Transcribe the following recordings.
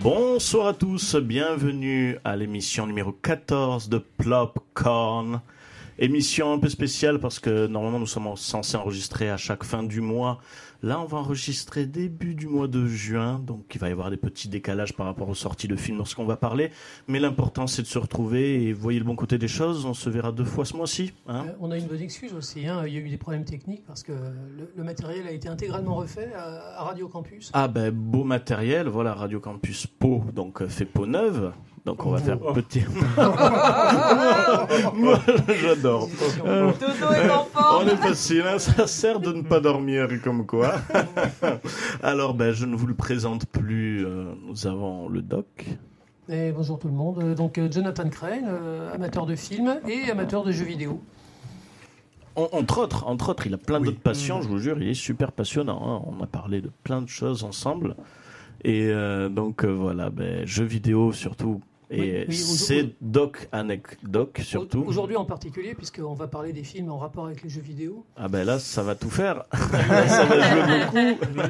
Bonsoir à tous, bienvenue à l'émission numéro 14 de Plopcorn. Émission un peu spéciale parce que normalement nous sommes censés enregistrer à chaque fin du mois. Là on va enregistrer début du mois de juin, donc il va y avoir des petits décalages par rapport aux sorties de films lorsqu'on va parler. Mais l'important c'est de se retrouver et voyez le bon côté des choses, on se verra deux fois ce mois-ci. hein. Euh, on a une bonne excuse aussi. hein. Il y a eu des problèmes techniques parce que le, le matériel a été intégralement refait à, à Radio Campus. Ah ben beau matériel, voilà Radio Campus Pau, donc euh, fait peau neuve. Donc on va faire petit. Ah. Moi j'adore. Euh, Dodo est en On forme. est facile, hein, ça sert de ne pas dormir comme quoi. Alors ben je ne vous le présente plus. euh, nous avons le doc. Et bonjour tout le monde. Euh, Donc euh, Jonathan Crane, euh, amateur de films et amateur de jeux vidéo. En- entre autres, entre autres, il a plein d'autres Mm. passions. Je vous jure, il est super passionnant. hein. On a parlé de plein de choses ensemble. Et euh, donc euh, voilà, ben, jeux vidéo surtout. Et Oui, oui, au- au- c'est Doc Anec Doc surtout. Aujourd'hui en particulier, puisqu'on va parler des films en rapport avec les jeux vidéo. Ah ben là, ça va tout faire. Là, ça va jouer beaucoup.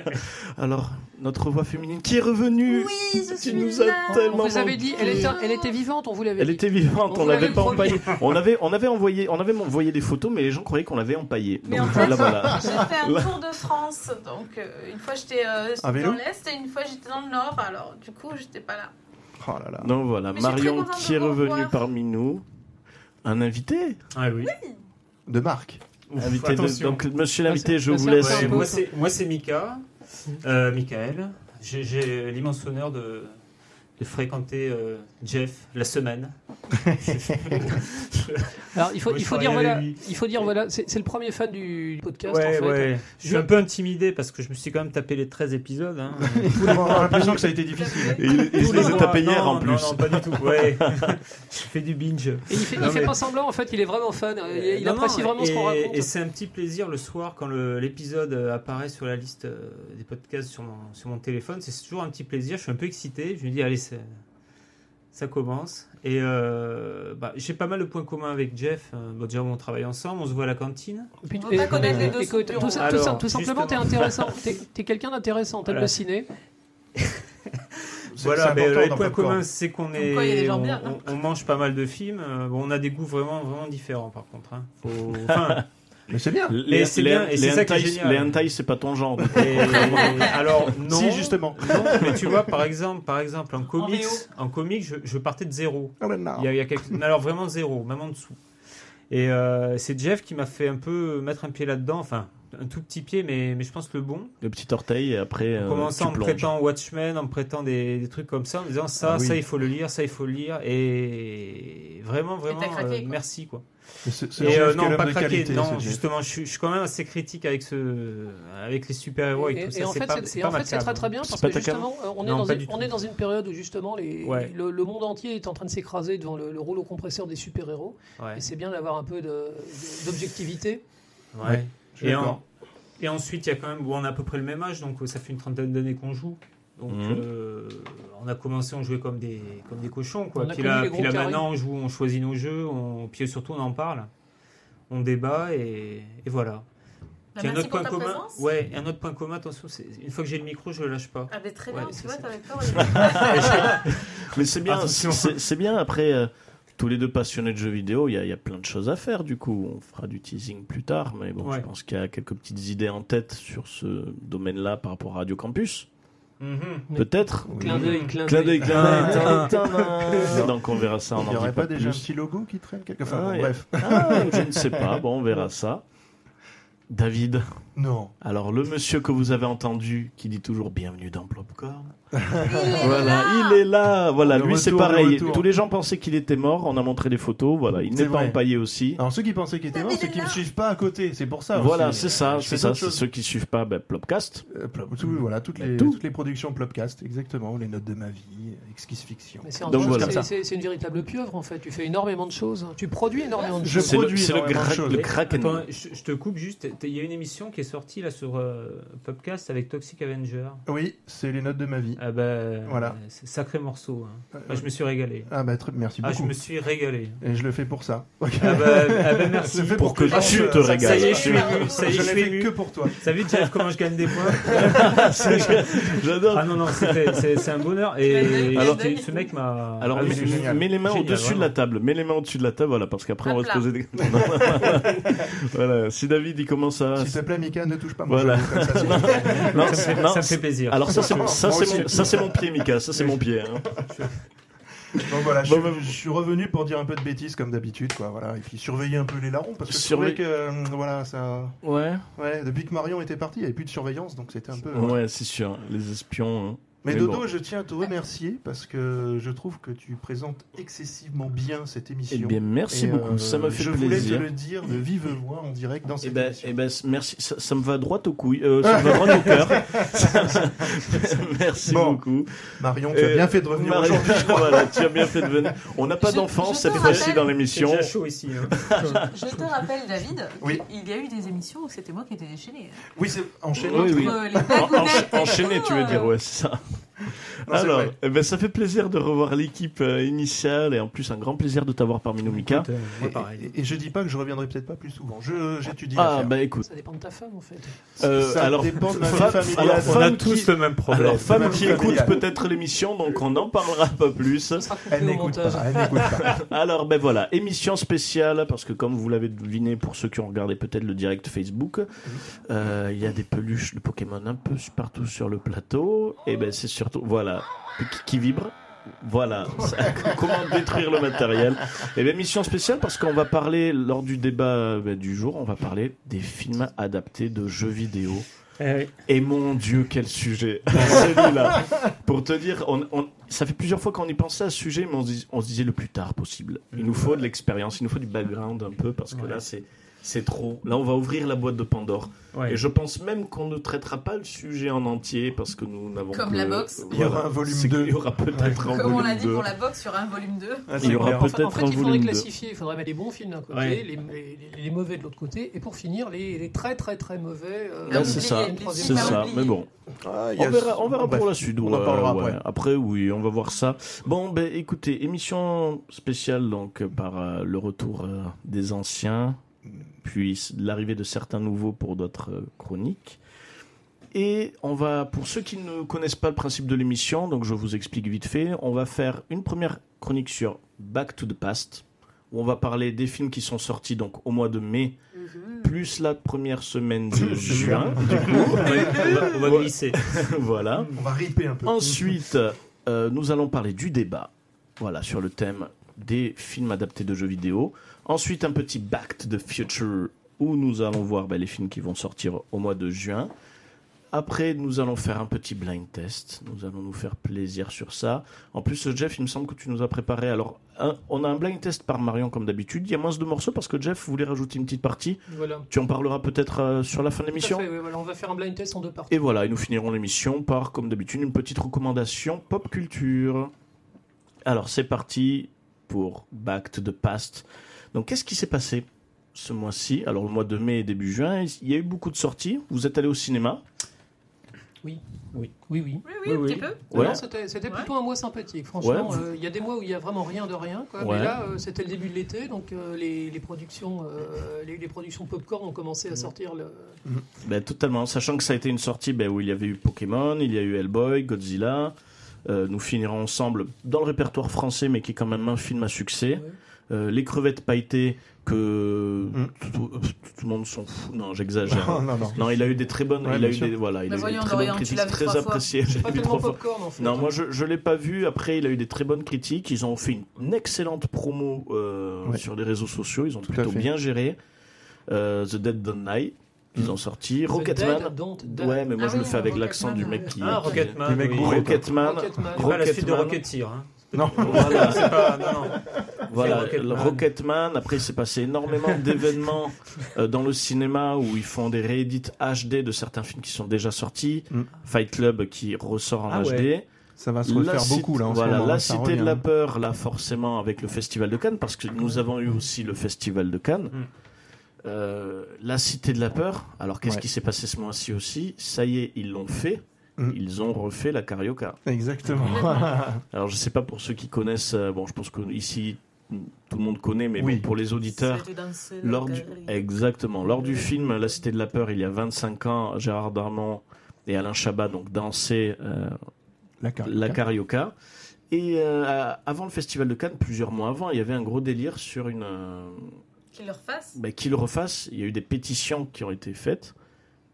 Alors, notre voix féminine qui est revenue. Oui, je suis tu nous là. as tellement On vous avait manqué. dit, elle était, elle était vivante, on vous l'avait Elle dit. était vivante, On on vous l'avait l'avait pas promis. empaillée. On avait, on avait envoyé, on avait envoyé des photos, mais les gens croyaient qu'on l'avait empaillée. Mais Donc, en fait, là, voilà. J'ai fait un Là. tour de France, donc euh, une fois j'étais euh, À vélo dans l'Est et une fois j'étais dans le Nord, alors du coup j'étais pas là. Oh là là. Donc voilà, Mais je suis très Marion contente qui de est vous revenue revoir. parmi nous. Un invité, Ah oui. De marque. Ouf, Invité de- attention. donc monsieur l'invité, Merci- je vous merci laisse. encore. Ouais, un peu, moi ça. c'est moi c'est Mika, euh, Michael. J'ai- J'ai l'immense honneur de, de fréquenter euh, Jeff la semaine. Alors il faut, Moi, il je faut parlais dire avec voilà, lui. il faut dire voilà, c'est c'est le premier fan du podcast ouais en fait. ouais. Je suis Je- un peu intimidé parce que je me suis quand même tapé les 13 épisodes. hein. On a l'impression que ça a été difficile. Et il, il Tous se les a mois. tapés Non, hier en non, plus. Non, pas du tout. Ouais. je fais du binge. Et il fait, il Non, fait mais- Euh, pas semblant en fait, il est vraiment fan. Il, il Non, apprécie non, vraiment ce qu'on et- raconte. Et c'est un petit plaisir le soir quand le- l'épisode euh, apparaît sur la liste euh, des podcasts sur mon, sur mon téléphone. C'est toujours un petit plaisir. Je suis un peu excité. Je me dis, allez, c'est- ça commence. Et euh, bah, j'ai pas mal de points communs avec Jeff. Euh, Bon, déjà, on travaille ensemble. On se voit à la cantine. Et puis, euh, On va pas connaître les deux écoute, sous-bureaux. tout, ça- tout, Alors, ça- tout simplement, t'es justement. intéressant. T'es t'es quelqu'un d'intéressant. T'aimes Voilà. le ciné. C'est- c'est Voilà, mais important euh, les dans points Popcorn. communs, c'est qu'on Comme quoi, il y a des est, gens on, bien, on- on mange pas mal de films. Euh, bon, on a des goûts vraiment, vraiment différents, par contre. hein. Faut- enfin, Mais c'est bien. Mais c'est bien, et c'est ça qui est hentai- génial. Les hentai, c'est pas ton genre. Et- alors non, euh, Si, justement. non, mais tu vois par exemple, par exemple en comics, VO. en, comics, je, je partais de zéro. Oh là là. Il y a, il y a quelque- mais alors vraiment zéro, même en dessous. Et euh, c'est Jeff qui m'a fait un peu mettre un pied là-dedans, enfin un tout petit pied, mais, mais je pense le bon. Le petit orteil et après euh, En commençant tu en me plonges. prêtant Watchmen, en me prêtant des, des trucs comme ça, en me disant ça, Ah oui. ça il faut le lire, ça il faut le lire, et vraiment vraiment t'as craqué, euh, quoi. merci quoi. Mais c'est- c'est Et juste euh, quel non homme pas de craqué, qualité, non ce Jeff. justement, je suis, je suis quand même assez critique avec ce, avec les super héros et, Et- tout et ça. en fait, pas- c'est- et pas en fait, ma c'est cam. très très bien parce pas que ta cam justement, euh, on est, Non, dans pas une, du on tout. est dans une période où justement les, Ouais. le, le monde entier est en train de s'écraser devant le, le rouleau compresseur des super héros. Ouais. Et c'est bien d'avoir un peu de- de- d'objectivité. Ouais. Ouais, je suis Et, d'accord. en- et ensuite, il y a quand même, bon, on a à peu près le même âge, donc euh, ça fait une trentaine d'années qu'on joue. Donc, Mhm. euh, on a commencé, on jouait comme des, comme des cochons, quoi. On a Puis connu là, les puis gros là, carrés. maintenant, on joue, on choisit nos jeux, on, puis surtout, on en parle, on débat et, et voilà. Bah, Puis merci pour ta commun, présence. ouais, et un autre point commun, attention, c'est une fois que j'ai le micro, je le lâche pas. Ah, mais très Ouais, bien, c'est tu vois, ça. t'avais peur. il- Mais c'est bien, Attention. c'est c'est bien après. euh, tous les deux passionnés de jeux vidéo, il y, a- il y a plein de choses à faire du coup. On fera du teasing plus tard, mais bon, Ouais. je pense qu'il y a quelques petites idées en tête sur ce domaine-là par rapport à Radio Campus. Mhm. Oui. Peut-être. Clin d'œil, clin Clin d'œil. d'œil, clin d'œil. Ah. Tadam. Donc on verra ça en Il n'y en aurait dit pas déjà un plus. petit logo qui traîne quelque part Ah, Enfin, bon, ouais. Bref. Ah, je ne sais pas. Bon, on verra ça. David, Non. alors le monsieur que vous avez entendu, qui dit toujours bienvenue dans Plopcorn. est Voilà, là. il est là. Voilà, Le lui c'est retour, le pareil. retour. Tous les gens pensaient qu'il était mort. On a montré des photos. Voilà, il C'est n'est pas vrai. empaillé aussi. Alors ceux qui pensaient qu'il était mort, ceux qui me suivent pas à côté, c'est pour ça. voilà, aussi. euh, c'est ça, Je fais c'est ça. d'autres C'est choses. ceux qui suivent pas ben, Plopcast. Euh, Plop- tout- voilà, toutes les, Tout. toutes les productions Plopcast, exactement, les notes de ma vie, Exquise Fiction. Mais c'est un Donc peu- voilà. c'est- c'est- c'est une véritable pieuvre en fait. Tu fais énormément de choses. hein. Tu produis énormément de Je choses. C'est le, produis c'est le, énormément de gra- choses. le Mais Kraken. Attends, je, je te coupe juste. t'es- Il y a une émission qui est sortie là sur euh, Popcast avec Toxic Avenger. Oui, c'est les notes de ma vie. Ah bah, Voilà. euh, c'est sacré morceau. hein. Euh, Moi, je me suis régalé. Ah bah très- merci Ah, beaucoup. je me suis régalé. Et je le fais pour ça. Ok. Ah bah, ah bah, merci. Je le fais pour que toi. tu te Ça- ça- régales. Ça y est, je suis ému. Je Ça y est, je ne suis fais que ému. pour toi. Ça vu, Jeff, comment je gagne des points J'adore. Ah non, non, c'était- c'est c'est un bonheur. Et Alors- ce ce mec m'a. Alors, Ah oui, mets, c'est génial. mets les mains Génial, au-dessus de vraiment. la table. Mets les mains au-dessus de la table, voilà, parce qu'après on va Hop se poser des. voilà. Si David il commence à. S'il te plaît, Mika, ne touche pas mon Voilà. genou comme ça, s'il te plaît. Non, ça, me fait, non, ça me fait plaisir. Alors ça c'est mon, ça Moi c'est mon, ça c'est mon pied, Mika. Ça c'est mon pied. hein. Donc voilà, je, Bon, suis- bah, je suis revenu pour dire un peu de bêtises comme d'habitude, quoi. Voilà, et puis surveiller un peu les larrons parce que Surveille- je trouvais que euh, voilà, ça. Ouais. Ouais, depuis que Marion était parti, il n'y avait plus de surveillance, donc c'était un peu. hein. Ouais, c'est sûr. Les espions. hein. Mais, Mais Dodo, bon. je tiens à te remercier parce que je trouve que tu présentes excessivement bien cette Eh émission. bien, merci Et, beaucoup. euh, ça m'a fait je voulais plaisir. te le dire de vive voix en direct dans Eh cette ben, émission. eh ben, c- merci. Ça, ça me va droit aux couilles. Euh, ça me va droit au cœur. Ça- ça- merci Bon. beaucoup. Marion, tu as Euh, bien fait de revenir Marie- aujourd'hui. voilà, tu as bien fait de venir. On n'a pas Je- d'enfants je cette te fois-ci rappelle- dans C'est l'émission. déjà chaud ici. hein. Je te rappelle, David, Oui. qu'il y a eu des émissions où c'était moi qui étais déchaînée. hein. Oui, c'est enchaîné. Oui, oui. Entre les En- en- blagounettes et enchaîné, tout, tu veux euh, dire, ouais, c'est ça. Non, c'est Alors, vrai. eh ben, ça fait plaisir de revoir l'équipe euh, initiale et en plus un grand plaisir de t'avoir parmi nous, Mika. Écoute, euh, moi, Hein Et, pareil. et- et je dis pas que je reviendrai peut-être pas plus souvent. Je j'étudie Ah, l'affaire. bah écoute. Ça dépend de ta femme en fait. Euh, Ça alors, dépend de ma vie femme- familiale. alors, On On a femme tous qui- le même problème. alors, femme qui Familiale. écoute peut-être l'émission, donc on n'en parlera pas plus. Ça sera coupé Elle au n'écoute montage. pas. Bah, Elle n'écoute pas. Alors ben voilà, émission spéciale, parce que comme vous l'avez deviné pour ceux qui ont regardé peut-être le direct Facebook, euh, il y a des peluches de Pokémon un peu partout sur le plateau, et ben c'est surtout, voilà, qui, qui vibre. Voilà, Ça- comment détruire le matériel. Et bien, mission spéciale parce qu'on va parler, lors du débat euh, ben, du jour, on va parler des films adaptés de jeux vidéo. Eh oui. Et mon Dieu, quel sujet Celui-là Pour te dire, on, on- ça fait plusieurs fois qu'on y pensait à ce sujet, mais on se, dis- on se disait le plus tard possible. Il nous faut de l'expérience, il nous faut du background un peu, parce que Ouais. là, c'est... C'est trop. Là, on va ouvrir la boîte de Pandore. Ouais. Et je pense même qu'on ne traitera pas le sujet en entier parce que nous n'avons Comme que- la boxe. Il y aura un volume C'est qu'il 2. y aura peut-être un Comme on l'a volume dit pour 2. la boxe, il y aura un volume 2. Il y aura Ah, clair. En fait, peut-être en fait, un il faudrait volume deux. classifier. Il faudrait mettre les bons films d'un côté, Ouais. les, les- les mauvais de l'autre côté, et pour finir, les, les très très très mauvais. euh, Là, c'est ça, une troisième C'est Pas marque. ça, oublier. mais bon. Ah, il y On a- verra, on verra Bon, pour bref. la suite. On ouais, en parlera ouais. après. oui, on va voir ça. Bon, ben écoutez, émission spéciale donc euh, par euh, le retour euh, des anciens, puis s- l'arrivée de certains nouveaux pour d'autres euh, chroniques. Et on va, pour ceux qui ne connaissent pas le principe de l'émission, donc je vous explique vite fait, on va faire une première chronique sur Back to the Past, où on va parler des films qui sont sortis donc au mois de mai, plus la première semaine de juin. Du coup, On va, on va- on va Ouais. glisser. voilà. On va riper un peu. Ensuite, euh, nous allons parler du débat, voilà, sur le thème des films adaptés de jeux vidéo. Ensuite, un petit Back to the Future, où nous allons voir ben, les films qui vont sortir au mois de juin. Après, nous allons faire un petit blind test. Nous allons nous faire plaisir sur ça. En plus, Jeff, il me semble que tu nous as préparé. Alors, un- on a un blind test par Marion, comme d'habitude. Il y a moins de morceaux parce que Jeff voulait rajouter une petite partie. Voilà. Tu en parleras peut-être euh, sur la Tout fin de à l'émission. fait, oui, voilà, on va faire un blind test en deux parties. Et voilà, et nous finirons l'émission par, comme d'habitude, une petite recommandation pop culture. Alors, c'est parti pour Back to the Past. Donc, qu'est-ce qui s'est passé ce mois-ci Alors, le mois de mai et début juin, il y a eu beaucoup de sorties. Vous êtes allé au cinéma Oui, oui. Oui, oui, un Oui, petit oui. peu. Ouais. Non, c'était c'était Ouais. plutôt un mois sympathique. Franchement, Ouais. euh, il y a des mois où il y a vraiment rien de rien. Quoi. Ouais. Mais là, euh, c'était le début de l'été, donc euh, les, les productions, euh, les, les productions popcorn ont commencé Mm. à sortir. Le... Ben, Totalement, sachant que ça a été une sortie ben, où il y avait eu Pokémon, il y a eu Hellboy, Godzilla. Euh, nous finirons ensemble dans le répertoire français, mais qui est quand même un film à succès. Ouais. Euh, les crevettes pailletées que Mm. tout, euh, tout le monde s'en fout. Non, j'exagère. Non, non, non. Non, il a eu des très bonnes, Ouais, il a bien eu sûr. des, voilà, il Mais a eu des voyons, très bonnes Dorian, tu critiques, l'as vu très trois fois. appréciées. Je l'ai Pas vu tellement trois fois. popcorn en fait. hein. Non, moi je, je l'ai pas vu. Après, il a eu des très bonnes critiques. Ils ont fait une excellente promo euh, Ouais. sur les réseaux sociaux. Ils ont Tout à plutôt fait. bien géré. Euh, The Dead Don't Die. qu'ils ont sorti. The Rocketman. Dead Don't Die. Ouais, mais moi Ah je le oui, fais avec Rocketman, l'accent du mec ouais. qui. Ah, qui- Rocketman. Le mec oui. bourré. Rocketman. Rocketman. C'est pas la suite de Rocketman. Rocketeer. hein. Non. Voilà. C'est pas. Non, non. Voilà, C'est Rocketman. le Rocketman. Après, il s'est passé énormément d'événements euh, dans le cinéma où ils font des réédits HD de certains films qui sont déjà sortis. Mm. Fight Club qui ressort en Ah HD. ouais. Ça va se La refaire cité- beaucoup là en ce voilà, moment, hein, la ça Cité revient. de la peur, là forcément avec le Festival de Cannes, parce que nous avons eu aussi le Festival de Cannes. Mm. Euh, la Cité de la peur. Alors qu'est-ce Ouais. qui s'est passé ce mois-ci aussi Ça y est, ils l'ont fait. Mm. Ils ont refait la carioca. Exactement. Alors je sais pas pour ceux qui connaissent. euh, bon, je pense qu'ici tout le monde connaît, mais Oui. bon, pour les auditeurs. C'est de danser dans Lors la du... galerie. Exactement. Lors du film La Cité de la Peur, il y a 25 ans, Gérard Darmon et Alain Chabat donc dansaient euh, La carte. la carioca. Et euh, à- avant le Festival de Cannes, plusieurs mois avant, il y avait un gros délire sur une. euh, Qu'il leur fasse. bah, qu'ils le refassent. Il y a eu des pétitions qui ont été faites.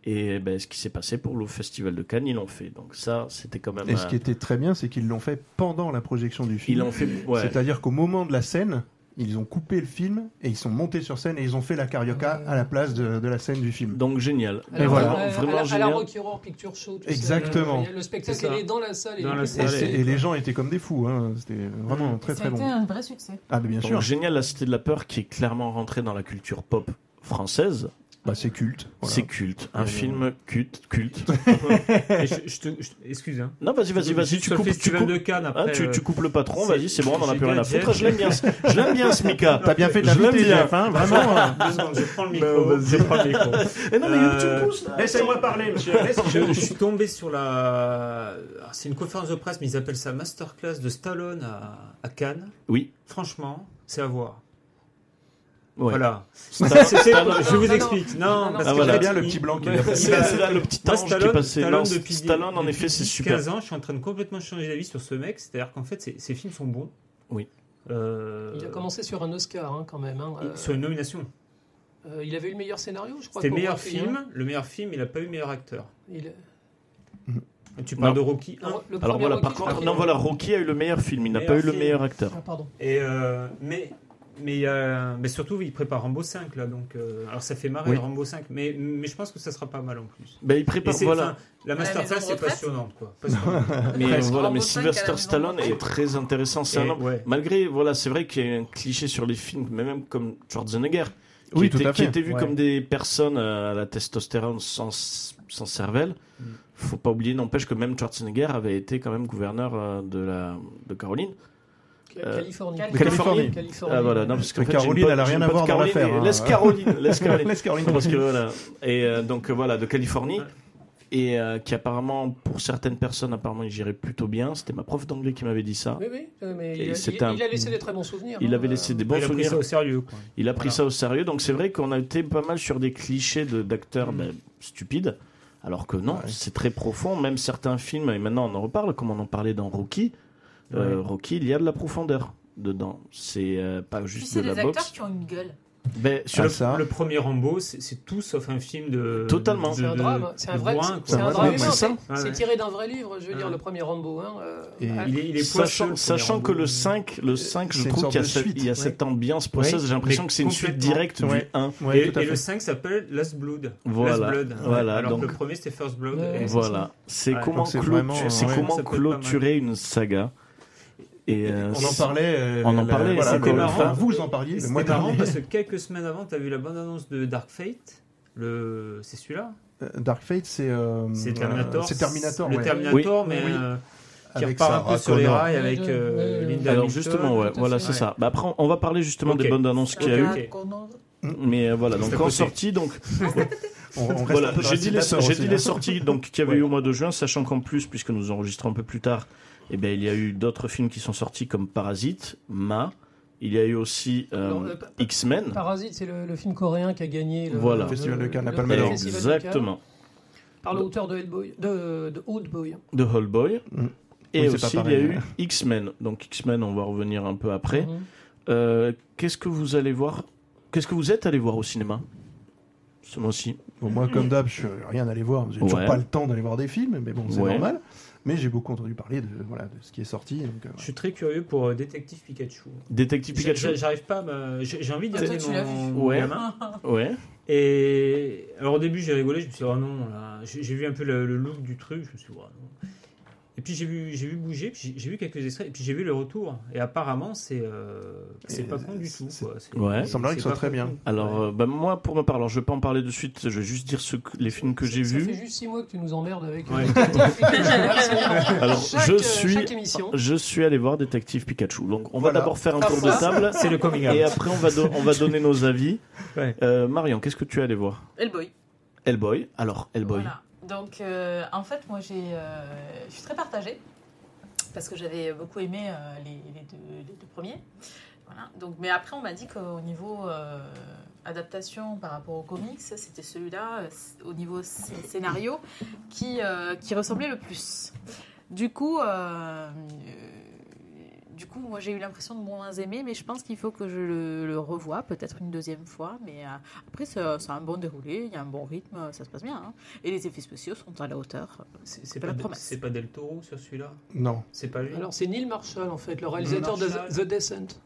Et ben, ce qui s'est passé pour le Festival de Cannes, ils l'ont fait. Donc ça, c'était quand même. Et ce euh, qui était très bien, c'est qu'ils l'ont fait pendant la projection du Ils film. l'ont fait. ouais. C'est-à-dire qu'au moment de la scène, ils ont coupé le film et ils sont montés sur scène et ils ont fait la carioca à la place de, de la scène du film. Donc génial. Et Alors, voilà. euh, Vraiment à la, à la génial. Rocky Horror Picture Show. tout ça. Exactement. Il y a le spectacle C'est ça. il est dans la salle. Dans il la est Et, salle, public. c'est- et les gens étaient comme des fous. hein. C'était vraiment très Mm. Ça a très été bon. un vrai succès. Ah, mais bien Donc sûr. génial, la Cité de la Peur qui est clairement rentrée dans la culture pop française. Bah, c'est culte. voilà. C'est culte. Un Euh, film culte, culte. Et je, je te, je- excuse. Hein. Non, vas-y, vas-y, vas-y, Juste tu le coupes, tu festival coupes. de Cannes Hein, après. tu, euh, tu coupes le patron, c'est- vas-y, c'est bon, on en a j'ai plus rien à gadget. foutre. Je l'aime bien, ce- je l'aime bien ce Mika. T'as bien fait de Je l'aime l'inviter, bien. Jeff, hein, vraiment. hein. Deux secondes, je prends le Bah, micro. vas-y. Je prends le micro. Eh non, mais Euh, tu me pousses, là. Laissez-moi parler, monsieur. Je, je suis tombé sur la. alors, C'est une conférence de presse, mais ils appellent ça masterclass de Stallone à, à Cannes. Oui. Franchement, c'est à voir. Ouais. Voilà. Stallone- C'est- c'est- c'est- Stallone- je vous Non, non, explique. Non, non, parce Ah, que voilà. là, bien le il- petit blanc qui Ouais, l'a fait. C'est là, là, le petit Moi, ange qui est Stallone, passé. Stallone, Non, depuis, Stallone, en depuis effet, c'est super. 15 ans, je suis en train de complètement changer d'avis sur ce mec. C'est-à-dire qu'en fait, ses ses films sont bons. Oui. Euh, Il a commencé sur un Oscar hein, quand même. hein. Euh, Sur une nomination. euh, il avait eu le meilleur scénario, je crois. C'était pour meilleur Rocky, hein. film. Le meilleur film, il n'a pas eu meilleur acteur. Il- Tu parles Non. de Rocky 1. le Alors premier voilà, Rocky, par je contre, crois non, qu'il- voilà, Rocky a eu le meilleur film, il n'a Meilleur pas eu le film. meilleur acteur. Ah, pardon. Et euh, mais mais, euh, mais surtout, il prépare Rambo 5 là, donc euh, alors ça fait marrer Oui. Rambo 5, mais mais je pense que ça sera pas mal en plus. Ben, il Et prépare, c'est- voilà. enfin, la maison masterclass de c'est retraite passionnante quoi. Passionnante. Mais Presque. voilà, Rambo mais cinq à la Sylvester maison Stallone de est très intéressant. C'est un Et- homme- ouais. Malgré, voilà, c'est vrai qu'il y a un cliché sur les films, mais même comme Schwarzenegger, qui, Oui, était, tout à qui fait. était vu Ouais. comme des personnes euh, à la testostérone sans, sans cervelle. Mm. Faut pas oublier, n'empêche que même Schwarzenegger avait été quand même gouverneur euh, de la de Caroline. Euh, Californie. Californie. Californie. Ah, voilà, non, parce que Mais Caroline, elle a rien à voir dans l'affaire, hein. Laisse Caroline, laisse Caroline. Laisse Caroline Parce que voilà. Et euh, donc euh, voilà, de Californie. Et euh, qui apparemment, pour certaines personnes, apparemment, il gérait plutôt bien. C'était ma prof d'anglais qui m'avait dit ça. Oui, oui, euh, mais Ah. Et il a, c'est il- un- il a laissé des très bons souvenirs. Il hein, avait euh, laissé des Il a bons pris souvenirs. ça au sérieux quoi. Il a pris Voilà. ça au sérieux. Donc c'est vrai qu'on a été pas mal sur des clichés de- d'acteurs Mm. ben, stupides. Alors que non, Ouais. c'est très profond. Même certains films, et maintenant on en reparle, comme on en parlait dans Rocky, euh, Rocky, il y a de la profondeur dedans. C'est euh, pas Puis juste c'est de la des acteurs boxe. qui ont une gueule. Ben, sur Ah, le- ça. Le premier Rambo, c'est c'est tout sauf un film de Totalement. de- C'est un de- drame, hein. c'est un de vrai, bourrin, c'est quoi. un Ouais, drame ouais, humain. c'est ça. c'est- C'est Ouais. tiré d'un vrai livre, je veux dire, Ouais. le premier Rambo. hein, euh, Et ah, Il est, il est poisseux, Sachant, le premier sachant Rambo. que le 5, le 5 je C'est une trouve sorte qu'il y a, de cette, suite, il y a ouais. cette ambiance poisseuse. Oui, J'ai l'impression mais que c'est une suite complètement. directe Ouais. du 1. Ouais, et, tout à et le fait. 5 s'appelle Last Blood. Voilà. Last Blood. Voilà, Alors donc- que le premier c'était First Blood. Ouais. Et- Voilà. C'est Ouais, comment, donc c'est clôtu- vraiment, c'est ouais, comment ça peut être pas mal. clôturer une saga. Et, euh, On en parlait. euh, On en la- parlait, voilà, c'était le- marrant. enfin, vous en parliez. Et Le C'était mois marrant dernier. parce que quelques semaines avant, tu as vu la bande-annonce de Dark Fate. Le... C'est celui-là Euh, Dark Fate, c'est euh, C'est Terminator. euh, C'est Terminator. Le ouais. Terminator, Oui. mais Oui. euh, qui Avec repart un Sarah peu sur les Connor. rails avec euh, Oui, oui, oui. Linda Alors Hamilton. justement, ouais, tout à voilà, fait. c'est ça. Bah après, on- on va parler justement Ok. des bandes annonces qu'il y a eu. Ok. Ah, qu'on- Mais euh, voilà, Juste donc à en côté. sortie, donc On, on reste voilà, un peu dans j'ai la dit les, Terminator j'ai aussi, dit hein. les sorties donc qu'il y avait Ouais. eu au mois de juin, sachant qu'en plus, puisque nous enregistrons un peu plus tard, eh ben il y a eu d'autres films qui sont sortis comme Parasite, Ma. Il y a eu aussi euh, Non, euh, pa- X-Men. Parasite, c'est le, le film coréen qui a gagné le, Voilà. le- Festival de Cannes, la le Palme Festival d'Or. de Cannes, Exactement. Par l'auteur de Hellboy, de, de Oldboy. De Hallboy. Mm. Et Oui, c'est aussi, pas il y a pareil, eu X-Men. Donc X-Men, on va revenir un peu après. Mhm. Euh, Qu'est-ce que vous allez voir Qu'est-ce que vous êtes allé voir au cinéma ce mois-ci Bon, moi, comme d'hab, je suis rien allé voir. J'ai toujours Ouais. pas le temps d'aller voir des films, mais bon, c'est Ouais. normal. Mais j'ai beaucoup entendu parler de, voilà, de ce qui est sorti. donc, euh, Je suis très curieux pour euh, Détective Pikachu. Détective J'ai- Pikachu. J'arrive pas à me- J'ai j'ai envie Ah, d'amener toi, tu l'as vu. mon Ouais. gamin. Ouais. Et alors au début j'ai rigolé, je me suis dit oh non, là. j'ai j'ai vu un peu le, le look du truc, je me suis dit oh non. Et puis j'ai vu, j'ai vu bouger, puis j'ai- j'ai vu quelques extraits, et puis j'ai vu le retour. Et apparemment c'est euh, c'est Et pas con du c'est- tout. Quoi. C'est- Ouais. Il semblerait que ce c'est soit pas très con. bien. Alors, euh, bah, moi, pour ma part, alors je vais pas en parler de suite, je vais juste dire ce que- les films que j'ai Ça fait vus. juste six mois que tu nous emmerdes avec. Ouais. Alors, Chaque, je euh, suis- Chaque émission. Je suis allé voir Détective Pikachu. Donc, on va Voilà. d'abord faire un Ah, tour de voilà. table. C'est le coming Et out. après, on va, do- on va donner nos avis. Ouais. Euh, Marion, qu'est-ce que tu es allé voir Hellboy. Hellboy. Alors, Hellboy. Voilà. Donc, euh, en fait, moi, j'ai, euh, je suis très partagée parce que j'avais beaucoup aimé euh, les, les deux, les deux premiers. Voilà. Donc, mais après, on m'a dit qu'au niveau euh, adaptation par rapport aux comics, c'était celui-là, euh, au niveau sc- scénario, qui, euh, qui ressemblait le plus. Du coup, euh, euh, du coup, moi, j'ai eu l'impression de moins aimer, mais je pense qu'il faut que je le, le revoie, peut-être une deuxième fois. Mais euh, après, ça, ça a un bon déroulé, il y a un bon rythme, ça se passe bien. hein. Et les effets spéciaux sont à la hauteur. C'est c'est pas pas, la Del- promesse. c'est pas Del Toro sur celui-là Non. C'est pas lui Alors c'est Neil Marshall en fait, le réalisateur de Marshall. The Descent.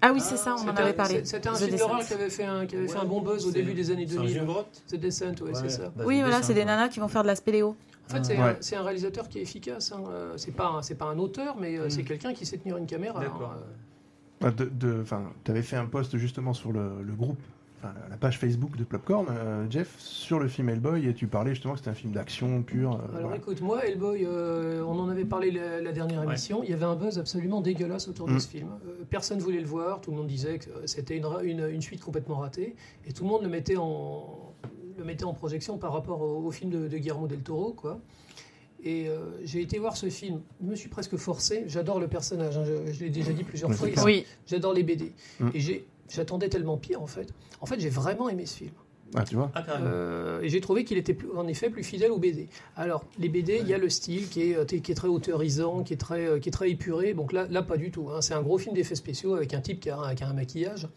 Ah oui, c'est ça, on en C'était- avait parlé. C'était un The film Descent. d'horreur qui avait fait un, qui avait fait Ouais, un bon buzz au c'est- début des années c'est un 2000. film grotte The Descent, ouais, c'est ça. Bah, Oui, voilà, dessin, c'est des quoi. nanas qui vont faire de la spéléo. En fait, c'est Ouais. un- c'est un réalisateur qui est efficace. hein. Euh, C'est pas, un- c'est pas un auteur, mais euh, Mm. c'est quelqu'un qui sait tenir une caméra. D'accord. hein. Bah, de, de- enfin, t'avais fait un post justement sur le, le groupe, enfin la- la page Facebook de Popcorn, euh, Jeff, sur le film Hellboy, et tu parlais justement que c'était un film d'action pur. euh, Alors voilà. écoute, moi, Hellboy, euh, on en avait parlé la, la dernière Ouais. émission, il y avait un buzz absolument dégueulasse autour Mm. de ce film. Euh, personne voulait le voir, tout le monde disait que euh, c'était une, ra- une- une suite complètement ratée, et tout le monde le mettait en, le mettait en projection par rapport au, au film de, de Guillermo del Toro, quoi. Et euh, j'ai été voir ce film, je me suis presque forcé, j'adore le personnage, hein, je, je l'ai déjà dit plusieurs Ouais, fois, c'est il clair. Oui, J'adore les BD. Mm. Et j'ai- j'attendais tellement pire, en fait. En fait, j'ai vraiment aimé ce film. Ah, tu vois. Ah, carrément. Euh, et j'ai trouvé qu'il était plus- en effet plus fidèle aux BD. Alors, les BD, il y a le style qui est, euh, qui est très autorisant, qui est très, euh, qui est très épuré. Donc là, là pas du tout. hein. C'est un gros film d'effets spéciaux avec un type qui a, un- qui a un maquillage.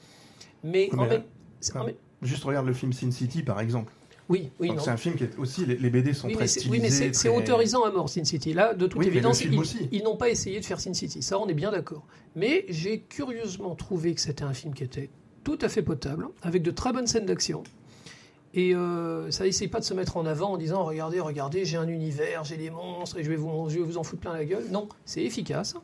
Mais, en Mais, euh, même- c'est- en enfin, même- Juste regarde le film Sin City par exemple. Oui, oui, Donc, non. c'est un film qui est aussi les, les BD sont Oui, très mais c'est- oui, stylisés. mais c'est c'est très- autorisant à mort Sin City. Là, de toute Oui, mais le évidence, film ils, aussi. ils n'ont pas essayé de faire Sin City. Ça, on est bien d'accord. Mais j'ai curieusement trouvé que c'était un film qui était tout à fait potable, avec de très bonnes scènes d'action. Et euh, ça essaye pas de se mettre en avant en disant regardez, regardez, j'ai un univers, j'ai des monstres et je vais vous, je vais vous en foutre plein la gueule. Non, c'est efficace,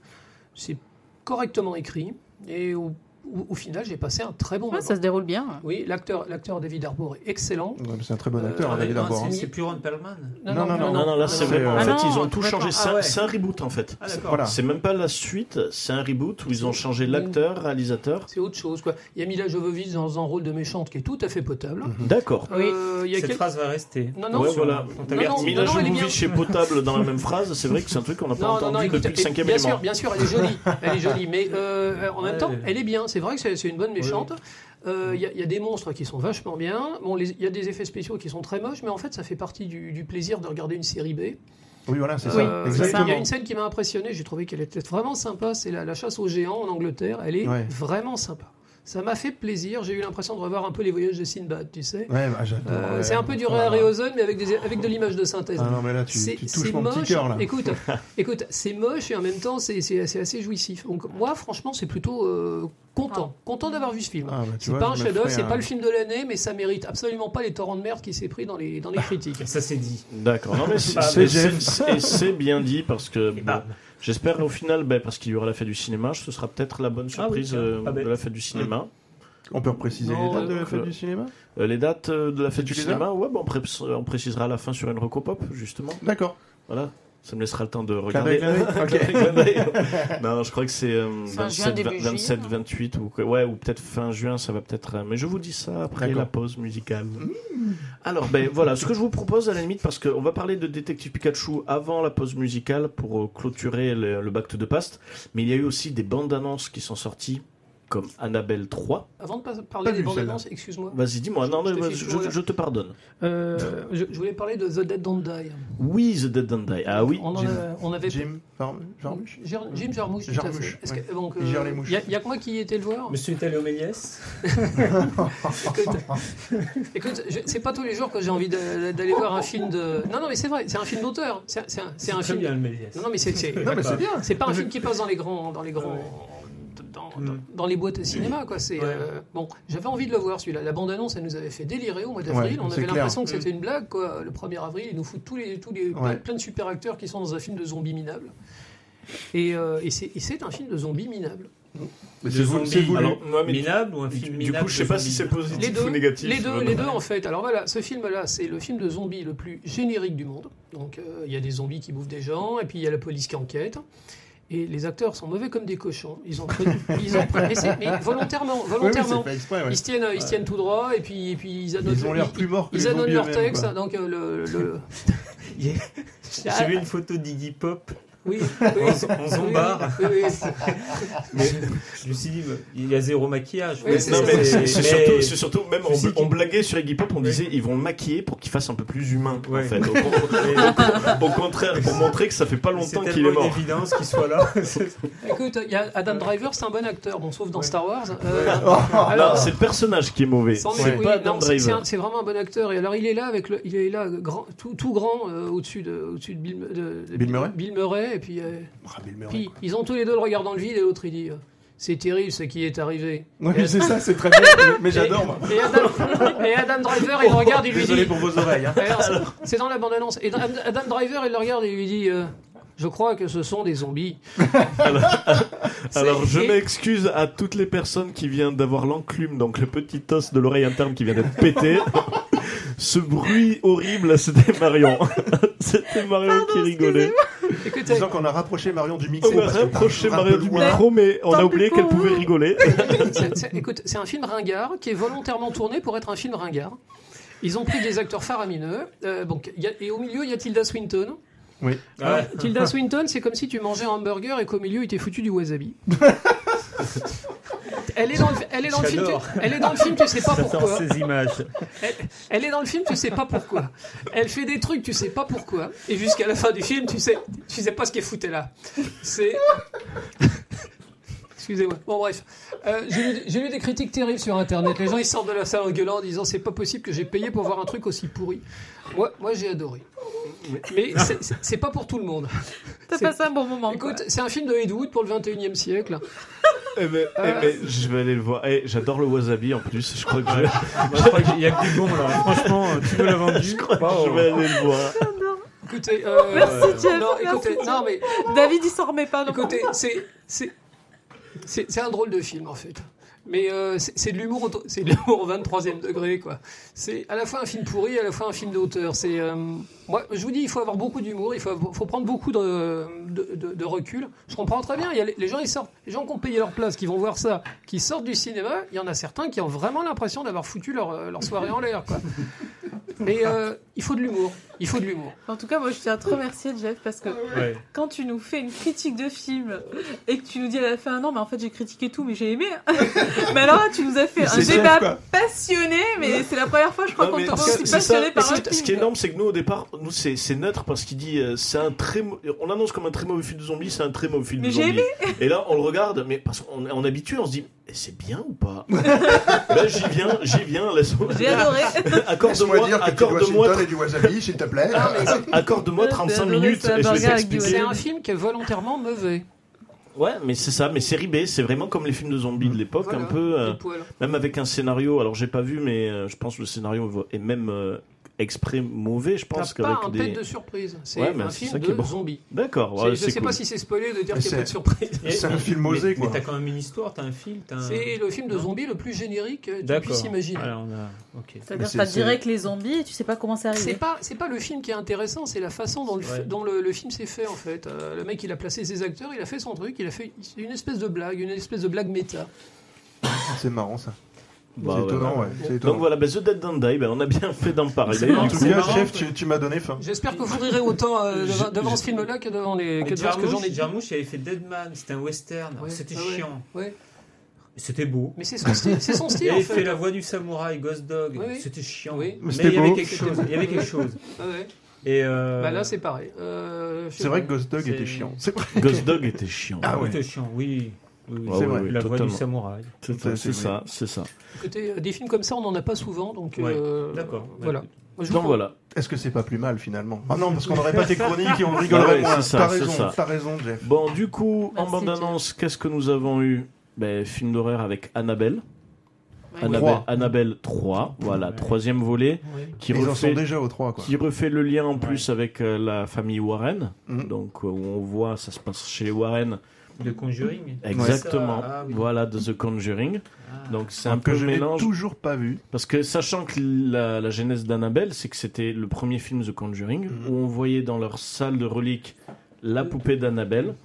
c'est correctement écrit et au, au- au final, j'ai passé un très bon Ouais, moment. Ah, ça se déroule bien. Oui, l'acteur, l'acteur David Harbour est excellent. Ouais, C'est un très bon Euh, acteur, Ah, mais David non, Harbour. c'est- hein. C'est plus Ron Perlman. Non, non, Non, non, là, c'est vrai. vraiment. En Ah fait, non, ils ont tout complètement. changé. C'est Ah un- ouais. c'est un reboot, en fait. Ah, d'accord. Voilà. C'est même pas la suite, c'est un reboot où ils ont changé l'acteur, réalisateur. C'est autre chose, quoi. Il y a Mila Jovovich dans un rôle de méchante qui est tout à fait potable. Mhm. D'accord. Oui. Euh, il y a Cette quel- phrase va rester. Non, non, ouais, sur- voilà. on Non, non, Mila non, non, elle est bien. Jovovich est potable dans la même phrase, c'est vrai que c'est un truc qu'on n'a pas Non, non, entendu non, écoute, eh, depuis le cinquième bien élément. sûr, bien sûr, elle est jolie, elle est jolie, mais euh, en même Ouais. temps, elle est bien. C'est vrai que c'est c'est une bonne méchante. Euh, Il y, a- il y a des monstres qui sont vachement bien. Bon, les- il y a des effets spéciaux qui sont très moches, mais en fait, ça fait partie du, du plaisir de regarder une série B. Oui, voilà, c'est Oui, ça. Euh, c'est Il y a Exactement. une scène qui m'a impressionné. J'ai trouvé qu'elle était vraiment sympa. C'est la, la chasse aux géants en Angleterre. Elle est Ouais. vraiment sympa. Ça m'a fait plaisir. J'ai eu l'impression de revoir un peu les voyages de Sinbad, tu sais. Ouais, bah, j'adore. Euh, ouais. c'est un peu du Ah, Réhausen, mais avec, des, avec de l'image de synthèse. Ah non, mais là, tu, C'est tu c'est touches mon moche. petit cœur là. Écoute, écoute, c'est moche et en même temps c'est c'est- c'est assez jouissif. Donc moi, franchement, c'est plutôt euh, content, content d'avoir vu ce film. Ah, bah, tu c'est vois, pas un je me chef-d'œuvre, ferais c'est un- pas le film de l'année, mais ça mérite absolument pas les torrents de merde qui s'est pris dans les dans les critiques. Ça c'est dit. D'accord. Non, mais c'est- Ah, c'est- mais j'aime. c'est- et c'est bien dit parce que Et bon, bam. j'espère au final, ben, parce qu'il y aura la fête du cinéma, ce sera peut-être la bonne surprise tiens, euh, pas bête. de la fête du cinéma. On peut repréciser Non, les dates de la donc, fête euh, du cinéma Euh, les dates euh, de la fête du Tu les as cinéma, ouais, ben, on, pré- on précisera à la fin sur une recopop, justement. D'accord. Voilà. Ça me laissera le temps de Clin regarder. d'œil, clin d'œil. Ok. non, je crois que c'est euh, Fin juin, 27, début 27, juillet, 28 ou quoi. ouais ou peut-être fin juin, ça va peut-être. euh, Mais je vous dis ça après D'accord. Mmh. la pause musicale. Alors ben voilà, ce que je vous propose à la limite parce qu'on va parler de Détective Pikachu avant la pause musicale pour euh, clôturer le, le Back to the Past. Mais il y a eu aussi des bandes annonces qui sont sorties comme Annabelle 3. Avant de pas- Pas parler des vu, bandes celle-là. annonces, excuse-moi. Vas-y, dis-moi. Non, Je non, te vas-y, file, je, ouais. je te pardonne. Euh, je, je voulais parler de The Dead Don't Die. Oui, The Dead and Die. Ah oui. on, en Jim. a- on avait Jim Farm- Jarmusch Ger- Jim Jarmusch. tout à Jarmusch, fait. Est-ce ouais. que- donc, euh, Il gère les mouches. y a- y a que moi qui était le voir. Monsieur est allé au Méliès. Écoute, écoute, je- c'est pas tous les jours que j'ai envie d'a- d'aller voir un film de. Non, non, mais c'est vrai, c'est un film d'auteur. C'est un- c'est un, c'est un très film. bien le Méliès. Non, non, mais c'est- c'est. Non, mais c'est bien. C'est pas un film qui passe dans les grands, dans les grands, dans, dans, Mm. dans les boîtes à cinéma. Quoi. C'est, Ouais. euh, bon, j'avais envie de le voir celui-là. La bande-annonce, elle nous avait fait délirer au mois d'avril. Ouais, On c'est avait clair. l'impression que Mm. c'était une blague. Quoi. Le 1er avril, ils nous foutent tous les, tous les plein- Ouais. plein, de super acteurs qui sont dans un film de zombies minables. Et, euh, et c'est, et c'est un film de zombies minables. Mais De c'est voulu. zombies. c'est voulu. Alors, moi, mais Minable ou un du, film du minable coup, je sais de pas si c'est zombies positif Les deux, ou négatif. Les deux, vraiment. les deux en fait. Alors voilà, ce film-là, c'est le film de zombies le plus générique du monde. Donc euh, il y a des zombies qui bouffent des gens, et puis il y a la police qui enquête. Et les acteurs sont mauvais comme des cochons. Ils ont, pris- ils ont pris- mais c'est- mais volontairement, Ouais, oui, volontairement. c'est fait exprès, ouais. Ils se tiennent, ils se tiennent tout droit, et puis, et puis ils annotent, Ils ont l'air ils- plus morts que ils les annotent zombies leur eux-mêmes, texte. quoi. Donc euh, le, le- Ah, J'ai vu une photo d'Iggy Pop oui, en, oui, en oui, zombard. oui, oui. Mais je me suis dit, mais il y a zéro maquillage. Oui, Mais c'est Non, ça, mais c'est mais- c'est surtout, c'est surtout, même on, c'est on qui- blaguait sur Iggy Pop, on Ouais. disait ils vont le maquiller pour qu'il fasse un peu plus humain. Ouais. En fait. Au, au- au contraire, pour montrer que ça fait pas mais c'est longtemps qu'il est tellement une mort. évidence qu'il soit là. Écoute, il y a Adam Driver, c'est un bon acteur, bon, sauf dans Star Wars. Euh, Non, alors- c'est le personnage qui est mauvais. Sans C'est mais- oui, pas non, Adam c'est- c'est Driver. un- C'est vraiment un bon acteur. Et alors, il est là, avec le, il est là grand, tout, tout grand, euh, au-dessus de, au de, Bill, de- de- Bill Murray Murray, Et puis, euh, Ah, Bill Murray, puis quoi. ils ont tous les deux le regard dans le vide, et l'autre, il dit euh, C'est terrible ce qui est arrivé. Ouais, mais c'est ça, c'est très bien. Mais j'adore, moi. Oh, Et Adam, et Adam Driver, il le regarde, il lui Désolé dit pour vos oreilles. hein. Alors, c'est- C'est dans la bande-annonce. Et Adam, Adam Driver, il le regarde, et il lui dit euh, Je crois que ce sont des zombies. Alors C'est- je et- m'excuse à toutes les personnes qui viennent d'avoir l'enclume, donc le petit os de l'oreille interne qui vient d'être pété. Ce bruit horrible, c'était Marion. c'était Marion qui rigolait. Écoute, Disons qu'on a rapproché Marion du micro. On a parce que rapproché t'as un Marion peu du loin. micro, mais on a Tant oublié pis qu'elle pour pouvait vous. rigoler. C'est- c'est- écoute, c'est un film ringard qui est volontairement tourné pour être un film ringard. Ils ont pris des acteurs faramineux. Euh, bon, il y a- et au milieu, il y a Tilda Swinton. Ah ouais. Alors, Tilda Swinton, c'est comme si tu mangeais un hamburger et qu'au milieu, il t'est foutu du wasabi. elle, est dans le, elle, est dans le film, J'adore. tu, elle est dans le film, tu sais pas J'adore pourquoi. ces images. Elle est dans le film, tu sais pas pourquoi. Elle fait des trucs, tu sais pas pourquoi. Et jusqu'à la fin du film, tu sais, tu sais pas ce qu'elle foutait là. C'est. Excusez-moi. Bon, bref. Euh, j'ai lu- j'ai lu des critiques terribles sur Internet. Les gens, ils sortent de la salle en gueulant en disant c'est pas possible que j'ai payé pour voir un truc aussi pourri. Moi, moi j'ai adoré. Mais c'est- c'est- c'est pas pour tout le monde. T'as C'est- passé un bon moment. quoi. Écoute, c'est un film de Ed Wood pour le 21e siècle. Euh, Eh ben, eh ben, je vais aller le voir. Eh, J'adore le wasabi en plus. Je crois que je, Moi, je crois qu'il y a que du bon là. Franchement, euh, tu me l'as vendu. je vais aller le voir. Écoutez, euh, Oh, Merci, Jeff, Non, merci, écoutez, Jeff. non, mais David, il s'en remet pas. Non plus. Écoutez, c'est c'est c'est c'est un drôle de film en fait. Mais euh, c'est c'est de l'humour, au- c'est de l'humour au 23e degré quoi. C'est à la fois un film pourri, à la fois un film d'auteur. C'est euh, moi, je vous dis, il faut avoir beaucoup d'humour, il faut avoir- faut prendre beaucoup de, de, de- de recul. Je comprends très bien. Il y a les, les gens ils sortent, les gens qui ont payé leur place, qui vont voir ça, qui sortent du cinéma, il y en a certains qui ont vraiment l'impression d'avoir foutu leur euh, leur soirée en l'air quoi. Mais euh, il faut de l'humour, il faut de l'humour. En tout cas, moi, je tiens à te remercier, Jeff, parce que Ouais. quand tu nous fais une critique de film et que tu nous dis à la fin, non, mais en fait, j'ai critiqué tout, mais j'ai aimé. hein. mais alors là, tu nous as fait un C'est débat Jeff, quoi. passionné, mais c'est la première fois, je crois, Non, qu'on mais te voit c'est- aussi c'est passionné ça. par Et un c'est- Ce qui est film. énorme, c'est que nous, au départ, nous, c'est c'est neutre parce qu'il dit, euh, c'est un très, mau- on l'annonce comme un très mauvais film de zombie, c'est un très mauvais film Mais de j'ai zombie. Et là, on le regarde, mais parce qu'on est- on est habitué, on se dit, Eh, c'est bien ou pas Là, j'y viens, j'y viens, laisse-moi. J'ai adoré. Accorde-moi, Laisse-moi dire que tu accorde-moi, Ah, Washington et du wasabi, s'il te plaît. accorde-moi J'ai 35 adoré minutes ce et je vais burger avec du t'expliquer. C'est un film qui est volontairement mauvais. Ouais, mais c'est ça, mais série B, c'est vraiment comme les films de zombies de l'époque, Mmh. Voilà. un peu. euh, Des poils. Même avec un scénario, alors j'ai pas vu, mais euh, je pense que le scénario va- est même euh, exprès mauvais, je pense T'as pas un qu'avec des. pet de surprise. C'est Ouais, mais un c'est film ça qui de est bon. zombies. D'accord, C'est- ouais, je c'est sais cool. pas si c'est spoilé de dire Mais qu'il n'y a pas de c'est- surprise. C'est un film osé, mais, quoi. Mais t'as quand même une histoire, t'as un film, t'as un. C'est le film de zombies le plus générique que tu puisses imaginer. Alors, on a. Ok. Mais C'est-à-dire, c'est- t'as c'est- direct les zombies et tu sais pas comment c'est C'est arrivé. pas, c'est pas le film qui est intéressant, c'est la façon dont, le, Ouais. dont le, le film s'est fait en fait. Euh, le mec, il a placé ses acteurs, il a fait son truc, il a fait une espèce de blague, une espèce de blague méta. C'est marrant, ça. Bah, c'est ouais, étonnant, ouais. ouais. C'est Donc étonnant. voilà, bah, The Dead Don't Die, bah, on a bien fait d'en parler. C'est D'ailleurs, En marrant. tout du coup, C'est cas, marrant chef, que- tu, tu m'as donné faim. J'espère que vous rirez autant euh, Je- devant, devant je- ce film-là que devant les que devant ce que j'en ai dit. Jarmouche, il avait fait Deadman, c'était un western, Ouais, c'était ah ouais. chiant. Ouais. C'était beau. Mais c'est son style, c'est son Il style en avait fait. fait, la voix du samouraï, Ghost Dog, Oui, oui. c'était chiant. Oui. Mais C'était il y avait beau. quelque chose. Il y avait quelque chose. Ah ouais. Et euh, Bah là, c'est pareil. Euh, je sais C'est vrai pas. que Ghost Dog C'est- était chiant. C'est vrai. Ghost Dog était chiant. Ah ouais. C'était chiant, oui. oui, oui. Ah C'est ouais, vrai. ouais, la voix totalement. du samouraï. C'est ça, c'est C'est vrai. ça, c'est ça. Écoutez, euh, des films comme ça, on n'en a pas souvent, donc. Ouais, euh, D'accord. Voilà. Bah, Moi, je vous Donc propose- voilà. Est-ce que c'est pas plus mal, finalement Ah non, parce qu'on n'aurait pas tes chroniques et on rigolerait Bah Ouais, moins. c'est ça, T'as c'est raison, ça. t'as raison, Jeff. Bon, du coup, en Merci, bande-annonce, qu'est-ce que nous avons eu ben, film d'horreur avec Annabelle. Ouais. Annabelle, Trois. Annabelle 3, voilà, Ouais. troisième volet, Oui. qui Ils en sont refait, déjà aux trois, quoi. qui refait le lien en plus avec euh, la famille Warren. Mhm. Donc, euh, où on voit, ça se passe chez les Warren. De Conjuring. Exactement. Ça, ah oui. Voilà, de The Conjuring. Ah. Donc, c'est un que peu je n'ai mélange. toujours pas vu. Parce que, sachant que la, la genèse d'Annabelle, c'est que c'était le premier film The Conjuring, Mhm. où on voyait dans leur salle de reliques la poupée d'Annabelle,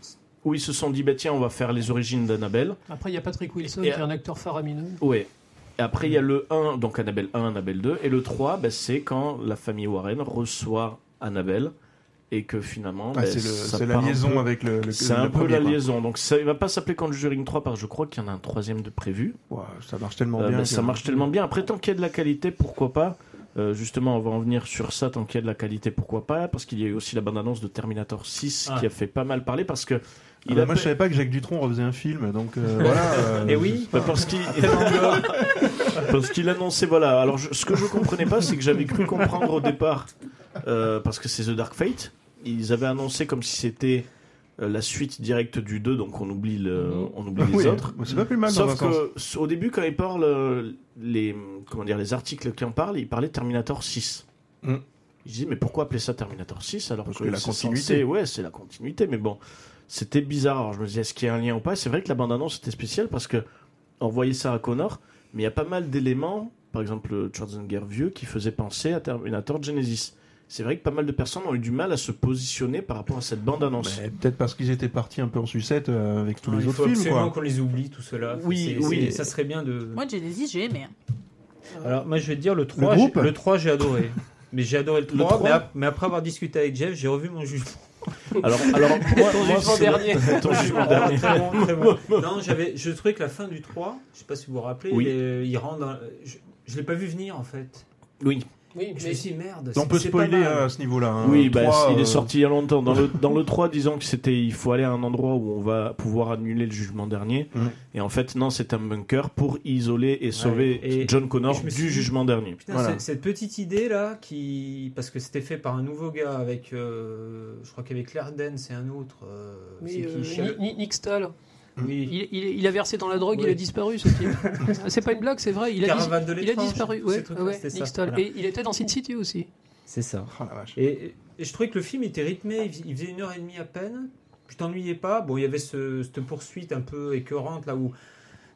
où ils se sont dit, bah tiens, on va faire les origines d'Annabelle. Après, il y a Patrick Wilson, qui Et- est un acteur faramineux. Ouais. Et après, il y a le 1, donc Annabelle 1, Annabelle 2. Et le 3, ben, c'est quand la famille Warren reçoit Annabelle et que finalement. Ah, ben, c'est le- ça c'est la part un liaison peu- avec le. le- C'est le un peu premier, la quoi. liaison. Donc ça ne va pas s'appeler Conjuring 3 parce que je crois qu'il y en a un troisième de prévu. Ouah, ça marche tellement Euh, bien. mais que- ça marche tellement bien. Après, tant qu'il y a de la qualité, pourquoi pas Euh, Justement, on va en venir sur ça. Tant qu'il y a de la qualité, pourquoi pas Parce qu'il y a eu aussi la bande-annonce de Terminator 6 Ah. qui a fait pas mal parler parce que. Ah, il bah, a Moi, je savais pas que Jacques Dutronc refaisait un film, donc euh, voilà. euh, Eh oui. Bah, parce qu'il parce qu'il annonçait voilà. Alors je- ce que je comprenais pas, c'est que j'avais cru comprendre au départ euh, parce que c'est The Dark Fate. Ils avaient annoncé comme si c'était euh, la suite directe du 2, donc on oublie le, on oublie les oui, autres. C'est pas plus mal dans un Sauf sens. que s- au début, quand ils parlent euh, les comment dire les articles qui en parlent, ils parlaient Terminator 6. Mm. Ils disaient mais pourquoi appeler ça Terminator 6 alors Parce que, que la c'est continuité. censé- ouais, c'est la continuité, mais bon, c'était bizarre. Alors je me disais est-ce qu'il y a un lien ou pas C'est vrai que la bande annonce était spéciale parce que on voyait ça à Connor, mais il y a pas mal d'éléments, par exemple le Schwarzenegger vieux, qui faisait penser à Terminator Genesis. C'est vrai que pas mal de personnes ont eu du mal à se positionner par rapport à cette bande annonce. Mais Peut-être parce qu'ils étaient partis un peu en sucette euh, avec tous Non, les il faut autres films, absolument quoi. qu'on les oublie, tout cela. Enfin, Oui, c'est- oui. c'est- Ça serait bien de. Moi, Genesis, j'ai aimé. hein. Alors, moi, je vais te dire, le 3, groupe j'ai- le 3 j'ai adoré. Mais j'ai adoré le 3, mais, 3. ap- mais après avoir discuté avec Jeff, j'ai revu mon jugement. Alors, alors moi, Ton moi, jugement c'est- dernier. ton jugement dernier. Ah, Très bon, très bon. Non, j'avais, je trouvais que la fin du 3, je sais pas si vous vous rappelez, euh, Oui. les- ils rendent. un- je, je l'ai pas vu venir en fait. Oui, Oui, Je me mais suis dit, merde. On c'est- peut c'est pas spoiler mal. euh, à ce niveau-là. hein. oui bah, Trois, il euh, est sorti il y a longtemps. Dans le, dans le 3, disons que c'était il faut aller à un endroit où on va pouvoir annuler le jugement dernier. Mhm. Et en fait, non, c'est un bunker pour isoler et sauver et- John Connor et je me du suis dit- jugement dernier. Putain, Voilà. c'est- cette petite idée là, qui parce que c'était fait par un nouveau gars avec, euh, je crois qu'il y avait Claire Danes et un autre. euh, mais, c'est qui, euh, Shall- Ni- Ni- Nick Stahl, Oui. il, il- il a versé dans la drogue, il Oui. a disparu ce type. c'est pas une blague, c'est vrai. Il a, dis- Caravane de il a l'étrange, disparu. ces Ouais, trucs-là, ouais, c'était Nick ça. Stahl. Voilà. Et il était dans Sin City aussi. C'est ça. Ah, la vache. Et, et je trouvais que le film était rythmé, il fais- il faisait une heure et demie à peine. Tu t'ennuyais pas. Bon, il y avait ce- cette poursuite un peu écœurante là où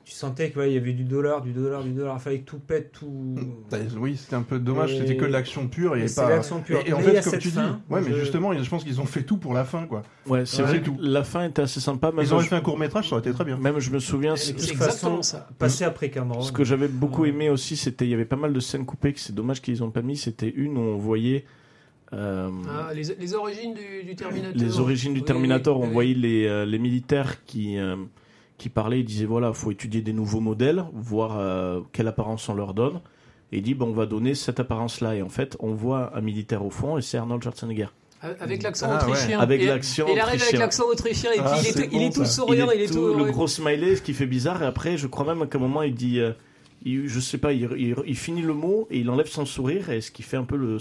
tu sentais qu'il y avait du dollar, du dollar, du dollar. Il fallait que tout pète, tout. Bah, Oui, c'était un peu dommage, Et- c'était que de l'action pure, il y Mais avait c'est pas. l'action pure. Et, et en Mais il y fait, a comme cette tu dis, fin, ouais, mais je- justement, ils- je pense qu'ils ont fait tout pour la fin, quoi. Ouais, c'est Ouais. vrai que la fin était assez sympa. Même, Ils auraient fait un court métrage, ça aurait été très bien. même je me souviens, c'est- De toute C'est façon, exactement ça. Passer après Cameron. ce que j'avais beaucoup Ouais. aimé aussi, c'était il y avait pas mal de scènes coupées que c'est dommage qu'ils ont pas mis. C'était une où on voyait. euh, Ah, les, les origines du, du Terminator. les origines du Oui, Terminator, oui, on oui. voyait les, euh, les militaires qui, euh, qui parlaient, ils disaient voilà, faut étudier des nouveaux modèles, voir euh, quelle apparence on leur donne. Et il dit bon, on va donner cette apparence-là. Et en fait, on voit un militaire au fond et c'est Arnold Schwarzenegger. Avec l'accent Ah, ouais. autrichien. Avec Et- l'accent Il arrive avec autrichien. l'accent autrichien et puis Ah, il, est tout, c'est il bon, est tout ça. souriant, il est, tout. le ouais. gros smiley, ce qui fait bizarre. Et après, je crois même qu'à un moment, il dit. euh, il- je sais pas, il, il- il finit le mot et il enlève son sourire, et ce qui fait un peu le,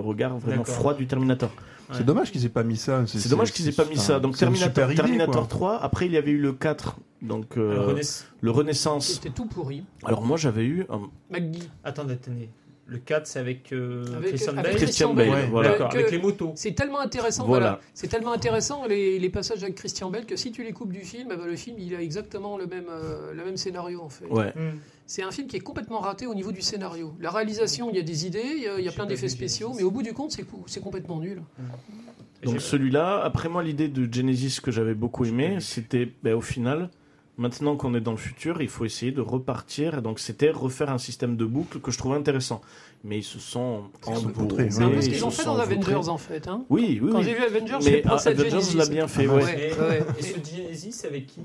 Ouais. regard vraiment D'accord. froid du Terminator. Ouais. C'est dommage qu'ils aient pas mis ça. C'est dommage qu'ils aient pas mis c'est ça. un- Donc c'est une Terminator, super idée, Terminator quoi. 3, après il y avait eu le 4, donc Alors, euh, Renaissance- le Renaissance. C'était tout pourri. Alors moi j'avais eu euh, un- McGee. Attendez, attendez. Le 4, c'est avec, euh, Avec- Christian avec Bale. Christian Christian Bale, Bale, ouais. voilà. D'accord, Que- avec les motos. euh, C'est tellement intéressant, Voilà. voilà. C'est tellement intéressant les, les passages avec Christian Bell que si tu les coupes du film, eh ben, le film il a exactement le même, euh, le même scénario en fait. Mm. Ouais. Hmm. C'est un film qui est complètement raté au niveau du scénario. La réalisation, il y a des idées, il y a, il y a J'ai plein pas d'effets vu spéciaux, Genesis. mais au bout du compte, c'est cou- c'est complètement nul. Donc J'ai- celui-là, après moi l'idée de Genesis que j'avais beaucoup aimé, c'était ben, au final, maintenant qu'on est dans le futur, il faut essayer de repartir. Donc c'était refaire un système de boucles que je trouvais intéressant. Mais ils se sont Ils se sont embourbés, vautrés, C'est un peu ce ils qu'ils se ont fait sont dans Avengers vautrés. en fait. hein. Oui, oui, Quand oui. j'ai vu Avengers, j'ai Mais ah, pensé à Avengers Genesis. l'a bien fait, Ah, ouais. ouais. Et, ouais. et ce Genesis, c'est avec qui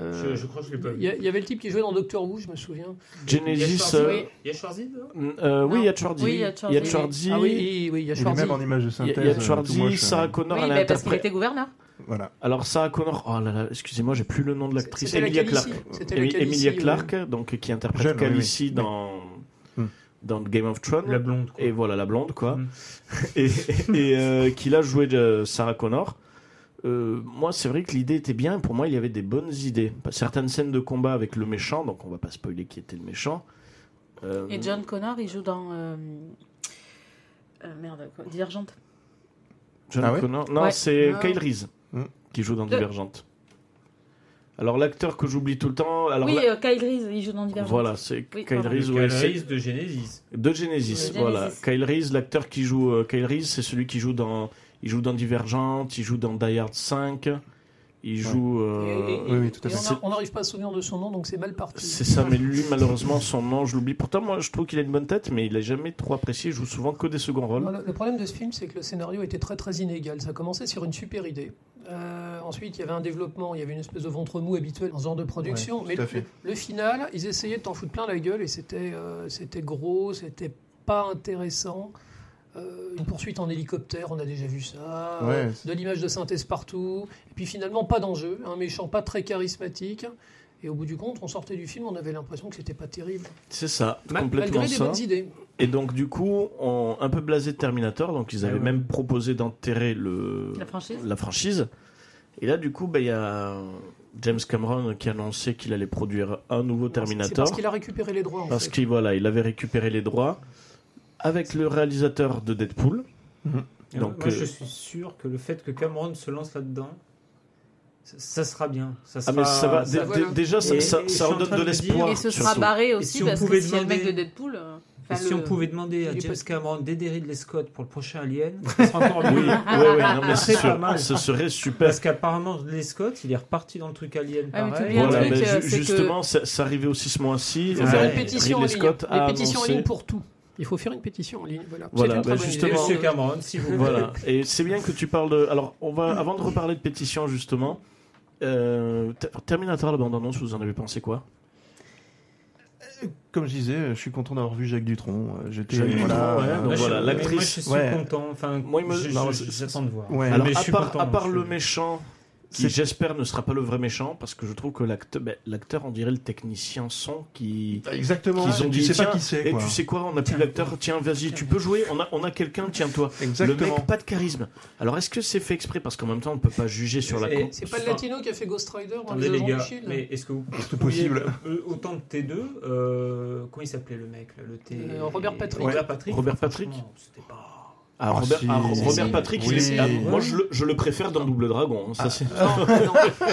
Euh, je, je crois que je l'ai pas Il vu. y, a- il y avait le type qui jouait dans Doctor Who, je me souviens. Il y a Genesis. Schwarzy- euh, oui. Il y a Schwarzy dedans euh, oui, il y a Chordy. Oui, il y a Il y a Schwarzy, Schwarzy. Ah oui, oui, oui, il y a Il est Schwarzy. même en image de Il y a- synthèse. il y a euh, tout Schwarzy, moche, euh, Sarah Connor, Oui, elle bah, parce qu'il interprète. était gouverneur. Voilà. Alors Sarah Connor, oh là là, excusez-moi, j'ai plus le nom de l'actrice. C'était la Emilia Khaleesi. Clarke. C'était la Emi- Khaleesi, Emilia oui. Clarke, donc qui interprète Jeune, oui, Khaleesi oui. dans Hmm. dans Game of Thrones. La blonde. Quoi. Et voilà la blonde quoi. Hmm. Et, et, euh, qui l'a joué de Sarah euh, Connor. euh, moi, c'est vrai que l'idée était bien. Pour moi, il y avait des bonnes idées. Certaines scènes de combat avec le méchant, donc on va pas spoiler qui était le méchant. Euh, Et John Connor, il joue dans. euh, euh, merde, quoi, Divergente. John Ah ouais Connor- Non, Ouais. c'est Non. Kyle Reese Hmm. qui joue dans De- Divergente. Alors l'acteur que j'oublie tout le temps. Alors oui, là- euh, Kyle Reese, il joue dans Divergente. voilà, c'est Oui, Kyle pardon. Reese. Riz, Avec ouais, la c'est- liste de Genesis. De Genesis, De voilà. Genesis. Kyle Reese, l'acteur qui joue euh, Kyle Reese, c'est celui qui joue dans, il joue dans Divergente, il joue dans Die Hard 5, il joue. euh, Et- et- oui, oui, tout à Et fait. on a- on n'arrive pas à se souvenir de son nom, donc c'est mal parti. C'est ça, mais lui, malheureusement, son nom, je l'oublie. Pourtant, moi, je trouve qu'il a une bonne tête, mais il n'a jamais trop apprécié. Il joue souvent que des seconds rôles. Voilà, Le problème de ce film, c'est que le scénario était très très inégal. Ça commençait sur une super idée. Euh, ensuite, il y avait un développement, il y avait une espèce de ventre mou habituel en genre de production. Ouais, mais tout à le, fait. le final, ils essayaient de t'en foutre plein la gueule et c'était euh, c'était gros, c'était pas intéressant. Euh, une poursuite en hélicoptère, on a déjà vu ça. Ouais, Euh, c'est- de l'image de synthèse partout. Et puis finalement, pas d'enjeu. Un méchant pas très charismatique. Et au bout du compte, on sortait du film, on avait l'impression que c'était pas terrible. C'est ça, Ma- complètement Malgré des ça. bonnes idées. Et donc, du coup, on, un peu blasé de Terminator, donc ils avaient Ah ouais. même proposé d'enterrer le La franchise. la franchise. Et là, du coup, bah, il y a James Cameron qui annonçait qu'il allait produire un nouveau C'est Terminator. parce qu'il a récupéré les droits. en Parce fait. qu'il voilà, il avait récupéré les droits avec le réalisateur de Deadpool. Et Donc, moi, euh, je suis sûr que le fait que Cameron se lance là-dedans, ça, ça sera bien. Ça Ah sera, mais ça va. ça- dé- dé- Déjà, ça, Et- ça, et je suis ça en redonne train de de me dire- l'espoir. Et ce sera surtout. barré si aussi on parce que pouvait si le mec de demander- Deadpool. euh, Et enfin, si le- on pouvait demander à il est James pas- Cameron d'aider Ridley Scott pour le prochain Alien, ça serait encore Oui, mieux. oui, oui, non, mais C'est c'est pas sûr, mal. ce serait super. Parce qu'apparemment, Ridley Scott, il est reparti dans le truc Alien Ah, mais pareil. Il y a un Voilà, truc, mais euh, ju- c'est que- justement, ça, ça arrivait aussi ce mois-ci. Il Ouais. faut faire une Ouais. pétition en Ridley ligne. Scott a Des pétitions en annoncé- ligne pour tout. Il faut faire une pétition en ligne. Voilà. Voilà, C'est une bah, très bonne Et justement- idée. Monsieur Cameron, si vous Voilà, et c'est bien que tu parles de. Alors, on va avant de reparler de pétition, justement. euh, Ter- Terminator, la bande-annonce, vous en avez pensé quoi Comme je disais, je suis content d'avoir vu Jacques Dutronc. euh, J'étais Jacques Dutronc, ouais, euh, donc Moi, je- voilà, mais l'actrice- Moi, je suis Ouais. content. Enfin, Moi, il me- je- je- non, c'est- j'attends de voir. Ouais. Alors, Mais je à suis part, content, euh, à part je- le méchant, qui C'est- j'espère ne sera pas le vrai méchant, parce que je trouve que l'acteur, ben, l'acteur on dirait le technicien son qui. Exactement. qu'ils ont tu dit, sais tiens, pas qui c'est. Et quoi. tu sais quoi, on a plus Tiens. l'acteur, tiens, vas-y, tu peux jouer, on a, on a quelqu'un, tiens-toi. Le Exactement. mec, pas de charisme. Alors, est-ce que c'est fait exprès Parce qu'en même temps, on peut pas juger sur la Et- con. C'est pas le latino qui a fait Ghost Rider oh, dans les Attendez les agents du gars, Shield. mais est-ce que vous C'est possible. euh, autant de T2 euh, comment il s'appelait le mec là, le T Euh, Robert Patrick. Robert Patrick. Robert Patrick. franchement, C'était pas Ah, Ah, Robert, si. ah, Robert Si, si. Patrick, Oui. il est- ah, Oui. moi je le, je le préfère dans Double Dragon. hein, ça, c'est- Non, Oh, bah non.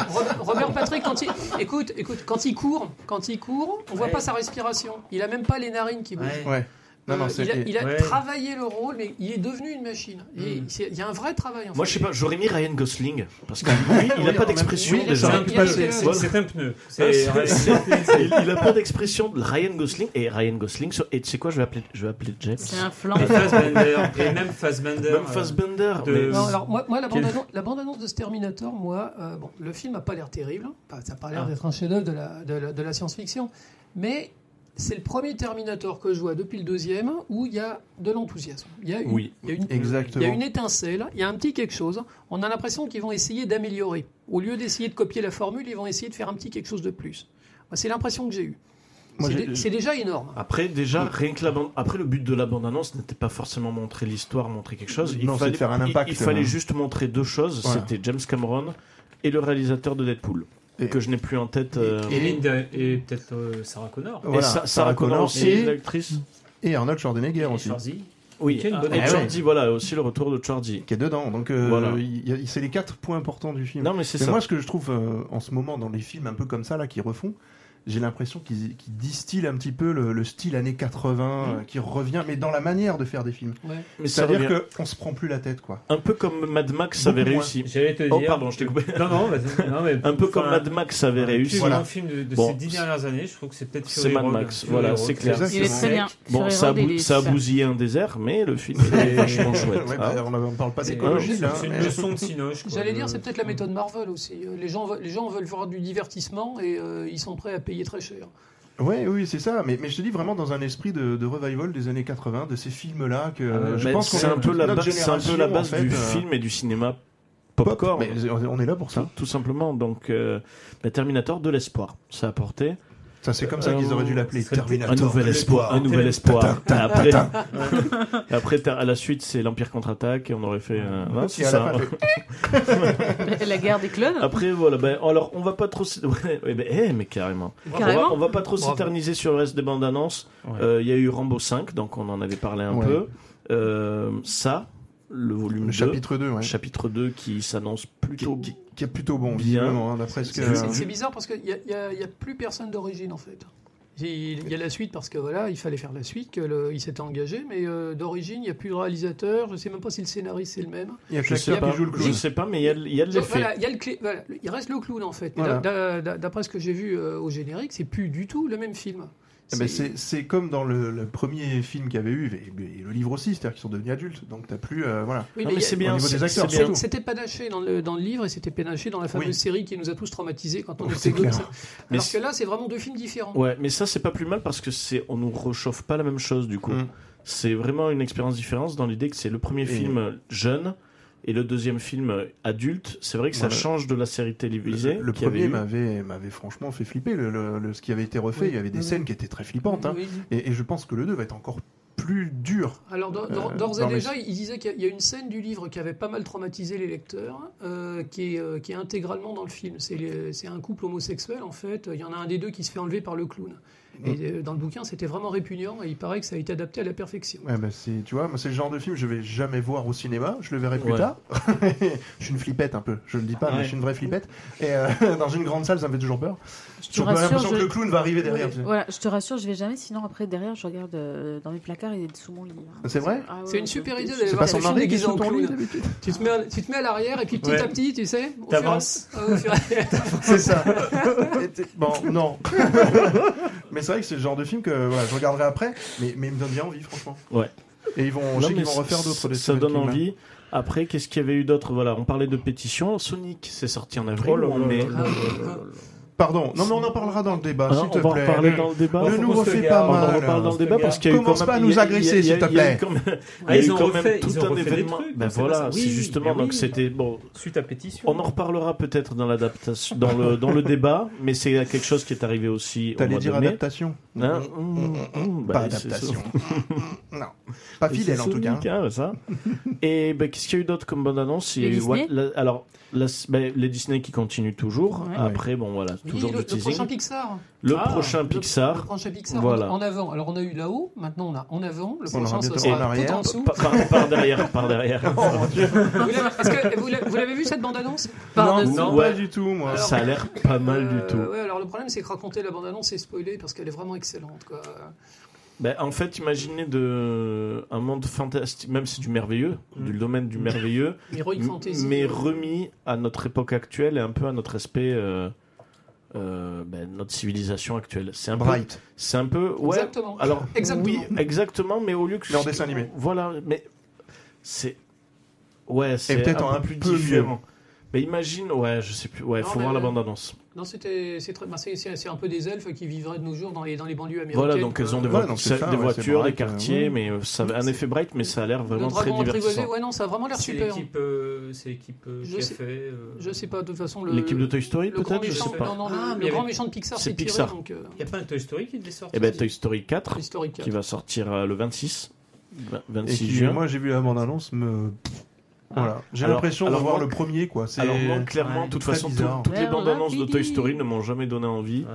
Robert- Robert Patrick, quand il... Écoute, écoute, quand il court, quand il court, on voit Ouais. pas sa respiration. Il a même pas les narines qui bougent. Ouais. Ouais. Non, non, Euh, c'est. il a, il a Ouais. travaillé le rôle, mais il est devenu une machine. Et Mm. c'est- Il y a un vrai travail. En Moi je fait. sais pas, j'aurais mis Ryan Gosling parce que lui, il a pas d'expression oui, C'est déjà. un il y a pneu, quelques- c'est- Voilà. c'est un pneu. Ah, C'est- c'est- c'est- Il, il a pas d'expression. Ryan Gosling et Ryan Gosling. so- Et tu sais quoi, je vais appeler, je vais appeler James. C'est un flanc. Et Fassbender, et même Fassbender. Même euh, Fassbender. de- mais- Non, alors moi, moi, la Quel- bande annonce, de ce Terminator, moi, euh, bon, le film a pas l'air terrible, Enfin, ça a pas l'air Ah. d'être un chef-d'œuvre de la, de la- de la science-fiction, mais c'est le premier Terminator que je vois depuis le deuxième où il y a de l'enthousiasme. Il y a une, Oui. il y a une- il Exactement. y a une étincelle, il y a un petit quelque chose. On a l'impression qu'ils vont essayer d'améliorer. Au lieu d'essayer de copier la formule, ils vont essayer de faire un petit quelque chose de plus. Moi, C'est l'impression que j'ai eue. Moi, C'est j'ai- dé- C'est déjà énorme. Après, déjà, rien que la bande... Après, le but de la bande-annonce n'était pas forcément montrer l'histoire, montrer quelque chose. Non, c'est de faire un il- impact, Il, fallait hein. juste montrer deux choses. Voilà. C'était James Cameron et le réalisateur de Deadpool, Et- que je n'ai plus en tête. euh, Et Linda- et peut-être euh, Sarah Connor. Et Voilà, Sa- Sarah Sarah Connor Connor aussi, et- l'actrice. Et Arnold Schwarzenegger Et aussi, Schwarzy. Oui. Ah, Quelle bonne et idée. Ah Chordy, voilà, aussi le retour de Chordy. qui est dedans. Donc, euh, Voilà. il y a- c'est les quatre points importants du film. Non, mais c'est Mais ça. moi, ce que je trouve euh, en ce moment dans les films un peu comme ça, là, qui refont, j'ai l'impression qu'ils qu'ils distillent un petit peu le, le style années 80 euh, qui revient, mais dans la manière de faire des films. Mm. Ouais. mais ça C'est-à-dire revient. qu'on se prend plus la tête, quoi. Un peu comme Mad Max avait Beaucoup moins. réussi. J'allais te dire. Oh, pardon, je t'ai coupé. Non, non, vas-y. Non, mais- Un peu comme enfin, Mad Max avait réussi. Plus Voilà. grand film de, de Bon, ces dix dernières années, je trouve que c'est peut-être c'est Fury Mad Road. Max, Fury voilà, Road, c'est clair. Il est très bien. Bon, Fury ça a, Road, bou- il est ça a super. bousillé un désert, mais le film est franchement chouette. Ouais, hein. bah, on ne parle pas C'est- d'écologie, là. C'est une mais- leçon de Cinoche. quoi. J'allais dire, Le- c'est peut-être la méthode Marvel aussi. Euh, Les gens, veulent- les gens veulent voir du divertissement et euh, ils sont prêts à payer très cher. Ouais, oui, c'est ça. Mais, mais je te dis vraiment dans un esprit de, de revival des années 80, de ces films-là que euh, Ah ouais, je Mais pense qu'on c'est est un, peu toute la notre base- c'est un peu la génération, base en fait, du euh, film et du cinéma pop. popcorn. Mais on on est là pour Tout, ça. tout simplement. Donc, euh, bah, Terminator de l'espoir, ça a apporté. Ça, c'est comme ça qu'ils auraient dû l'appeler. ce serait Terminator. Un nouvel de espoir, un nouvel espoir. Tintin, Après, Tintin. après, t'as- à la suite, c'est l'Empire contre-attaque et on aurait fait. euh, non, Si c'est à ça. la fin, fait- La guerre des clones Après, voilà. Ben, alors, on va pas trop. s- Ouais, eh ben, eh, mais carrément. On va, Carrément on va pas trop Bravo. s'éterniser sur le reste des bandes annonces. Euh, Ouais. Il y a eu Rambo 5, donc on en avait parlé un Ouais. peu. Euh, ça, le volume Le 2, chapitre 2, ouais. chapitre 2 qui s'annonce Qui, plutôt. qui- qui est plutôt bon, Bien. visiblement, hein, d'après ce que. C'est- C'est c'est bizarre parce qu'il n'y a, y a- Euh, y a plus personne d'origine en fait. Il il y a la suite parce que voilà, il fallait faire la suite, que le- il s'était engagé, mais euh, d'origine, il n'y a plus de réalisateur, je ne sais même pas si le scénariste est le même. Il y a que Je sais, l'acteur pas, qui joue le je clown. sais pas, mais il y a, il y a de Donc, l'effet. voilà, il y a le clé- voilà, le- il reste le clown en fait. Mais Voilà. d'a- d'a- D'après ce que j'ai vu euh, au générique, c'est plus du tout le même film. Eh ben, C'est c'est comme dans le, le premier film qu'il y avait eu, et, et le livre aussi, c'est-à-dire qu'ils sont devenus adultes. Donc t'as plus. euh, voilà. Oui, Non, mais mais il y a- c'est bien. niveau c'est- des acteurs, c'est c'est- bien. C'était panaché dans le, dans le livre et c'était panaché dans la fameuse Oui. série qui nous a tous traumatisés quand on Oui, était c'est gosses. clair. Alors Mais que là, c'est vraiment deux films différents. Ouais, mais ça c'est pas plus mal parce que c'est on nous rechauffe pas la même chose du coup. Mm. C'est vraiment une expérience différente dans l'idée que c'est le premier Et- film jeune et le deuxième film adulte. C'est vrai que ça Voilà. change de la série télévisée. Le, le qu'il y avait premier eu. m'avait m'avait franchement fait flipper. Le, le- le- ce qui avait été refait, Oui. il y avait des Oui. scènes qui étaient très flippantes. hein. Oui. Et, et je pense que le 2 va être encore plus dur. Alors d'or- d'or- Euh, d'ores et dans les- déjà, il disait qu'il y a- il y a une scène du livre qui avait pas mal traumatisé les lecteurs, euh, qui, est, euh, qui est intégralement dans le film. C'est les- c'est un couple homosexuel en fait. Il y en a un des deux qui se fait enlever par le clown. Et euh, dans le bouquin, c'était vraiment répugnant et il paraît que ça a été adapté à la perfection. Ouais, bah, c'est, tu vois, moi, c'est le genre de film que je vais jamais voir au cinéma. Je le verrai plus Ouais. tard. je suis une flippette un peu. Je le dis pas, mais Ouais. je suis une vraie flippette. Et euh, dans une grande salle, ça me fait toujours peur. Je te J'ai l'impression rassure, que je... le clown va arriver derrière. Ouais, voilà, je te rassure, je vais jamais, sinon après derrière je regarde euh, dans mes placards et sous mon lit. hein. C'est vrai Ah ouais, C'est une ouais, super je- idée je- d'aller C'est voir pas des son films mari qui déguisés joue en ton lit clown. d'habitude Tu te, mets à, tu te mets à l'arrière et puis petit Ouais. à petit, tu sais, au T'avances. fur et à- au fur et à- C'est ça. Et t'es- bon, non. mais c'est vrai que c'est le genre de film que voilà, je regarderai après, mais, mais il me donne bien envie, franchement. Ouais. Et ils vont, je Non, sais mais qu'ils vont ça- refaire d'autres. des Ça Stephen donne King, là. envie. Après, qu'est-ce qu'il y avait eu d'autre Voilà, on parlait de pétition. Sonic, c'est sorti en avril Oh là ou en là mai. là Ah, Pardon. Non, mais on en parlera dans le débat, Hein, s'il on te va en plaît. reparler Ne- dans le débat. Ne Faut nous qu'on se refais gare. pas on en mal. reparle dans le débat gars. parce qu'il y a eu Commence quand pas à même- nous il y a- agresser, il y s'il a- te il y a eu plaît. quand même- Ah, il y a ils eu ont quand refait- même ils ont tout un refait des événement. trucs, Ben donc c'est voilà, pas ça. c'est Oui, justement. mais Donc oui. c'était bon. Suite à pétition. On en reparlera peut-être dans l'adaptation, dans le dans le débat, mais c'est quelque chose qui est arrivé aussi au T'allais mois de dire mai. adaptation. Hein Mm, mm, Mm, mm, bah, pas c'est adaptation. ça. non. Pas Et fidèle, c'est en tout cas. Sonic, hein, ça. Et ben, qu'est-ce qu'il y a eu d'autre comme bande-annonce Il y a Les eu Disney la- alors la- ben, les Disney qui continuent toujours. Ouais. Après, bon voilà, oui, toujours le, du le prochain teasing. Pixar. Le Ah, prochain Le- Le Pixar. prochain Pixar Voilà. en avant. Alors on a eu là-haut, maintenant on a en avant. Le On aura prochain, ça bientôt sera en arrière. Oh tout en dessous. Oh, Par, par- par derrière, par derrière. Vous l'avez- parce que vous l'avez- vous l'avez vu cette bande-annonce Non, Pardon. non, pas du tout, moi. Ça a l'air pas mal du Euh, tout. ouais, alors le problème c'est que raconter la bande-annonce est spoilé parce qu'elle est vraiment excellente. Quoi. Ben, en fait, imaginez de un monde fantastique, même si c'est du merveilleux, Mm. du domaine du merveilleux, Heroic Fantasy. mais remis à notre époque actuelle et un peu à notre aspect, euh, euh, ben, notre civilisation actuelle. C'est un peu, Bright. c'est un peu, ouais. Exactement. Alors Exactement. oui, exactement, mais au lieu que Mais en dessin animé. Voilà, mais c'est ouais, c'est peut-être en peu un peu mieux. Mais imagine, ouais, je sais plus, ouais, Non, faut mais- voir la bande annonce. Non, c'était c'est très- bah, c'est- c'est- c'est un peu des elfes qui vivraient de nos jours dans les, dans les banlieues américaines. Voilà, donc euh, elles ont des, Ouais, vo- donc c'est ça- ça, des ouais, c'est voitures, des bright, euh, quartiers, ouais. mais euh, ça a un effet bright, mais ça a l'air Le vraiment très dragon apprivoisé, divertissant. ouais, non, ça a vraiment l'air C'est super. hein. l'équipe, euh, c'est l'équipe euh, Je qui sais- a fait. euh, Je sais pas, de toute façon, le. L'équipe de Toy Story, le grand peut-être, je méchant, sais pas. non, non, le- Ah, mais il le, y avait- grand méchant de Pixar, C'est c'est tiré, Pixar. donc. euh, Il n'y a pas un Toy Story qui est sorti Et ben Toy Story 4 Historique. qui va sortir euh, le 26 vingt- Et 26 qui, juin. moi, j'ai vu la bande-annonce, me. Voilà. J'ai Alors- l'impression de alors voir moi- le premier, quoi. C'est- Alors moi, clairement, ouais, de toute très façon, tout- bizarre. toutes les Where bandes are annonces de we? Toy Story ne m'ont jamais donné envie.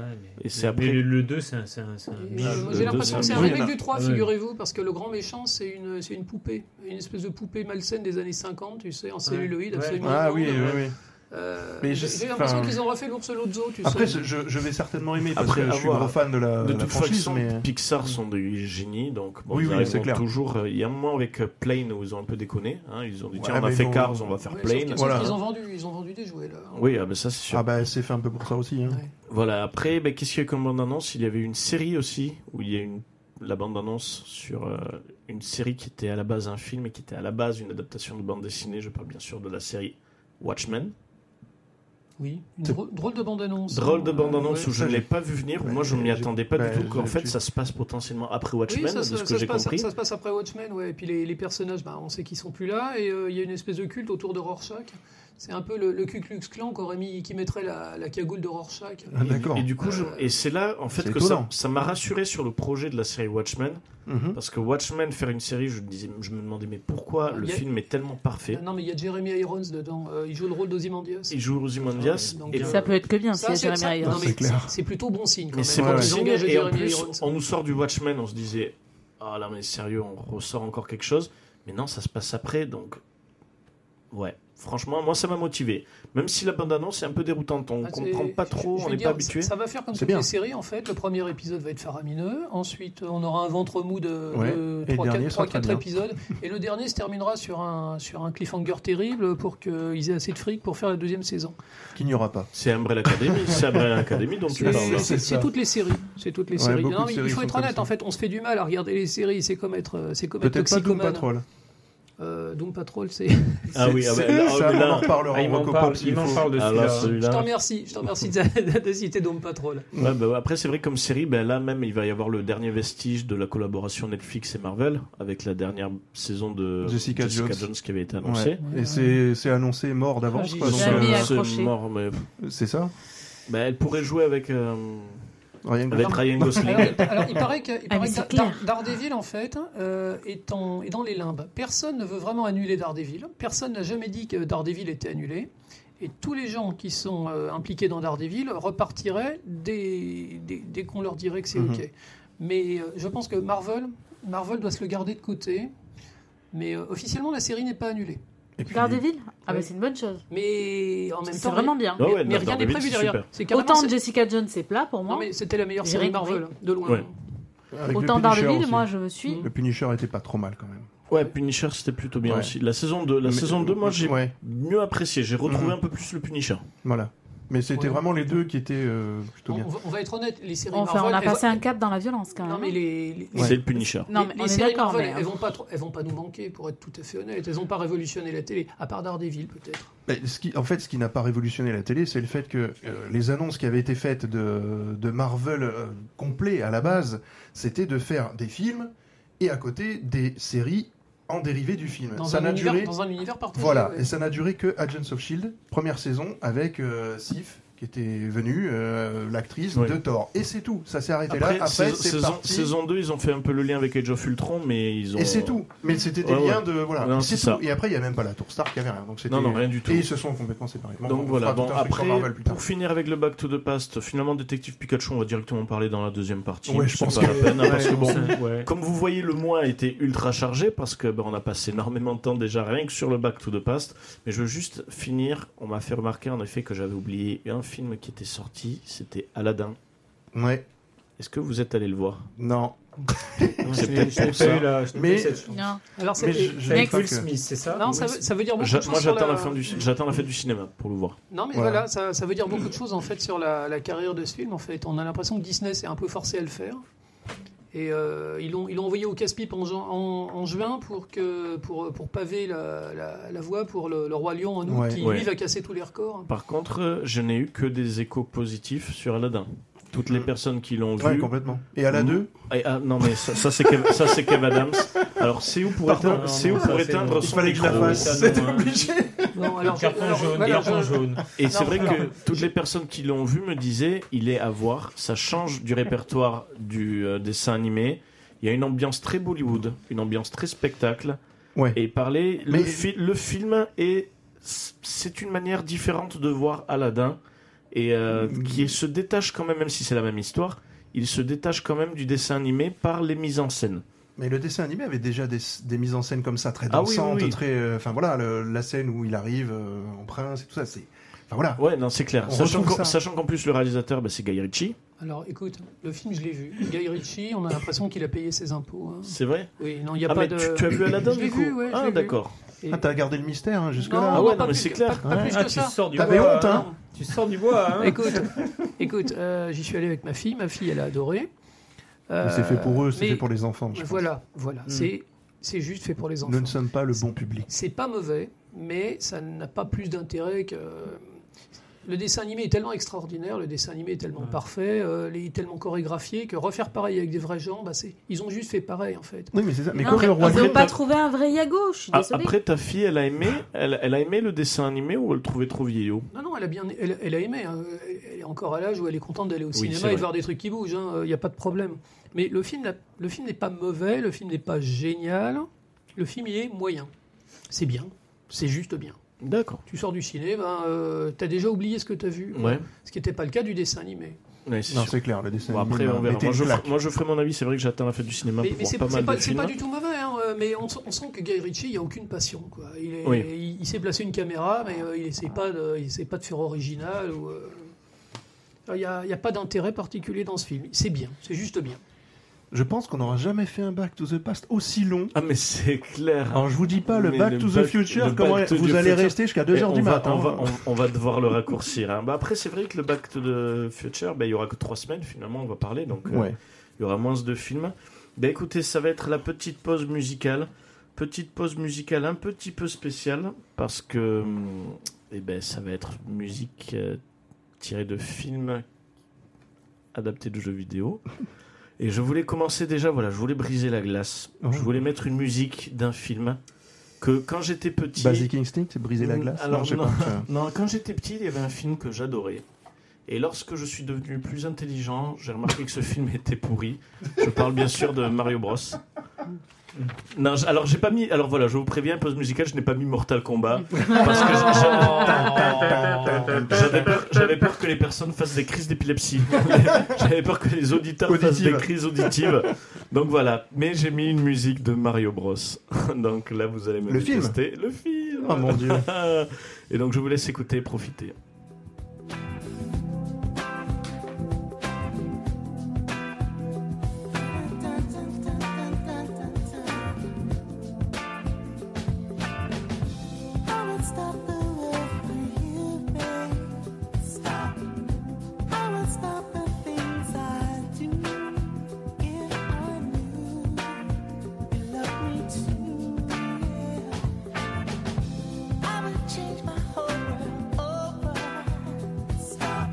Et c'est après- le, le 2, c'est un. c'est un- c'est un bijou. euh, J'ai le l'impression que c'est un deuxième. remake du 3, Ah ouais. figurez-vous, parce que le grand méchant, c'est une, c'est une poupée. Une espèce de poupée malsaine des années 50, tu sais, en celluloïd, Ouais. absolument. Ah oui, oui, immonde. oui. Euh, Mais j'ai je- j'ai l'impression enfin- qu'ils ont refait l'ours Lotso, tu Après, sais. je, je- je vais certainement aimer parce Après, que à je suis voir. gros fan de la, De la toute franchise, façon, mais hmm. Pixar sont des génies, donc bon, Oui, ils oui, arriveront c'est clair. toujours. euh, Il y a un moment avec euh, Plane où ils ont un peu déconné. hein, ils ont dit Ouais, ah, tiens, on a mais fait bon. Cars, on va faire Ouais, sauf que- Plane. sauf Voilà. qu'ils ont vendu, ils ont vendu des jouets là. Oui, ah, ben ça c'est sûr. ah bah c'est fait un peu pour ça aussi. hein. Ouais. Voilà. Après, ben, qu'est-ce qu'il y a eu comme bande annonce Il y avait une série aussi où il y a une la bande annonce sur euh, une série qui était à la base un film et qui était à la base une adaptation de bande dessinée. Je parle bien sûr de la série Watchmen. Oui, une C'est- drôle, drôle de bande-annonce. hein. Drôle de bande-annonce Ouais. où je ça, ne l'ai j'ai- pas vu venir, où Ouais, moi je ne m'y j'ai- attendais pas bah, du tout, qu'en j'ai- fait tu- ça se passe potentiellement après Watchmen, Oui, ça, de ça- ce que ça se j'ai passe, compris. ça se passe après Watchmen, ouais. Et puis les, les personnages, bah, on sait qu'ils sont plus là, et euh, il y a une espèce de culte autour de Rorschach. C'est un peu le, le Ku Klux Klan qu'aurait mis, qui mettrait la, la cagoule de Rorschach. Ah, D'accord. Et du coup, je- et c'est là en fait C'est que ça étonnant. ça m'a rassuré sur le projet de la série Watchmen, Mhm. parce que Watchmen faire une série, je me disais, je me demandais mais pourquoi le Il y a- film est tellement parfait. Ah Non, mais il y a Jeremy Irons dedans. euh, il joue le rôle d'Ozymandias. Il joue Ozymandias, Donc, et euh, Ça peut être que bien si Ça, c'est- Jérémy ça- Irons. non, mais C'est clair. c'est- C'est plutôt bon signe quand Mais c'est même. bon Ouais, Ils signe, ont engagé Et en Jeremy plus, Irons. on nous sort du Watchmen, on se disait Ah là, mais sérieux, on ressort encore quelque chose. Mais non, ça se passe après, donc. Ouais, franchement, moi ça m'a motivé. Même si la bande-annonce est un peu déroutante, on Ah, comprend c'est- pas je- trop, je on vais n'est dire, pas habitué. Ça, ça va faire comme C'est toutes bien. les séries en fait. Le premier épisode va être faramineux. Ensuite, on aura un ventre mou de, Ouais. Et le dernier sera très 3-4 bien. épisodes. Et le dernier se terminera sur un, sur un cliffhanger terrible pour qu'ils aient assez de fric pour faire la deuxième saison. Qu'il n'y aura pas. C'est Umbrella Academy, c'est Umbrella Academy euh, dont tu C'est Ah, parles. ouais. c'est- C'est c'est ça. toutes les séries. C'est toutes les Ouais, séries. beaucoup Non, de mais séries il faut sont être comme honnête ça. en fait. On se fait du mal à regarder les séries. C'est comme être, euh, c'est comme être Peut-être pas Doom toxicomane. Patrol. Euh, Doom Patrol, c'est. Ah oui, ah C'est- ouais, c'est- là, ça, oh, mais on en là- reparlera. Ah, il en m'en Robocop, parle, s'il il m'en faut. parle de Ah celui-là. là, Je t'en celui-là. remercie. Je t'en remercie de, de citer Doom Patrol. Ouais, bah, après, c'est vrai que comme série, ben, là même, il va y avoir le dernier vestige de la collaboration Netflix et Marvel avec la dernière saison de Jessica Jones. qui avait été annoncée. Ouais. Et c'est c'est annoncé mort d'avance. Ah, quoi, j'ai donc, jamais euh, accro- accroché. mort, mais C'est ça Bah, elle pourrait jouer avec, euh, Ryan avec Gosling. Ryan Gosling. Alors, il- alors, il paraît que, il Ah, mais paraît que c'est Dar- clair. Daredevil, en fait, euh, est, en- est dans les limbes. Personne ne veut vraiment annuler Daredevil. Personne n'a jamais dit que Daredevil était annulé. Et tous les gens qui sont euh, impliqués dans Daredevil repartiraient dès, dès- dès qu'on leur dirait que c'est Mhm. OK. Mais euh, je pense que Marvel, Marvel doit se le garder de côté. Mais euh, officiellement, la série n'est pas annulée. Et puis- Daredevil Ah, Ouais. bah c'est une bonne chose. Mais en même C'est temps, vraiment bien. Ah mais, mais ouais, non, rien n'est Daredevil, prévu c'est derrière. super. C'est carrément- Autant c'est- Jessica Jones, c'est plat pour Non, moi. mais c'était la meilleure J'ai série rien compris. Marvel, de loin. Ouais. avec Autant le Punisher Daredevil, aussi. moi je me suis. Le Punisher était pas trop mal quand même. Ouais, Punisher, c'était plutôt bien Ouais. aussi. La saison 2, la Mais- euh, saison 2 moi, j'ai Ouais, mieux apprécié. J'ai retrouvé Mhm. un peu plus le Punisher. voilà. Mais c'était Ouais. vraiment les deux qui étaient euh, plutôt On, bien. on va- on va être honnête, les séries Enfin, on Marvel, a elles- passé un cap dans la violence quand même. Non, mais les, les- Ouais. C'est le Punisher. Non, les- mais les on est séries d'accord, Marvel, mais- hein. elles vont pas trop- elles vont pas nous manquer, pour être tout à fait honnête. Elles ont pas révolutionné la télé, à part Daredevil peut-être. Mais Bah, ce qui, en fait, ce qui n'a pas révolutionné la télé, c'est le fait que euh, les annonces qui avaient été faites de, de Marvel euh, complet à la base, c'était de faire des films et à côté des séries en dérivé du film. Dans, Euh, ça un n'a univers, duré, dans un univers partagé. voilà, ouais. et ça n'a duré que Agents of Shield, E première saison avec euh, Sif qui était venue, euh, l'actrice Ouais. de Thor, et c'est tout. Ça s'est arrêté Après, Ah, là. Après, saison, c'est saison- parti. saison 2, ils ont fait un peu le lien avec Age of Ultron, mais ils ont. Et c'est tout. Mais c'était des Ouais, ouais. liens de voilà. Non, c'est c'est ça. tout. Et après, il y a même pas la tour Stark, il y avait rien. Donc c'était. Non, non, rien du tout. Et ils se sont complètement séparés. Bon, Donc on voilà, fera bon, tout un truc sur après, Marvel plus tard. pour finir avec le Back to the Past, finalement, Détective Pikachu, on va directement parler dans la deuxième partie. Ouais, je C'est pense pas que- la peine, hein, Ouais, parce que bon, ouais. Comme vous voyez, le mois a été ultra chargé parce que ben, on a passé énormément de temps déjà rien que sur le Back to the Past. Mais je veux juste finir. On m'a fait remarquer en effet que j'avais oublié un film qui était sorti. C'était Aladdin. Ouais. Est-ce que vous êtes allé le voir Non. Je- C'est peut-être je l'ai pour pas eu, ça. là, je l'ai Mais- pas eu, cette chance. Non. Alors Mais c'était- je- je savais Next. pas Will que- Smith, c'est ça Non, Will ça veut, Smith. ça veut dire beaucoup J'a- de choses. Moi, sur j'attends la... fin du j'attends la fête du cinéma pour le voir. Non, mais Voilà. voilà, ça, ça veut dire beaucoup de choses en fait sur la, la carrière de ce film. En fait, on a l'impression que Disney s'est un peu forcé à le faire. Et euh, ils l'ont ils l'ont envoyé au casse-pipe en, ju- en- en juin pour que pour pour paver la, la- la voie pour le, le roi lion en août Ouais. qui Ouais. lui va casser tous les records. Par contre, euh, je n'ai eu que des échos positifs sur Aladdin. Toutes Euh, les personnes qui l'ont Ouais, vu. complètement. Et à la Mm. 2 Ah, ah, non mais ça, ça, c'est Kev- ça, c'est Kev Adams. Alors c'est où pour Pardon, éteindre, non, c'est non, où ça, pour c'est éteindre bon. son Il fallait que je la micro. fasse. C'était non, hein. obligé. Bon, Le carton alors, jaune, voilà, carton je- jaune. Et c'est Non, vrai non. que toutes les personnes qui l'ont vu me disaient il est à voir, ça change du répertoire du euh, dessin animé. Il y a une ambiance très Bollywood, une ambiance très spectacle. Ouais. Et parler, le, Mais- fi- le film est. C'est une manière différente de voir Aladdin, et euh, qui se détache quand même, même si c'est la même histoire, il se détache quand même du dessin animé par les mises en scène. Mais le dessin animé avait déjà des, des mises en scène comme ça, très Ah oui, oui, dansantes, oui. très. euh, Enfin voilà, le- la scène où il arrive euh, en prince et tout ça, c'est. Enfin voilà. Ouais, non, c'est clair. On Sachant retrouve ça. qu'en- sachant qu'en plus, le réalisateur, bah, c'est Guy Ritchie. Alors écoute, le film je l'ai vu. Guy Ritchie, on a l'impression qu'il a payé ses impôts. hein. C'est vrai Oui, non, il n'y a Ah, pas mais de. tu, tu as vu Aladdin Je l'ai du coup vu, ouais, je l'ai Ah, vu. d'accord. Et- Ah, t'as gardé le mystère hein, jusque Non, là. Ah ouais, pas non, mais plus c'est que- clair. Pas, pas plus Ah, que tu ça. sors du T'avais bois. honte, hein. Tu sors du bois, hein Écoute, écoute, euh, j'y suis allé avec ma fille. Ma fille, elle a adoré. Mais Euh, C'est fait pour eux, c'est mais- fait pour les enfants. je pense. Voilà, voilà. C'est c'est juste fait pour les enfants. Nous ne sommes pas le bon public. C'est pas mauvais, mais ça n'a pas plus d'intérêt que. Le dessin animé est tellement extraordinaire, le dessin animé est tellement Ouais. parfait, euh, il est tellement chorégraphié que refaire pareil avec des vrais gens, bah, c'est- ils ont juste fait pareil en fait. Oui, mais c'est ça. Mais Non, Corée au mais roi ils n'ont Lion, pas trouvé un vrai Yago, je suis Ah, désolée. après, ta fille, elle a aimé, elle, elle a aimé le dessin animé ou elle le trouvait trop vieillot Non, non, elle a bien, elle, elle a aimé. hein. Elle est encore à l'âge où elle est contente d'aller au Oui, c'est cinéma et vrai. de voir des trucs qui bougent. hein. Il n'y a pas de problème. Mais le film, n'a- le film n'est pas mauvais, le film n'est pas génial. Le film, il est moyen. C'est bien. C'est juste bien. D'accord. Tu sors du ciné, ben, euh, t'as déjà oublié ce que t'as vu. Ouais. Ce qui n'était pas le cas du dessin animé. Ouais, c'est Non, sûr. c'est clair, le dessin Bon, après, animé, on hein. verra. Mettez Moi je, une ferai- claque. moi, je ferai mon avis. C'est vrai que j'atteins la fête du cinéma Mais, pour mais c'est voir c'est pas pas, mal de c'est films. pas du tout mauvais. hein, euh, Mais on, s- on sent que Guy Ritchie, il n'y a aucune passion. Quoi. Il, est- Oui. il, il s'est placé une caméra, mais euh, il n'essaie pas, de- il essaie pas de faire original. ou, euh, Il n'y a, il y a pas d'intérêt particulier dans ce film. C'est bien, c'est juste bien. Je pense qu'on n'aura jamais fait un Back to the Past aussi long. Ah, mais c'est clair. Alors, je vous dis pas le Mais Back le to the Back- le Future, comment Back to vous the allez Future. rester jusqu'à Et 2h Eh, on du va- matin. On va, hein. on- on va devoir le raccourcir. hein. Bah, après, c'est vrai que le Back to the Future, bah, il y aura que trois semaines finalement. On va parler. Donc, euh, Ouais. Il y aura moins de films. Bah écoutez, ça va être la petite pause musicale. Petite pause musicale un petit peu spéciale parce que hum, eh ben, ça va être musique euh, tirée de films adaptés de jeux vidéo. Et je voulais commencer déjà, voilà, je voulais briser la glace. Oh. Je voulais mettre une musique d'un film que quand j'étais petit. Basic Instinct, c'est briser la glace. Mm, Alors, je sais non. pas, tiens. Non, quand j'étais petit, il y avait un film que j'adorais. Et lorsque je suis devenu plus intelligent, j'ai remarqué que ce film était pourri. Je parle bien sûr de Mario Bros. Non, j- alors j'ai pas mis. Alors voilà, je vous préviens, pause musicale, je n'ai pas mis Mortal Kombat parce que j'a- j'avais peur, j'avais peur que les personnes fassent des crises d'épilepsie. J'avais peur que les auditeurs fassent Auditive. des crises auditives. Donc voilà, mais j'ai mis une musique de Mario Bros. Donc là, vous allez me Le film détester. Le film. Oh mon dieu. Et donc je vous laisse écouter, profiter. Change my whole world over. Stop.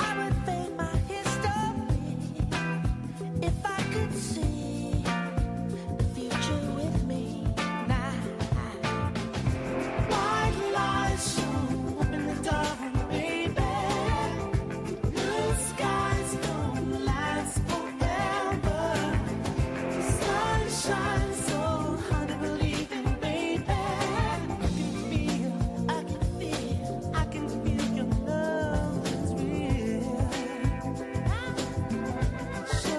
I would fade my history. If I could see the future with me now, wide lies so open the door for me, Blue skies don't last forever. Sunshine so hard to believe in, baby. I can feel, I can feel, I can feel your love is real. So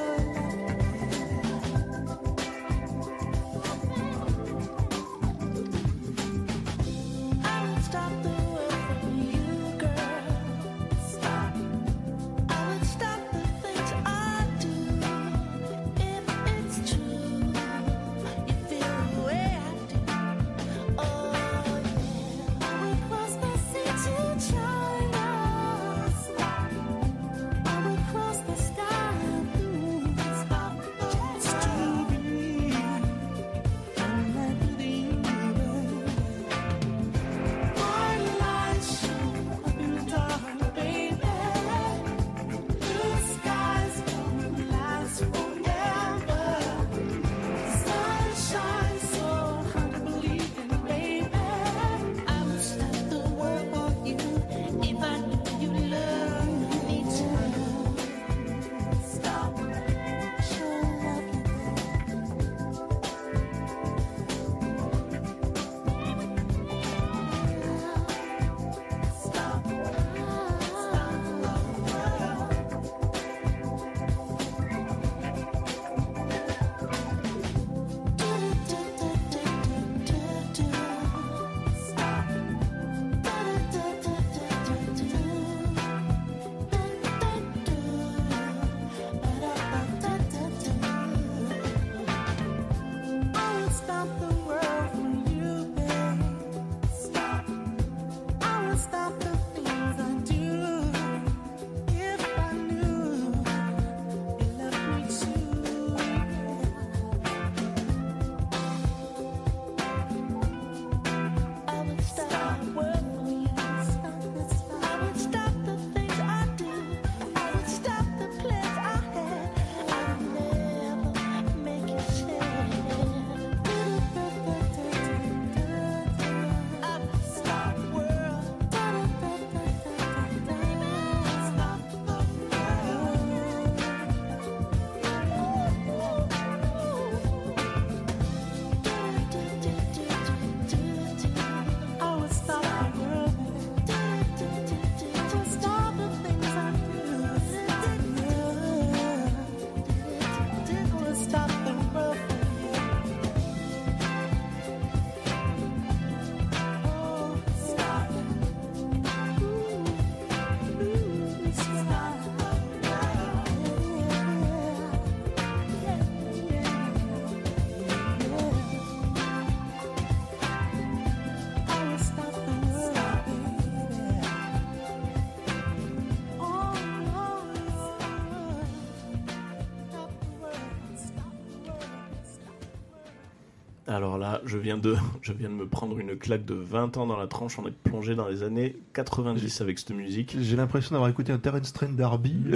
Alors là, je viens, de, je viens de me prendre une claque de 20 ans dans la tranche. On est plongé dans les années 90 avec cette musique. J'ai l'impression d'avoir écouté un Terence Trent Darby.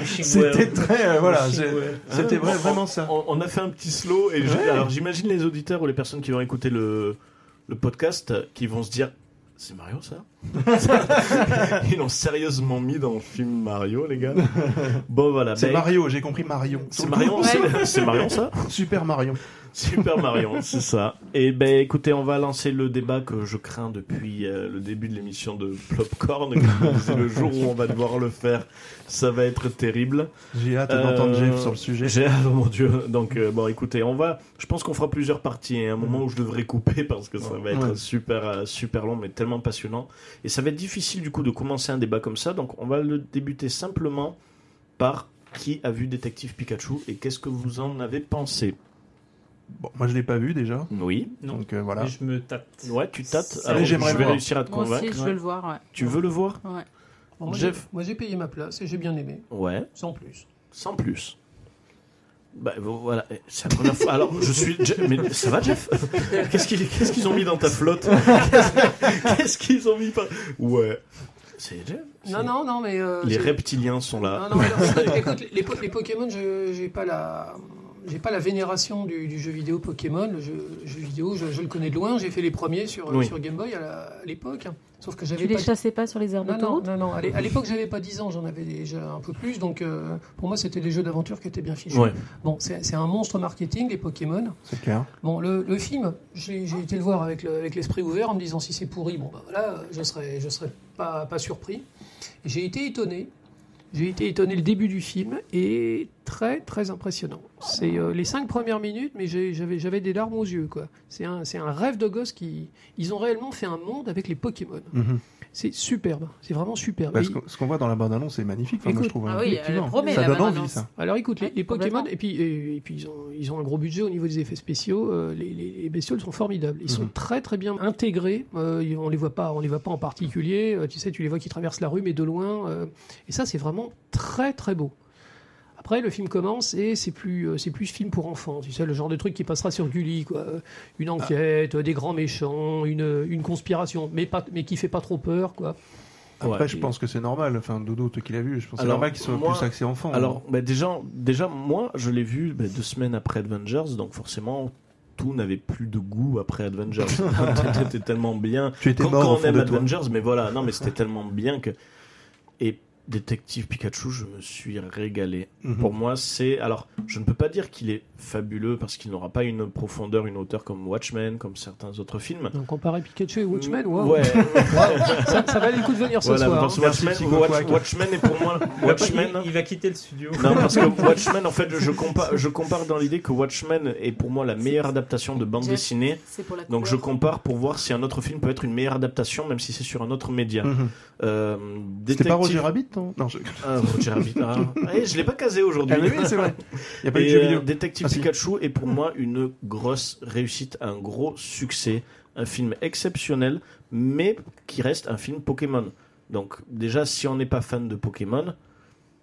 Wishing C'était well. très. euh, voilà, Wishing c'est- well. c'était Hein vrai- On- vraiment ça. On, on a fait un petit slow. Et je- Ouais. alors j'imagine les auditeurs ou les personnes qui vont écouter le, le podcast qui vont se dire C'est Mario ça Ils l'ont sérieusement mis dans le film Mario, les gars. Bon, voilà. C'est ben, Mario, j'ai compris Marion. C'est Marion, c'est- c'est Marion ça Super Marion. Super Marion, c'est ça. Et ben écoutez, on va lancer le débat que je crains depuis euh, le début de l'émission de Plopcorn. Comme je disais, le jour où on va devoir le faire, ça va être terrible. J'ai hâte Euh, d'entendre Jeff sur le sujet. J'ai oh mon dieu. Donc euh, bon, écoutez, on va. Je pense qu'on fera plusieurs parties. et un moment où je devrais couper parce que ça va être Ouais. super euh, super long, mais tellement passionnant. Et ça va être difficile du coup de commencer un débat comme ça. Donc on va le débuter simplement par qui a vu Détective Pikachu et qu'est-ce que vous en avez pensé Bon, moi je l'ai pas vu déjà. Oui. Non. Donc euh, voilà. Mais je me tâte. Ouais, tu tâtes. Ça, Alors, je j'aimerais vais le voir. réussir à te Moi convaincre. aussi, je veux le voir. ouais. Tu veux le voir Ouais. Bon, moi, Jeff. j'ai- moi, j'ai payé ma place et j'ai bien aimé, Ouais, sans plus. sans plus. Bah vo- voilà, Eh, c'est la première fois. Alors, je suis. Je- Mais ça va, Jeff Qu'est-ce qu'il- qu'est-ce qu'ils ont mis dans ta flotte Qu'est-ce- Qu'est-ce qu'ils ont mis par. Ouais. C'est Jeff Non, non, non, mais. euh, Les c'est- reptiliens sont là. Non, non, alors, écoute, les, po- les Pokémon, je j'ai pas la. J'ai pas la vénération du, du jeu vidéo Pokémon. Le jeu, le jeu vidéo, je, je le connais de loin. J'ai fait les premiers sur, Oui. sur Game Boy à la- à l'époque. hein. Sauf que Tu j'avais les pas. chassais pas sur les aires Non, non, d'autoroute non, non. À l'é- à l'époque, j'avais pas 10 ans, j'en avais déjà un peu plus. Donc, euh, pour moi, c'était des jeux d'aventure qui étaient bien fichus. Ouais. Bon, c'est c'est un monstre marketing, les Pokémon. C'est clair. Bon, le, le film, j'ai j'ai été le voir avec le- avec l'esprit ouvert en me disant si c'est pourri, bon, bah voilà, euh, je serais, je serais pas, pas surpris. Et J'ai été étonné. J'ai été étonné le début du film est très très impressionnant. C'est euh, les cinq premières minutes, mais j'ai- j'avais j'avais des larmes aux yeux quoi. C'est un c'est un rêve de gosse qui ils ont réellement fait un monde avec les Pokémon. Mhm. C'est superbe, c'est vraiment superbe. Bah, Et- ce qu'on- ce qu'on voit dans la bande-annonce c'est magnifique, enfin, moi, je Écoute, trouve. ah hein, oui, elle effectivement. promet, ça la donne envie, bande-annonce. ça. alors écoute, les, les complètement. Pokémon, et puis, et, et puis ils, ont, ils ont un gros budget au niveau des effets spéciaux, euh, les, les- les bestioles sont formidables, ils sont Mhm. très très bien intégrés, euh, ils- on les voit pas, on les voit pas en particulier, euh, tu sais, tu les vois qui traversent la rue mais de loin, euh, et ça c'est vraiment très très beau. Après, le film commence et c'est plus, euh, c'est plus film pour enfants. Tu sais, le genre de truc qui passera sur Gulli, quoi. Euh, Une enquête, euh, des grands méchants, une, une conspiration, mais, pas, mais qui fait pas trop peur, quoi. Après, Ouais. je pense que c'est normal. Enfin, Dodo, toi qui l'as vu, je pense que c'est Alors, normal qu'ils soient moi- plus hein. axés enfants. Alors, bah, déjà, déjà, moi, je l'ai vu bah, deux semaines après Avengers, donc forcément, tout n'avait plus de goût après Avengers. C'était tellement bien. tu étais quand, mort quand au on fond aime de toi. Avengers, mais voilà, non, mais c'était tellement bien que. Et Détective Pikachu, je me suis régalé. Mhm. Pour moi, c'est. Alors, je ne peux pas dire qu'il est fabuleux parce qu'il n'aura pas une profondeur, une hauteur comme Watchmen, comme certains autres films. Donc, comparer Pikachu et Watchmen, wow. Ouais, ça, ça valait le coup de venir ce voilà, soir. parce que Merci, Watchmen, Tigo Watch- Quack. Watchmen est pour moi. Il va pas- Watchmen. il- Il va quitter le studio. Non, parce que Watchmen, en fait, je compare, je compare dans l'idée que Watchmen est pour moi la meilleure adaptation de bande Jeff. dessinée. C'est pour la Donc je couleur. compare pour voir si un autre film peut être une meilleure adaptation, même si c'est sur un autre média. Mhm. Euh, C'était pas Détective- Roger Rabbit, non Non, je... Ah, Roger Rabbit. Ah. Eh, je l'ai pas casé aujourd'hui. Ah oui, oui, c'est vrai. Il n'y a pas eu de Et, jeu euh, vidéo. Détective Ah, si. Pikachu est pour moi une grosse réussite, un gros succès, un film exceptionnel, mais qui reste un film Pokémon. Donc déjà, si on n'est pas fan de Pokémon,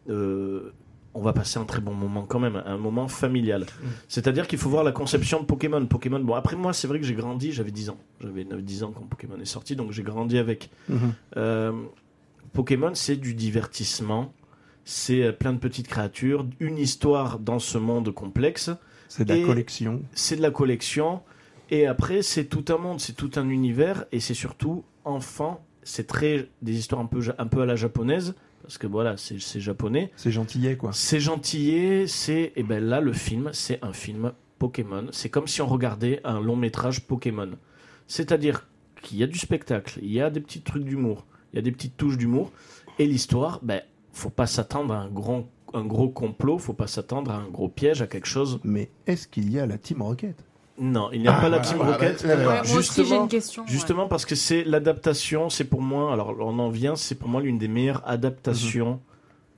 euh, on va passer un très bon moment quand même, un moment familial. Mm. C'est-à-dire qu'il faut voir la conception de Pokémon. Pokémon, bon, après moi, c'est vrai que j'ai grandi, j'avais 10 ans. J'avais 9-10 ans quand Pokémon est sorti, donc j'ai grandi avec. Mhm. Euh, Pokémon, c'est du divertissement. C'est euh, plein de petites créatures, une histoire dans ce monde complexe. C'est de la et- collection. C'est de la collection. Et après, c'est tout un monde, c'est tout un univers. Et c'est surtout enfant. C'est très des histoires un peu, ja- un peu à la japonaise. Parce que voilà, c'est c'est japonais. C'est gentillet, quoi. C'est gentillet, c'est. Et ben là, le film, c'est un film Pokémon. C'est comme si on regardait un long métrage Pokémon. C'est-à-dire qu'il y a du spectacle, il y a des petits trucs d'humour, il y a des petites touches d'humour. Et l'histoire, ben, faut pas s'attendre à un grand, un gros complot, faut pas s'attendre à un gros piège, à quelque chose. Mais est-ce qu'il y a la Team Rocket Non, il n'y a Ah, pas la voilà, Team voilà, Rocket. voilà, Ouais, voilà. moi aussi, j'ai Justement- une question. ouais. Justement parce que c'est l'adaptation, c'est pour moi, alors on en vient, c'est pour moi l'une des meilleures adaptations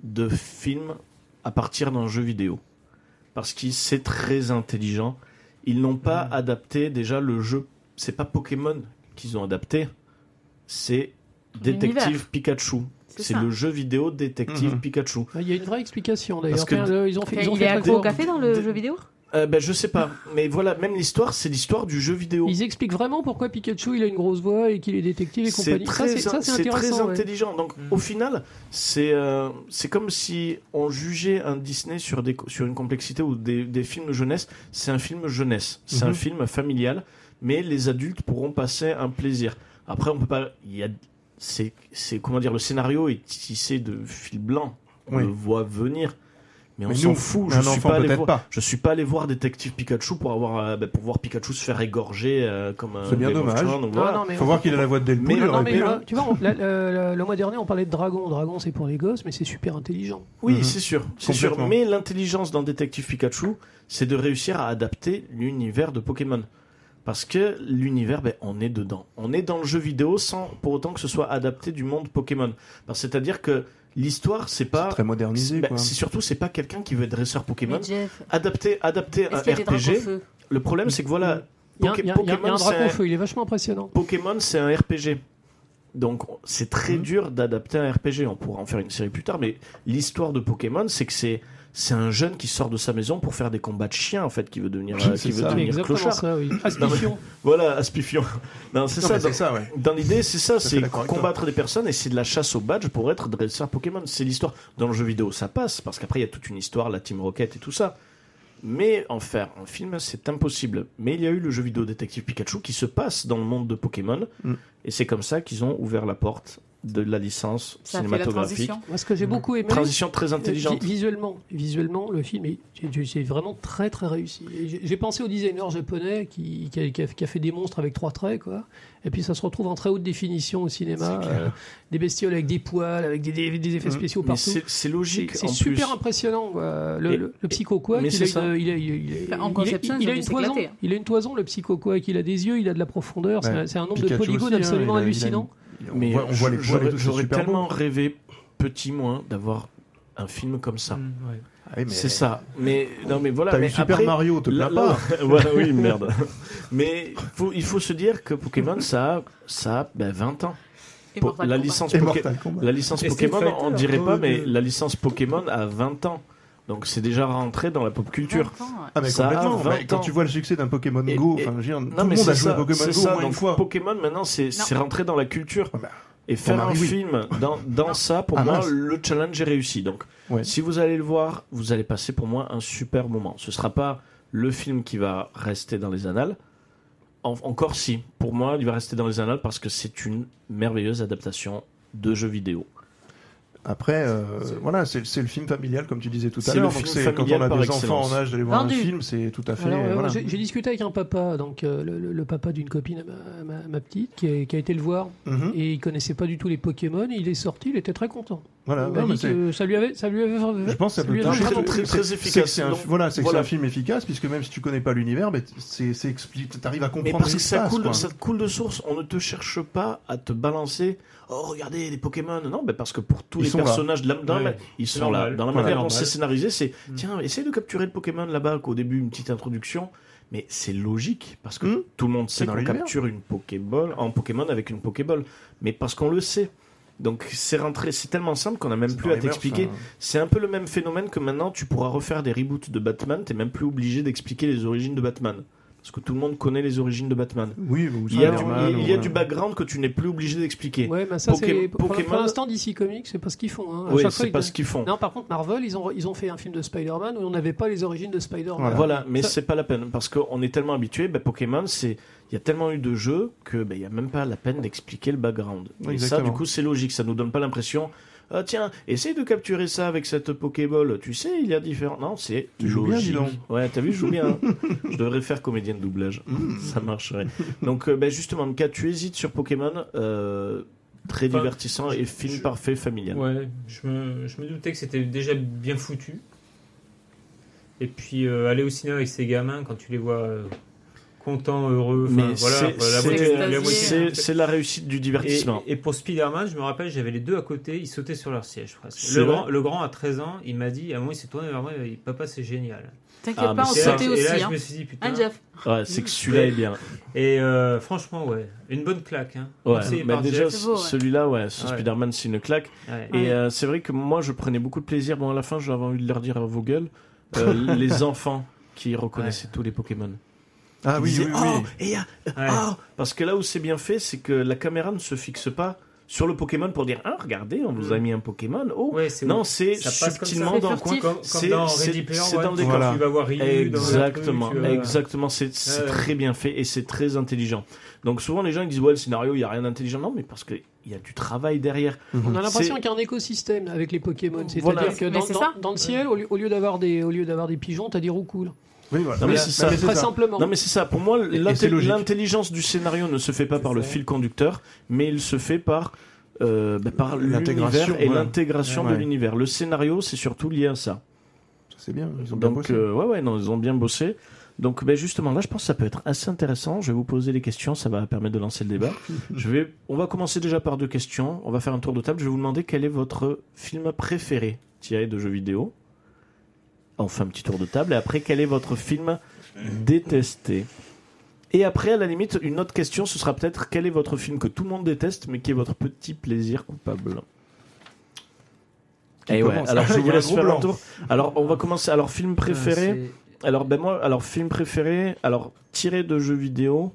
de films à partir d'un jeu vidéo. Parce que c'est très intelligent. Ils n'ont pas Mhm. adapté déjà le jeu, c'est pas Pokémon qu'ils ont adapté, c'est L'univers. Détective Pikachu. C'est C'est ça. le jeu vidéo Détective Mhm. Pikachu. Il y a une vraie explication d'ailleurs. Parce que- Tiens, euh, ils ont fait, ils ont Il fait est accro au très- café dans le De- jeu vidéo Euh, ben, je sais pas. Mais voilà, même l'histoire, c'est l'histoire du jeu vidéo. Ils expliquent vraiment pourquoi Pikachu il a une grosse voix et qu'il est détective et C'est compagnie. très, ça, c'est, ça, c'est c'est très intéressant. ouais. intelligent. Donc, Mm. au final, c'est euh, c'est comme si on jugeait un Disney sur, des, co- sur une complexité ou des, des films de jeunesse. C'est un film jeunesse. C'est un Mm-hmm. Mhm. film familial, mais les adultes pourront passer un plaisir. Après, on peut pas. Il y a. C'est c'est- comment dire le scénario est tissé de fil blanc. On Oui. le voit venir, mais on Mais s'en nous, fout. Je un suis enfant pas allé peut-être voir. pas. Je suis pas allé voir Détective Pikachu pour avoir euh, bah, pour voir Pikachu se faire égorger euh, comme. un C'est bien Game of dommage. Thrones, donc Non, voilà. non, mais Faut voir qu'il a la voix de Delpool. Mais il non, Non, aurait mais pu, euh, hein. tu vois, on- la- la- la- le mois dernier, on parlait de Dragon. Dragon, c'est pour les gosses, mais c'est super intelligent. Oui, Mhm. c'est sûr, c'est sûr. Complètement. Mais l'intelligence dans Détective Pikachu, c'est de réussir à adapter l'univers de Pokémon. Parce que l'univers, ben, on est dedans. On est dans le jeu vidéo sans pour autant que ce soit adapté du monde Pokémon. Parce- C'est-à-dire que l'histoire, c'est C'est pas. très modernisé, ben, quoi. c'est surtout, c'est pas quelqu'un qui veut être dresseur Pokémon. Mais Jeff, Adapté, adapté à est-ce qu'il y a des dragons au RPG. feu Le problème, c'est que voilà, Il y a, un- Poké- il y a un- il y a Pokémon, un dragon c'est- au feu, il est vachement impressionnant. Pokémon, c'est un RPG. Donc, c'est très Mhm. dur d'adapter un RPG. On pourra en faire une série plus tard, mais l'histoire de Pokémon, c'est que c'est c'est un jeune qui sort de sa maison pour faire des combats de chiens, en fait, qui veut devenir, euh, C'est qui veut ça. C'est devenir exactement clochard. ça, oui. Aspifion. Voilà, aspifiant. Non, c'est Non, ça. mais Dans, C'est ça, ouais. dans l'idée, c'est ça, fait c'est d'accord avec combattre des personnes et c'est de la chasse au badge pour être dresseur Pokémon. C'est l'histoire. Dans le jeu vidéo, ça passe parce qu'après il y a toute une histoire, la Team Rocket et tout ça. Mais en faire un film, c'est impossible. Mais il y a eu le jeu vidéo Détective Pikachu qui se passe dans le monde de Pokémon Mm. et c'est comme ça qu'ils ont ouvert la porte de la licence Ça a fait la cinématographique. Mm. transition. Moi, ce que j'ai beaucoup aimé. euh, Transition très intelligente. vi- Visuellement, visuellement, le film est c'est- c'est vraiment très très réussi. Et j'ai- J'ai pensé au designer japonais qui, qui, a, qui a- qui a fait des monstres avec trois traits, quoi. Et puis ça se retrouve en très haute définition au cinéma, euh, des bestioles avec des poils, avec des, des- des effets Mhm. spéciaux Mm. Mais partout. c'est c'est C'est logique. c'est en super plus. impressionnant. quoi. Le, Et- le- le psycho quoi mais il, c'est a ça. une- il a- il a- il a- En il a- conception, il ils a ont dû une toison. s'éclater, hein. Il a une toison, le psycho quoi Il a des yeux, il a de la profondeur. c'est Ouais. un- C'est un nombre de Pikachu polygones aussi, hein, absolument il a- il a une- hallucinant. On voit, on voit les je- poils et tout, c'est j'aurais super tellement beau. rêvé, petit moins, d'avoir un film comme ça. Mm, ouais. Ah oui, mais C'est ça. Mais non, mais voilà. T'as mais eu Super après, Mario, te là- plains pas. là- voilà, oui, merde. Mais faut- il faut se dire que Pokémon, ça a, ça a ben, 20 ans. Et Po- Mortal la, Kombat. licence Et Poké- Mortal Kombat. la licence Et Pokémon, Street Fighter, on dirait dans pas, le- mais la licence Pokémon a 20 ans. Donc c'est déjà rentré dans la pop culture. 20 ans, ouais. Ah, mais Ça a complètement. 20 Mais quand ans. tu vois le succès d'un Pokémon Et- Go, et- enfin, je veux dire, Non, tout le mais monde a c'est joué à ça, Pokémon c'est Go ça. au moins Donc, une fois. Pokémon, maintenant, c'est c'est rentré dans la culture. Ouais, bah, Et faire un arrive, oui. film dans, dans ça, pour Ah, moi, mince. le challenge est réussi. Donc, Ouais. si vous allez le voir, vous allez passer pour moi un super moment. Ce sera pas le film qui va rester dans les annales. En- encore si, pour moi, il va rester dans les annales parce que c'est une merveilleuse adaptation de jeux vidéo. Après, euh, C'est- voilà, c'est c'est le film familial, comme tu disais tout C'est à le l'heure. film donc c'est- Quand on familial a par des excellence. enfants en âge d'aller voir un Vendu. film, c'est tout à fait. Alors, euh, voilà. J'ai j'ai discuté avec un papa, donc euh, le, le- le papa d'une copine à ma, à ma- à ma petite, qui a, qui a été le voir. Mhm. Et il connaissait pas du tout les Pokémon. et il est sorti, il était très content. Voilà, Il m'a non, mais dit c'est- que ça lui avait, ça lui avait. Je pense que ça ça peut lui avait toucher vraiment tout- plu. très- très c'est- efficace, c'est que c'est un- donc, voilà, c'est que voilà. c'est un film efficace, puisque même si tu connais pas l'univers, mais c'est c'est expli- t'arrives à Mais comprendre parce ce que qui se ça, passe, coule, quoi. ça coule de source, on ne te cherche pas à te balancer. Oh, regardez les Pokémon. Non, ben parce que pour tous Ils les sont là. personnages de la, dans la- Ouais. ils sont Normal. là. Dans la Voilà, manière dont normal. c'est scénarisé, c'est Mm. tiens, essaye de capturer le Pokémon là-bas, qu'au début, une petite introduction. Mais c'est logique, parce que Mm. tout le monde sait dans qu'on l'univers. capture une Pokéball, en Pokémon avec une Pokéball. Mais parce qu'on le sait. Donc c'est rentré, c'est tellement simple qu'on n'a même C'est plus dans à les mœurs, t'expliquer. hein. C'est un peu le même phénomène que maintenant tu pourras refaire des reboots de Batman, t'es même plus obligé d'expliquer les origines de Batman. Parce que tout le monde connaît les origines de Batman. Oui, ou Il y a, du, Spider-Man, il y a ou- du background que tu n'es plus obligé d'expliquer. Ouais, mais ça, c'est- Poké- pour- pour Pokémon- l'instant, DC Comics, c'est pas ce qu'ils font. hein. À chaque oui, fois, c'est ils pas donnent- ce qu'ils font. Non, par contre, Marvel, ils ont, ils ont fait un film de Spider-Man où on n'avait pas les origines de Spider-Man. Voilà. Voilà, mais Ça- c'est pas la peine parce qu'on est tellement habitué. ben, Pokémon, c'est il y a tellement eu de jeux que ben, il y a même pas la peine d'expliquer le background. Et ça, Exactement. du coup, c'est logique. Ça nous donne pas l'impression. Ah tiens, essaye de capturer ça avec cette Pokéball. Tu sais, il y a différents. Non, c'est Tu joues bien, logique. dis donc. Ouais, t'as vu, je joue bien. je devrais faire comédien de doublage. Hmm. Ça marcherait. Donc, euh, ben, justement, Mika, tu hésites sur Pokémon. euh, très Enfin, divertissant et film je- parfait familial. Ouais, je me, je me doutais que c'était déjà bien foutu. Et puis euh, aller au cinéma avec ces gamins quand tu les vois euh, contents, heureux, enfin, Mais voilà, c'est- la c'est- voiture, la extasié. voiture. c'est c'est la réussite du Et, divertissement. et pour Spider-Man, je me rappelle, j'avais les deux à côté, ils sautaient sur leur siège presque. C'est Le vrai grand, le grand à 13 ans, il m'a dit, à un moment il s'est tourné vers moi, il m'a dit Papa, c'est génial. T'inquiète Ah, mais pas, on Et là, c'est- sautait et là, aussi. je hein. me suis dit Putain. Hein, Jeff Ouais, c'est que celui-là est bien. Et euh, franchement, ouais, une bonne claque. Hein. Ouais, Conseillé mais par déjà Jeff. C'est beau, ouais. celui-là, ouais, ce Ouais. Spider-Man, c'est une claque. Ouais. Et euh, c'est vrai que moi, je prenais beaucoup de plaisir. Bon, à la fin, j'avais envie de leur dire à vos gueules, euh, les enfants, qui reconnaissait tous les Pokémon. Ah Il oui, disait, oui, oh, oui. et il y a- Ouais. oh Parce que là où c'est bien fait, c'est que la caméra ne se fixe pas sur le Pokémon pour dire Ah, regardez, on vous a mis un Pokémon. Oh Mm. Ouais, c'est Non, c'est ça passe comme subtilement ça. dans le coin. Comme, comme C'est- dans c'est- Ready Player c'est One, dans le tu vois, décor. tu vas voir Ryu Exactement, dans le truc, tu vas- exactement. C'est c'est Ouais. très bien fait et c'est très intelligent. Donc souvent les gens ils disent ouais le scénario il y a rien d'intelligent non mais parce qu'il y a du travail derrière. Mhm. On a l'impression C'est- qu'il y a un écosystème avec les Pokémon. C'est-à-dire Voilà. que Mais dans, c'est dans- ça. dans le ciel, au lieu, au lieu d'avoir des, au lieu d'avoir des pigeons, t'as des roucoules. Oui, voilà. Non, mais Mais- c'est ça. mais Très simplement. Non mais c'est ça. Pour moi Et- et l'inté- c'est logique. l'intelligence du scénario ne se fait pas C'est par le ça. fil conducteur mais il se fait par euh, bah, par L'intégration, l'univers et ouais. l'intégration Ouais. de l'univers. Le scénario c'est surtout lié à ça. C'est bien, ils ont bien Donc bossé. euh, ouais ouais non ils ont bien bossé. Donc ben justement là je pense que ça peut être assez intéressant. Je vais vous poser des questions, ça va permettre de lancer le débat. je vais, on va commencer déjà par deux questions. On va faire un tour de table. Je vais vous demander quel est votre film préféré tiré de jeux vidéo. On fait un petit tour de table et après quel est votre film détesté. Et après à la limite une autre question ce sera peut-être quel est votre film que tout le monde déteste mais qui est votre petit plaisir coupable. Qui Eh ouais, commence alors je Il y vous a un laisse gros faire blanc. un tour. Alors on va commencer. Alors film Ouais, préféré. Ah, c'est- Alors, ben moi, alors film préféré, alors tiré de jeux vidéo.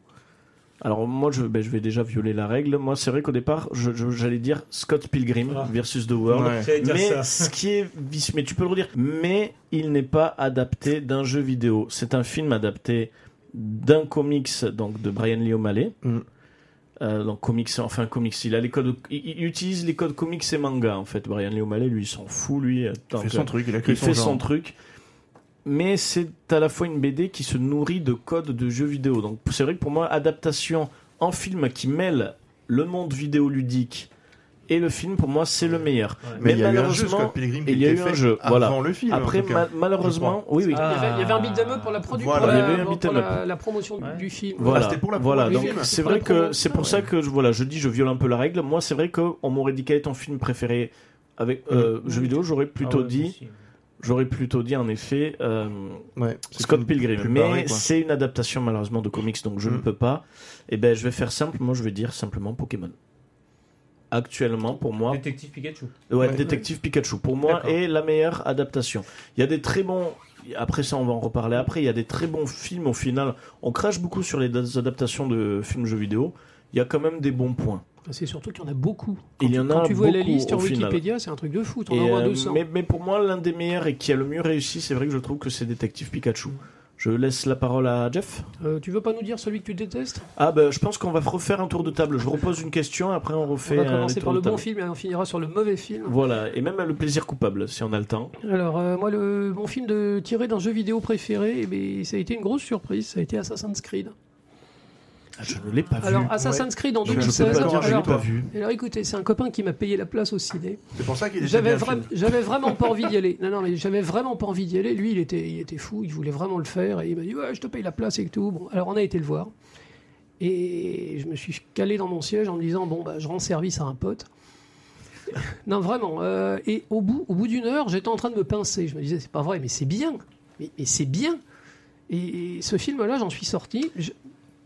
Alors moi, je, ben, je vais déjà violer la règle. Moi, c'est vrai qu'au départ, je- je- j'allais dire Scott Pilgrim Ah. versus The World. Ouais. J'allais dire Mais ça. ce qui est vis- mais tu peux le redire. Mais il n'est pas adapté d'un jeu vidéo. C'est un film adapté d'un comics donc de Brian Lee O'Malley. Mm. Euh, donc comics, enfin comics. Il a les codes, il, il utilise les codes comics et manga en fait. Brian Lee O'Malley, lui, il s'en fout lui. Il Tant fait que- son truc, il a créé il fait genre. son truc. Mais c'est à la fois une BD qui se nourrit de codes de jeux vidéo. Donc c'est vrai que pour moi, adaptation en film qui mêle le monde vidéoludique et le film, pour moi, c'est le meilleur. Ouais. Mais il y a eu un jeu, malheureusement, Scott Pilgrim, qui il y a était eu un fait jeu, avant voilà. le film. en Après, tout cas. ma- malheureusement, oui, oui. Il, y avait, il y avait un beat up pour la, produ- Voilà. pour la- Il y avait un pour beat'em la- la promotion du- Ouais. du film. Voilà, Ah, c'était pour la voilà. promo du donc film. c'est Pour vrai la promo. que c'est pour Ah, ça ouais. que je, voilà, je dis je viole un peu la règle. Moi, c'est vrai que on m'aurait dit quel est ton film préféré avec euh, jeu vidéo, j'aurais plutôt Mm. Ah ouais, dit, aussi. j'aurais plutôt dit en effet euh, Ouais, c'est Scott une- Pilgrim, plus mais pareil, quoi. c'est une adaptation malheureusement de comics, donc je ne Mm. peux pas. Et ben, je vais faire simple. Moi, je vais dire simplement Pokémon. Actuellement, pour moi, Détective Pikachu. ouais, Ouais. Détective Pikachu, pour moi, D'accord. est la meilleure adaptation. Il y a des très bons. Après ça, on va en reparler après. Il y a des très bons films au final. On crache beaucoup sur les adaptations de films jeux vidéo. Il y a quand même des bons points. C'est surtout qu'il y en a beaucoup. Il y en a Quand tu vois la beaucoup, liste sur au final. Wikipédia, c'est un truc de fou. T'en Et, as au moins euh, 200. mais, mais pour moi, l'un des meilleurs et qui a le mieux réussi, c'est vrai que je trouve que c'est Détective Pikachu. Je laisse la parole à Jeff. Euh, tu veux pas nous dire celui que tu détestes Ah bah je pense qu'on va refaire un tour de table. Je repose une question, après on On refait va euh, commencer les tours par de le bon table. film et on finira sur le mauvais film. Voilà, et même le plaisir coupable, si on a le temps. Alors, euh, moi, le bon film de tiré d'un jeu vidéo préféré, eh ben, ça a été une grosse surprise. Ça a été Assassin's Creed. je ne l'ai pas Alors, Assassin's Creed en Je- je peux 2016. pas dire, je l'ai alors, pas vu. alors, écoutez, c'est un copain qui m'a payé la place au ciné. C'est pour ça qu'il est J'avais bien le vra- film. j'avais vraiment pas envie d'y aller. Non, non, mais j'avais vraiment pas envie d'y aller. Lui, il était, il était fou, il voulait vraiment le faire. Et il m'a dit, ouais, je te paye la place et tout. Bon, alors on a été le voir. Et je me suis calé dans mon siège en me disant, bon, bah, je rends service à un pote. non, vraiment. euh, et au bout, au bout d'une heure, j'étais en train de me pincer. Je me disais, c'est pas vrai, mais c'est bien. Mais, mais c'est bien. Et, et ce film-là, j'en suis sorti. Je-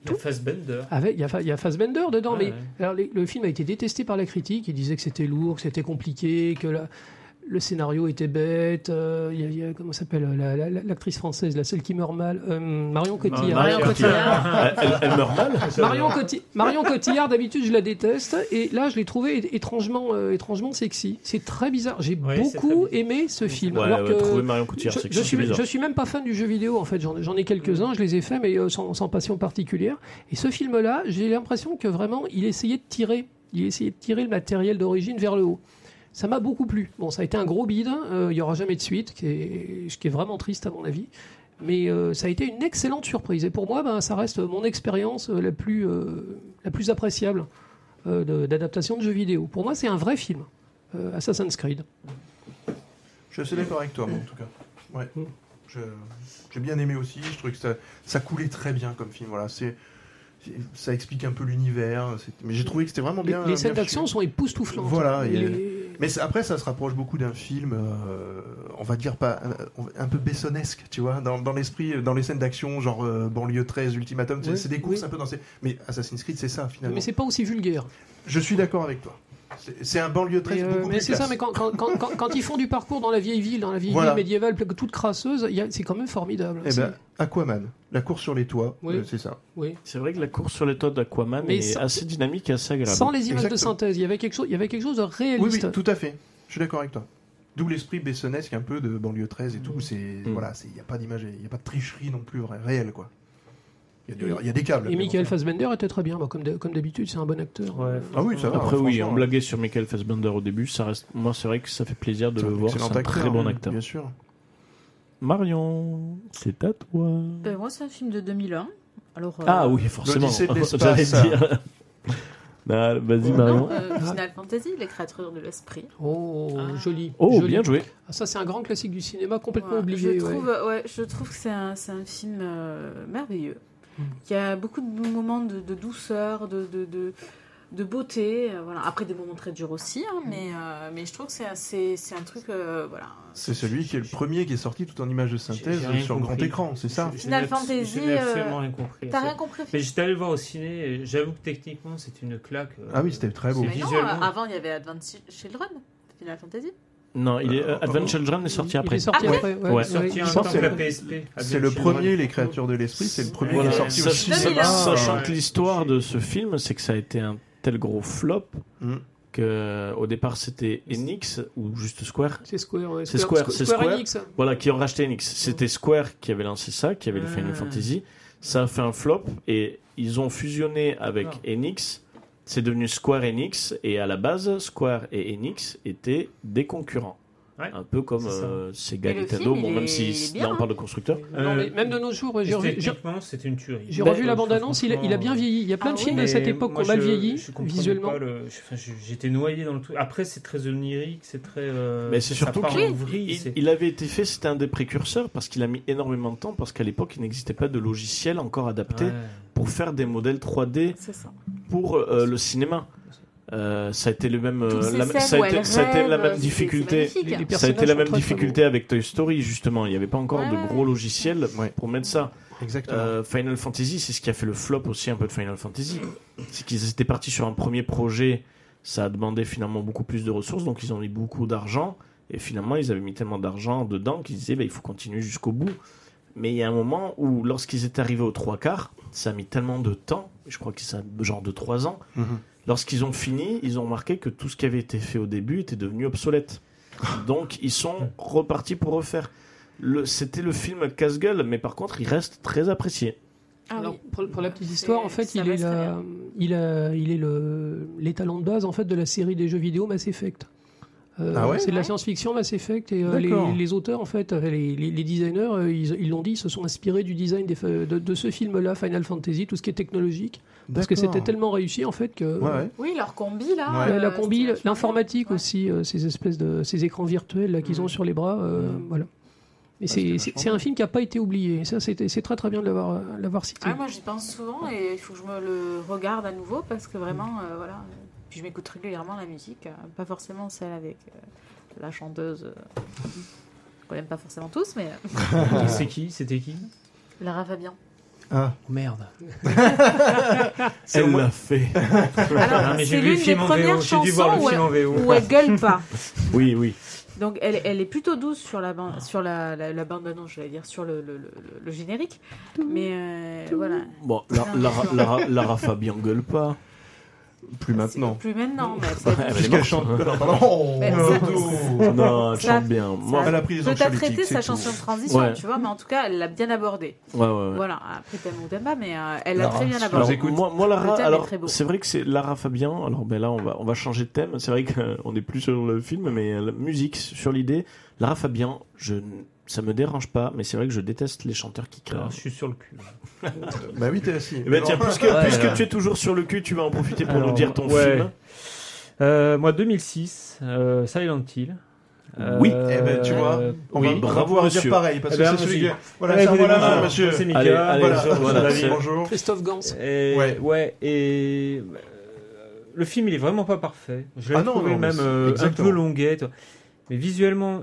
Il y a Fassbender. avec, il y a, Fa- il y a Fassbender dedans, Ouais, mais ouais. alors, les- le film a été détesté par la critique. Ils disaient que c'était lourd, que c'était compliqué, que la- le scénario était bête. euh, Il y a- il y, a, comment ça s'appelle la- la- la- l'actrice française, la seule qui meurt mal, euh, Marion Cotillard. Marion Cotillard. elle, elle meurt mal Marion, Coti- Marion Cotillard, d'habitude, je la déteste. Et là, je l'ai trouvé é- étrangement, euh, étrangement sexy. C'est très bizarre. J'ai Ouais, c'est très beaucoup bizarre. aimé ce film. Ouais, alors ouais, que trouver Marion Cotillard, je, c'est que je c'est suis, bizarre. je suis même pas fan du jeu vidéo en fait, j'en j'en ai quelques-uns, je les ai faits mais euh, sans, sans passion particulière. Et ce film-là, j'ai l'impression que vraiment il essayait de tirer, il essayait de tirer le matériel d'origine vers le haut. Ça m'a beaucoup plu. Bon, ça a été un gros bide, euh, il y aura jamais de suite, qui est- ce qui est vraiment triste à mon avis. Mais euh, ça a été une excellente surprise. Et pour moi, ben, ça reste mon expérience euh, la, plus, euh, la plus appréciable euh, de- d'adaptation de, jeux vidéo. Pour moi, c'est un vrai film, euh, Assassin's Creed. Je suis assez d'accord avec toi, moi, en tout cas. Ouais. Mm. Je- J'ai bien aimé aussi. Je trouvais que ça, ça coulait très bien comme film. Voilà, c'est c'est- ça explique un peu l'univers. c'est- Mais j'ai trouvé que c'était vraiment Les, bien. euh, les bien scènes d'action fichu. sont époustouflantes. hein. Voilà, Et il y a- les- Mais c'est- après, ça se rapproche beaucoup d'un film, euh, on va dire pas euh, un, un peu bessonesque, tu vois, dans, dans l'esprit, euh, dans les scènes d'action, genre euh, banlieue 13, ultimatum. c'est- Oui, c'est des courses oui. un peu dans ces. Mais Assassin's Creed, c'est ça finalement. Mais c'est pas aussi vulgaire. Je suis d'accord avec toi. C'est- C'est un banlieue Mais, 13 euh, beaucoup mais plus c'est ça, classe. mais quand, quand- quand- quand- quand ils font du parcours dans la vieille ville, dans la vieille Voilà. ville médiévale, pla- toute crasseuse, il y a- c'est quand même formidable. Eh C'est- ben, Aquaman, la course sur les toits, Oui. euh, c'est ça. oui. C'est vrai que la course sur les toits d'Aquaman Mais est sans- assez dynamique et assez agréable. Sans les images de Exactement. synthèse, il y avait quelque chose, il y avait quelque chose de Oui, réaliste. oui, tout à fait. Je suis d'accord avec toi. D'où l'esprit bessonesque un peu de banlieue 13 et Mm. tout. C'est voilà, c'est- il n'y a pas d'image, il n'y a pas de tricherie non plus vraie- réelle quoi. Il y, a du- il y a des câbles. Et bien Michael entendu. Fassbender était très bien, Bon, comme de- comme d'habitude, c'est un bon acteur. Euh, Ouais, Ah oui, ça va. Après oui, franchement, on blaguait sur Michael Fassbender au début, ça reste moi c'est vrai que ça fait plaisir de c'est le un voir, c'est excellent un très bon hein, acteur. Bien sûr. Marion, c'est à toi. Euh, Ben, moi, c'est un film de 2001. Alors, euh, Ah oui, forcément. l'Odyssée de l'espace. J'allais dire. Non, Vas-y Marion. non, euh, Final Fantasy, les créatures de l'esprit. Oh, Ah. joli. Oh, joli. bien joué. Ah, ça, c'est un grand classique du cinéma complètement Voilà. oublié. Je ouais. trouve, ouais, je trouve que c'est un, c'est un film euh, merveilleux. Mm. Il y a beaucoup de moments de, de douceur, de, de, de, de beauté. euh, voilà. Après, des moments très durs aussi, hein, Mm. mais, euh, mais je trouve que c'est assez- c'est un truc. euh, voilà. C'est celui qui est le premier qui est sorti tout en image de synthèse J'ai- j'ai rien sur grand compris. écran, c'est ça. Je- je Final n'ai abs- Fantasy, Je n'ai absolument euh, rien compris. T'as rien compris, Mais Phil j'étais allé le voir au ciné et j'avoue que techniquement c'est une claque. euh, Ah oui, c'était très beau. c'est Mais non, euh, visuellement- avant, il y avait Advanced Children, Final Fantasy. Non, il est Euh, euh, Advent Children est sorti Il- après. Il est sorti Ah ouais après. ouais, Ouais. ouais, C'est sorti il est en même temps sorti que la après. PSP. C'est le premier, les créatures de l'esprit, c'est le premier Voilà. qui est sorti Sach- au sach- cinéma. Sachant Ouais. que l'histoire de ce film, c'est que ça a été un tel gros flop Mm. que euh, au départ c'était Enix ou juste Square C'est Square, ouais. C'est Square, c'est Square Square. Enix. hein. Voilà, qui ont racheté Enix. C'était Square qui avait lancé ça, qui avait le Ah. Final Fantasy. Ça a fait un flop et ils ont fusionné avec Ah. D'accord. Enix. C'est devenu Square Enix et à la base, Square et Enix étaient des concurrents. Ouais. Un peu comme C'est ça. euh, Sega Et le Nintendo, film, bon, il même est- si il est bien, hein. là on parle de constructeur. hein. Non, Euh, mais même de nos jours, ouais, j'ai revu, j'ai- Techniquement, c'est une tuerie. j'ai Ben, revu la euh, bande-annonce, il, a- il a bien franchement, euh, vieilli. Il y a plein Ah de oui. films de Mais cette époque moi, qu'on a je- vieilli je comprenais visuellement. pas le- je- enfin, je- J'étais noyé dans le truc. Après, c'est très onirique, c'est très. euh, Mais c'est ça surtout part qu'il- en vrille, Il, c'est- il avait été fait, c'était un des précurseurs parce qu'il a mis énormément de temps parce qu'à l'époque il n'existait pas de logiciel encore adapté Ouais. pour faire des modèles 3D C'est ça. pour euh, le cinéma. Euh, ça a été le même, euh, Toutes ces la- scènes ça où a été, elle ça a été la rêve, même c'est- difficulté. c'est magnifique. Les- les Ça a été personnages la sont même très, très difficulté avec Toy Story justement. Il n'y avait pas encore Ouais, de ouais. gros logiciels Ouais. pour mettre ça. Exactement. Euh, Final Fantasy, c'est ce qui a fait le flop aussi un peu de Final Fantasy, c'est qu'ils étaient partis sur un premier projet, ça a demandé finalement beaucoup plus de ressources, donc ils ont mis beaucoup d'argent et finalement ils avaient mis tellement d'argent dedans qu'ils disaient bah, il faut continuer jusqu'au bout. Mais il y a un moment où lorsqu'ils étaient arrivés aux trois quarts, ça a mis tellement de temps, je crois que c'est un genre de trois ans. Mhm. Lorsqu'ils ont fini, ils ont remarqué que tout ce qui avait été fait au début était devenu obsolète. Donc ils sont repartis pour refaire. Le- C'était le film casse-gueule, mais par contre il reste très apprécié. Ah Alors, oui. pour, pour la petite C'est- histoire, en fait, ça il va est, très la- il, a- il est le, les talents de base en fait, de la série des jeux vidéo Mass Effect. Euh, Ah ouais c'est de la science-fiction Mass Effect et euh, les, D'accord. les auteurs en fait, euh, les, les- les designers, euh, ils ils l'ont dit, ils se sont inspirés du design des fa- de, de ce film-là, Final Fantasy, tout ce qui est technologique, parce que D'accord. c'était tellement réussi en fait que Ouais, ouais. Oui, leur combi là. Ouais. Euh, la euh, combi, c'était vachement l'informatique bien. Ouais. Mm. aussi, euh, ces espèces de ces écrans virtuels là, qu'ils ont Mhm. sur les bras, euh, Mm. Mhm. voilà. Ah, Mais c'était c'est- c'est vachement c'est un film qui n'a pas été oublié. Ça, c'était- c'est très très bien de l'avoir euh, l'avoir cité. Ah, moi j'y pense souvent et il faut que je me le regarde à nouveau parce que vraiment, euh, voilà. Puis je m'écoute régulièrement la musique, euh, pas forcément celle avec euh, la chanteuse euh, qu'on aime pas forcément tous, mais euh, C'est qui C'était qui Lara Fabian. Ah, Oh, merde. C'est au moins- fait. Ah, Alors, mais c'est j'ai vu le l'une des film en VO. premières J'ai dû voir chansons le où film elle, en VO. où elle gueule pas. Oui, oui. Donc elle, elle est plutôt douce sur la bande, sur la, la, la bande annonce, j'allais dire sur le, le, le, le- le générique. Mais euh, voilà. Bon, la, Lara, Lara, Lara Fabian gueule pas. plus maintenant. C'est Plus maintenant, mais Ouais, ça- elle est Puisqu'elle morte. chante. Oh, Mais non. ça- Non, elle Ça- chante bien. Moi, Elle a pris les Peut anxiolytiques, traité c'est sa tout. chanson de transition, Ouais. tu vois, mais en tout cas, elle l'a bien abordée. ouais, ouais, ouais. Voilà, après t'aimes ou t'aimes pas, mais euh, elle l'a Lara, très bien si tu Alors, nous abordée. écoutes. moi, moi, Le Lara, thème est alors très beau. c'est vrai que c'est Lara Fabian. Alors, ben là, on va, on va changer de thème. C'est vrai qu'on n'est plus sur le film, mais euh, la musique, sur l'idée. Lara Fabian, je, n- ça me dérange pas, mais c'est vrai que je déteste les chanteurs qui Alors, crachent. Je suis sur le cul. Bah oui, t'es assis. Eh ben tiens, puisque, Ouais, puisque ouais. tu es toujours sur le cul, tu vas en profiter pour Alors, nous dire ton ouais. film. Euh, moi, 2006, euh, Silent Hill. Euh, Oui. Eh ben, tu vois, On va Oui, bravo, bravo, on va monsieur. dire pareil, parce Eh que ben, c'est celui monsieur. qui... Voilà, c'est un bon la main, monsieur. C'est Allez, Mika. allez, voilà, je- voilà, David. c'est- Bonjour. Christophe Gans. Et, Ouais. ouais. et euh, le film, il est vraiment pas parfait. Je l'ai Ah non, trouvé non, mais même c'est- euh, un exactement. peu longuet. toi. Mais visuellement,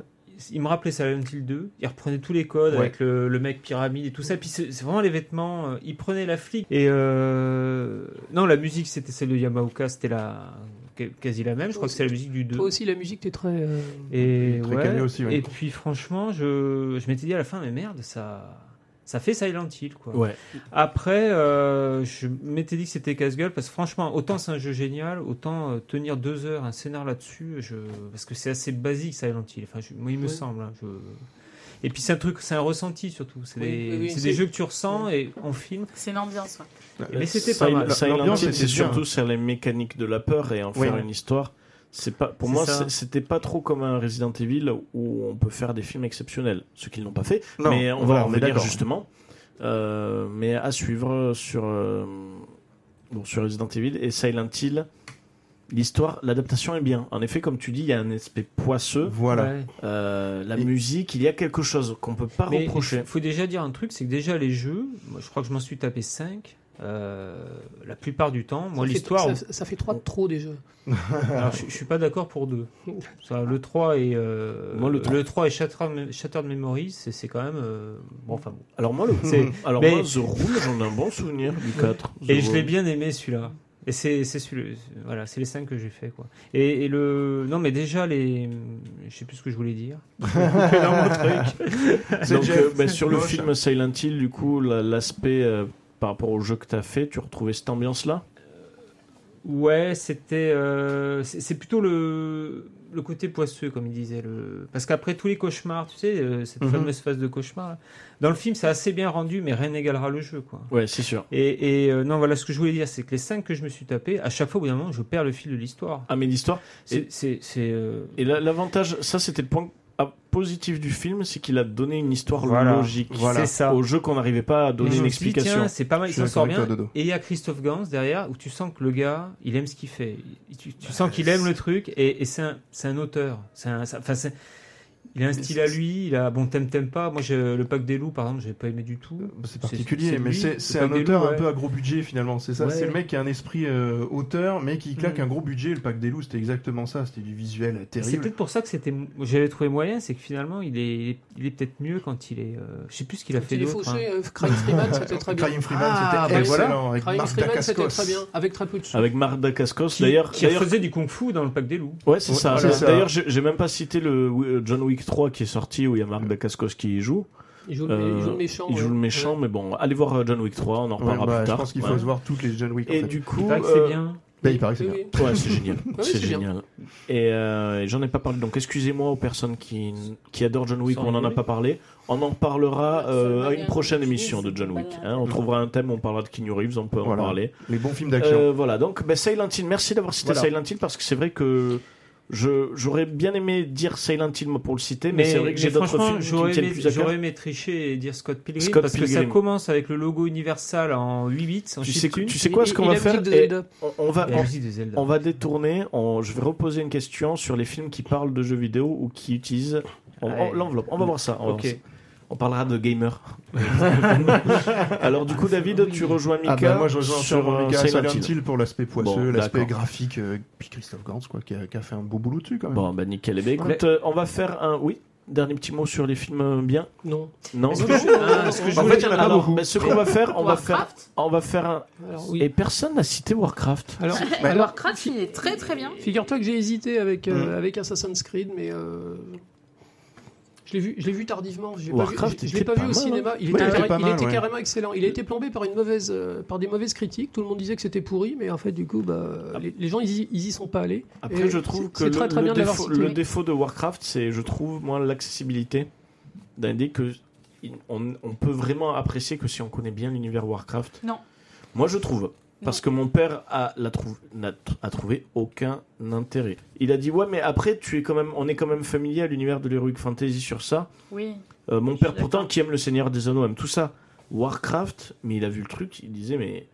il me rappelait Silent Hill 2. Il reprenait tous les codes Ouais. avec le, le mec pyramide et tout ça. Puis c'est c'est vraiment les vêtements. euh, Il prenait la flic. Et euh, non, la musique, c'était celle de Yamaoka. C'était la qu- quasi la même. Je crois que c'est la musique du 2. Toi aussi, la musique, t'es très. euh, Et, Très ouais. calé aussi, ouais. et puis franchement, je, je m'étais dit à la fin, mais merde, ça, ça fait Silent Hill. Quoi. Ouais. Après, euh, je m'étais dit que c'était casse-gueule, parce que franchement, autant c'est un jeu génial, autant euh, tenir deux heures un scénar là-dessus, je... parce que c'est assez basique Silent Hill. Enfin, je- moi, il me Oui. semble. hein, je- Et puis c'est un truc, c'est un ressenti surtout. C'est Oui, des, oui, oui, c'est c'est- des jeux que tu ressens et on filme. C'est une ambiance. ouais. Mais c'était pas Sil- mal. Silent L'ambiance Hill, était c'est bien. surtout sur les mécaniques de la peur et en Oui. faire une histoire. C'est pas, pour C'est moi, ça. c'est- c'était pas trop comme un Resident Evil où on peut faire des films exceptionnels, ce qu'ils n'ont pas fait. Non, mais on voilà, va en on est venir d'accord. justement. Euh, mais à suivre sur, euh, bon, sur Resident Evil et Silent Hill. L'histoire, l'adaptation est bien. En effet, comme tu dis, il y a un aspect poisseux. Voilà. Ouais. Euh, la Et- musique, il y a quelque chose qu'on peut pas Mais reprocher. Il faut déjà dire un truc, c'est que déjà les jeux, moi, je crois que je m'en suis tapé 5. la plupart du temps, moi ça fait- l'histoire, Ça, ça fait trois de trop déjà. alors, je, je suis pas d'accord pour deux. Ça, le 3 et euh, Moi, le 3. et Shattered, Shattered Memories, c'est c'est quand même euh, bon. Enfin bon. Alors moi, le, C'est- alors mais- moi, The Room, j'en ai un bon souvenir du 4. The Et je Room. l'ai bien aimé celui-là. Et c'est c'est celui voilà, c'est les 5 que j'ai fait quoi. Et, et le non mais déjà les je sais plus ce que je voulais dire. C'est Donc, Jeff, euh, bah, c'est sur le moche. film Silent Hill, du coup, la- l'aspect euh, par rapport au jeu que tu as fait, tu retrouvais cette ambiance-là Ouais, c'était. euh, c'est c'est plutôt le, le côté poisseux, comme il disait. Le... Parce qu'après tous les cauchemars, tu sais, euh, cette Mhm. fameuse phase de cauchemar, là, dans le film, c'est assez bien rendu, mais rien n'égalera le jeu, quoi. Ouais, c'est sûr. Et, et, euh, non, voilà ce que je voulais dire, c'est que les 5 que je me suis tapé, à chaque fois, au bout d'un moment, je perds le fil de l'histoire. Ah, mais l'histoire. C'est. c'est- c'est, euh, Et la- l'avantage, ça, c'était le point ah, positif du film, c'est qu'il a donné une histoire Voilà. logique Voilà. C'est ça. au jeu qu'on n'arrivait pas à Et donner je une me suis dit, explication. tiens, C'est pas mal, il Je suis s'en d'accord sort avec bien. toi, Dodo. Et il y a Christophe Gans derrière, où tu sens que le gars, il aime ce qu'il fait. Il- Tu, tu sens qu'il aime le truc, et, et Bah, c'est un, c'est un auteur. C'est un- ça- enfin, c'est- il a un style à lui, il a bon t'aimes t'aimes pas. Moi, j'ai- le pack des loups, par exemple, j'ai pas aimé du tout. Bah, C'est particulier, c'est mais lui, c'est c'est c'est un Pac des auteur Loups, un ouais. peu à gros budget finalement. C'est ça, Ouais. c'est le mec qui a un esprit euh, auteur, mais qui claque Mm. un gros budget. Le pack des loups, c'était exactement ça. C'était du visuel Bah, C'est terrible. peut-être pour ça que c'était, j'avais trouvé moyen, c'est que finalement, il est, il est, il est peut-être mieux quand il est. euh, je sais plus ce qu'il a fait Il est d'autre. hein. fauché, euh, Crying Freeman, c'était très bien. Crying Freeman, Ah, c'était bah excellent voilà. avec Crying Marc Freeman, c'était Dacascos. très bien, avec très peu de sous. Avec Marda Cascos, Qui, d'ailleurs. qui d'ailleurs- faisait du kung-fu dans le pack des loups. Ouais, c'est Ouais, ça. c'est D'ailleurs, ça. D'ailleurs, j'ai j'ai même pas cité le euh, John Wick 3 qui est sorti où il y a Marc Dacascos qui y joue. Il joue, le- il joue Euh, le méchant. Il joue ouais. le méchant, mais bon, allez voir euh, John Wick 3, on en Ouais, reparlera bah, plus je tard. pense qu'il faut Ouais. se voir toutes les John Wick. en Et fait. du Il coup, paraît que c'est euh, bien. Là, il paraît que c'est Oui, bien. oui. Ouais, c'est génial. oui, c'est c'est bien. génial. Et euh, j'en ai pas parlé. Donc, excusez-moi aux personnes qui, qui adorent John Wick, Sans on en a rigoler. pas parlé. On en parlera euh, à une prochaine émission de John Wick. hein. On trouvera un thème, on parlera de Keanu Reeves, on peut en Voilà. parler. Les bons films d'action. Euh, voilà, donc bah, Silent Hill, merci d'avoir cité Voilà. Silent Hill parce que c'est vrai que je, j'aurais bien aimé dire Silent Hill moi, pour le citer, mais, c'est vrai que j'ai mais d'autres franchement, films qui me J'aurais tiennent aimé, plus à cœur. j'aurais aimé tricher et dire Scott Pilgrim Scott parce que Pilgrim. ça commence avec le logo Universal en 8 bits. En Tu sais, chiptune. tu sais quoi Il- ce qu'on il va a la faire musique de Et Zelda. on, on va, Et la on, musique de Zelda. on va détourner. on- je vais reposer une question sur les films qui parlent de jeux vidéo ou qui utilisent on- Ouais. on- l'enveloppe. On va voir ça. On, va voir Ok. ça. On parlera de gamer. Alors du coup, David, tu rejoins Mika Ah bah moi je rejoins sur sur euh, Mika Silent Silent Hill. Hill pour l'aspect poisseux, Bon, l'aspect d'accord. graphique, euh, puis Christophe Gans quoi, qui a, qui a fait un beau boulot dessus quand même. Bon, bah nickel. Eh bien, écoute, euh, on va faire un oui. Dernier petit mot sur les films euh, bien. Non. Non. Est-ce que je- ah, est-ce que je En fait, voulais- il y en a pas alors, beaucoup. Mais ce qu'on va faire, on va faire, Warcraft, on va faire un. Alors, oui. Et personne n'a cité Warcraft. Alors, alors, Warcraft, il est très très bien. figure-toi que j'ai hésité avec, euh, Mm. avec Assassin's Creed, mais euh, je l'ai vu, je l'ai vu tardivement. j'ai pas vu- Warcraft je je l'ai était pas vu pas au mal, cinéma. Il Ouais, était, il était carré- pas il mal, était ouais. carrément excellent. Il a été plombé par, une mauvaise, euh, par des mauvaises critiques. Tout le monde disait que c'était pourri, mais en fait, du coup, bah, les, les gens, ils y, ils y sont pas allés. Après, Et je trouve c'est- que c'est le, très, très le bien de l'avoir défaut, cité, le oui. défaut de Warcraft, c'est, je trouve, moi, l'accessibilité. D'indé que il- on, on peut vraiment apprécier que si on connaît bien l'univers Warcraft. Non. Moi, je trouve. Parce que mon père a, la trouv- n'a tr- a trouvé aucun intérêt. Il a dit ouais, mais après, tu es quand même, on est quand même familier à l'univers de l'heroic fantasy sur ça. Oui. Euh, mon Je père, suis d'accord. pourtant, qui aime le Seigneur des Anneaux, aime tout ça. Warcraft, mais il a vu le truc, il disait mais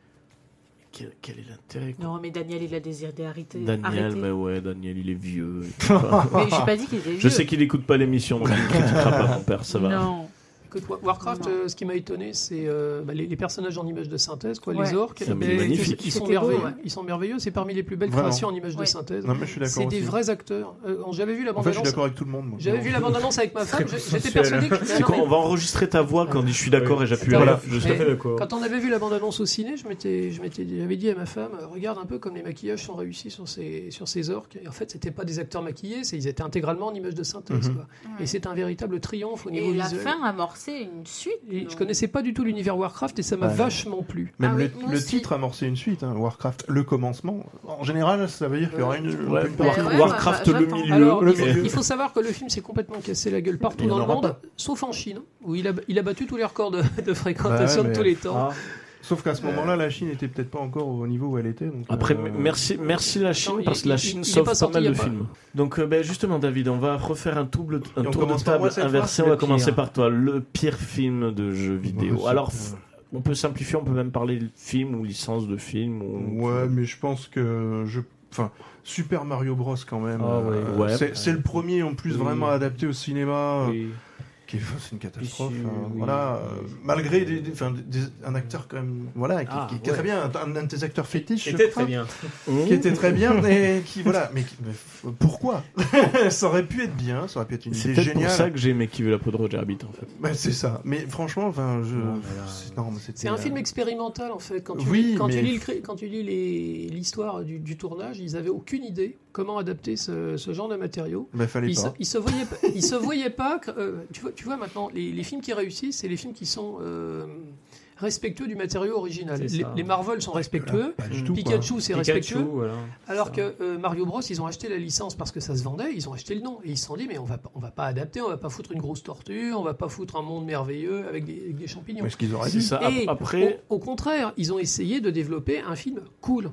quel, quel est l'intérêt quoi Non, mais Daniel, il a désiré d'arrêter. Daniel, arrêter. mais ouais, Daniel, il est vieux. Mais j'ai pas dit qu'il était vieux. Je sais qu'il écoute pas l'émission, donc il ne critiquera pas mon père, ça va. Non. que toi. Warcraft, Non. euh, ce qui m'a étonné, c'est euh, bah, les, les personnages en images de synthèse, quoi, les Ouais. orques. Ça, mais ben, magnifique. Ils sont C'était beau, merveilleux. ouais. Ils sont merveilleux. C'est parmi les plus belles Vraiment. créations en images de Ouais. synthèse. Non, mais je suis d'accord C'est des aussi. vrais acteurs. Euh, quand J'avais vu la En fait, je suis bande-annonce. d'accord avec tout le monde. moi. J'avais vu la bande-annonce avec ma femme. Très J'étais consensuel. persuadé que. Non, C'est non, quand mais- on va enregistrer ta voix quand on dit je suis d'accord et j'appuie. Voilà. Voilà, je suis tout à fait d'accord. Quand on avait vu la bande-annonce au ciné, je m'étais, je m'étais, j'avais dit à ma femme, euh, regarde un peu comme les maquillages sont réussis sur ces, sur ces orques. Et en fait, c'était pas des acteurs maquillés, c'est, ils étaient intégralement en images de synthèse. Mhm. quoi. Et c'est un véritable triomphe au niveau Et la visuel. fin amorçait une suite. Et je donc. connaissais pas du tout l'univers Warcraft et ça m'a Ouais. vachement plu. Même Ah oui, le, moi le aussi. titre amorçait une suite, hein, Warcraft, le commencement. En général, ça veut dire qu'il y aura une, Euh, Ouais, une War- partie. ouais, Warcraft bah, bah, le j'attends. milieu. Alors, le il, faut, milieu. il faut savoir que le film s'est complètement cassé la gueule partout Il y dans en le aura monde, sauf en Chine, où il a, il a battu tous les records de, de fréquentation Bah ouais, de tous mais- les temps. Euh. Ah, Sauf qu'à ce moment-là, la Chine était peut-être pas encore au niveau où elle était. donc, Après, euh, merci, merci la Attends, Chine, il- parce que la il- Chine il est sauve pas pas, sorti mal il y a de pas- films. Donc, euh, ben, justement, David, on va refaire un, double, un Et on tour de commence par moi table cette fois, inversé. c'est On va le commencer pire. par toi. Le pire film de jeu vidéo. bah, c'est- Alors, f- on peut simplifier, on peut même parler de film ou licence de film. Ou... Ouais, mais je pense que je. Enfin, Super Mario Bros quand même. Ah ouais. euh, Ouais. c'est c'est le premier en plus Oui. vraiment adapté au cinéma. euh, oui. qui est- C'est une catastrophe. Issu, hein, oui. Voilà, euh, malgré des, des- enfin, des- un acteur quand même, voilà, qui, Ah, qui- qui est ouais. très bien, un, un de tes acteurs fétiches. je C'était crois. très bien. qui était très bien, mais qui voilà, mais, qui- mais f- pourquoi Ça aurait pu être bien, ça aurait pu être une C'est idée peut-être pour géniale. ça que j'ai aimé Qui veut la peau de Roger Rabbit, en fait. Ouais, c'est ça. Mais franchement, enfin, je. Non, mais là, c'est- non, mais c'était, C'est un euh, film expérimental en fait. Quand tu, Oui, lis, quand mais- tu lis le cré- quand tu lis les- l'histoire du, du tournage, ils avaient aucune idée comment adapter ce, ce genre de matériaux. Bah, fallait Ils se, pas. ils se voyaient pas. ils se voyaient pas. que- euh, tu, vois, tu vois maintenant, les, les films qui réussissent, c'est les films qui sont euh, respectueux du matériau original. C'est Les, ça. les Marvel sont respectueux. Pas du tout. quoi. Pikachu, c'est Pikachu, respectueux. voilà. Alors Ça. que euh, Mario Bros, ils ont acheté la licence parce que ça se vendait, ils ont acheté le nom. Et ils se sont dit, mais on va, pas- on va pas adapter, on va pas foutre une grosse tortue, on va pas foutre un monde merveilleux avec des, avec des champignons. Mais ce qu'ils auraient C'est dit. ça. Ap- Et Après, au, au contraire, ils ont essayé de développer un film cool,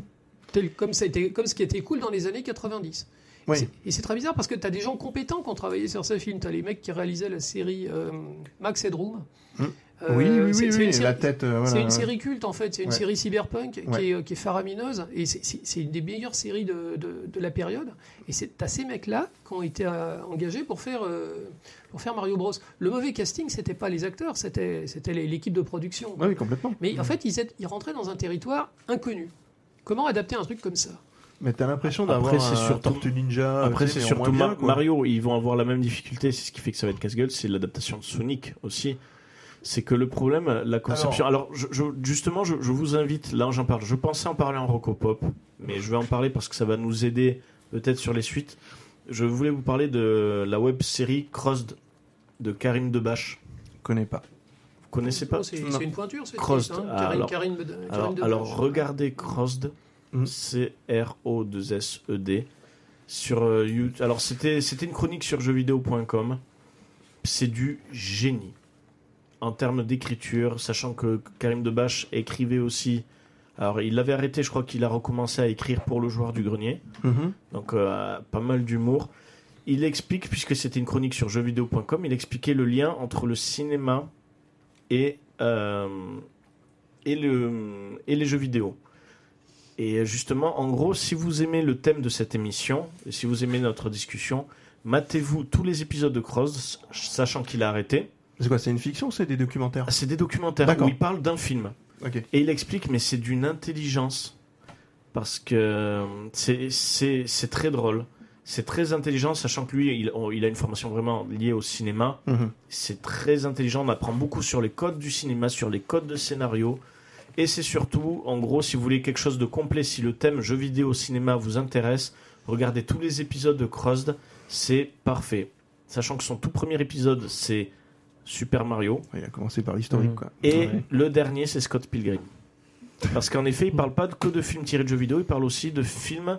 tel comme, ça a été- comme ce qui était cool dans les années 90. Oui. C'est- Et c'est très bizarre parce que tu as des gens compétents qui ont travaillé sur ce film. Tu as les mecs qui réalisaient la série euh, Max Headroom. Hmm. Euh, oui, oui, c'est- oui, c'est oui, une série- la tête. euh, voilà. c'est une série culte en fait, c'est une Ouais. série cyberpunk Ouais. qui, est, euh, qui est faramineuse et c'est- c'est c'est une des meilleures séries de, de- de la période. Et c'est à ces mecs-là qui ont été euh, engagés pour faire, euh, pour faire Mario Bros. Le mauvais casting, c'était pas les acteurs, c'était c'était les- l'équipe de production. Oui, complètement. Mmh. Mais en fait, ils, étaient- ils rentraient dans un territoire inconnu. Comment adapter un truc comme ça Mais t'as l'impression Après, d'avoir c'est un surtout- Tortue Ninja. après tu sais, c'est mais en moins surtout bien, Ma- quoi. Mario, ils vont avoir la même difficulté, c'est ce qui fait que ça va être casse-gueule, c'est l'adaptation de Sonic aussi. C'est que le problème, la conception. Alors, je- je- justement, je, je vous invite, là j'en parle, je pensais en parler en Rocopop, mais je vais en parler parce que ça va nous aider peut-être sur les suites. Je voulais vous parler de la web série Crossed de Karim Debache. Je connais pas. Vous connaissez pas Oh, C'est Non. c'est une pointure, c'est Cross. triste, hein. Ah, Karine- alors- Karine- Karine Alors, Debache. alors, regardez Crossed, Mm. C-R-O-2-S-E-D, E sur euh, YouTube. Alors, c'était c'était une chronique sur jeuxvideo.com. C'est du génie en termes d'écriture, sachant que Karim Debache écrivait aussi. Alors, il l'avait arrêté, je crois qu'il a recommencé à écrire pour Le Joueur du Grenier. Donc euh, pas mal d'humour. Il explique, puisque c'était une chronique sur jeuxvideo.com, il expliquait le lien entre le cinéma et, euh, et, le, et les jeux vidéo. Et justement, en gros, si vous aimez le thème de cette émission, et si vous aimez notre discussion, matez-vous tous les épisodes de Cross, sachant qu'il a arrêté. C'est quoi C'est une fiction ou C'est des documentaires C'est des documentaires D'accord. où il parle d'un film. Ok. Et il explique, mais c'est d'une intelligence. Parce que euh, c'est- c'est c'est très drôle. C'est très intelligent, sachant que lui, il, on- il a une formation vraiment liée au cinéma. Mhm. C'est très intelligent, on apprend beaucoup sur les codes du cinéma, sur les codes de scénario. Et c'est surtout, en gros, si vous voulez quelque chose de complet, si le thème jeux vidéo cinéma vous intéresse, regardez tous les épisodes de Crossed, c'est parfait. Sachant que son tout premier épisode, c'est Super Mario. Ouais, Il a commencé par l'historique, Mhm. quoi. Et Ouais. le dernier, c'est Scott Pilgrim. Parce qu'en effet, il parle pas de- que de films tirés de jeux vidéo, il parle aussi de films.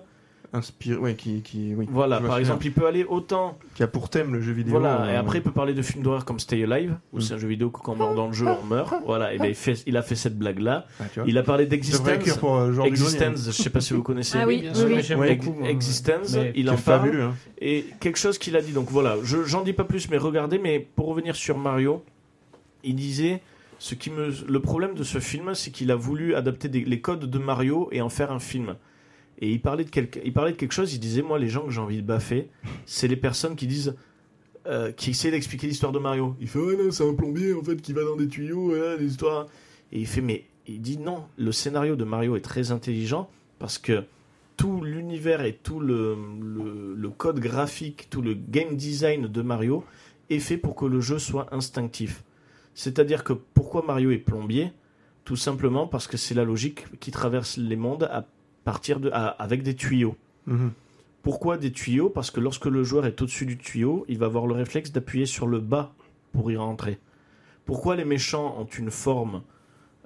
Inspiré, ouais, qui, qui, oui. Voilà, Je me par souviens. exemple, il peut aller autant. Qui a pour thème le jeu vidéo. voilà, et euh, après, il peut parler de films d'horreur comme Stay Alive, où Mm. c'est un jeu vidéo que quand on meurt dans le jeu, on meurt. Voilà, et ben il, fait, il a fait cette blague-là. ah, tu vois. Il a parlé C'est vrai d'Existence. que pour euh, genre du grenier, Existence, je sais pas si vous connaissez. Ah oui, bien oui, sûr. oui. Mais j'aime Ouais. beaucoup, moi. Existence, Mais il qui en est parle. fabuleux. hein. Et quelque chose qu'il a dit, donc voilà, je, j'en dis pas plus, mais regardez, mais pour revenir sur Mario, il disait, ce qui me, le problème de ce film, c'est qu'il a voulu adapter des- les codes de Mario et en faire un film. Et il parlait de, quelque, il parlait de quelque chose, il disait, moi, les gens que j'ai envie de baffer, c'est les personnes qui disent, euh, qui essaie d'expliquer l'histoire de Mario. Il fait, ouais, non, c'est un plombier, en fait, qui va dans des tuyaux, ouais, l'histoire. Et il fait, mais il dit non, le scénario de Mario est très intelligent parce que tout l'univers et tout le, le- le code graphique, tout le game design de Mario est fait pour que le jeu soit instinctif. C'est-à-dire que pourquoi Mario est plombier Tout simplement parce que c'est la logique qui traverse les mondes à partir de, à- avec des tuyaux. Mhm. Pourquoi des tuyaux Parce que lorsque le joueur est au-dessus du tuyau, il va avoir le réflexe d'appuyer sur le bas pour y rentrer. Pourquoi les méchants ont une forme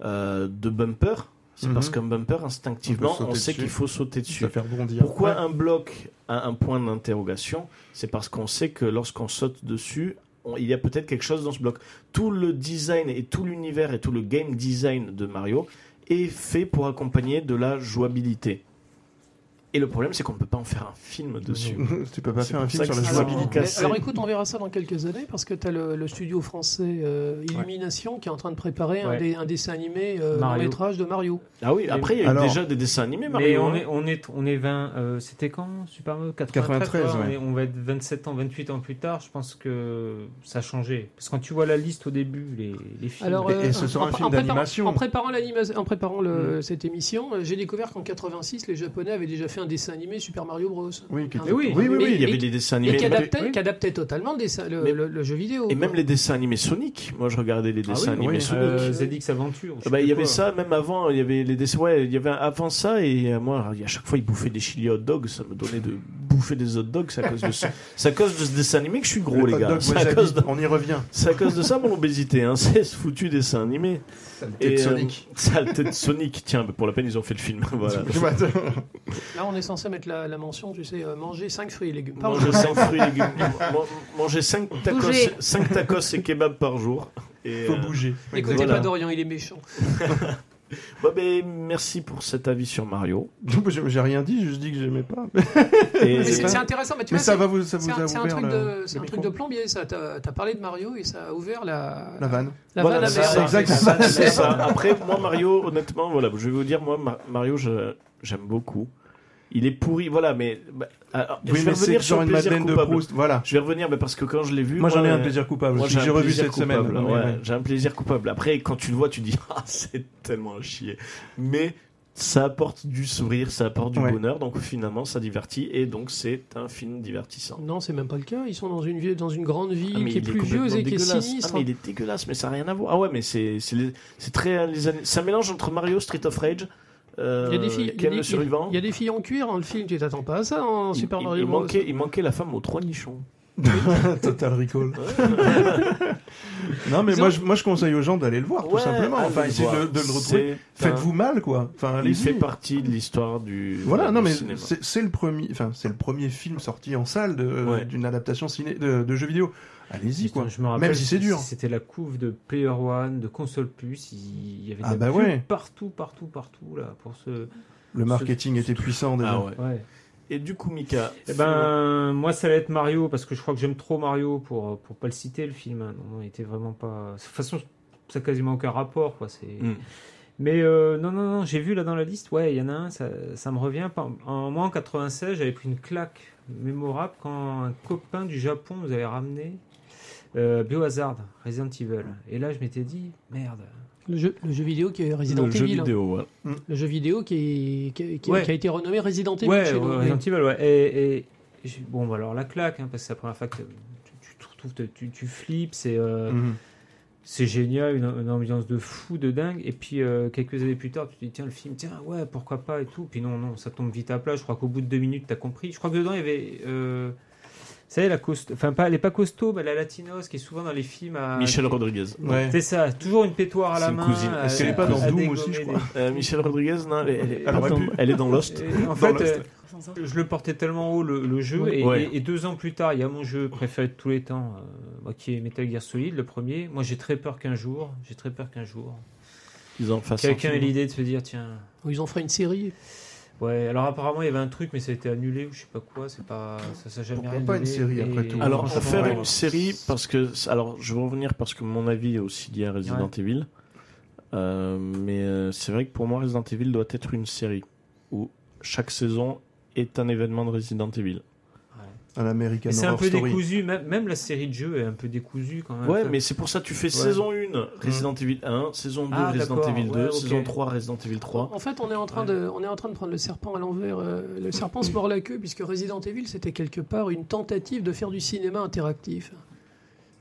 euh, de bumper C'est Mhm. parce qu'un bumper, instinctivement, sauter on, sait dessus. qu'il faut sauter dessus. Ça fait rebondir. Pourquoi un bloc a un point d'interrogation C'est parce qu'on sait que lorsqu'on saute dessus, on- il y a peut-être quelque chose dans ce bloc. Tout le design et tout l'univers et tout le game design de Mario est fait pour accompagner de la jouabilité. Et le problème, c'est qu'on ne peut pas en faire un film dessus. tu peux pas C'est faire un pour film ça que sur la c'est Alors, jouabilité. cassé. alors écoute, on verra ça dans quelques années parce que tu as le, le studio français euh, Illumination qui est en train de préparer un, Ouais. des- un dessin animé euh, long Mario. métrage de Mario. Ah oui, après, il y a eu Alors- déjà des dessins animés, Mais Mario. on hein. est, on est, on est 20. euh, C'était quand Super Mario 93, quoi. On ouais. est- On, va être 27 ans, 28 ans plus tard. Je pense que ça a changé. Parce que quand tu vois la liste au début, les, les films. Alors, euh, Et- et ce sera un film préparant- d'animation. En préparant, l'anima- en préparant le- Mm. cette émission, euh, j'ai découvert qu'en 86, les Japonais avaient déjà fait un dessin animé Super Mario Bros. Oui, qui Ah, était- oui, oui, oui, mais- oui. il y avait et- des dessins Et animés. qui adaptait, oui. qui adaptait totalement le, dessin- le- Mais- le- le jeu vidéo. Et quoi. même les dessins animés Sonic. Moi, je regardais les dessins animés oui. Sonic. euh, Zedix Aventure. je Ah sais bah, il plus y avait quoi. ça, même avant, il y avait les dessins. Ouais, il y avait un- avant ça, et euh, moi, à chaque fois, ils bouffaient des chili hot dogs. Ça me donnait de bouffer des hot dogs. C'est à cause de ça. C'est à cause de ce dessin animé que je suis gros, Le les hot gars. dog C'est à, wasabi, cause de... On y revient. c'est à cause de ça, mon obésité. Hein. C'est ce foutu dessin animé. Tête euh, Sonic. saleté de Sonic. Tiens, mais pour la peine, ils ont fait le film. voilà. Tu vois, Là, on est censé mettre la, la mention, tu sais, euh, manger 5 fruits et légumes. par jour. Manger 5 fruits et légumes. Man- Manger 5 tacos, Bouger. cinq tacos et kebabs par jour. Et, faut euh, bouger. N'écoutez Voilà. pas Dorian, il est méchant. bah, ben, merci pour cet avis sur Mario. J'ai j'ai rien dit, je dis que j'aimais pas. Et- Mais C'est ça- c'est intéressant, mais tu Mais vois, ça c'est- va vous, ça vous C'est a un, c'est un ouvert truc, le- de, c'est le un truc micro. de plombier, ça. T'as t'as parlé de Mario et ça a ouvert la, la vanne. la Voilà, vanne à c'est Mario. ça, Exact. c'est ça, c'est ça. Après, moi, Mario, honnêtement, voilà, je vais vous dire, moi, Ma- Mario, je- j'aime beaucoup. Il est pourri, voilà, mais. bah, alors, je Oui, vais mais c'est revenir sur genre le une plaisir Madeleine de coupable. Proust. Voilà. Je vais revenir, mais parce que quand je l'ai vu. Moi, j'en ai un euh, plaisir coupable. Moi, celui j'ai que un J'ai revu plaisir cette coupable, semaine. ouais, Non, mais ouais. J'ai un plaisir coupable. Après, quand tu le vois, tu dis Ah, c'est tellement à chier. Mais ça apporte du sourire, ça apporte du Ouais. bonheur, donc finalement, ça divertit, et donc c'est un film divertissant. Non, c'est même pas le cas. Ils sont dans une, vie- dans une grande ville Ah, mais qui est il complètement pluvieuse et qui est dégueulasse. sinistre. Ah, mais il est dégueulasse, mais ça n'a rien à voir. Ah ouais, mais c'est c'est les- c'est très euh, les années. C'est un mélange entre Mario, Street of Rage, euh, il, y a des filles, il, y a Ken le des, survivant. il y a des filles en cuir dans le film, tu t'attends pas à ça en Il- Super il- Mario il Bros. manquait, il manquait la femme aux trois nichons. Total recall. non, mais moi, je, moi, je conseille aux gens d'aller le voir, tout Ouais, simplement. allez Enfin, le essayez de, voir. de le retrouver. C'est un- Faites-vous mal, quoi. Enfin, Il allez-y. fait partie de l'histoire du. Voilà, du non, mais cinéma. c'est c'est le premier, enfin, c'est le premier film sorti en salle de- euh, Ouais. d'une adaptation ciné de, de jeux vidéo. Allez-y, Putain, quoi. Je me rappelle, Même si c'est dur. C'était la couve de Player One, de Console Plus. Il y avait de Ah la bah pub ouais. partout, partout, partout là pour ce. Le marketing était puissant déjà. Ah ouais. Ouais. Et du coup, Mika. Eh ben, moi, ça va être Mario parce que je crois que j'aime trop Mario pour euh, pour pas le citer le film. hein. Non, il était vraiment pas. De toute façon, ça a quasiment aucun rapport quoi. C'est. Hmm. Mais euh, non, non, non, j'ai vu là dans la liste, ouais, il y en a un, ça, ça me revient. Par- En, moi, en 96, j'avais pris une claque mémorable quand un copain du Japon nous avait ramené euh, Biohazard, Resident Evil. Et là, je m'étais dit, merde. Le, jeu, le jeu vidéo qui est Resident Le jeu Evil. vidéo, ouais. Le jeu vidéo qui, est- qui, est- qui est- Ouais. qui a été renommé Resident Evil Ouais, chez nous. ouais, Resident Evil, ouais. Et, et- et j'ai- bon, bah, alors la claque, hein, parce que c'est la première fois que tu, tu, te retrouves, tu, tu, flippes, c'est. euh, Mhm. c'est génial, une, une ambiance de fou, de dingue. Et puis euh, quelques années plus tard, tu te dis tiens le film, tiens ouais pourquoi pas et tout. Puis non non, ça tombe vite à plat. Je crois qu'au bout de deux minutes t'as compris. Je crois que dedans il y avait, euh, vous savez la costaud, enfin pas elle est pas costaud, mais la latinos qui est souvent dans les films. À... Michel Rodriguez. Ouais. C'est ça, toujours une pétoire à C'est la une main. cousine. à- Est-ce qu'elle est pas à- dans à Doom aussi, dégommer je crois Euh, Michel Rodriguez, non, elle, elle est Elle pas aurait dans- pu. elle est dans Lost. des- Et En fait, euh, Lost. je le portais tellement haut le, le jeu Ouais. et, Ouais. et- et deux ans plus tard il y a mon jeu préféré de tous les temps euh, moi, qui est Metal Gear Solid le premier moi j'ai très peur qu'un jour j'ai très peur qu'un jour Ils en fassent. un quelqu'un ait film. l'idée de se dire tiens Oh, Ils en feraient une série. Ouais, alors apparemment il y avait un truc, mais ça a été annulé ou je sais pas quoi, c'est pas, ça, ça a jamais Pourquoi rien pas donné, une série, et- après tout Alors, franchement, en faire ouais. une série, parce que. Alors, je vais revenir parce que mon avis est aussi lié à Resident Evil. Euh, mais euh, c'est vrai que pour moi, Resident Evil doit être une série où chaque saison est un événement de Resident Evil. Ouais. à l'American Mais c'est un Horror peu Story. décousu, même, même la série de jeux est un peu décousue quand même. Mm. Ouais, Enfin, mais c'est pour ça que tu fais saison 1 Resident Evil 1, saison 2 Ah, Resident d'accord, Evil 2, ouais, ok. saison 3 Resident Evil 3. En fait, on est en train, Ouais. de, on est en train de prendre le serpent à l'envers. euh, le serpent se mord la queue, puisque Resident Evil, c'était quelque part une tentative de faire du cinéma interactif.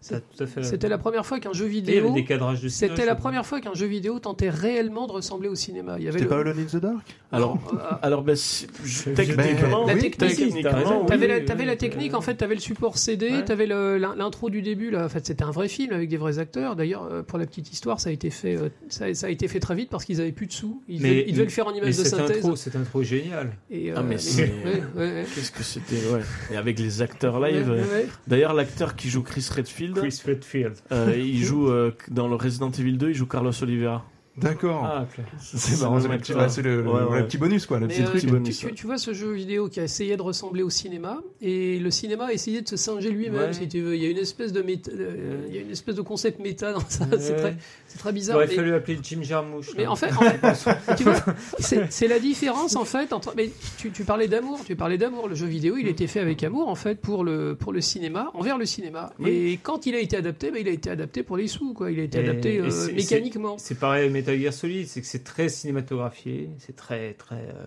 t'as tout à fait. C'était la première fois qu'un jeu Et il y avait vidéo. des cadrages de cinéma, C'était la je crois. première fois qu'un jeu vidéo tentait réellement de ressembler au cinéma. Il y avait C'était le- pas Alone in the Dark Alors, euh, alors ben, si- je- Ben, techniquement, la oui, technique, t'as raison. techniquement, oui. T'avais oui, la, oui, t'avais la oui, technique, euh, en fait, t'avais le support CD, ouais. t'avais le- l'in- l'intro du début. Là, en fait, c'était un vrai film avec des vrais acteurs. D'ailleurs, euh, pour la petite histoire, ça a été fait, euh, ça, a- ça a été fait très vite parce qu'ils avaient plus de sous. Ils, Mais- devaient, ils devaient le faire en Mais image de cette synthèse. intro, cette intro géniale. Et, Ah, mais euh, c'est- ouais, ouais, ouais. Qu'est-ce que c'était ouais. Et avec les acteurs Ouais, live. euh, ouais, ouais. D'ailleurs, l'acteur qui joue Chris Redfield, Chris Redfield. euh, il joue euh, dans le Resident Evil 2, il joue Carlos Oliveira. D'accord. Ah, ok. c'est marrant, le c'est le mec, petit, ouais. ouais, c'est le, le- Ouais, ouais. le petit bonus, quoi, le Mais, petit euh, truc. tu- bonus, tu, ouais. tu vois ce jeu vidéo qui a essayé de ressembler au cinéma et le cinéma a essayé de se singer lui-même Ouais. si tu veux. Il y a une espèce de méta- euh, il y a une espèce de concept méta dans ça. C'est Ouais. très, c'est très Il bizarre. aurait mais- fallu appeler Jim Jarmusch. hein. Mais là. en fait, en fait, tu vois, c'est c'est la différence en fait entre. Mais tu, tu parlais d'amour, tu parlais d'amour. Le jeu vidéo, il était fait avec amour en fait pour le pour le cinéma, envers le cinéma. Oui. Et quand il a été adapté, ben, il a été adapté pour les sous quoi. Il a été Et- adapté et euh, c'est- mécaniquement. C'est pareil avec Metal Gear Solid, c'est que c'est très cinématographié, c'est très très euh,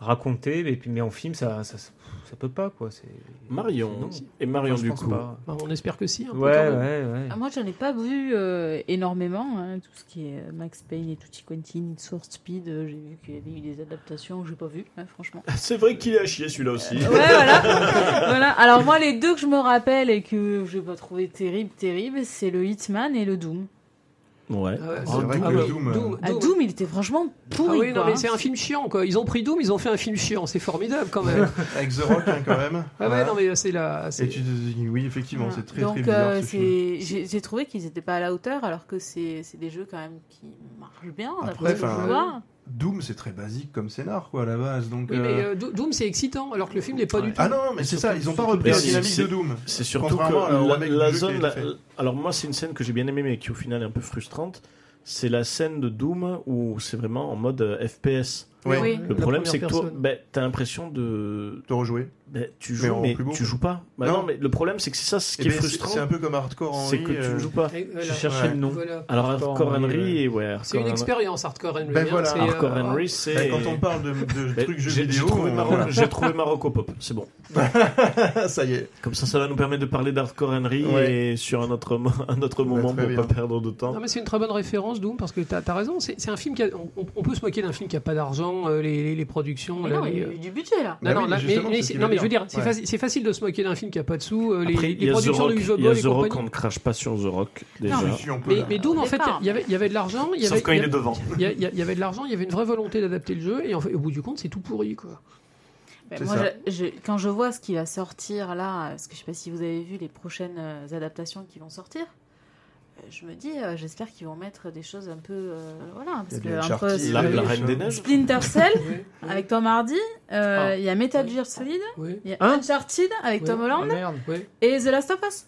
raconté, mais puis mais en film ça ça, ça peut pas quoi. C'est Marion. non. Et Marion, Enfin, je du pense coup. pas. Ben, on espère que si. un peu, Ouais quand ouais même. ouais. Ah, moi, j'en ai pas vu euh, énormément. hein, tout ce qui est euh, Max Payne et Tutti Quanti, Need for Speed. euh, j'ai vu qu'il y avait eu des adaptations que j'ai pas vues, hein, franchement. C'est vrai qu'il est à chier celui-là aussi. Ouais, voilà. voilà. Alors, moi, les deux que je me rappelle et que j'ai pas trouvé terrible, terrible, c'est le Hitman et le Doom. Ouais. Ah ouais, C'est vrai ah que ouais, Doom, Doom, Ah, Doom. Doom, il était franchement Ah pourri. oui, non, quoi, mais hein. c'est un film chiant quoi. Ils ont pris Doom, ils ont fait un film chiant. C'est formidable quand même. Avec The Rock, hein, quand même. Ah ouais, Voilà. non mais c'est la. c'est- Et tu te dis, oui, effectivement, Voilà. Ah, c'est très Donc, très bizarre euh, ce c'est- film. j'ai j'ai trouvé qu'ils n'étaient pas à la hauteur, alors que c'est c'est des jeux quand même qui marchent bien, Après, d'après ce que je enfin, vois. Doom, c'est très basique comme scénar, quoi, à la base. Donc, Oui, mais euh, euh, Do- Doom c'est excitant alors que le film n'est pas du tout. Ah non, non, mais c'est ça, ils ont pas repris la surtout- dynamique c'est- de Doom. C'est surtout que Contrairement à- au la, remake la du jeu qui zone. a la- été fait. alors moi, c'est une scène que j'ai bien aimée, mais qui au final est un peu frustrante. C'est la scène de Doom où c'est vraiment en mode euh, FPS. Ouais. Oui. Le problème, première c'est que toi, personne. ben, t'as l'impression de, De rejouer. ben, tu Mais joues, en mais, plus beau. tu joues pas. Bah non. Non. mais le problème, c'est que c'est ça, ce Eh qui est ben, c'est- frustrant, C'est un peu comme Hardcore Henry. c'est que tu ne euh, joues pas. Et voilà. Je cherchais le nom. Voilà. Alors Hardcore Hardcore Henry, Henry, et ouais, C'est Hardcore une Henry- expérience hardcore Henry. Ben hein, voilà. c'est, euh, Hardcore Henry, bah, c'est Quand on parle de, de Ben, trucs jeux j'ai- j'ai vidéo, trouvé on- Maroc- J'ai trouvé Maroc au pop, c'est bon. voilà. ça y est. Comme ça, ça va nous permettre de parler d'Hardcore Henry Ouais. et sur un autre, mo- un autre Bah, moment très pour bien. pas perdre de temps. Non, mais c'est une très bonne référence, Doom, parce que t'as as raison. C'est c'est un film qui a- on, on peut se moquer d'un film qui a pas d'argent, euh, les, les- les productions. Mais là, non, il les- y a eu du budget, là. Non, Bah non, oui, là, mais mais, justement, mais c'est ce c'est- qu'il non, veut mais je dire. veux dire, c'est Ouais. faci- c'est facile de se moquer d'un film qui a pas de sous, euh, les, Après, il les y a The productions Rock, de Uwe il y a Boll et The Rock, on compagnie. ne crache pas sur The Rock, déjà. Non, Je suis un peu Mais, là. mais Doom, en Au fait, départ. il y avait, il y avait de l'argent, il y Sauf avait, quand il il y est avait- devant. il y a- il y a- il y avait de l'argent, il y avait une vraie volonté d'adapter le jeu, et en fait, au bout du compte, c'est tout pourri, quoi. Ben, C'est moi, ça. je- je- quand je vois ce qui va sortir là, parce que je sais pas si vous avez vu les prochaines euh, adaptations qui vont sortir, euh, je me dis, euh, j'espère qu'ils vont mettre des choses un peu, euh, voilà, Il y a parce du que un Uncharted, peu La, Oui, la je- Reine des Neiges Splinter Cell Ouais, avec Tom Hardy, euh, Ah. il y a Metal Oui. Gear Solid, ouais, il y a Hein Uncharted avec Oui. Tom Ah, Holland merde. ouais. et The Last of Us.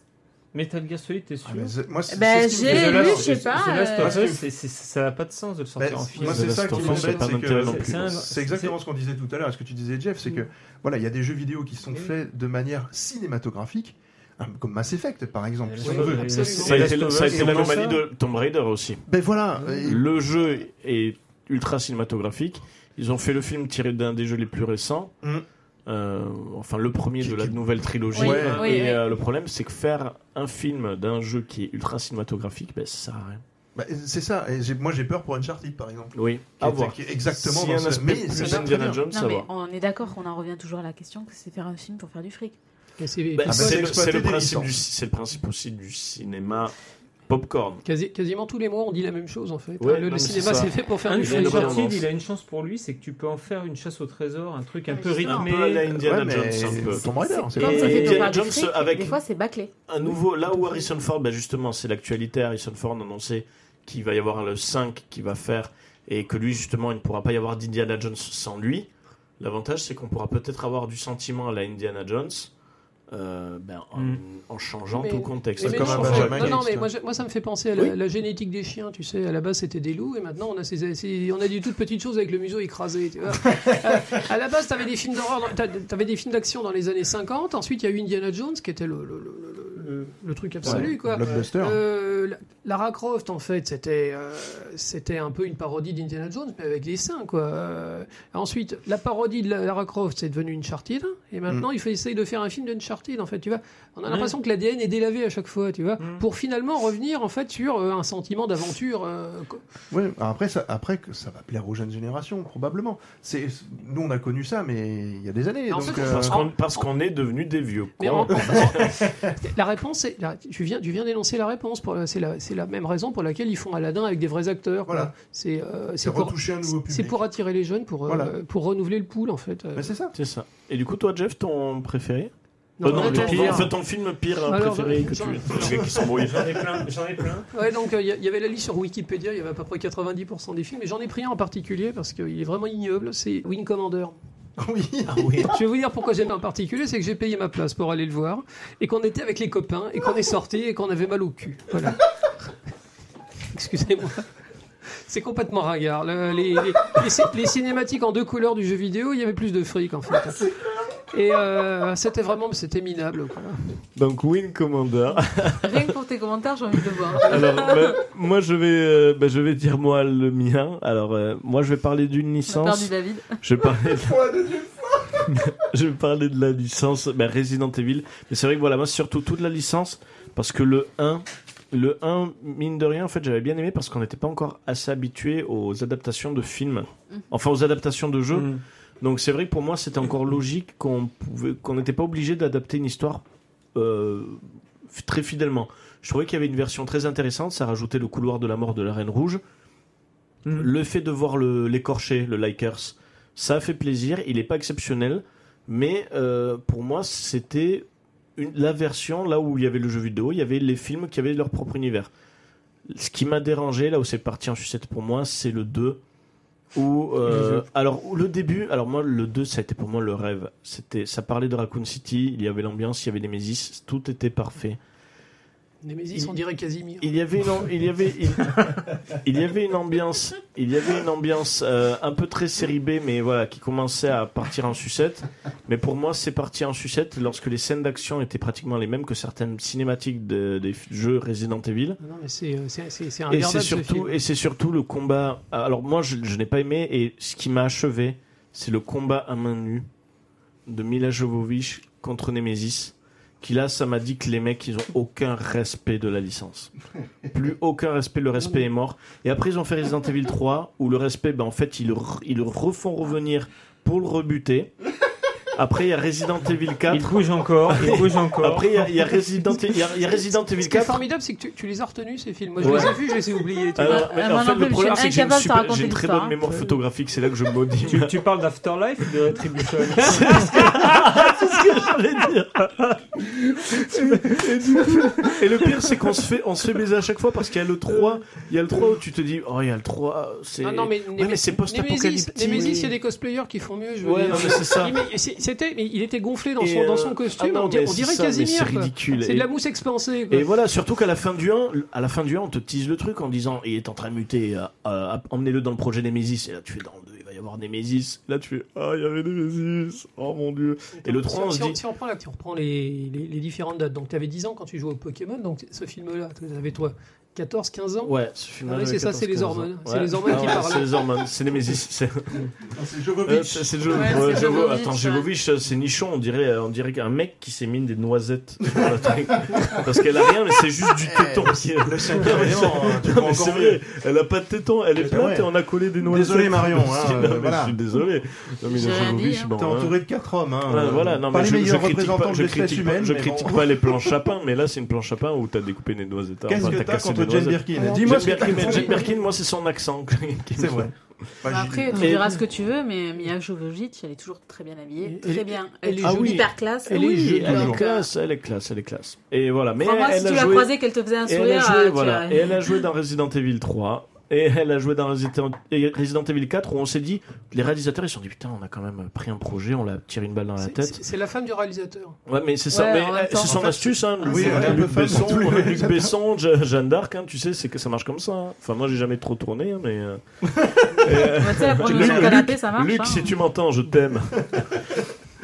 Metal Gear Solid, t'es sûr Ah, mais c'est- moi, c'est- Ben, c'est ce qui me j'ai fait lu, peur. je sais pas, The Last euh, of Us, c'est- c'est- ça n'a pas de sens de le Ben, sortir en film. moi, The c'est ça Last qui of Us, c'est m'embête, pas c'est d'intérêt non que plus. c'est- un- c'est exactement ce qu'on disait tout à l'heure, ce que tu disais, Jeff, c'est que voilà, il y a des jeux vidéo qui sont faits de manière cinématographique, hein, comme Mass Effect, par Euh, exemple, si Oui, on veut. oui, absolument. Ça a été, Last of ça a Us, été et on l'anomalie sort. de Tomb Raider aussi. Ben voilà, et- Le jeu est ultra cinématographique. Ils ont fait le film tiré d'un des jeux les plus récents. Mm. Euh, enfin, le premier de la nouvelle trilogie. Oui, et oui, oui. euh, le problème, c'est que faire un film d'un jeu qui est ultra cinématographique, ben, ça sert à rien. ben, c'est ça. Et j'ai- moi, j'ai peur pour Uncharted, par exemple. Oui, qui à était- voir. qui est exactement S'il y a dans Ah un ce- aspect mais plus ça va très Indiana bien. Jones, Non ça mais va. on est d'accord, on en revient toujours à la question que c'est faire un film pour faire du fric. Et c'est- Ben, Ah, c'est c'est le- c'est exploiter le, des principe du- licences. c'est le principe aussi du cinéma popcorn. quasi- quasiment tous les mois, on dit la même chose, en fait. Hein, Ouais, Le- le non, mais c'est cinéma, ça. Ah, c'est fait pour faire Un du film, fric. vraiment. Uncharted, il a une chance pour lui, c'est que tu peux en faire une chasse au trésor, un truc un Ouais, peu justement. rythmé. Un peu à la Indiana Ouais, mais Jones, un peu. Tomb Raider, Quand c'est c'est Et- pas- fait pour Indiana faire du Ah, Jones fric, avec- des fois c'est bâclé. un nouveau là où Harrison Ford ben justement c'est l'actualité Harrison Ford annonçait qu'il va y avoir le 5 qui va faire et que lui justement il ne pourra pas y avoir d'Indiana Jones sans lui l'avantage c'est qu'on pourra peut-être avoir du sentiment à la Indiana Jones euh, ben, en, Mm. en changeant Mais- tout le contexte. Mais- mais comme non, un en fait, Benjamin non, non, Gates, mais là. moi, je- moi, ça me fait penser à la, la génétique des chiens, tu sais. À la base, c'était des loups, et maintenant, on a, ces, ces- on a des toutes petites choses avec le museau écrasé, tu vois. Euh, à la base, t'avais des films d'horreur, dans- t'a- t'avais des films d'action dans les années 50. Ensuite, il y a eu Indiana Jones, qui était le, le- le- le- le- le truc absolu, Ouais, quoi. Blockbuster. Euh, la- Lara Croft, en fait, c'était euh, c'était un peu une parodie d'Indiana Jones, mais avec des seins, quoi. Euh, ensuite, la parodie de la- Lara Croft, c'est devenu Uncharted, et maintenant, Mm. il faut essayer de faire un film d'Uncharted, en fait, tu vois. On a l'impression que l'ADN est délavé à chaque fois, tu vois, Mm. pour finalement revenir, en fait, sur euh, un sentiment d'aventure. euh, co- Ouais, après, ça, après que ça va plaire aux jeunes générations, probablement. C'est, nous, on a connu ça, mais il y a des années. En donc, fait, euh, Parce qu'on parce qu'on est devenu des vieux Mais cons. en- la réponse, est, la- tu viens, tu viens d'énoncer la réponse, pour- c'est la, c'est la même raison pour laquelle ils font Aladdin avec des vrais acteurs. quoi. Voilà. C'est euh, c'est c'est pour, retoucher un nouveau public. c'est pour attirer les jeunes, pour, euh, Voilà. pour renouveler le pool, en fait. euh. Mais c'est ça. C'est ça. Et du coup, toi, Jeff, ton préféré Non, Euh, non, mais ton, attends, en fait, ton film pire euh, Alors, préféré que tu. j'en- Le gars qui s'embrouille. J'en ai plein, j'en ai plein. Ouais, donc il y, y avait la liste sur Wikipédia, il y avait à peu près 90% des films, et j'en ai pris un en particulier parce qu'il est vraiment ignoble, c'est Wing Commander. Ah Oui. Je vais vous dire pourquoi j'aime en particulier, c'est que j'ai payé ma place pour aller le voir, et qu'on était avec les copains, et qu'on est sorti, et qu'on avait mal au cul. Voilà. Excusez-moi. C'est complètement ringard. Le- les, les- les cin- les cinématiques en deux couleurs du jeu vidéo, il y avait plus de fric en fait. Et euh, c'était vraiment, c'était minable. quoi. Donc, Win Commander. Rien que pour tes commentaires, j'ai envie de le voir. Alors, bah, moi, je vais, euh, bah, je vais dire moi le mien. Alors, euh, moi, je vais parler d'une On a perdu licence. David. Je vais parler. De... je vais parler de la licence bah, Resident Evil. Mais c'est vrai que voilà, moi, c'est surtout toute la licence parce que le 1. Le 1, mine de rien, en fait, j'avais bien aimé parce qu'on n'était pas encore assez habitué aux adaptations de films, enfin aux adaptations de jeux. Donc c'est vrai que pour moi c'était encore logique qu'on pouvait qu'on n'était pas obligé d'adapter une histoire euh, f- très fidèlement. Je trouvais qu'il y avait une version très intéressante, ça rajoutait le couloir de la mort de la Reine Rouge. Mm. Le fait de voir le- l'écorché, le Likers, ça a fait plaisir, il n'est pas exceptionnel, mais euh, pour moi c'était une- la version là où il y avait le jeu vidéo, il y avait les films qui avaient leur propre univers. Ce qui m'a dérangé, là où c'est parti en sucette pour moi, c'est le 2. Où, euh, alors, où le début, alors moi, le 2, ça a été pour moi le rêve. C'était, ça parlait de Raccoon City, il y avait l'ambiance, il y avait Nemesis, tout était parfait. Nemesis, on dirait Casimir. Il y avait une, am- il y avait, il, il y avait une ambiance, il y avait une ambiance euh, un peu très série B, mais voilà, qui commençait à partir en sucette. Mais pour moi, c'est parti en sucette lorsque les scènes d'action étaient pratiquement les mêmes que certaines cinématiques de- des f- jeux Resident Evil. Non, mais c'est euh, c'est- c'est- c'est Et inverdable c'est ce film. surtout, et c'est surtout le combat. Alors moi, je, je n'ai pas aimé et ce qui m'a achevé, c'est le combat à main nue de Mila Jovovich contre Nemesis. Qui là, ça m'a dit que les mecs, ils ont aucun respect de la licence. Plus aucun respect, le respect est mort. Et après, ils ont fait Resident Evil 3, où le respect, ben, en fait, ils le, re- ils le refont revenir pour le rebuter. Après, il y a Resident Evil Il 4. bouge encore, il bouge encore. Après, il y a- il y, a Resident- E, il y a- il y a Resident Ce Evil qui est 4. formidable, c'est que tu, tu les as retenus ces films. Moi, je Ouais. les ai vus, je les ai oubliés. tu vois. Alors, Ah, mais Euh, en moi fait, non plus, le problème, je suis c'est que j'ai une, incapable de super- raconter j'ai une très l'histoire, bonne hein. mémoire photographique, c'est là que je maudis. Tu, tu parles d'Afterlife ou de Retribution J'allais dire. Et le pire, c'est qu'on se fait, on se fait baiser à chaque fois parce qu'il y a le 3, il y a le 3 où tu te dis, oh, il y a le 3, c'est. Non, non, mais, Ouais, mais c'est Nemesis, post-apocalyptique. Nemesis, il y a des cosplayers qui font mieux. Je veux Ouais, dire. non, mais c'est ça. Il- mais c'est- c'était, mais il était gonflé dans Et, son, dans son euh, costume. ah non, on, dirait- mais on c'est dirait ça, mais Casimir. c'est quoi. ridicule. C'est Et- de la mousse expansée. quoi. Et voilà, surtout qu'à la fin du 1, à la fin du 1, on te tease le truc en disant il est en train de muter, euh, euh, emmenez-le dans le projet Nemesis. Et là, tu fais dans le 2, il va y avoir Nemesis. Là, tu fais ah, il y avait Nemesis, oh mon dieu. Et le 3, on si, se si dit si on reprend, là, si on reprend les, les- les différentes dates, donc tu avais 10 ans quand tu jouais au Pokémon, donc ce film-là, tu avais toi 14, 15 ans. Ouais, ce film Ah oui, c'est ça, c'est les hormones. C'est les hormones qui parlent. Ah C'est les hormones, c'est Nemesis. c'est- Ah, C'est Euh, Jovovich. c'est c'est Jovo- Ouais, ouais, c'est Jovo- Jovovich, Attends, ouais. Jovovich, euh, c'est nichon. On dirait, euh, on dirait qu'un mec qui s'est mine des noisettes sur le truc. Parce qu'elle a rien, mais c'est juste du Eh, téton. qui- Le chien Non, mais c'est- tu non, prends mais c'est encore vrai, mieux. elle a pas de téton, elle est Mais plate ouais. et on a collé des noisettes. Désolé, Marion, hein, Si, non, mais voilà. Je suis désolé. Non, mais J'ai rien Jovovich, dit, hein. bon, T'es hein. entouré de quatre hommes. Hein. Voilà, voilà, non, pas les mais je, je meilleurs critique représentants pas, de je l'espèce critique, pas, humaine. je mais critique bon. pas les planches à pain, mais là c'est une planche à pain où t'as découpé des noisettes. Qu'est-ce Enfin, que t'as t'as cassé contre des Jane noisettes. Birkin Alors, Dis-moi ce que Jane t'as Birkin, mais contre Jane Birkin, moi c'est son accent. qui me- C'est vrai. Bah, Bah j'ai- après, tu Et- diras ce que tu veux, mais Mia Jovovich, elle est toujours très bien habillée. Et- Très et- bien. elle est toujours jolie. hyper classe. Elle est Oui, jolie, elle est donc, euh, classe, elle est classe, elle est classe. Et voilà, mais Crois-moi, elle si a tu l'as joué- croisée, qu'elle te faisait un Et elle, sourire, a joué, euh, tu voilà. l'as- et elle a joué dans Resident Evil 3. Et elle a joué dans Resident Resident Evil 4 où on s'est dit, les réalisateurs ils se sont dit putain, on a quand même pris un projet, on l'a tiré une balle dans la C'est- tête. C'est c'est la femme du réalisateur. Ouais, mais c'est ça, Ouais, mais en même euh, temps, c'est son en fait, astuce, hein. oui, Luc, elle est un peu Luc fan de Besson, euh, tous les Luc réalisateurs. Besson, Je- Jeanne d'Arc, hein, tu sais, c'est que ça marche comme ça. hein. Enfin, moi j'ai jamais trop tourné, hein, mais. euh, et, euh, Bah, tu sais, la promotion Luc, de canapé, ça marche. Luc, hein. si tu m'entends, je t'aime.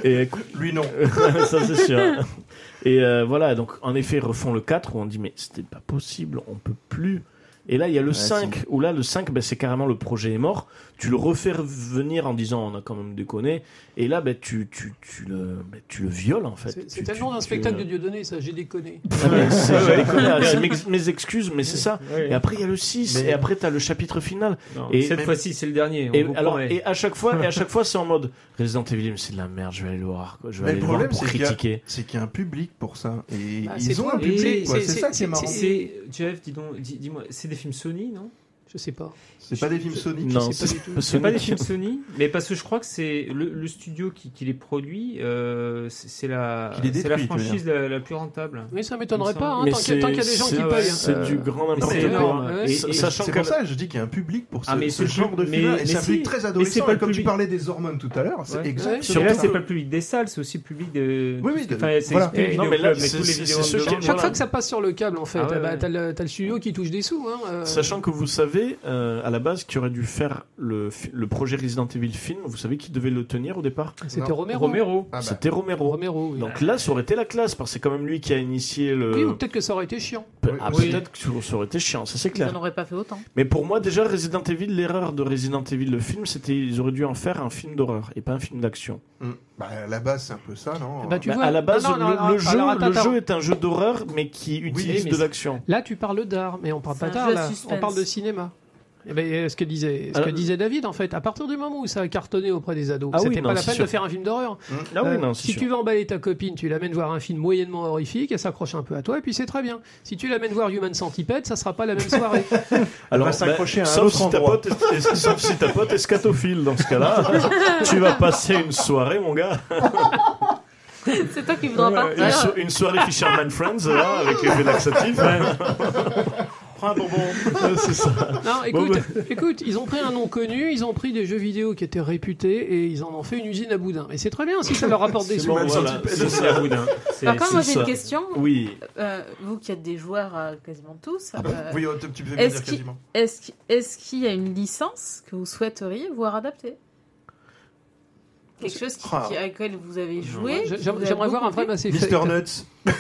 Et écoute, Lui, non. ça c'est sûr. Et euh, voilà, donc en effet, ils refont le 4 où on dit mais c'était pas possible, on peut plus. Et là, il y a le 5 où là, le 5, ben, c'est carrément le projet est mort. Tu le refais revenir en disant on a quand même déconné. Et là, ben, tu, tu, tu, le, ben, tu le violes en fait. C'est- Tu- C'est tellement tu- un tu- spectacle de Dieudonné, ça, j'ai déconné. euh, Ah, mais c'est- j'ai déconné, c'est mes, mes excuses, mais c'est ça. Ouais. Et après, il y a le 6, Mais- et après, t'as le chapitre final. Non, et- cette mais- fois-ci, c'est le dernier. on Et, vous alors, promet. et à chaque fois, et à chaque fois, c'est en mode Resident Evil, mais c'est de la merde. Je vais aller le voir. quoi. Je vais Mais le aller le problème, voir pour c'est qu'il y a- critiquer. c'est qu'il y a un public pour ça. Et Bah, c'est ils ont toi, un et public, quoi. c'est- C'est ça qui est marrant. C'est Jeff, dis donc, dis- dis-moi, c'est des films Sony, non Je sais pas. C'est pas des films Sony. Non, sais pas c'est du tout. pas C'est pas des Sonic. films Sony, mais parce que je crois que c'est le, le studio qui, qui les produit, euh, c'est c'est la, Qui les c'est la détruit, tu veux franchise la, la plus rentable. Mais ça m'étonnerait Il me pas, hein, Mais tant qu'il y a- tant qu'il y a des gens qui c'est- Ah payent. ouais. hein. C'est Euh, du grand n'importe c'est quoi. énorme, Et ouais. s- Et- sachant C'est qu'on pour ça que je dis qu'il y a un public pour ce, Ah, mais ce c'est genre de mais- film. mais Et c'est un si, public très mais adolescent. c'est pas et le Comme tu public. parlais des hormones tout à l'heure, c'est Ouais. exactement Mais là, Surtout- c'est pas le public des salles, c'est aussi le public de. Oui, oui, de- enfin, c'est voilà. exclu les Non, mais là, vidéoclubs, mais c'est- tous les c'est- vidéos c'est on ceux qui- demande, Chaque Voilà. fois que ça passe sur le câble, en fait, Ah ouais, eh ben, ouais. t'as le, t'as le studio qui touche des sous. Hein, euh, Sachant que vous savez, euh, à la base, qui aurait dû faire le, fi- le projet Resident Evil film, vous savez qui devait le tenir au départ C'était Non. Romero. Romero. Ah bah, C'était Romero. Romero, oui. Donc là, ça aurait été la classe, parce que c'est quand même lui qui a initié le. Oui, ou peut-être que ça aurait été chiant. Pe- ah, oui. Peut-être que ça aurait été chiant, ça c'est Ça clair. n'aurait pas fait autant. Mais pour moi, déjà, Resident Evil, l'erreur de Resident Evil, le film, c'était ils auraient dû en faire un film d'horreur et pas un film d'action. hum, bah, à la base, c'est un peu ça, non Eh ben, tu Bah, vois- à la base, Non, non, le, non, le alors, jeu, attends, le attends. jeu est un jeu d'horreur, mais qui utilise mais de c'est- l'action. Là, tu parles d'art, mais on parle C'est pas un d'art, jeu à là. suspense. On parle de cinéma. Eh ben, euh, ce que disait, ce que Alors- disait David, en fait, à partir du moment où ça a cartonné auprès des ados, Ah oui, c'était non, pas la c'est peine sûr. de faire un film d'horreur. Ah Euh, oui, non, c'est si sûr. tu veux emballer ta copine, tu l'amènes voir un film moyennement horrifique, elle s'accroche un peu à toi, et puis c'est très bien. Si tu l'amènes voir Human Centipede, ça sera pas la même soirée. Alors, ben, bah, va s'accrocher à un sauf autre si ta endroit. pote est- est- sauf si ta pote est scatophile dans ce cas-là, tu vas passer une soirée, mon gars, C'est toi qui voudras pas. une, hein. so- une soirée Fisherman Friends là, avec les laxatifs. Prends un bonbon. Ouais, c'est ça. non, écoute, Bon, écoute, ils ont pris un nom connu, ils ont pris des jeux vidéo qui étaient réputés, et ils en ont fait une usine à boudin. Et c'est très bien si ça leur apporte des sous. Bon, voilà, c'est ça. Par contre, moi c'est j'ai une ça. question. Oui, Euh, vous qui êtes des joueurs euh, quasiment tous, Ah bah, euh, Oui, tu tu peux me est-ce dire qu'il- quasiment. est-ce qu'il est-ce qu'il y a une licence que vous souhaiteriez voir adaptée Quelque chose qui, Ah. qui- à laquelle vous avez joué qui vous J'ai- a j'aimerais- J'aimerais voir un beaucoup vrai plu Mass Effect. Mister Nuts.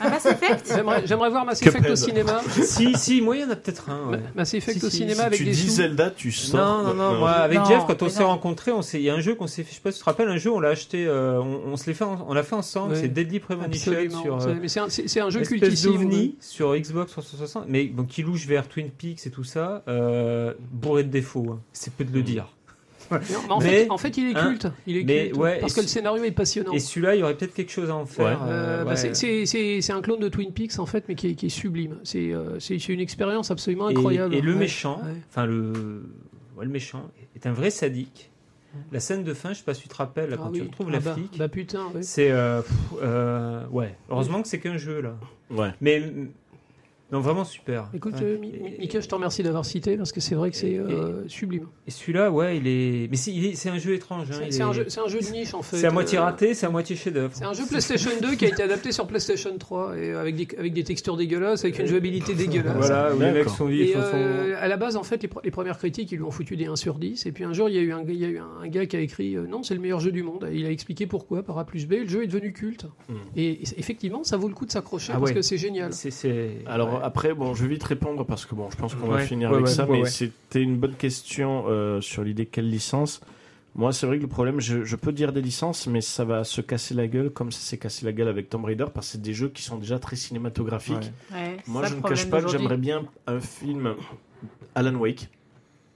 Un Mass Effect J'aimerais j'aimerais voir Mass Effect au Cuphead. cinéma. Euh, si, si, moi, il y en a peut-être un. ouais. Ma- Mass Effect Si, au si, cinéma si avec tu des dis sous. Zelda, tu sors. Non, non, non, moi, avec Non, Jeff, quand mais on s'est non. rencontrés, on s'est- il y a un jeu qu'on s'est fait, je sais pas si tu te rappelles, un jeu, on l'a acheté, euh, on, on se l'est fait, en- on l'a fait ensemble, Ouais. c'est Deadly Premonition Absolument. sur C'est- euh, mais c'est un, c'est- c'est un jeu espèce cultissime. d'ovni sur Xbox 360, mais bon, qui louche vers Twin Peaks et tout ça, euh, bourré de défauts, hein. c'est peu de le dire. Non, mais en, Mais- fait, en fait, il est hein, culte. Il est mais culte. ouais, parce et que le si- scénario est passionnant. Et celui-là, il y aurait peut-être quelque chose à en faire. Euh, euh, bah, ouais. c'est- C'est c'est- c'est un clone de Twin Peaks en fait, mais qui est, qui est sublime. C'est euh, c'est- c'est une expérience absolument Et- incroyable. Et, le Ouais. méchant, Ouais. enfin le, ouais, le méchant est un vrai sadique. La scène de fin, je sais pas si tu te rappelles, là, Ah quand oui. tu retrouves Ah la bah, flic, Bah putain, ouais. c'est euh, pff, euh, ouais. Heureusement que c'est qu'un jeu là. Ouais. Mais mm, non, vraiment super. Écoute, Ouais. euh, Mi- Mi- Et- Mika, je te remercie d'avoir cité parce que c'est vrai que c'est Et- euh, sublime. Et celui-là, ouais, il est. Mais c'est il est- c'est un jeu étrange. hein, C'est il c'est un, est- jeu- c'est un jeu de niche en fait. c'est à moitié Euh, raté, c'est à moitié chef-d'œuvre. C'est un jeu PlayStation 2 qui a été adapté sur PlayStation 3 et avec des, avec des textures dégueulasses, avec une jouabilité dégueulasse. Voilà, où les mecs D'accord. sont vifs. Et sont- euh, à la base, en fait, les, pr- les premières critiques, ils lui ont foutu des 1 sur 10. Et puis un jour, il y a eu un, il y a eu un gars qui a écrit euh, Non, c'est le meilleur jeu du monde. Et il a expliqué pourquoi, par A plus B, le jeu est devenu culte. Mm. Et, et c'est- effectivement, ça vaut le coup de s'accrocher Ah parce ouais. que c'est génial. C'est- c'est- Alors ouais. après, bon, je vais vite répondre parce que bon, je pense qu'on va Ouais, finir ouais, avec ouais, ça, ouais, mais ouais. c'était une bonne question euh, sur l'idée quelle licence. Moi, c'est vrai que le problème, je, je peux dire des licences, mais ça va se casser la gueule comme ça s'est cassé la gueule avec Tomb Raider parce que c'est des jeux qui sont déjà très cinématographiques. Ouais. Ouais, c'est Moi, ça je le ne problème cache pas que d'aujourd'hui. j'aimerais bien un film Alan Wake,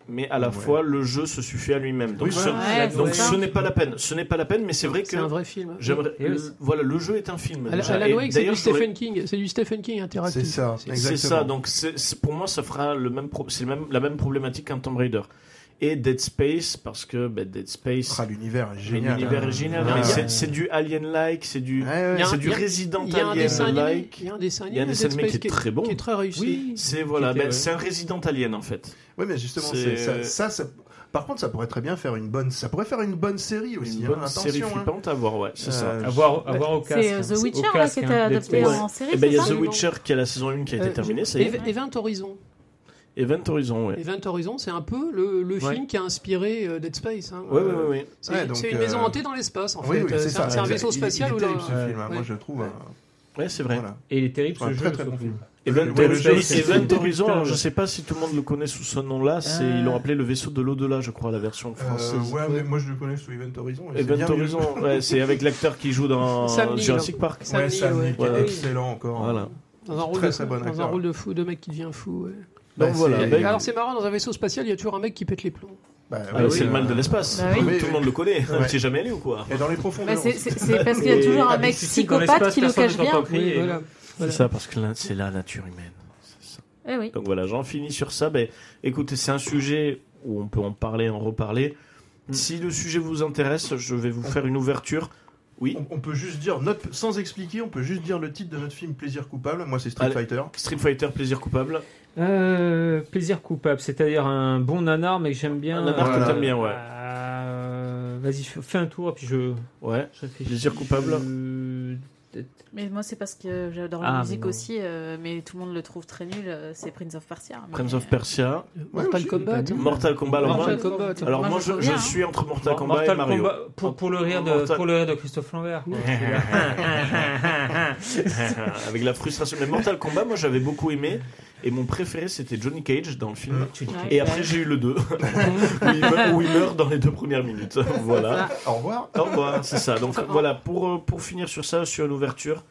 mais à la Ouais. fois le jeu se suffit à lui-même. Donc, Oui, ce, Ouais, voilà. donc c'est ça. ce n'est pas la peine. Ce n'est pas la peine, mais c'est vrai que C'est un vrai film. j'aimerais. Et oui. le- voilà, le jeu est un film. Alan- déjà. Et Alan Wake, c'est du d'ailleurs, j'aurais- Stephen King. C'est du Stephen King interactif. C'est ça, C'est- exactement. C'est ça, donc c'est- c'est- pour moi, ça fera le même pro- c'est le même, la même problématique qu'un Tomb Raider. et Dead Space parce que bah, Dead Space Ah, l'univers est mais génial. hein. Ah, l'univers est génial Ouais, Mais c'est- ouais. c'est du alien-like c'est du Ouais, ouais. Il y a un- c'est du il y a- Resident Il y a un dessin animé. Alien-like Il y a un dessin il y animé. a un de dessin Dead animé qui Space est très bon Qui est très réussi. Oui. c'est voilà Qui était, bah, ouais. c'est un Resident Alien en fait Oui, mais justement, C'est- c'est- ça, ça, ça- Par contre, ça pourrait très bien faire une bonne. Ça pourrait faire une bonne série aussi. une hein, bonne série attention. hein. flippante à voir ouais c'est ça Euh, Avoir, avoir au casque. C'est euh, The hein, Witcher au là, casque, qui était hein, Dead adapté Space. en série. et ben il y a c'est The ça Witcher qui a la saison 1 qui a été Euh, terminée ça y est Ev- Event Horizon. Event Horizon ouais Event Horizon, c'est un peu le, le Ouais. film qui a inspiré euh, Dead Space. hein. ouais ouais ouais, ouais. C'est Ouais, donc, c'est une euh, maison hantée dans l'espace, en Oui, fait. oui, Euh, c'est ça. un vaisseau Il- il spatial est où terrible, la- ce film. hein. Moi, ouais. je le trouve. Ouais. hein, Ouais, c'est vrai voilà. Et il est terrible ce Ouais, jeu. très, très surtout. bon film. Event, Ouais, le Horizon- jeu, c'est- Event c'est- Horizon, c'est- alors je sais pas si tout le monde le connaît sous ce nom-là, c'est Euh. ils l'ont appelé le vaisseau de l'au-delà, je crois, la version française. Euh, ouais, mais moi, je le connais sous Event Horizon. et c'est bien Event mieux. Horizon, ouais, c'est avec l'acteur qui joue dans Sam Neill. Jurassic Park. Sam Ouais, Neill, Sam ouais. Neill, qui Voilà. est excellent encore. Voilà. Dans un rôle, Très, de, très bon dans acteur. un rôle de fou, de mec qui devient fou. ouais. Donc Bah, voilà, c'est- bah, Et- Alors c'est marrant, dans un vaisseau spatial, il y a toujours un mec qui pète les plombs. Bah, ah, oui, c'est le euh, mal de l'espace. Bah oui. tout Oui, le oui. monde le connaît. Ouais. T'y es jamais allé ou quoi Et dans les Bah, profondeurs. c'est aussi. c'est- c'est parce qu'il y a toujours un Ah, mais mec si, si, dans psychopathe l'espace, qui le personne cache ne t'entend bien. crier. voilà. C'est Voilà. ça, parce que là, c'est la nature humaine. C'est ça. Eh oui. Donc voilà, j'en finis sur ça. Ben, écoutez, c'est un sujet où on peut en parler, en reparler. Mm. Si le sujet vous intéresse, je vais vous faire une ouverture. Oui, On, on peut juste dire, notre, sans expliquer, on peut juste dire le titre de notre film Plaisir coupable. Moi, c'est Street Allez. Fighter. Street Fighter, plaisir coupable. Euh, plaisir coupable, c'est-à-dire un bon nanar, mais que j'aime bien. Un nanar que euh, t'aimes bien, ouais. euh, Vas-y, f- fais un tour, puis je, Ouais. je réfléchis. Plaisir coupable. Euh, Mais moi, c'est parce que j'adore Ah, la mais musique non. aussi, euh, mais tout le monde le trouve très nul. euh, C'est Prince of Persia. mais- Prince of Persia. Mortal aussi, Kombat. t'as vu. Mortal Kombat. Alors moi, Mortal Kombat. alors moi, Moi, je je, trouve je bien, hein. suis entre Mortal Mortal Kombat et Mario. Kombat, pour, pour le rire de, Mortal- pour le rire de Christophe Lambert. Avec la frustration. Mais Mortal Kombat, moi j'avais beaucoup aimé. Et mon préféré c'était Johnny Cage dans le film. Tu dis- Ouais. Et après j'ai eu le 2. où, il meurt, où il meurt dans les deux premières minutes. voilà. Au revoir. Au revoir, c'est ça. Donc voilà, pour, euh, pour finir sur ça, sur l'ouverture,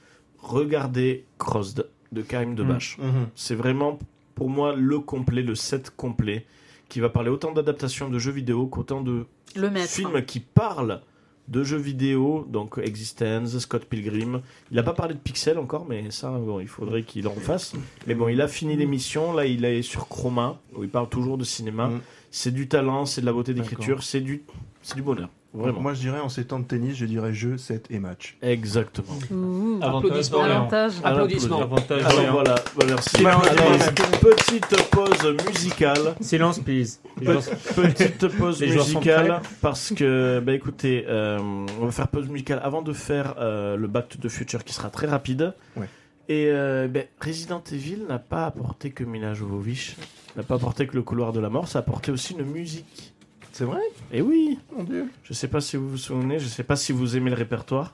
regardez Crossed de Mm. Karim Debache. Mm-hmm. C'est vraiment pour moi le complet, le set complet, qui va parler autant d'adaptations de jeux vidéo qu'autant de Le maître. film qui parle de jeux vidéo, donc Existence, Scott Pilgrim. Il n'a pas parlé de Pixel encore, mais ça, bon, il faudrait qu'il en fasse. Mais bon, il a fini l'émission. Là, il est sur Chroma, où il parle toujours de cinéma. Mm. C'est du talent, c'est de la beauté d'écriture, D'accord. c'est du, c'est du bonheur. Vraiment. Moi, je dirais, en ces temps de tennis, je dirais jeu, set et match. Exactement. Ouh, Applaudissements. Avantage. Avantage. Applaudissements. Avantage. Alors voilà, voilà, merci. Bah, on- Alors, petite pause musicale. Silence, please. Les gens sont- Petite pause Les joueurs sont musicale parce que, bah écoutez, euh, on va faire pause musicale avant de faire euh, le Back to the Future qui sera très rapide. Ouais. Et euh, ben, Resident Evil n'a pas apporté que Mila Jovovich, n'a pas apporté que le couloir de la mort, ça a apporté aussi une musique. C'est vrai Et oui, Mon dieu. je sais pas si vous vous souvenez, je sais pas si vous aimez le répertoire.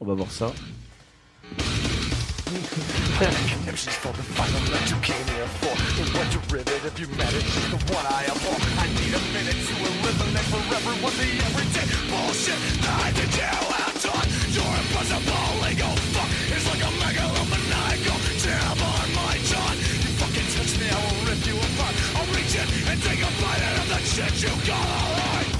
On va voir ça. She's for the final that you came here for. The one you rivet of humanity, the one I abhor. I need a minute to eliminate forever what the everyday bullshit that I did you have done. Your impossible ego fuck is like a megalomaniacal jam on my jaw. You fucking touch me, I will rip you apart. I'll reach in and take a bite out of that shit you got all right.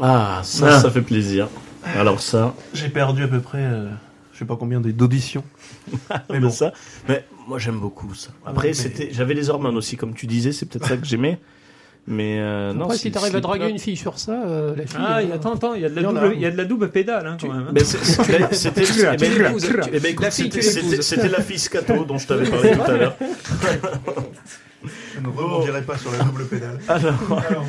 Ah, ça, Ah. ça fait plaisir. Alors ça, J'ai perdu à peu près, euh, je sais pas combien des- d'auditions. mais bon. ça, mais moi j'aime beaucoup ça. Ouais, Après, mais- c'était, j'avais les hormones aussi, comme tu disais, c'est peut-être ça que j'aimais. Mais euh, non, Après, c'est- si t'arrives à c'est- draguer une fille sur ça, euh, la fille. Ah, il y euh, a- attends, attends, il y a de la Il y en double, a. il y a de la double pédale hein, quand même. hein. Ben, c'est- c'était c'était- eh ben, tu l'épouses, écoute, tu- eh ben, écoute, la fille, c'était- tu l'épouses. c'était- c'était la fille scato dont je t'avais parlé tout à l'heure. Je ne rebondirai pas sur la double pédale. Alors, Alors,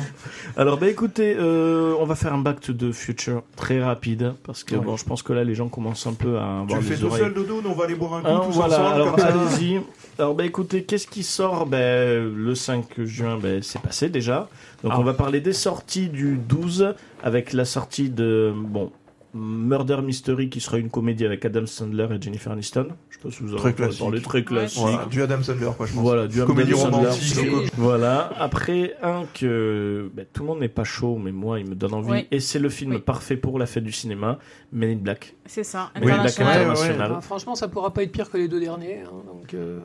alors bah, écoutez, euh, on va faire un back to the future très rapide parce que Ouais. bon, je pense que là les gens commencent un peu à tu avoir le fais les tout oreilles. seul, Dodo, on va aller boire un coup Alors, tous voilà, ensemble. alors comme ça. allez-y. Alors bah écoutez, qu'est-ce qui sort ben, Le 5 juin, ben, c'est passé déjà. Donc Ah. on va parler des sorties du 12 avec la sortie de bon Murder Mystery qui sera une comédie avec Adam Sandler et Jennifer Aniston. Je sais pas si vous en Très avez classique. parlé, très classique. Voilà, du Adam Sandler, quoi, je pense. Voilà, du Comédie Adam Sandler. romantique. Sandler. donc, Voilà. Après, un que ben, tout le monde n'est pas chaud, mais moi, il me donne envie. Oui. Et c'est le film Oui. parfait pour la fête du cinéma, Men in Black. C'est ça, Men in Black international. ouais, International. Enfin, Ah, franchement, ça pourra pas être pire que les deux derniers. hein, donc, euh,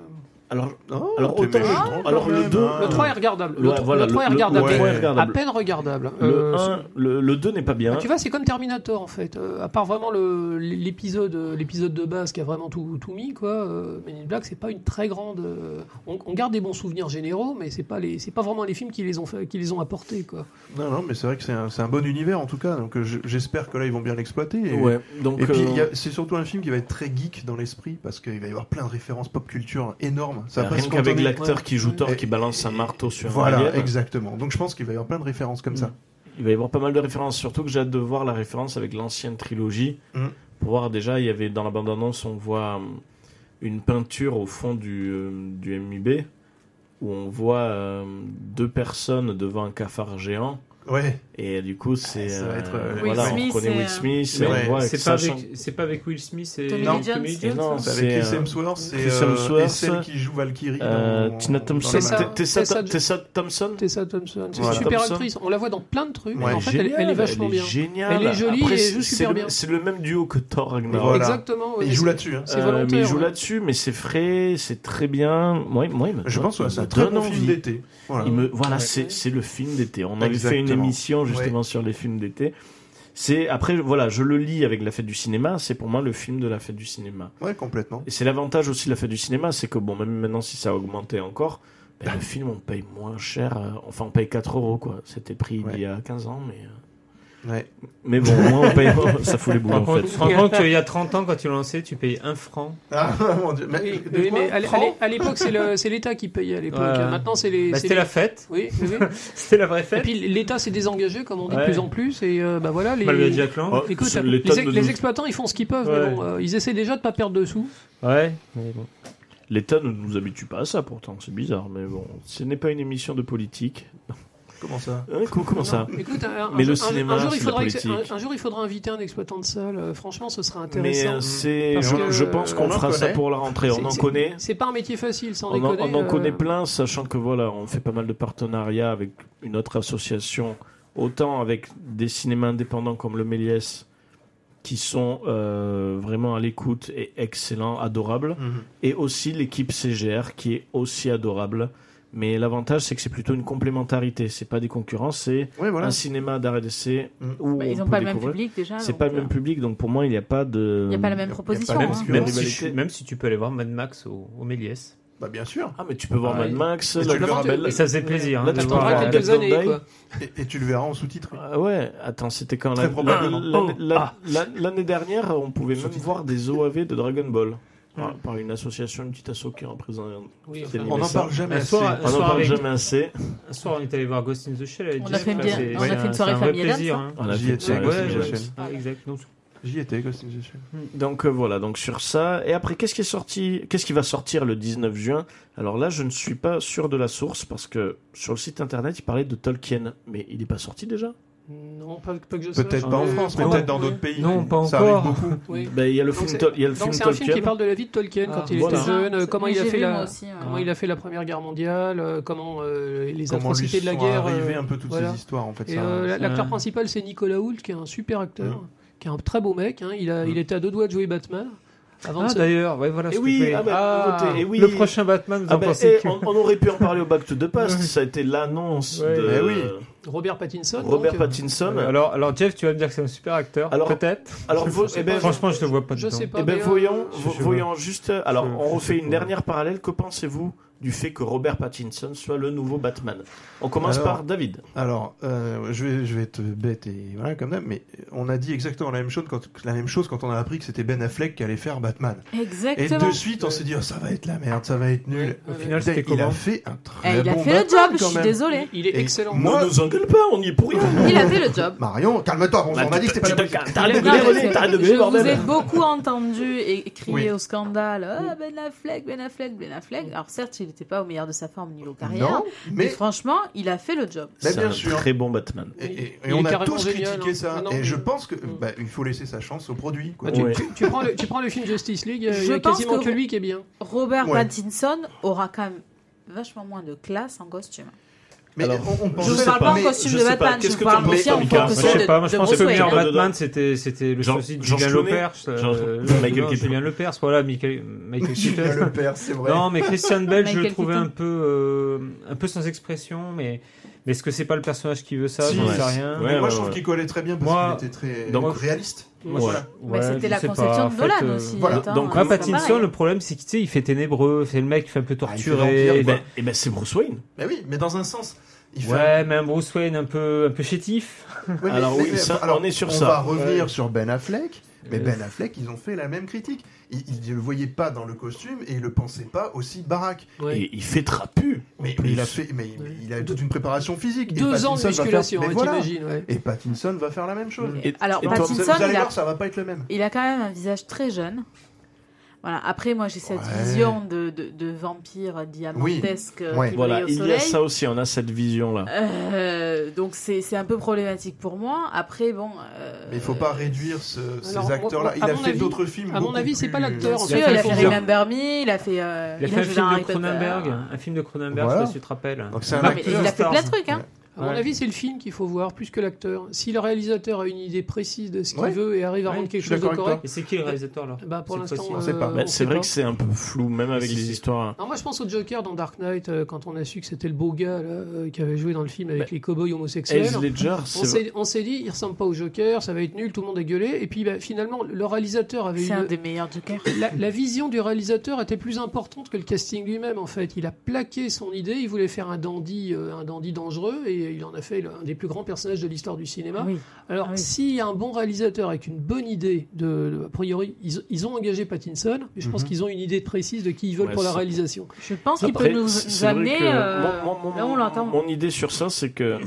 Alors, Oh, alors, t'es autant- méchant, alors, quand le même, deux- hein. Le 3 est regardable. Le, Ouais, tro- voilà, le 3 est le- le- regardable. le trois est Ouais. regardable. À peine regardable. le, Euh, 1, le, le 2 n'est pas bien. Ah, tu vois, c'est comme Terminator en fait. Euh, à part vraiment le- l'épisode, euh, l'épisode de base qui a vraiment tout, tout mis, quoi. euh, Men in Black, c'est pas une très grande. euh, on, on garde des bons souvenirs généraux, mais c'est pas les, c'est pas vraiment les films qui les ont fait, qui les ont apportés, quoi. Non, non, mais c'est vrai que c'est un, c'est un bon univers en tout cas, donc euh, je- j'espère que là ils vont bien l'exploiter. Et, Ouais, donc, et puis euh, il y a- c'est surtout un film qui va être très geek dans l'esprit parce qu'il va y avoir plein de références pop culture énormes. Ça va pas rien se qu'avec cantonner- l'acteur qui joue Thor Et- qui balance un marteau sur un Voilà, alien, exactement. Donc je pense qu'il va y avoir plein de références comme ça. Mm. il va y avoir pas mal de références. Surtout que j'ai hâte de voir la référence avec l'ancienne trilogie. Mm. Pour voir déjà, il y avait dans la bande-annonce, on voit hum, une peinture au fond du, euh, du MIB où on voit euh, deux personnes devant un cafard géant. Ouais, Et du coup, c'est. ça va euh, être, euh, Will voilà, Smith on reconnaît et, Will euh, Smith. Mais et on ouais, voit que C'est ça pas, change. avec- c'est pas avec Will Smith et Tommy Lee Non. Jones. Tommy Lee Et non, c'est C'est, avec Chris euh, Hemsworth, c'est Chris euh, et Hemsworth. celle qui joue Valkyrie. Euh, dans- Tina dans Thompson. la- C'est ça. Tessa, Tessa- Tessa Thompson Tessa Thompson, c'est Voilà. une super Thompson. actrice. On la voit dans plein de trucs. Ouais, mais en fait, elle, est- elle est vachement bien. Géniale. Elle est jolie Après, et c'est- joue c'est super le- bien. C'est le même duo que Thor Ragnarok. Voilà. Exactement. ouais, Et il mais joue c'est- là-dessus. hein. C'est Euh, mais il volontaire. joue ouais. là-dessus, mais c'est frais, c'est très bien. Moi, moi, il me Je donne- pense que il c'est me un très donne bon film envie. d'été. Voilà. Il me, voilà, Ouais. c'est, c'est le film d'été. On avait fait une Exactement. émission justement sur les films d'été. C'est après, voilà, je le lis avec la fête du cinéma. C'est pour moi le film de la fête du cinéma. Ouais, complètement. Et c'est l'avantage aussi de la fête du cinéma, c'est que bon, même maintenant, si ça a augmenté encore, ben, le film on paye moins cher. euh, enfin, on paye 4 euros quoi. C'était pris Ouais. il y a 15 ans, mais. euh, Ouais. Mais bon, au moins on paye. ça fout les boules Par en contre, fait. tu te rends compte qu'il y a 30 ans, quand tu l'as lancé, tu payais 1 franc. Ah mon dieu. Mais, Oui, de oui, quoi mais à l'- à Franc l'- à l'époque, c'est le- c'est l'État qui payait à l'époque. hein. Ouais. Maintenant, c'est les. Bah, c'est c'était les- la fête. Oui, oui, oui. C'était la vraie Et fête. puis l'État s'est désengagé, comme on dit de Ouais. plus en plus, et euh, bah voilà, les, Malgré Jack Lang. Oh, Écoute, c'est- les, l'État ex- ne les nous- exploitants, ils font ce qu'ils peuvent, Ouais. mais bon, euh, ils essaient déjà de pas perdre de sous. Ouais, mais bon. L'État ne nous habitue pas à ça pourtant, c'est bizarre, mais bon, ce n'est pas une émission de politique. Comment ça Hein, comment, comment ça Écoute, euh, un, un Mais jour- le un- cinéma, un jour, il c'est de la faudra ex- politique. un- un jour, il faudra inviter un exploitant de salle. euh, franchement, ce sera Mais intéressant. euh, c'est, Parce je, que- je pense qu'on On en fera ça connaît. pour la rentrée. On C'est- en c'est- connaît, C'est pas un métier facile, sans on en, déconner. on en euh, connaît plein, sachant que voilà, on fait pas mal de partenariats avec une autre association, autant avec des cinémas indépendants comme le Méliès, qui sont euh, vraiment à l'écoute et excellents, adorables. Mhm. et aussi l'équipe CGR qui est aussi adorable. Mais l'avantage, c'est que c'est plutôt une complémentarité. C'est pas des concurrents, c'est Ouais, voilà. un cinéma d'arrêt d'essai Mm. où Bah, on ils n'ont peut pas le même découvrir. public déjà. C'est donc, pas le euh, même public, donc pour moi, il n'y a pas de. Il n'y a pas la même Y a- y a pas proposition. la Même, même hein. si- même on est si validé. tu, même si tu peux aller voir Mad Max au, au Méliès. Bah bien sûr. Ah, mais tu peux voir Ah, Mad il- Max, Et la tu le verras Belle- Et ça faisait plaisir. hein, Là, de tu voir, T'attendras Voilà. euh, quelques Jack années, London. quoi. Et, et tu le verras en sous-titré. Ah ouais, attends, c'était quand Très la- probablement. la- la- la- Oh, ah. la- l'année dernière, on pouvait même Sous-titré. voir des OAV de Dragon Ball par, Mm. par une association, une petite asso qui représente. Oui, qui enfin, animait On n'en ça. parle jamais Un assez. soir, On un n'en soir parle avec- jamais assez. Un soir, on est allé voir Ghost in the Shell. avec On a Jack, fait une là, bien- c'est- on a c'est fait une soirée un- c'est un vrai familiale, plaisir, ça. hein. On a J'y fait étais, ça, ouais, la ouais, Fondation. ouais. Ah, exact. Non, J'y étais, Ghost in the Shell. Mm. Donc euh, voilà, donc sur ça. Et après, qu'est-ce qui est sorti Qu'est-ce qui va sortir le 19 juin Alors là, je ne suis pas sûr de la source parce que sur le site internet, il parlait de Tolkien, mais il n'est pas sorti déjà Non, pas, pas que je sache. Peut-être pas en mais- France, non, peut-être dans oui. d'autres pays. Non, pas Ça encore. arrive beaucoup. Oui. Ben, il y a le Donc film, c'est- Tol- il y a le film Donc c'est un Tolkien. film qui parle de la vie de Tolkien Ah, quand il voilà. était jeune, euh, comment il J'ai a vu, fait la, moi aussi, hein. ouais. comment il a fait la Première Guerre mondiale, euh, comment euh, les Comment lui atrocités de la sont guerre. arrivées euh, un peu toutes voilà. ces histoires en fait. Et ça- euh, la- l'acteur ça- principal, c'est Nicolas Hoult, qui est un super acteur, qui est un très beau mec. hein. Il, a, il était à deux doigts de jouer Batman. Avant de Ah, se- d'ailleurs, ouais, voilà. Eh s'il te oui, plaît. ah, bah, ben, votez, eh oui. le prochain Batman, vous Ah en ben, pensez eh, que. on, on aurait pu en parler au Back to the Past, ça a été l'annonce Ouais. de... Eh oui. Robert Pattinson. Robert donc, euh, Pattinson. alors, Alors, alors, Jeff, tu vas me dire que c'est un super acteur. Alors- peut-être. vo- eh ben, Franchement, je te vois pas. Je dedans. sais pas. eh ben, mais, euh, voyons, je- vo- je- voyons juste. Alors, je- on je refait sais une pas. dernière parallèle. Que pensez-vous du fait que Robert Pattinson soit le nouveau Batman On commence Alors- par David. Alors, euh, je, vais, je vais être bête et voilà, comme d'hab, mais on a dit exactement la même, chose quand, la même chose quand on a appris que c'était Ben Affleck qui allait faire Batman. Et Exactement. de suite, on s'est dit, oh, ça va Ah, être la merde, ça va être nul. Au final, Putain, c'était il a comment fait un Eh, très il a bon fait le Batman, job, je quand suis même. désolée. Il est Et excellent. moi- ne nous engueule pas, on y est pour rien. Il a fait le job. Marion, calme-toi, bon, Bah, on m'a dit que c'était pas la calmes, t'arrêtes de Non, gueuler, mais c'est- t'arrêtes de gueuler, je vous ai bordel. beaucoup entendu et crier Oui. au scandale Ah, Ben Affleck, Ben Affleck, Ben Affleck. Alors certes, il n'était pas au meilleur de sa forme niveau carrière, Non, mais... mais franchement, il a fait le job. Bah, C'est bien un sûr. très bon Batman. Et, et- et Il est on a carrément tous génial, critiqué hein. ça. Ah non, et je mais- pense que Mm. bah, il faut laisser sa chance au produit. Quoi. Ah, tu, Ouais. tu- tu prends le, tu prends le film Justice League, euh, il y Je a pense quasiment que- que... lui qui est bien. Robert Ouais. Pattinson aura quand même vachement moins de classe en costume. Mais Alors, on, Je on ne pensait sais parle pas, pas en mais costume je de sais pas, Batman, je qu'est-ce vous que parle t'en aussi penses, en Mika Je costume sais de, pas, moi je de pense que Bruce le meilleur Wayne. Batman. Batman c'était c'était le Jean- souci de Jean Julien Clooney. Lepers. euh, Jean- euh, Michael non, Keaton. Julien Lepers, voilà, Michael, Michael Julien Keaton. Le Père, c'est vrai. Non, mais Christian Bell, je le Michael trouvais Keaton. un peu, euh, un peu sans expression, mais, mais est-ce que c'est pas le personnage qui veut ça Si, J'en ouais. sais rien. Ouais. Mais moi, je trouve qu'il collait très bien parce Moi- qu'il était très Donc- réaliste. Moi, Ouais. je- Bah, ouais, c'était je la sais pas, conception en de fait, Nolan euh, aussi. voilà. attends, Donc, hein, Moi, c'est Pattinson, pareil. le problème, c'est qu'il tu sais, il fait ténébreux, c'est le mec qui fait un peu Ah, il fait torturé. vampire, et quoi. ben- Eh ben, c'est Bruce Wayne. Mais oui, mais dans un sens. Il fait ouais, mais un Bruce Wayne un peu, un peu chétif. Ouais, mais- Alors mais- oui, mais- ça, on est sur on ça. va revenir sur Ben Affleck. Mais Euh. Ben Affleck, ils ont fait la même critique. Ils ils ne le voyaient pas dans le costume et ils le pensaient pas aussi baraque. Ouais. Et il fait trapu. Mais, En plus. mais il a fait, mais, mais il a toute une préparation physique. Et Deux ans de Pattinson va faire- musculation, mais hein, voilà. t'imagines. ouais. Et Pattinson va faire la même chose. Et- Alors, et toi, Vous- Pattinson, vous allez il a- voir, ça va pas être le même. Il a quand même un visage très jeune. Voilà. Après, moi, j'ai cette Ouais. vision de, de, de vampire diamantesque euh, Ouais. qui Voilà, brille au il y soleil. a ça aussi, on a cette vision-là. Euh, donc, c'est c'est un peu problématique pour moi. Après, bon. euh, Mais il faut pas réduire ce- ces Alors, acteurs-là. à Il a mon fait avis- d'autres films. à mon beaucoup avis, c'est pas plus- l'acteur, en tu vois, fait, il a faut fait dire. Remember Me, il a fait. euh, Il il a fait a un joué film dans de Harry Potter. Cronenberg. Un film de Cronenberg, je Voilà. sais pas si tu te rappelles. Donc c'est un Non, mais acteur. il a fait Stars. plein de trucs, hein. Ouais. À mon Ouais. avis, c'est le film qu'il faut voir plus que l'acteur. Si le réalisateur a une idée précise de ce qu'il Ouais. veut et arrive à Ouais, rendre quelque je suis chose de d'accord avec correct, Et c'est qui le réalisateur là bah pour C'est l'instant, possible. On sait pas. euh, Bah, on c'est sait vrai pas. que c'est un peu flou, même avec Si, les si. histoires. Non, moi je pense au Joker dans Dark Knight euh, quand on a su que c'était le beau gars là, euh, qui avait joué dans le film avec Bah, les cow-boys homosexuels. Heath Ledger, On c'est s'est on s'est dit, il ressemble pas au Joker, ça va être nul, tout le monde a gueulé. Et puis bah, finalement, le réalisateur avait C'est un une, des meilleurs Jokers. la, la vision du réalisateur était plus importante que le casting lui-même en fait. Il a plaqué son idée, il voulait faire un dandy, euh, un dandy dangereux et il en a fait le- un des plus grands personnages de l'histoire du cinéma. Oui. Alors Ah oui. s'il y a un bon réalisateur avec une bonne idée, de, de- a priori ils, ils ont engagé Pattinson, mais je pense Mhm. qu'ils ont une idée précise de qui ils veulent Ouais, pour la c'est- réalisation. Je pense qu'il Après, peut nous, c'est- nous c'est vrai amener. que euh, mon- Bah, mon- mon- Là, on l'entend. Mon idée sur ça, c'est que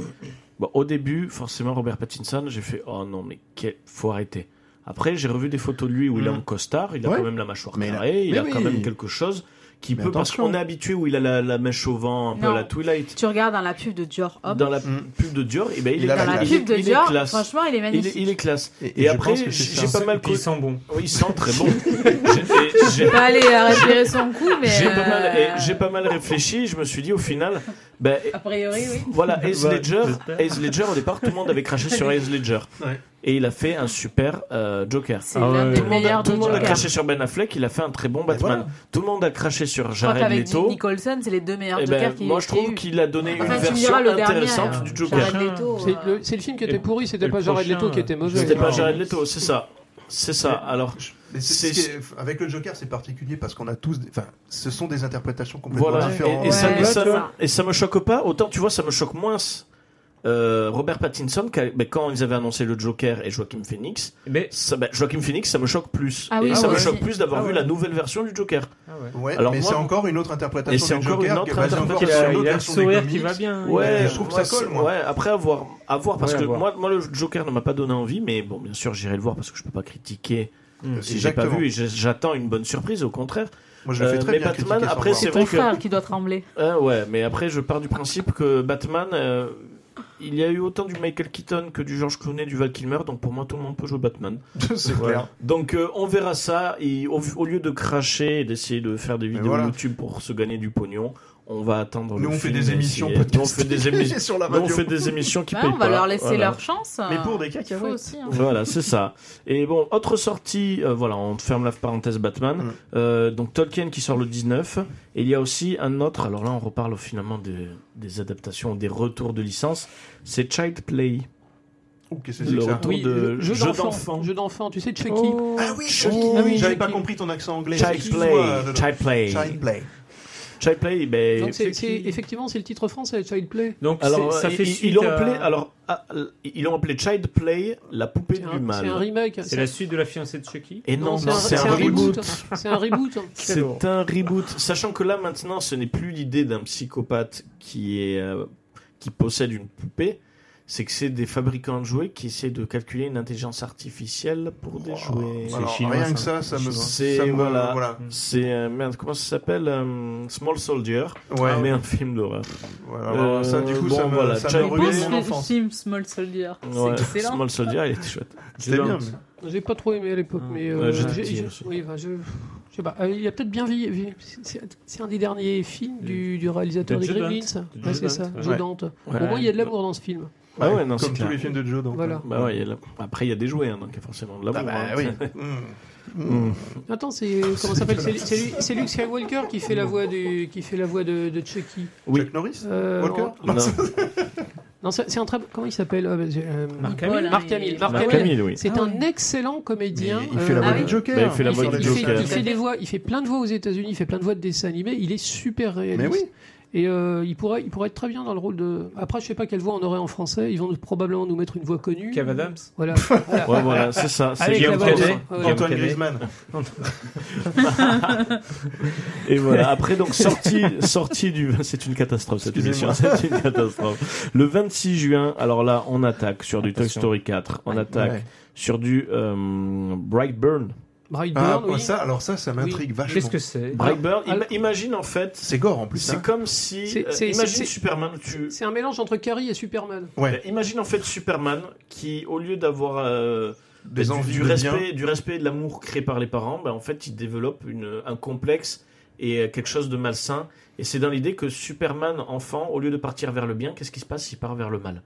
bon, au début, forcément, Robert Pattinson, j'ai fait oh non, mais quel... faut arrêter. Après, j'ai revu des photos de lui où il est Mm. en costard, il a Ouais. quand même la mâchoire Mais là- carrée, il mais a quand oui. même quelque chose qui Mais peut. Parce attention. qu'on est habitué où il a la, la mèche au vent, un peu Non. à la Twilight. Tu regardes dans la pub de Dior Homme. Dans la Mm. pub de Dior, et ben, il, Il est, a Dans la la il- pub de il est Dior, classe. franchement, il est Il est, magnifique. il est classe. je Et après, pense que c'est j'ai ça. pas mal Et puis, il sent bon. Oh, il sent très bon. J'ai- et j'ai- Pas aller euh, respirer son cou, mais. J'ai pas, mal- euh, et j'ai pas mal réfléchi, je me suis dit au final, ben, A priori, oui. voilà, Heath Ouais, Ledger, j'espère. Heath Ledger, au départ, tout le monde avait craché sur Heath Ledger. Ouais. Et il a fait un super euh, Joker. C'est Ah l'un ouais. des Tout le Tout le monde a- meilleurs tout le monde a Joker. craché sur Ben Affleck, il a fait un très bon Batman. Tout le monde a craché sur Je crois Jared qu'avec Jack Leto. Nicholson, c'est les deux meilleurs Et Jokers ben, qui moi, je qui aient trouve eu. qu'il a donné une Enfin, tu me version diras le dernier. intéressante euh, du Joker. Jared Leto, C'est euh, le, c'est le film qui était Et- pourri, c'était et pas le Jared prochain, Leto qui était mauvais. C'était pas Non. Jared Leto, c'est ça. C'est ça. Alors, Mais c'est- c'est- Avec le Joker, c'est particulier parce qu'on a tous. des- Enfin, ce sont des interprétations complètement Voilà, différentes. et, et ça, Ouais, et, ça, tu vois. et ça me choque pas, autant tu vois, ça me choque moins. euh, Robert Pattinson, qu'a- ben, quand ils avaient annoncé le Joker et Joaquin Phoenix, Mais, ça, ben, Joaquin Phoenix, ça me choque plus. Ah oui, et ça moi me aussi. choque plus d'avoir Ah vu ouais. la nouvelle version du Joker. ah ouais. Ouais, Alors mais moi- c'est encore une autre Et c'est interprétation du Joker encore une qui autre est basée encore Il sur interprétation. a, il une autre a le version des sourire qui comics. va bien. Ouais, je trouve que moi, ça colle, c'est- moi. Ouais, après avoir, avoir parce Ouais, que à voir. moi, moi, le Joker ne m'a pas donné envie, mais bon, bien sûr, j'irai le voir parce que je peux pas critiquer Mm. si j'ai pas Mmh. Exactement. vu et j'ai- j'attends une bonne surprise, au contraire. Moi, je le fais Euh, très mais bien. Batman, critiquer sans après, voir. c'est vrai Ton que- frère qui doit trembler. Ah ouais, mais après, je pars du principe que Batman, euh, il y a eu autant du Michael Keaton que du George Clooney, du Val Kilmer, donc pour moi, tout le monde peut jouer Batman. c'est clair. Donc euh, on verra ça, et au, au lieu de cracher et d'essayer de faire des vidéos voilà. YouTube pour se gagner du pognon, On va attendre. Nous, le on fait film des et émissions essayer- Nous, on podcastées fait des émissions. sur la Nous, radio. on fait des émissions qui Bah, payent on va pas. leur laisser Voilà. leur chance. Mais euh, pour des il faut cacahuètes. aussi. hein. Voilà, c'est ça. Et bon, autre sortie, euh, voilà, on ferme la parenthèse Batman. Mm. Euh, donc Tolkien qui sort le 19. Et il y a aussi un autre, alors là on reparle finalement des, des adaptations, des retours de licence, c'est Child Play. Ouh, qu'est-ce que c'est Le que ça retour de jeu jeu d'enfant. d'enfant. Jeu d'enfant, tu sais, Chucky. Ah oui, Chucky. Ah oui, J'avais Chucky. pas compris ton accent anglais. Child Excuse-moi, Play. Dodo. Child Play. Child Play. Child Play, ben, Donc, c'est, Chucky. c'est- effectivement, c'est le titre français, Child Play. Donc alors, c'est- ça euh, fait ils- ils suite l'ont à- appelé, alors, ah, l- ils l'ont appelé Child Play, la poupée C'est du un, mal. c'est un remake. C'est la suite de la fiancée de Chucky. Et non, c'est, un, c'est un reboot. c'est un reboot. hein. Quel C'est horreur. un reboot. Sachant que là maintenant, ce n'est plus l'idée d'un psychopathe qui est euh, qui possède une poupée, c'est que c'est des fabricants de jouets qui essaient de calculer une intelligence artificielle pour des jouets. Alors, chinois, rien ça. que ça, ça me. C'est- ça me- voilà. voilà. C'est euh, merde, comment ça s'appelle euh, Small Soldier, Ouais, mais un film d'horreur. Voilà, alors ça, du Euh, coup, bon, ça me, voilà, ça me Charlie Je ruine pense mon le enfance. film Small Soldier. Ouais, C'est excellent. Small Soldier, il était chouette. C'était bien. Violente. mais- J'ai pas trop aimé à l'époque, Ah. mais. euh, Ouais, j'étais j'ai- petit j'ai- aussi. oui, bah, je. Je sais pas, Euh, il a peut-être bien vie. vie- C'est, c'est un des derniers films du, du réalisateur De des Joe Gremlins. De Ouais, Joe c'est ça, Dante, Joe ouais. Dante. Ouais. Au moins, il y a de l'amour dans ce film. Ah ouais, non, c'est Comme tous clair. les films de Joe Dante. Voilà. Bah ouais, il y a de la- Après, il y a des jouets, hein, donc il y a forcément de l'amour. Ah bah hein. oui. Mm. Attends, c'est comment ça s'appelle c'est, c'est, lui- c'est Luke Skywalker qui fait la voix du qui fait la voix de, de Chucky. Oui. Chuck Norris Euh, Walker Non, Non, c'est c'est un très comment il s'appelle Ah, bah, j'ai, euh, Marc Hamill. Marc Hamill. Marc Marc Hamill. Hamill, oui. C'est Ah un ouais. excellent comédien. Il fait euh, la voix ah oui. de Joker. hein, Bah, il fait la il voix fait- de il Joker. fait- il fait des voix, il fait plein de voix aux États-Unis, il fait plein de voix de dessins animés. Il est super réaliste. Mais oui. Et euh, il pourrait, il pourrait être très bien dans le rôle de. Après, je sais pas quelle voix on aurait en français. Ils vont nous- probablement nous mettre une voix connue. Kev Adams. Voilà. Ouais, voilà, c'est ça. c'est Avec la Guillaume voix de- Canet. ouais, ouais. Guillaume Antoine Canet. Griezmann. Et voilà. Après, donc, sortie, sortie du, c'est une catastrophe, cette émission. Excusez-moi. C'est une catastrophe. Le 26 juin, alors là, on attaque sur du Toy Attention. Story 4. On attaque Ouais. sur du, euh, Brightburn. Ah, Brightburn, ouais, oui. ça, alors ça, ça m'intrigue vachement. Qu'est-ce que c'est Brightburn, alors- ima- imagine, en fait, C'est gore en plus. c'est hein. comme si, C'est- euh, c'est- imagine c'est- Superman, tu, C'est un mélange entre Carrie et Superman. euh, Ouais, imagine, en fait, Superman, qui, au lieu d'avoir, euh, des du- envies du, de bien. respect, du respect et de l'amour créé par les parents, ben, en fait, il développe une, un complexe et euh, quelque chose de malsain. Et c'est dans l'idée que Superman, enfant, au lieu de partir vers le bien, qu'est-ce qui se passe Il part vers le mal.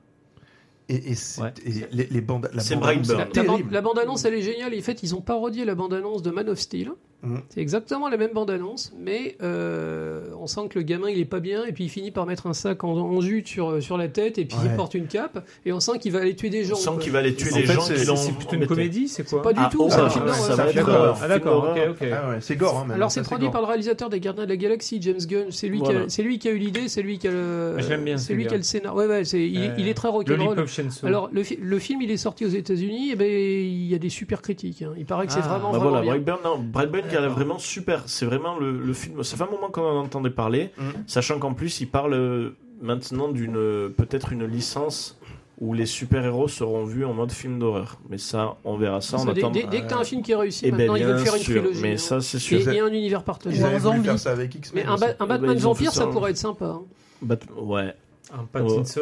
Et, et, c'est- Ouais. et les, les bandes. la C'est bande- Brightburn. La, c'est la ban- terrible. la bande-annonce, elle est géniale. Et en fait, ils ont parodié la bande-annonce de Man of Steel. Mhm. C'est exactement la même bande-annonce, mais euh, on sent que le gamin, il est pas bien. Et puis, il finit par mettre un sac en, en jute sur, sur la tête. Et puis, il Ouais. porte une cape. Et on sent qu'il va aller tuer des gens. On sent quoi. qu'il va aller tuer En les fait, gens c'est- qui l'ont. C'est plutôt une embêté. comédie, c'est quoi Pas du Ah, tout. c'est un horreur. film ouais, d'horreur. ça va film être d'horreur. horreur. Ah d'accord, ok, Film ok. Ah ouais, c'est gore, hein, Bah, même. Alors, c'est Ça, produit gore. par le réalisateur des Gardiens de la Galaxie, James Gunn. C'est lui, qui a- Voilà. c'est lui qui a eu l'idée, c'est lui qui a le. Je l'aime Bah, bien, C'est ce lui gars. qui a le scénario. Ouais, ouais, c'est- il, Euh, il est très rock'n'roll. Lollipop Chainsaw. Alors, le, fi- le film, il est sorti aux États-Unis, et ben, il y a des super critiques. hein. Il paraît que c'est Ah, vraiment, Bah vraiment voilà, bien. Brightburn, non, Brightburn qui a vraiment super. C'est vraiment le, le film. Ça fait un moment qu'on en entendait parler, Mm. sachant qu'en plus, il parle euh, maintenant d'une euh, peut-être une licence où les super-héros seront vus en mode film d'horreur. Mais ça, on verra ça. Ça, on dès, attend. dès- dès que t'as un film qui est réussi, Eh ben, maintenant, ils bien veulent faire une sûr, trilogie. Mais hein. ça, c'est sûr. et, et un univers partagé. Ils avaient voulu Zombie. faire ça avec X-Men. Mais un, aussi. ba- un Eh ben, Batman ils ont vampire, fait ça ça, pourrait être sympa. hein. Bat- bah, ouais. Un Pattinson.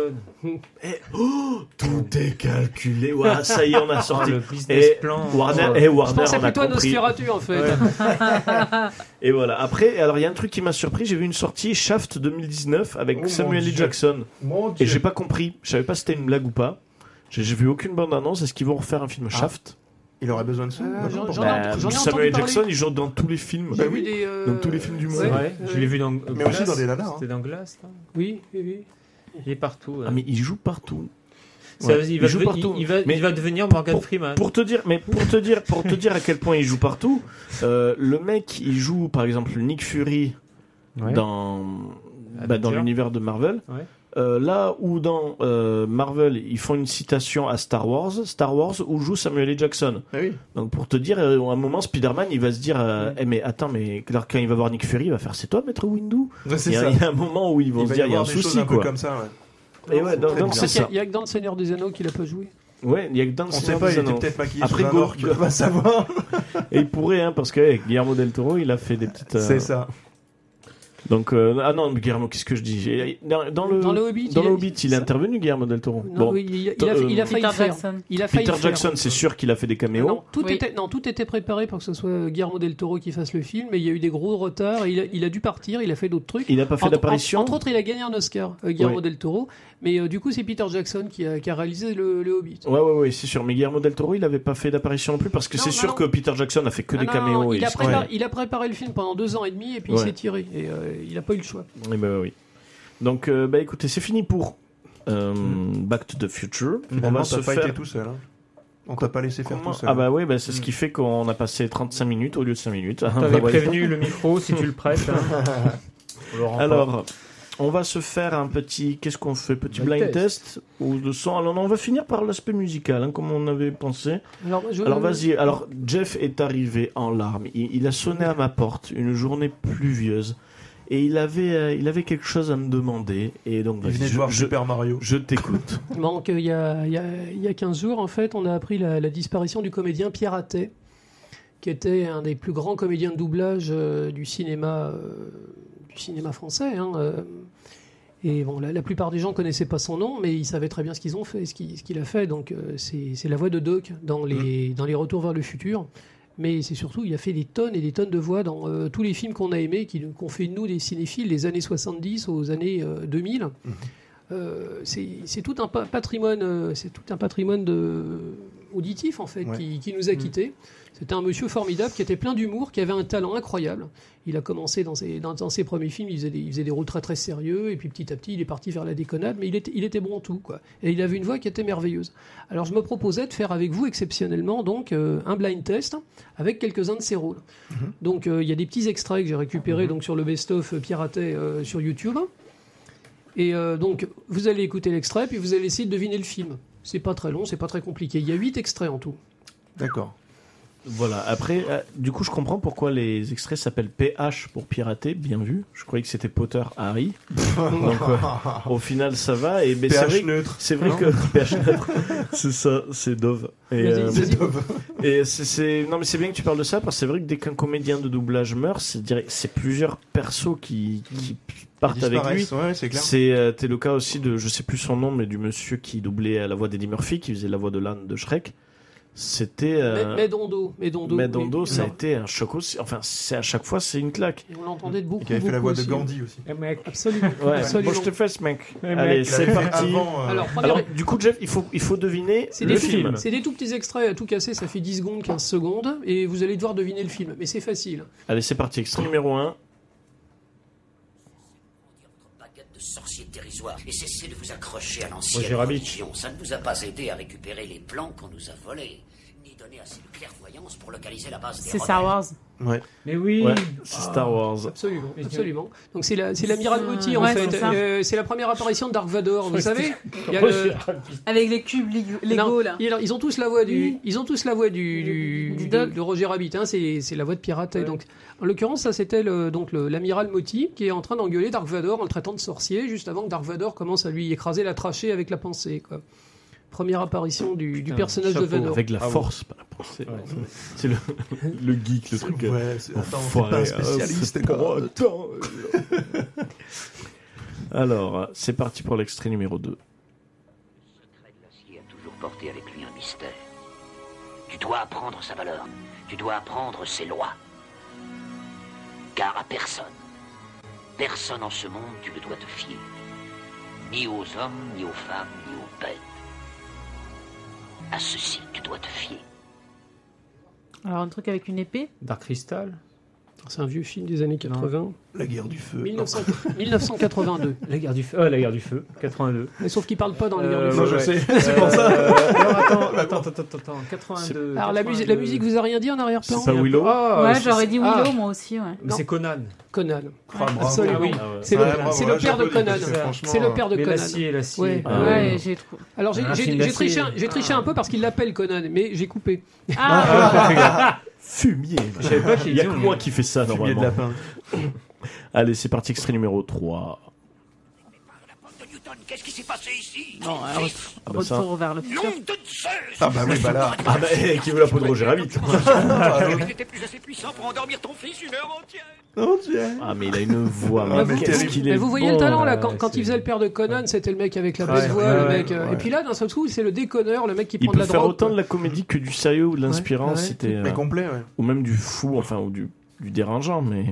Tout est calculé. Eh, oh, Ouah, ça y est, on a Oh, sorti. le business plan. Warner, Oh. et Je Warner, pensais on a plutôt à compris. Nosferatu, en fait. Ouais. Et voilà. Après, alors il y a un truc qui m'a surpris. J'ai vu une sortie Shaft 2019 avec Oh mon Samuel L. Dieu. Jackson. Mon Et Dieu. j'ai pas compris. Je savais pas si c'était une blague ou pas. J'ai j'ai vu aucune bande annonce. Est-ce qu'ils vont refaire un film Ah. Shaft Il aurait besoin de ça. Ah, maintenant, j'en- pour- j'en ai Bah, entendu Samuel L. parler. Jackson, il joue dans tous les films. J'ai Bah vu oui. des, euh, Dans tous les films du monde. C'est ouais, vrai, euh, je l'ai vu dans. Mais aussi dans les nanas, hein. C'était dans Glass. là. Oui, oui, oui. Il est partout. ouais. Ah, mais il joue partout. Ça, ouais. il, va Il joue deve- partout. il- il va- Mais il va devenir Morgan pour- Freeman. Pour te dire, mais pour te dire, pour te dire à quel point il joue partout. euh, le mec, il joue par exemple Nick Fury Ouais. dans bah, dans Avenger. l'univers de Marvel. Ouais. Euh, là où dans euh, Marvel ils font une citation à Star Wars, Star Wars où joue Samuel L. Jackson. Ah oui. Donc pour te dire, euh, à un moment Spider-Man il va se dire, euh, Eh, mais attends, mais Clark, quand il va voir Nick Fury, il va faire c'est toi Maître Windu. Ouais, Il C'est y, a, ça. il y a un moment où ils vont Il se va y dire il y a un avoir des choses souci un peu quoi. comme ça. ouais. Et ouais, donc- Très donc bien. c'est Il y a- ça. il y a que dans Le Seigneur des Anneaux qu'il a pas joué. Ouais, il y a que dans le On sait Seigneur pas, des il était Anneaux. peut-être maquillé Après, sous un go- orque, go- on va savoir. Et il pourrait hein, parce que eh, Guillermo del Toro il a fait des petites. euh, C'est ça. Donc, euh, ah non, Guillermo, qu'est-ce que je dis J'ai- dans, dans le, Dans le Hobbit, dans il le a- Hobbit, il est ça- intervenu, Guillermo del Toro. Non, bon, Euh, oui, il, il a, il a failli Peter faire. Jackson. Il a failli Peter faire. Jackson, c'est sûr qu'il a fait des caméos. Ah Non, tout Oui. était, non, tout était préparé pour que ce soit Guillermo del Toro qui fasse le film, mais il y a eu des gros retards, et il a, il a dû partir, il a fait d'autres trucs. Il n'a pas fait Entre- d'apparition. Entre, entre autres, il a gagné un Oscar, euh, Guillermo Oui. del Toro, mais euh, du coup, c'est Peter Jackson qui a, qui a réalisé le, le Hobbit. Ouais, ouais, ouais, c'est sûr. Mais Guillermo del Toro, il n'avait pas fait d'apparition non plus parce que Non, c'est non, sûr non. que Peter Jackson a fait que Ah des non, caméos. il, et a c'est- préparé, il a préparé le film pendant deux ans et demi et puis Ouais. il s'est tiré et euh, il n'a pas eu le choix. Eh ben oui. Donc, euh, bah écoutez, c'est fini pour euh, Back to the Future. On Finalement, va t'as se pas faire. été tout seul. hein. On t'a pas laissé faire Comment- tout seul. Ah bah oui, bah c'est ce qui fait qu'on a passé 35 minutes au lieu de 5 minutes. Ah, T'avais bah ouais. prévenu le micro si tu le prêtes. hein. On le rend pas. Alors, on va se faire un petit... Qu'est-ce qu'on fait Petit Blind blind, test, ou de son Alors on va finir par l'aspect musical, hein, comme on avait pensé. Alors, je- Alors vas-y, alors Jeff est arrivé en larmes. Il, il a sonné à ma porte une journée pluvieuse et il avait, euh, il avait quelque chose à me demander. Et donc Il vas-y, venait de je, voir je, Super Mario. je t'écoute. Donc, il y a, il y a- il y a 15 jours, en fait, on a appris la, la disparition du comédien Pierre Attet, qui était un des plus grands comédiens de doublage euh, du, cinéma, euh, du cinéma français. hein, euh. et bon, la, la plupart des gens connaissaient pas son nom, mais ils savaient très bien ce qu'ils ont fait, ce qu'il ce qu'il a fait. Donc, euh, c'est c'est la voix de Doc dans les, dans les Retours vers le futur. Mais c'est surtout, il a fait des tonnes et des tonnes de voix dans euh, tous les films qu'on a aimés, qui- qu'on fait nous, des cinéphiles, des années 70 aux années euh, 2000. Euh, c'est c'est tout un pa- patrimoine, euh, c'est tout un patrimoine de- auditif en fait Ouais. qui, qui nous a quittés. C'était un monsieur formidable qui était plein d'humour, qui avait un talent incroyable. Il a commencé dans ses, dans, dans ses premiers films, il faisait, des, il faisait des rôles très très sérieux et puis petit à petit il est parti vers la déconnade, mais il était, il était bon en tout quoi. Et il avait une voix qui était merveilleuse. Alors je me proposais de faire avec vous exceptionnellement donc euh, un blind test avec quelques-uns de ses rôles. Donc euh, il y a des petits extraits que j'ai récupérés donc sur le best-of euh, piraté euh, sur YouTube. Et euh, donc, vous allez écouter l'extrait, puis vous allez essayer de deviner le film. C'est pas très long, c'est pas très compliqué. Il y a huit extraits en tout. D'accord. voilà, après, euh, du coup je comprends pourquoi les extraits s'appellent PH pour pirater, bien vu. Je croyais que c'était Potter Harry. Donc euh, au final ça va. Et, mais c'est vrai, PH neutre. c'est vrai Non que PH neutre, c'est ça, c'est Dove. Et, Vas-y, euh, vas-y. Et c'est- c'est non mais c'est bien que tu parles de ça parce que c'est vrai que dès qu'un comédien de doublage meurt, c'est direct- c'est plusieurs persos qui, qui partent Ils avec lui. disparaissent, Ouais, c'est clair. C'est euh, t'es le cas aussi de je sais plus son nom mais du monsieur qui doublait euh, la voix d'Eddie Murphy qui faisait la voix de l'âne de Shrek. C'était euh, Mais Medondo, Medondo. Medondo, oui. ça a été un choc aussi. Enfin, c'est à chaque fois c'est une claque. Et on l'entendait de beaucoup. Et Qui avait fait la beaucoup voix de aussi. hein. Gandhi aussi. Eh, mec, Absolument. Ouais. absolument. Bon, je te fais ce mec. Mais Allez, mec, Il l'avait c'est fait parti. avant, euh, Alors, première- Alors du coup Jeff, il faut il faut deviner c'est le des, tout- film. c'est des tout petits extraits à tout casser, ça fait 10 secondes, 15 secondes, et vous allez devoir deviner le film. Mais c'est facile. Allez, c'est parti. Extrait numéro 1. baguette de sorcier dérisoire et cessez de vous accrocher à l'ancienne Roger Rabbit. religion. Ça ne vous a pas aidé à récupérer les plans qu'on nous a volés, ni donné assez de clairvoyance pour localiser la base des C'est rebelles. Star Wars. Ouais. Mais Eh oui. Ouais, c'est Star Wars. Absolument, Mais je- absolument. Donc c'est la, c'est l'amiral Motti en Ouais, fait. c'est ça. Euh, C'est la première apparition de Dark Vador, vous savez. Il y a le- Avec les cubes Non, et alors, ils ont tous la voix du, ils ont tous la voix du, du- Du du- Doc. de Roger Rabbit. hein, c'est c'est la voix de pirate. Ouais. Donc, en l'occurrence, ça c'était le, donc le- l'amiral Moti qui est en train d'engueuler Dark Vador en le traitant de sorcier, juste avant que Dark Vador commence à lui écraser la trachée avec la pensée. Quoi. Première apparition du, du Putain, personnage de chapeau, Vador. Avec la Ah Bravo. force, pas la pensée. Ouais. C'est le, le geek, le truc. euh, Ouais, c'est- attends, c'est enfoiré, pas un hein, c'est spécialiste. pour- quoi. Attends, euh. Alors, euh, c'est parti pour l'extrait numéro 2. secret de l'acier a toujours porté avec lui un mystère. Tu dois apprendre sa valeur. Tu dois apprendre ses lois. Car à personne, personne en ce monde, tu ne dois te fier. Ni aux hommes, ni aux femmes, ni aux bêtes. À ceci, tu dois te fier. Alors, un truc avec une épée. Dark Crystal. C'est un vieux film des années 80. La guerre du feu. 1900 1982. La guerre du feu. Ah, la guerre du feu. 82. Mais sauf qu'il parle pas dans les guerres Euh, du Non, feu. je ouais. sais. C'est pour ça. Euh, Bah, attends, attends, attends, attends, attends. 82. Alors la, musique- la musique vous a rien dit en arrière-plan C'est pas Willow Ah, ouais, c'est- j'aurais dit ah. Willow, moi aussi, ouais. Mais c'est Conan. Conan. Ah, bravo. Absolument. Ah oui. C'est le, Ouais, bravo, c'est là, le père de j'applaudis, Conan. parce que franchement, C'est le père de Mais Conan. l'acier, l'acier. Ouais. Ah, Ah ouais, j'ai trouvé. Alors j'ai Un j'ai- film j'ai triché, d'acier. un- j'ai triché un peu parce qu'il l'appelle Conan, mais j'ai coupé. Ah, Fumier. bah. Je savais pas Il qu'il n'y a disait, que on- moi qui fais ça Fumier de normalement. lapin. Allez, c'est parti, extrait numéro 3. Par la porte de Newton. Washington, qu'est-ce qui s'est passé Ah, ici Non, un re- Ah bah ça. retour vers le futur. Nom de Zeus Ah bah oui, bah là. Ah, bah Ah bah, eh, qui veut la peau de Roger Rabbit Tu n'étais plus assez puissant pour endormir ton fils une heure entière Ah mais il a une voix, Ah, mais mais qu'est-ce terrible. qu'il est Mais vous voyez le bon, talent là, là, quand, quand il c'est- faisait le père de Conan, c'était le mec avec la Ouais, baisse voix, ouais, le ouais, mec. euh, ouais. Et puis là, d'un seul coup, c'est le déconneur, le mec qui Il prend de peut la faire drogue. autant de la comédie que du sérieux ou de l'inspirant, Ouais, c'était, euh, Mais complet, ouais. ou même du fou, enfin, ou du, du dérangeant, mais...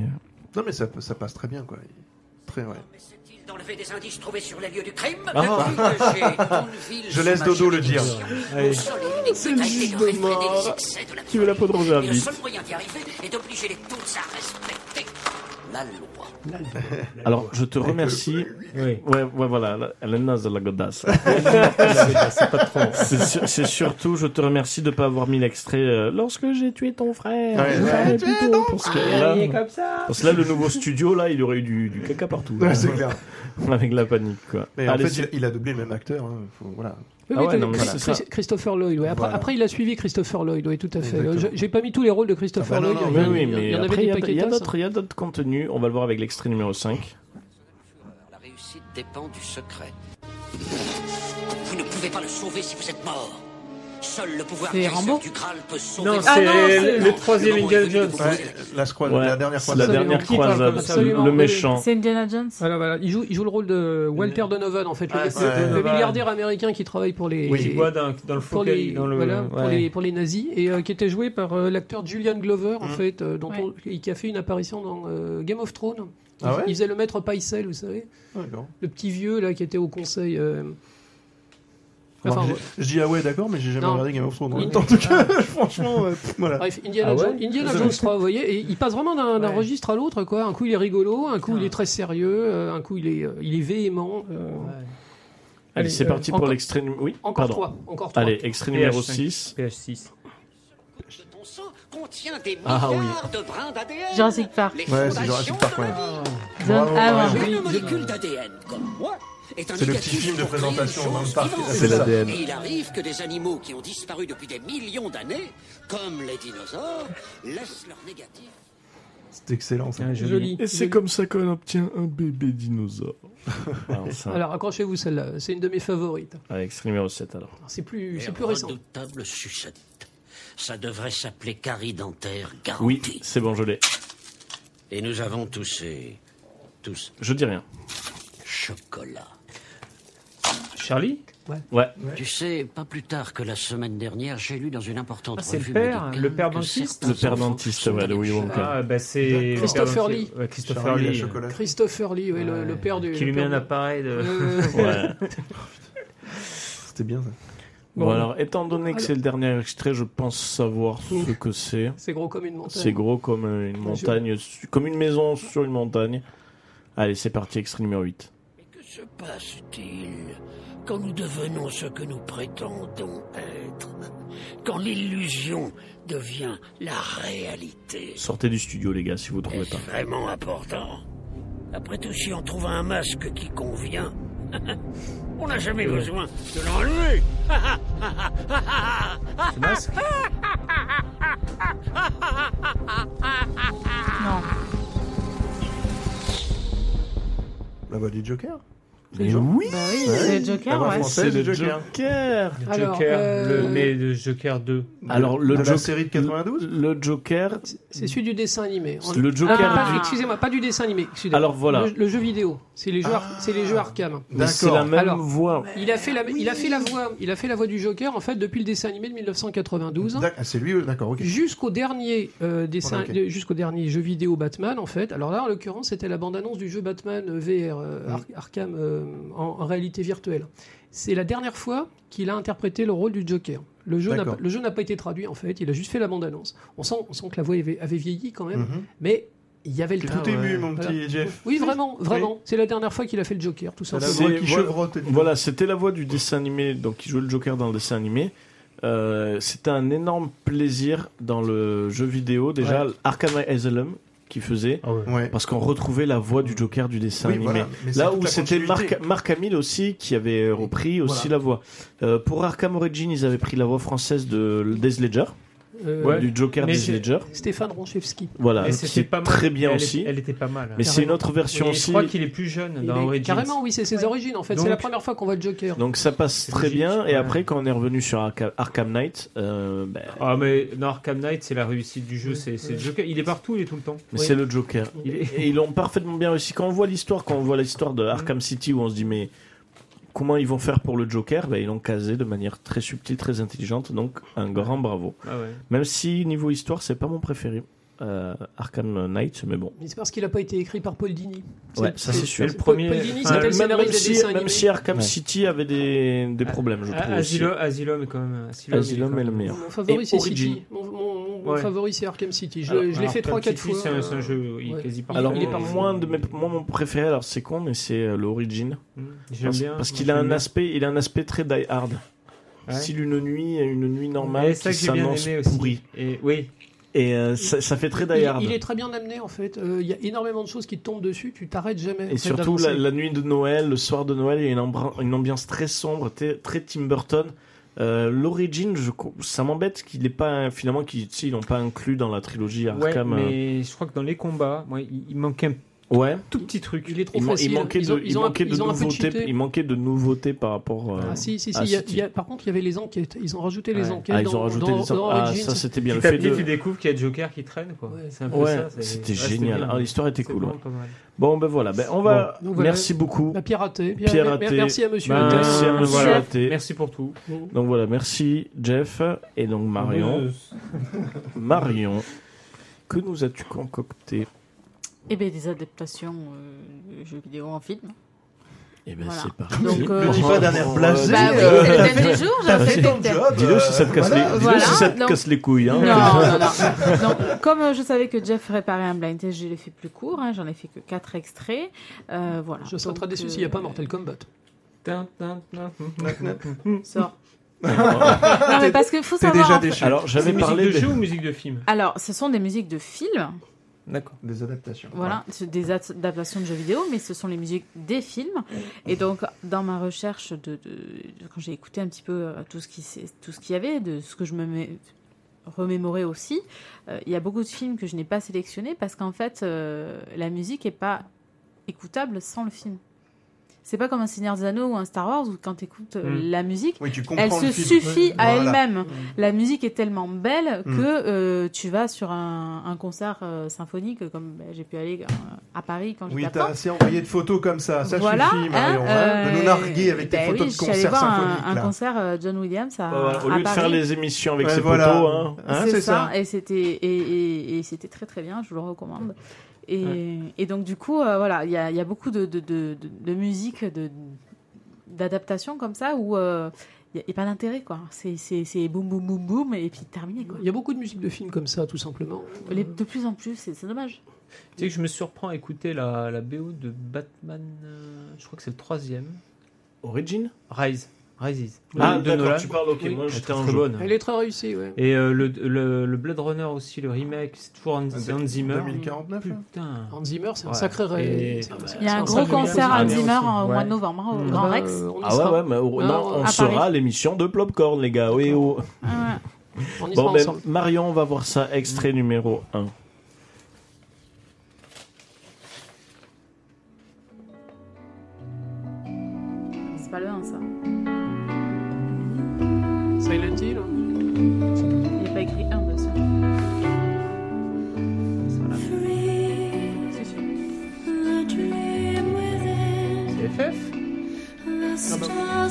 Non, mais ça, ça passe très bien, quoi. Très, ouais. Mais c'est-il d'enlever des indices trouvés sur les lieux du crime Ah. Depuis que j'ai Thorneville Je sous laisse ma Dodo le dire. juridiction, Allez. mon seul et unique C'est le but a été juge de de réfréner mort. les excès de la Qui veut la peau de Roger Et Le Rabbit seul moyen d'y arriver est d'obliger les tous à respecter la loi. Alors, je te remercie. Oui. Ouais, ouais, voilà, la- elle est naze, la godasse. C'est pas trop. C'est sur- C'est surtout, je te remercie de ne pas avoir mis l'extrait euh, lorsque j'ai tué ton frère. Ouais, Il ouais. fallait Tué plutôt, ton parce que là, parce que là, le nouveau studio, là, il aurait eu du, du caca partout. Ouais, c'est clair. Avec la panique, quoi. Mais Allez, en fait, c'est- il, il a doublé le même acteur. hein, faut- voilà. Oui, Ah oui, ouais, de- non, mais Chris- c'est ça. Chris- Christopher Lloyd. ouais. Après, Voilà. après, il a suivi Christopher Lloyd, oui, tout à fait. Exactement. Je- J'ai pas mis tous les rôles de Christopher Ah bah non, Lloyd. non, il y Oui, en- oui, il y en mais avait après, des il y a- paquets il y a de tasses. d'autres- il y a d'autres contenus. On va le voir avec l'extrait numéro 5. La réussite dépend du secret. Vous ne pouvez pas le sauver si vous êtes mort. Seul le pouvoir C'est guérisseur Rambo du Graal peut sauver Non, votre Ah c'est non, le, c'est- le troisième Indiana Jones. Ouais, la, croise, Ouais, la dernière fois. La Euh, Absolument. dernière Qui parle croisade, hein, comme ça, le- le absolument. méchant. C'est Indiana Jones. Voilà, voilà. Il joue, il joue le rôle de Walter Donovan, en fait, le, Ah, gars- c'est le Donovan. milliardaire américain qui travaille pour les, Qui boit dans, dans le pour, focal. les, dans le, voilà, pour, ouais. les, pour les nazis et euh, qui était joué par euh, l'acteur Julian Glover, en Mm. fait, euh, dont Ouais. on- et qui a fait une apparition dans euh, Game of Thrones. Il, Ah ouais il faisait le maître Paisel, vous savez, Ouais, d'accord. le petit vieux là qui était au conseil. euh, Alors, Enfin, j'ai- je dis ah ouais, d'accord, mais j'ai jamais Non. Ah regardé Game of Thrones. hein. Oui. En tout cas, franchement, euh, pff, voilà. Bref, Indiana, Ah ouais Jones, Indiana Jones 3, vous voyez, et il passe vraiment d'un d'un Ouais. Ah. registre à l'autre, quoi. Un coup il est rigolo, un coup Putain. il est très sérieux, euh, un coup il est, euh, il est véhément. euh, Allez, c'est euh, parti pour encore- l'extrait numéro... Oui, Encore pardon. trois, encore trois. Allez, extrait Et numéro H5. 6. PH6. de ton sang contient des Ah milliards oui. de brins d'ADN. Jurassic Park. Les Ouais, c'est fondations Jurassic Park, de la ouais. vie. Zone Bravo, Havre. bravo. Une molécule d'ADN, comme moi, est un C'est le négatif petit film de pour créer présentation une dans le chose parc, vivante. c'est C'est ça. l'ADN. Et il arrive que des animaux qui ont disparu depuis des millions d'années, comme les dinosaures, laissent leur négatif. C'est excellent ça. Ah, Joli. Et c'est joli. comme ça qu'on obtient un bébé dinosaure. Alors, ça, Alors accrochez-vous celle-là, c'est une de mes favorites. à l'extrait numéro 7, alors. Alors, C'est plus, c'est Et plus récent. Redoutable sucette. Ça devrait s'appeler carie dentaire Oui, garantie. c'est bon, je l'ai. Et nous avons tous ces... tous Je dis rien. chocolat. Charlie Ouais. Tu sais, pas plus tard que la semaine dernière, j'ai lu dans une importante Ah, c'est le revue père, médicale le père que dentiste certains Le père enfants dentiste, sont ouais, de allés au Willy cheval. Wonka. Ah, bah c'est. Christopher Père Lee. Dentiste. Ouais, Christopher Charlie, Lee. euh. la chocolat. Christopher Lee, ouais, le, le père du. Qui lui le met père un du- appareil de. Euh, Ouais. C'était bien ça. Bon, Bon. alors, étant donné que c'est le dernier extrait, je pense savoir ce que c'est. C'est gros comme une montagne. C'est gros comme euh, une montagne, su- comme une maison sur une montagne. Allez, c'est parti, extrait numéro 8. Mais que se passe-t-il quand nous devenons ce que nous prétendons être Quand l'illusion devient la réalité Sortez du studio, les gars, si vous trouvez Est-ce pas. vraiment important Après tout, si on trouve un masque qui convient, on n'a jamais besoin de l'enlever Ce masque Non. La voix du Joker. Mais oui Bah oui, c'est le Joker, Ah, ouais. vraiment. C'est C'est le le Joker. Alors, Joker. euh, le- mais le Joker 2. Alors, le de Joker- la série de 92. Le Joker, c'est- C'est celui du dessin animé. On- le Joker Ah, du- pas- Excusez-moi, pas du dessin animé. excusez-moi. Alors, voilà. Le, le jeu vidéo. C'est les jeux, Ar- c'est les jeux Arkham. Mais c'est la Ah. D'accord. même Alors- voix. Il a fait la, il a fait la voix, il a fait la voix du Joker en fait depuis le dessin animé de 1992. D'ac- ah, C'est lui, euh, d'accord, ok. Jusqu'au dernier euh, dessin, Ok. de- jusqu'au dernier jeu vidéo Batman en fait. Alors là en l'occurrence c'était la bande annonce du jeu Batman euh, VR euh, Mm. Ar- Arkham euh, en, en réalité virtuelle. C'est la dernière fois qu'il a interprété le rôle du Joker. Le jeu n'a D'accord. pas- le jeu n'a pas été traduit en fait. Il a juste fait la bande annonce. On sent on sent que la voix avait, avait vieilli quand même, Mhm. mais il y avait le T'es truc. tout ému, mon Voilà. petit Jeff. Oui vraiment vraiment. C'est la dernière fois qu'il a fait le Joker tout T'as la simplement. C'est- voix qui voilà. chevrotte. Voilà, c'était la voix du dessin animé, donc il jouait le Joker dans le dessin animé. Euh, c'était un énorme plaisir dans le jeu vidéo, déjà Arkham Asylum qui faisait, Ah ouais. Ouais. parce qu'on retrouvait la voix du Joker du dessin Oui, animé. voilà. Mais c'est Là toute où la c'était continuité. Marc, Marc Hamill aussi qui avait repris aussi Voilà. la voix. Euh, pour Arkham Origins, ils avaient pris la voix française de Des Ledger. euh, Ouais. du Joker Mais Heath c'est- Ledger. Stéphane Ronchevski. Voilà, Mais qui c'était est pas mal. très bien elle, aussi. Elle était pas mal. Mais c'est une Carrément. autre version Et Je aussi. crois qu'il est plus jeune Il dans est- Origins. carrément, oui, c'est ses origines en fait. Donc- c'est la première fois qu'on voit le Joker. Donc ça passe C'est très logique, bien. ouais. Et après, quand on est revenu sur Arca- Arkham Knight, euh, ben, Ah mais non, Arkham Knight c'est la réussite du jeu, c'est c'est le Joker. Il est partout, il est tout le temps. mais Oui. c'est le Joker. Il est- Et ils l'ont parfaitement bien réussi. Quand on voit l'histoire, quand on voit l'histoire de Mm. Arkham City, où on se dit mais comment ils vont faire pour le Joker, ben, ils l'ont casé de manière très subtile, très intelligente. Donc un grand bravo. Ah ouais. Même si niveau histoire, c'est pas mon préféré. euh, Arkham Knight, mais bon. Mais c'est parce qu'il n'a pas été écrit par Paul Dini. Ouais, ça c'est sûr. le premier. Paul Dini, enfin, c'était Même, le scénariste même des si, dessins même animés. si Arkham Ouais. City avait des, des Ah, problèmes, je Ah, trouve. aussi. Asylum, Asylum est quand même. Asylum, Asylum est le meilleur. Mon favori Et c'est Origin. City. Mon, mon- mon Ouais. favori c'est Arkham City. Je, Alors- je l'ai alors, fait Arkham 3-4 City, fois. euh, C'est un, c'est un jeu oui, ouais. quasi parfait. Alors, Il est moi, parfait. moins de mes, moi, mon préféré, alors c'est con, mais c'est euh, l'origine. Mmh. Mm. J'aime Parce, bien. parce moi, qu'il a j'aime un bien. aspect, il a un aspect très die hard. Ouais. S'il une nuit, une nuit Et normale, c'est ça qui que j'ai bien s'annonce aimé aussi. pourrie. Et oui, Et euh, ça, ça fait très die Il, hard. il est très bien amené en fait. Euh, Il y a énormément de choses qui te tombent dessus. Tu t'arrêtes jamais. en Et fait, surtout d'avancer. la, la nuit de Noël, le soir de Noël, il y a une, embra- une ambiance très sombre, très, très Tim Burton. Euh, L'origine, je co- ça m'embête qu'il n'est pas finalement qu'ils si, ils l'ont pas inclus dans la trilogie ouais, Arkham. euh. mais je crois que dans les combats, moi, il, il manquait un Ouais. tout petit truc. Il est trop Il, man- il facile. manquait Ils ont- de, il ils ont un- manquait de ils ont un peu nouveautés. cheaté. Il manquait de nouveautés par rapport. euh, Ah si, si, si. Ah, il y a- c'était- il y a- par contre, il y avait les enquêtes. Ils ont rajouté les Ouais. enquêtes. Ah, ils dans, ont rajouté dans- des dans Ah, Origins. ça c'était bien le Petit à fait petit, de. tu découvres qu'il y a Joker qui traîne, quoi. C'est un peu Ouais, ça. c'est- c'était ouais, génial. bien. Ah, l'histoire était C'est cool. vraiment ouais. pas mal. Bon, ben voilà. Ben, on va. Bon, donc voilà. Merci beaucoup. La pirater. Pierre Raté. Merci à Monsieur. Ben, Attal. Merci à Merci. voilà, t'es- Merci pour tout. Donc voilà, merci Jeff et donc Marion. Euh, Marion, que nous as-tu concocté Et bien, Eh ben, des adaptations euh, de jeux vidéo en film. Eh ben Voilà. c'est parti. Donc, euh, Ne dis pas d'un air blasé. Bah oui, euh, c'est t'as le thème fait- du jour, t'as j'ai fait fait ton le thème. job. Dis-le si ça te euh, casse, voilà. les... dis-le Voilà, si ça te donc- casse les couilles. Hein. Non, non, non. Donc, comme euh, je savais que Jeff réparait un blind test, je l'ai fait plus court. hein, J'en ai fait que 4 extraits. Euh, voilà. Je serais Donc, très euh, déçu s'il n'y a pas Mortal Kombat. tin, tin, tin, tin, tin. Sort. non, mais parce qu'il faut T'es savoir. déjà en fait- déçu. Alors j'avais C'est musique parlé de des... jeu ou musique de film Alors, ce sont des musiques de films. D'accord. Des adaptations. Voilà, c'est des adaptations de jeux vidéo, mais ce sont les musiques des films. Et donc, dans ma recherche, de, de- de- quand j'ai écouté un petit peu euh, tout ce qui s'est- tout ce qu'il y avait, de ce que je me mé- remémorais aussi, euh, il y a beaucoup de films que je n'ai pas sélectionnés parce qu'en fait, euh, la musique n'est pas écoutable sans le film. C'est pas comme un Seigneur des Anneaux ou un Star Wars où quand tu écoutes Mm. la musique, Oui, tu comprends elle se le film. suffit à Voilà. elle-même. La musique est tellement belle que Mm. euh, tu vas sur un, un concert euh, symphonique, comme ben, j'ai pu aller euh, à Paris quand Oui, j'étais t'as à euh, assez envoyé de photos comme ça. Ça suffit, Marion. hein, euh, de nous narguer avec tes ben photos oui, de Je suis allée concerts voir un- symphoniques. un, là. concert euh, John Williams à, Voilà, au à lieu de Paris. faire les émissions avec Ouais, ses voilà. Ah, poteaux, hein, hein, c'est c'est ça. ça. Et c'était et, et- et c'était très très bien. Je vous le recommande. Et, et donc du coup, euh, voilà, il y a, il y a beaucoup de de, de, de- de musique de d'adaptation comme ça où euh, il n'y a, il y a pas d'intérêt quoi. C'est c'est c'est boum boum boum boum et puis terminé quoi. Il y a beaucoup de musique de films comme ça, tout simplement. Les- de plus en plus, c'est c'est dommage. Tu sais que je me surprends à écouter la, la BO de Batman, euh, je crois que c'est le troisième. Origin Rise. Rises. Ah, de d'accord, Nolan. tu parles, ok, Oui. moi Elle est j'étais très, en très jeu. bonne. Elle est très réussie, ouais. Et euh, le, le, le Blade Runner aussi, le remake, c'est toujours Hans, c'est Hans Zimmer. 2049, là. Putain. Hans Zimmer, c'est un Ouais. sacré Et- rêve. C'est- Ah bah, c'est- Il y a c'est un ça, gros je sacré concert concert à à concert. Alzheimer Zimmer aussi. en Ouais. mois de novembre hein, au Mmh. Grand Bah, Rex. euh, on y Ah ouais, sera. ouais, mais on, Non, on à sera Paris. l'émission de Plopcorn, les gars. Oui, oh. Ah ouais. On y Bon, sera ben, ensemble. Marion, on va voir ça, extrait numéro 1. C'est pas le 1 ça. Silent Hill. Il n'y a pas écrit 1 dessus. C'est FF Ah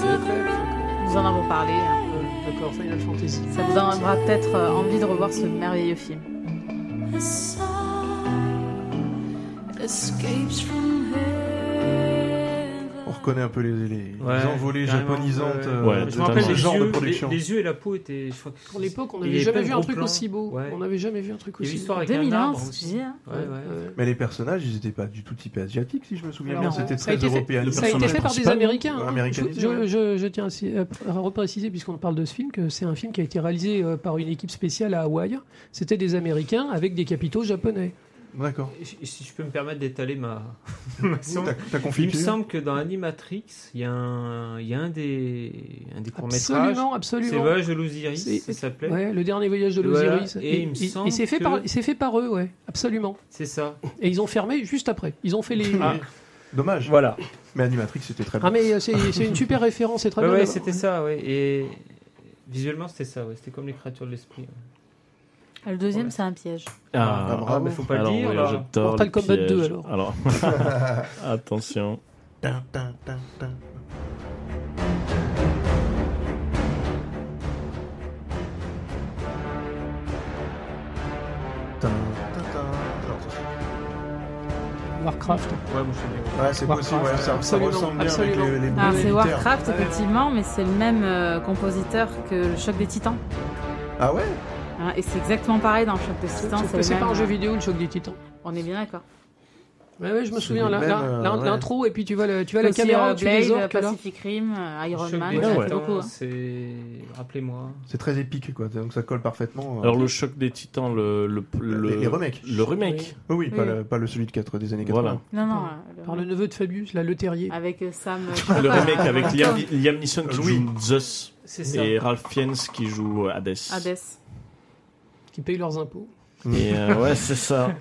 Nous en avons parlé. hein. bah, Euh, D'accord, Final Fantasy. Ça vous donnera peut-être euh, envie de revoir ce merveilleux film. Escapes from heaven. On reconnaît un peu les, les, les Ouais, envolées carrément, japonisantes. ouais. euh, Ouais, Je me totalement. rappelle ce les genre yeux, de production. Les, les yeux et la peau étaient. Je crois que Pour l'époque, on Il y n'avait avait jamais plein de vu un gros truc plans. aussi beau. Ouais. On n'avait jamais vu un truc Il y a aussi l'histoire beau. avec un 2001, arbre. tu aussi. disais, hein. Ouais, ouais. Euh, Mais les personnages, ils n'étaient pas du tout typés asiatiques, si je me souviens Alors, bien. C'était ça a très été fait- européen. le ça a été fait par des principal, Américains. hein. américanisé, Je, ouais. je- je tiens à, si- à repréciser, puisqu'on parle de ce film, que c'est un film qui a été réalisé euh, par une équipe spéciale à Hawaï. C'était des Américains avec des capitaux japonais. D'accord. Et Si si je peux me permettre d'étaler ma, ma Ta, sonde, ta il me confiture. semble que dans Animatrix, il y a un, il y a un des, un des courts-métrages. Absolument, C'est absolument. Voyage de l'Osiris, C'est- ça s'appelait. Ouais, le dernier voyage de Voilà, l'Osiris. et il me semble c'est fait, par, que- c'est fait par eux, ouais, absolument. C'est ça. Et ils ont fermé juste après. Ils ont fait les. Ah. Dommage. Voilà. Mais Animatrix, c'était très Ah, bien. mais euh, c'est c'est une super référence, c'est très Ouais, bien. ouais, d'avoir- c'était ça, ouais. Et visuellement, c'était ça, ouais. C'était comme les créatures de l'esprit. ouais. Ah, Le deuxième, c'est un piège. Ah, bravo. ah, mais faut pas alors, le dire. Voyage là. de Thor, Mortal le Kombat piège. 2, alors. Alors, attention. Tin, tin, tin, tin. Tin, Tin, tin. Warcraft. Ouais, bon, je sais bien. Ouais, c'est possible, ouais, ça, ça Absolument, ressemble bien absolument. avec les, les Alors, bruits Ah, c'est militaires. Warcraft, Ouais, ouais. effectivement, mais c'est le même euh, compositeur que le Choc des Titans. Ah ouais hein, et c'est exactement pareil dans le Choc des Titans. Sauf C'est que le C'est même, pas un jeu euh, vidéo, le choc des titans. On est bien d'accord. Ouais, ouais, je me C'est souviens, les la- mêmes, la- euh, la- ouais. l'intro, et puis tu vois, le- tu vois la Aussi, caméra euh, au-dessus des Blade, orques, là. Pacific Rim, euh, Iron Choc Man, des ça fait Titans, beaucoup. hein. C'est. Rappelez-moi. C'est très épique, quoi. Donc ça colle parfaitement. euh, Alors, le choc des titans, le. le, le- Les- les remakes. Le remake. Oui, oui, Pas, Oui. le, pas le celui de 4, des années 80. Voilà. Non, non. Par- euh, le- Par le neveu de Fabius, là, le terrier. Avec euh, Sam. Le remake Ah, avec Liam, Liam Neeson qui Louis. joue Zeus C'est et Ralph Fiennes qui joue euh, Hades. Hades. qui payent leurs impôts. Et euh, ouais, c'est ça.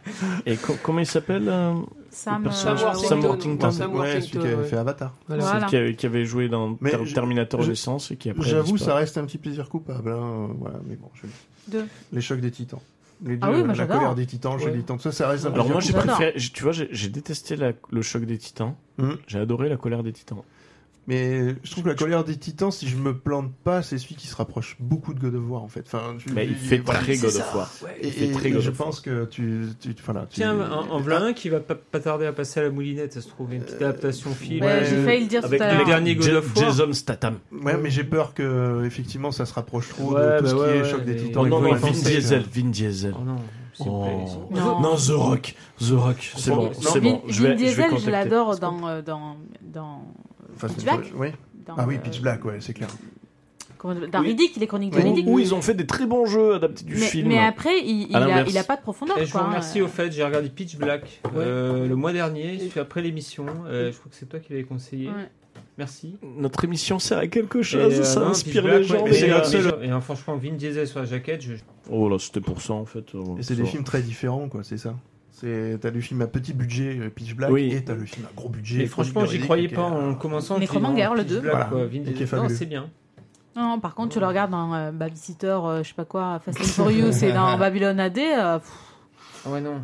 Et co- comment il s'appelle euh, Sam. personnage- euh, Sam Worthington. Sam Ouais, Worthington, celui qui avait ouais. fait Avatar. Voilà. Voilà. qui, avait, qui avait joué dans Mais Ter- je- Terminator je- Renaissance et qui après. a J'avoue, disparu. ça reste un petit plaisir coupable. hein, euh, Voilà, mais bon, je... Deux. Les chocs des titans. Les Ah deux, oui, moi, la j'adore. colère des titans, le choc Ouais. des titans, tout ça, ça reste un Alors plaisir moi j'ai coupable. J'adore. préféré, j'ai- tu vois, j'ai j'ai détesté la- le choc des titans. Mhm. J'ai adoré la colère des titans. Mais je trouve que la colère des titans, si je me plante pas, c'est celui qui se rapproche beaucoup de God of War, en fait. Enfin, je- Mais Bah, il fait voilà. très God of War. Et, Il fait et- très et God je of War. pense que tu, tu, voilà, tu- Tiens, en, en voilà un qui va pas, pas tarder à passer à la moulinette, ça se trouve. Une petite adaptation film. Ouais, Ouais, J'ai euh, failli le dire tout Euh, Avec à le l'heure. dernier God Ja- of War. Jason Statham. Ouais, mais j'ai peur que effectivement ça se rapproche trop Ouais, de tout bah ce qui ouais, est ouais, choc des mais- titans. Oh il et non, faut non, y Vin Golden State. Diesel, Vin Diesel. Oh non, s'il vous plaît. Oh. Non. Non, The Rock, The Rock. C'est bon, Vin- Vin- c'est bon. Je vais, Vin je vais Diesel, je contacter. l'adore dans, euh, dans, dans, Enfin, Pitch c'est- Black. oui. dans. Ah oui, euh, Pitch Black, ouais, c'est clair. comment on appelle- Dans Oui. Riddick, les chroniques de Où, Riddick. où ils ont fait des très bons jeux adaptés du mais, film. mais après, il, il, a, À l'inverse. il a pas de profondeur. Eh, je vous quoi, hein. remercie au fait, j'ai regardé Pitch Black euh, le mois dernier, puis après l'émission. euh, je crois que c'est toi qui l'avais conseillé. Ouais. Merci. Notre émission sert à quelque Et, chose, euh, ça non, Pitch inspire Black, les gens. ouais, mais et, c'est euh, notre seul- et, euh, franchement, Vin Diesel sur la jaquette, je- Oh là, c'était pour ça en fait. Et c'est des films très différents, quoi, c'est ça. C'est t'as le film à petit budget euh, Pitch Black Oui. et t'as le film à gros budget. Mais franchement, Chronique de j'y Riddick, croyais qui est- pas en commençant. oh, Necromancer, le deux. Voilà. Voilà. Et qui est Non, fabuleux. c'est bien. Non, non, par contre, tu le regardes dans euh, Babysitter, euh, je sais pas quoi, Fast and Furious et dans Babylon AD. euh, pff, Ah ouais, non.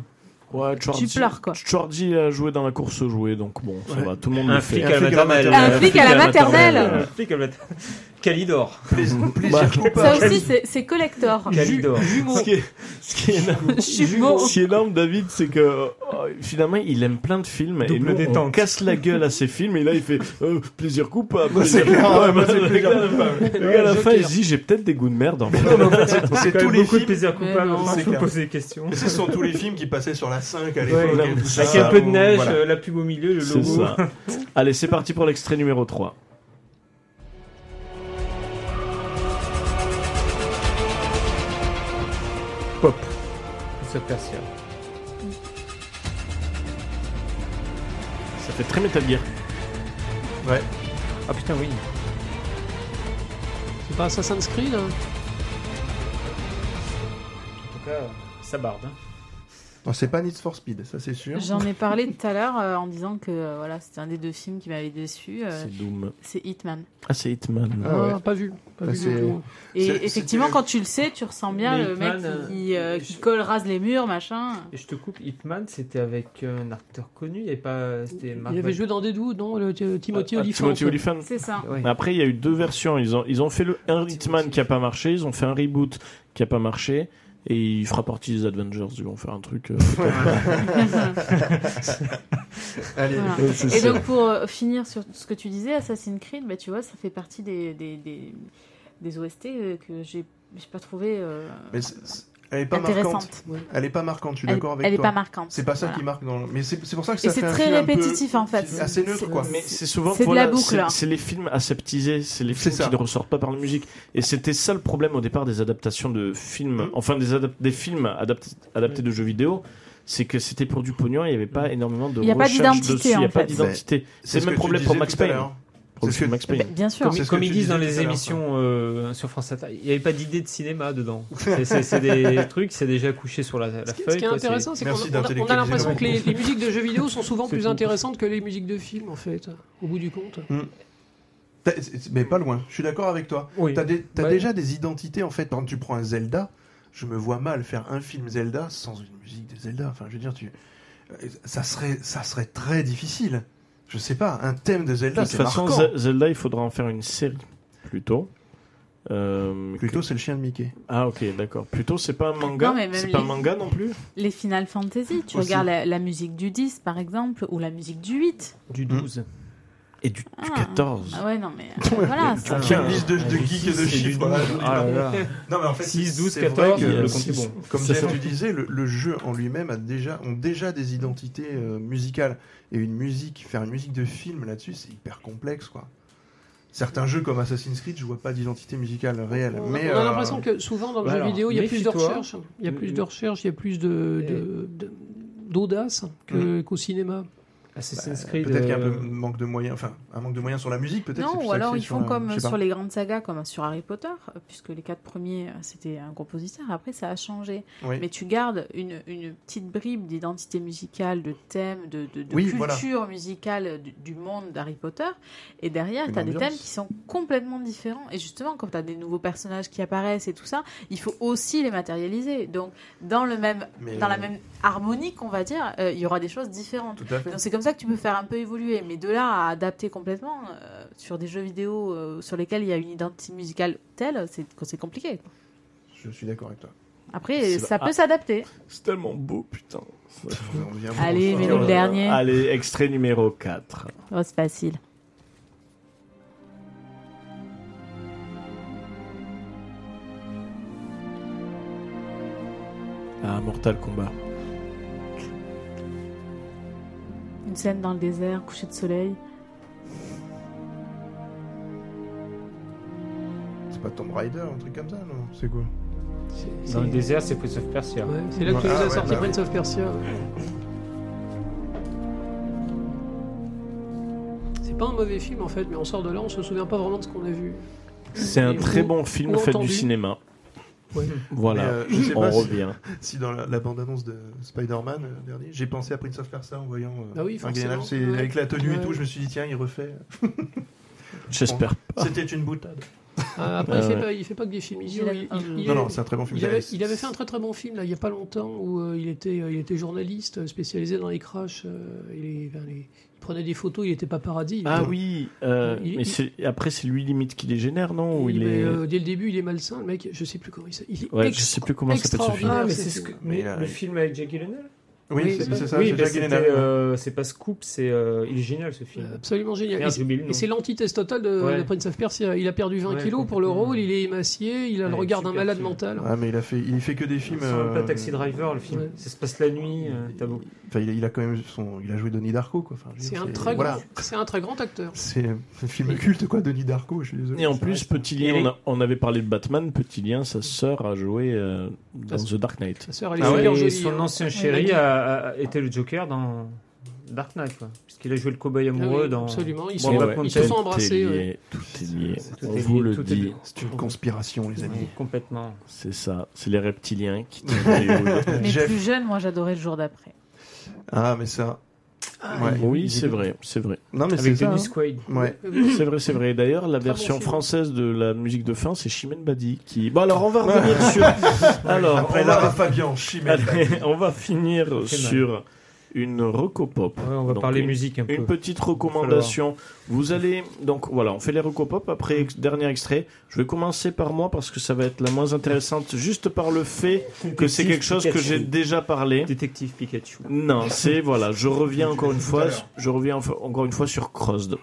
Ouais, Schwarzy- Tu pleures, quoi. Schwarzy a joué dans la course jouée, donc bon, ça Ouais. va, tout le monde Un le fait. flic à la Un flic à la maternelle. maternelle. Un flic à la maternelle. Un flic à la maternelle. Calidor. Plaisir ça coupable. aussi, c'est- c'est collector. Calidor. Ce qui est, ce qui est énorme, Jumeaux. ce qui est énorme, David, c'est que euh, finalement, il aime plein de films et Double nous, on détente. casse la gueule à ses films. Et là, il fait euh, plaisir coupable. C'est plaisir clair, coupable. ouais, c'est Le gars, plaisir le gars, à la Joker. fin, il se dit j'ai peut-être des goûts de merde. En fait. Non, mais en fait, c'est- C'est c'est quand tous même les beaucoup de films. plaisir Mais coupable. non. enfin, C'est Je me clair. poser des questions. Ce sont tous les films qui passaient sur la 5 à Ouais, l'époque. avec et tout avec ça. un peu de neige, Voilà. euh, la pub au milieu, le C'est logo. ça. Allez, c'est parti pour l'extrait numéro 3. Pop. Ça persia. Ça fait très Metal Gear. Ouais. Ah putain, oui. C'est pas Assassin's Creed hein En tout cas, ça barde. hein. Non, c'est pas Need for Speed, ça c'est sûr. J'en ai parlé tout à l'heure euh, en disant que euh, voilà, c'était un des deux films qui m'avait déçu. euh, C'est Doom. c'est Hitman. Ah, c'est Hitman. Ah ouais. Ah, Pas vu. Pas Bah, vu du c'est- tout. Et C'est- effectivement, c'était- quand tu le sais, tu ressens bien Mais le Hitman, mec qui, qui, euh, euh, qui colle, rase les murs, machin. Et je te coupe, Hitman, c'était avec euh, un acteur connu, il n'y avait pas. C'était Il Mark avait Wahlberg. joué dans Deadwood, non le, Ti- Timothy Ah, Olyphant. Timothy Olyphant. C'est ça. Ouais. Mais Après, il y a eu deux versions. Ils ont, ils ont fait le un Hitman qui a pas marché, ils ont fait un reboot qui a pas marché, et il fera partie des Avengers. Ils vont faire un truc. euh, Allez. Voilà. Ouais, c'est Et ça. donc pour euh, finir sur ce que tu disais, Assassin's Creed, bah, tu vois, ça fait partie des, des, des, des OST euh, que j'ai j'ai pas trouvé euh, Mais c'est- c'est- elle est pas marquante. intéressante. Elle est pas marquante, je suis Elle, d'accord avec elle est toi. pas marquante. C'est pas ça Voilà. qui marque dans le... Mais c'est c'est pour ça que ça Et c'est fait un très film un peu- répétitif en fait. c'est assez neutre, quoi. Mais c'est souvent c'est de voilà, la boucle, hein. c'est- là. C'est les films aseptisés, c'est les C'est films ça. qui ne ressortent pas par la musique. Et c'était ça le Mm. problème au départ des adaptations de films, enfin des, adap- des films adaptés, adaptés de jeux vidéo. c'est que c'était pour du pognon, il n'y avait pas énormément de Il y a pas recherche d'identité, dessus, il n'y en a pas fait. d'identité. C'est Mm. ce le même que tu problème pour disais Max tout à Payne. l'heure. Pour le C'est ce film que- Max Ben, Bah, Payne. bien sûr. C'est ah. Comme, ce que comme tu ils disent dans disais tout les à l'heure, émissions euh, sur France Inter, il n'y avait pas d'idée de cinéma dedans. C'est- C'est c'est des trucs, c'est déjà couché sur la, la Ce qui, ce feuille. qui est quoi, c'est- intéressant, c'est qu'on Merci on a- on a, d'intellectualiser l'impression le que les, les musiques de jeux vidéo sont souvent C'est plus tout. intéressantes que les musiques de films, en fait, au bout du compte. Hmm. T'as- c'est- Mais pas loin, je suis d'accord avec toi. Oui. T'as, des- t'as Ouais. déjà des identités en fait. Quand tu prends un Zelda, je me vois mal faire un film Zelda sans une musique de Zelda. Enfin, je veux dire, tu, euh, ça serait, ça serait très difficile. Je sais pas, un thème de De Zelda, toute c'est façon, marquant. Ze- Zelda, il faudra en faire une série plutôt. Euh, Plutôt, c'est le chien de Mickey. Ah ok, d'accord. Plutôt, c'est pas un manga. Non, mais même C'est pas un les- manga non plus. Les Final Fantasy, tu Aussi. regardes la, la musique du 10 par exemple, ou la musique du 8. Du 12. Hmm. Et du, du Ah. 14. Ah ouais, non mais euh, voilà. ça- Tu as une liste de, de geeks et de chiffres. voilà, je vous dis Ah pas. là là. Non, mais en fait, 6, 12, c'est vrai 14, que- le compte est bon. Comme C'est Jeff, ça. tu disais, le, le jeu en lui-même a déjà, ont déjà des identités euh, musicales. Et une musique, faire une musique de film là-dessus, c'est hyper complexe, quoi. Certains jeux comme Assassin's Creed, je vois pas d'identité musicale réelle. On, mais on a euh, l'impression que souvent dans le bah jeu alors, vidéo, il y a plus de méfie-toi. recherche, il y a plus de Mm. recherche, il y a plus de, de- de- d'audace que- qu'au cinéma. Assassin's Creed. Mm. bah, peut-être qu'il y a un peu euh, manque de moyens, enfin un manque de moyens sur la musique, peut-être. c'est Non, plus ou alors axé ils sur font la- je comme euh, sais pas. sur les grandes sagas, comme sur Harry Potter, euh, puisque les quatre premiers, euh, c'était un compositeur, après ça a changé. Oui. Mais tu gardes une, une petite bribe d'identité musicale, de thème, de, de- de Oui, voilà. culture musicale euh, du, du monde d'Harry Potter, et derrière, Une tu as des ambiance. thèmes qui sont complètement différents. Et justement, quand tu as des nouveaux personnages qui apparaissent et tout ça, il faut aussi les matérialiser. Donc, dans, le même, Mais, dans la euh, même harmonique, on va dire, euh, il y aura des choses différentes. Tout à fait. Donc c'est comme ça que tu peux faire un peu évoluer, mais de là à adapter complètement euh, sur des jeux vidéo euh, sur lesquels il y a une identité musicale telle, c'est c'est compliqué. quoi. Je suis d'accord avec toi. Après, C'est- ça ah. peut s'adapter. C'est tellement beau, putain. On vient Allez, pour- mais le dernier, euh, Allez, extrait numéro 4. Oh, c'est facile. Ah, Mortal Kombat. Une scène dans le désert, coucher de soleil. C'est pas Tomb Raider, un truc comme ça, non C'est quoi C'est, c'est- Dans le désert, c'est Prince of Persia. ouais, c'est là que tu nous Ah, as ouais, sorti bah oui. Prince of Persia. C'est pas un mauvais film en fait, mais on sort de là, on se souvient pas vraiment de ce qu'on a vu. C'est un Et très vous- bon film vous fait entendu du cinéma. Ouais. Voilà, Mais, euh, je sais on pas si- revient. Si dans la, la bande-annonce de Spider-Man euh, dernier, j'ai pensé à Prince of Persia en voyant euh, Ah oui, forcément, Galliano, c'est- ouais. avec la tenue et Ouais. tout, je me suis dit tiens, il refait. J'espère. C'était une boutade. Ah, Après, il, Ah fait ouais. pas, il fait pas que des films idiots. Il, il- il- non, non, c'est un très bon film. Il avait, C'est- il avait fait un très très bon film là, il n'y a pas longtemps où euh, il, était, euh, il était journaliste euh, spécialisé dans les crashs. euh, et les- enfin, les- il prenait des photos, il était pas paradis. Ah oui, euh, Il- mais il- c'est- après c'est lui limite qui les génère, non Ou il est... dès le début, il est euh, malsain, le mec. Je sais plus comment il s'appelle. Il est Ouais, ex- je sais plus comment s'appelle ce film. extraordinaire. Ah, mais c'est c'est ce ça. que. Mais mais là, le il- film avec Jackie Lennon Oui, Oui, c'est- c'est- c'est ça, Oui, c'est mais Jacques c'était, Gyllenhaal. euh, c'est pas Scoop, c'est, euh, il est génial ce film. Absolument génial. Merde, Et j'ai c'est- oublié le et nom. c'est l'antithèse totale de, Ouais. de Prince of Persia. Il a perdu 20 Ouais, kilos pour le complètement. rôle, il est émacié, il a le Ouais, regard d'un super malade film. mental. Ah, mais il a fait, il fait que des films. Ça ressemble pas à euh, Taxi Driver, le film. ouais. Ah, Ça se passe la nuit, euh, t'as beau. Enfin, il, a- il a quand même son, il a joué Denis Darko quoi. Enfin, je veux C'est dire, un, très voilà. grand- c'est un très grand acteur. C'est c'est un film culte quoi, Denis Darko. Je suis désolé. Et en Ça plus, reste- Petit Lien, Et on, a- on avait parlé de Batman, Petit Lien, sa sœur a joué euh, dans Parce- The Dark Knight. Sa sœur, elle est Ah ouais, super et jolie, son hein. ancien il chéri a a, a été le Joker dans Dark Knight, quoi. Puisqu'il a joué le cobaye Ah oui, amoureux dans. Absolument, ils, Bon, sont- bah, ils se Mountain, sont tout est embrassés. ouais. lié, tout est lié. C'est- tout on est vous lié, le tout est dit, lié. c'est une conspiration les amis. Complètement. c'est ça. C'est les reptiliens qui tiennent Hollywood. Mais Jeff. plus jeune, moi j'adorais le jour d'après. Ah mais ça. Ouais. Ah, Oui, c'est vrai, c'est vrai. Non mais c'est Avec ça. Dennis Quaid. hein. Ouais. C'est vrai, c'est vrai. D'ailleurs, la Très bon version film. française de la musique de fin, c'est Chimène Badi qui. Bon, alors on va revenir sur. Alors, Après on, va... Lara Fabian, Chimène. Allez, on va finir mal. sur une recopop. Ouais, on va Donc, parler une- musique un peu. Une petite recommandation. Vous allez donc voilà, on fait les recopop. Après ex- dernier extrait, je vais commencer par moi parce que ça va être la moins intéressante, juste par le fait que c'est quelque chose que j'ai déjà parlé. Détective Pikachu. Non, c'est voilà, je reviens encore une fois, à l'heure. je reviens enf- encore une fois sur Crossed.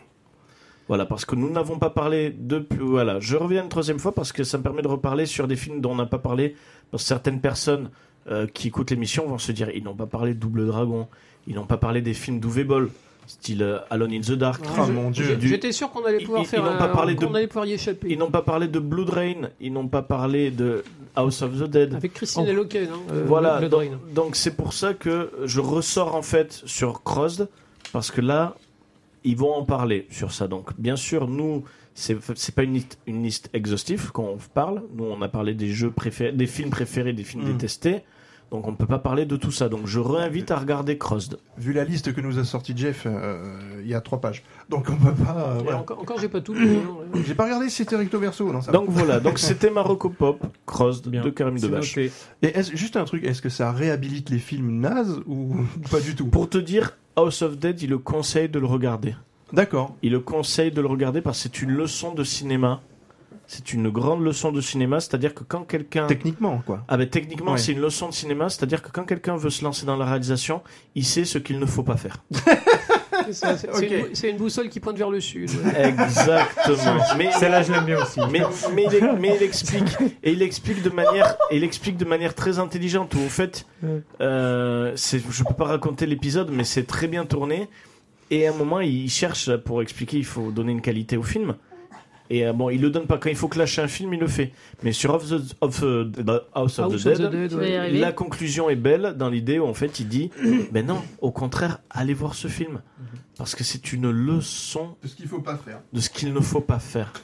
Voilà, parce que nous n'avons pas parlé depuis. Voilà, je reviens une troisième fois parce que ça me permet de reparler sur des films dont on n'a pas parlé. Parce que certaines personnes euh, qui écoutent l'émission vont se dire ils n'ont pas parlé de Double Dragon, ils n'ont pas parlé des films d'Uwe Boll, style euh, Alone in the Dark. Ah, Ah mon dieu. J'ai- Du- J'étais sûr qu'on allait Ils- pouvoir ils- faire euh, ils n'ont un- pas parlé qu'on de- allait pouvoir y échapper. Ils n'ont pas parlé de Blood Rain, ils n'ont pas parlé de House of the Dead. Avec Christine Oh. Leloquet, non Euh, voilà, Le, le donc- Drain. donc c'est pour ça que je ressors en fait sur Crossed, parce que là, ils vont en parler sur ça. Donc bien sûr, nous, c'est c'est pas une liste, une liste exhaustive quand on parle. Nous, on a parlé des jeux préférés, des films préférés, des films Mm. détestés. Donc on ne peut pas parler de tout ça. Donc je réinvite à regarder Crossed. Vu la liste que nous a sorti Jeff, euh, il y a trois pages. Donc on peut pas. euh, Et voilà. Encore, encore, j'ai pas tout. mais non, euh, J'ai pas regardé si c'était recto verso, non Hein, ça va. Donc voilà, donc c'était Marocco Pop, Crossed Bien. de Karim C'est Debache. noté. Et est-ce- juste un truc, est-ce que ça réhabilite les films nazes ou pas du tout Pour te dire, House of Dead, il le conseille de le regarder. D'accord. Il le conseille de le regarder parce que c'est une leçon de cinéma. C'est une grande leçon de cinéma, c'est-à-dire que quand quelqu'un... Techniquement, quoi. Ah ben, techniquement, Ouais. c'est une leçon de cinéma, c'est-à-dire que quand quelqu'un veut se lancer dans la réalisation, il sait ce qu'il ne faut pas faire. c'est ça, c'est- c'est une bou- C'est une, boussole qui pointe vers le sud. ouais. Exactement. mais, Celle-là, je l'aime bien aussi. mais, mais il, mais il explique et il explique de manière et il explique de manière très intelligente où en fait euh, c'est- je peux pas raconter l'épisode mais c'est très bien tourné et à un moment il cherche pour expliquer il faut donner une qualité au film et euh, bon il le donne pas quand il faut clasher un film il le fait mais sur House of the, of, euh, the House of House the of Dead Dead, Tu ouais. vas y arriver. la conclusion est belle dans l'idée où en fait il dit ben non au contraire allez voir ce film Mhm. parce que c'est une leçon Ce qu'il faut pas faire. de ce qu'il ne faut pas faire.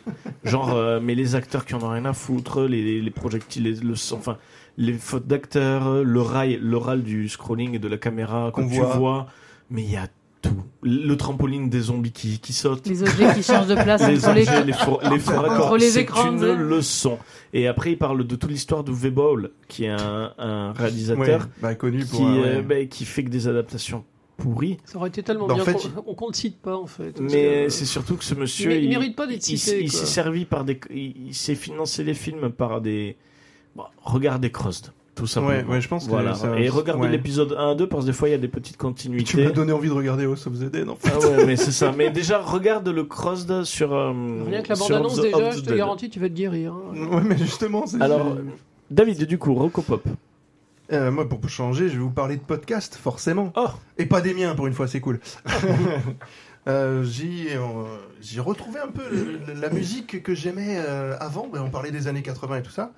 Genre, euh, mais les acteurs qui en ont rien à foutre, les, les projectiles, les, le sang, enfin, les fautes d'acteurs, euh, le rail, le râle du scrolling et de la caméra que Qu'on tu voit. vois. Mais il y a tout. Le trampoline des zombies qui, qui sautent. Les objets qui changent de place Les entre les. objets, les, for- les faux raccords. Entre les C'est écrans, une ouais. leçon. Et après, il parle de toute l'histoire de V-Ball, qui est un, un réalisateur bah, connu pour. qui, euh, euh, ouais. ben, qui fait que des adaptations pourries. Ça aurait été tellement Bah, en bien fait, qu'on on qu'on le cite pas en fait. parce Mais que- euh, c'est surtout que ce monsieur, il mé- il mérite pas d'être il- cité, Il, quoi. s'est servi par des, il, il s'est financé les films par des, bon, regardez Crossed, tout simplement. Ouais, ouais, je pense que voilà. ça- Et regardez ouais. l'épisode 1 à 2 parce que des fois il y a des petites Tu continuités. m'as donné envie de regarder House of the Dead, en fait. Ah ouais, mais c'est ça. Mais déjà regarde le Crossed sur. euh, Rien que la sur bande-annonce Hobbs- déjà, Hobbs je te Dead. garantis, tu vas te guérir. hein. Ouais, mais justement, c'est. Alors, David, du coup, Rocopop. Euh, moi, pour changer, je vais vous parler de podcast, forcément. Oh, Et pas des miens, pour une fois, c'est cool. Euh, J'ai euh, j'ai retrouvé un peu le- la musique que j'aimais euh, avant. Ben, on parlait des années 80 et tout ça.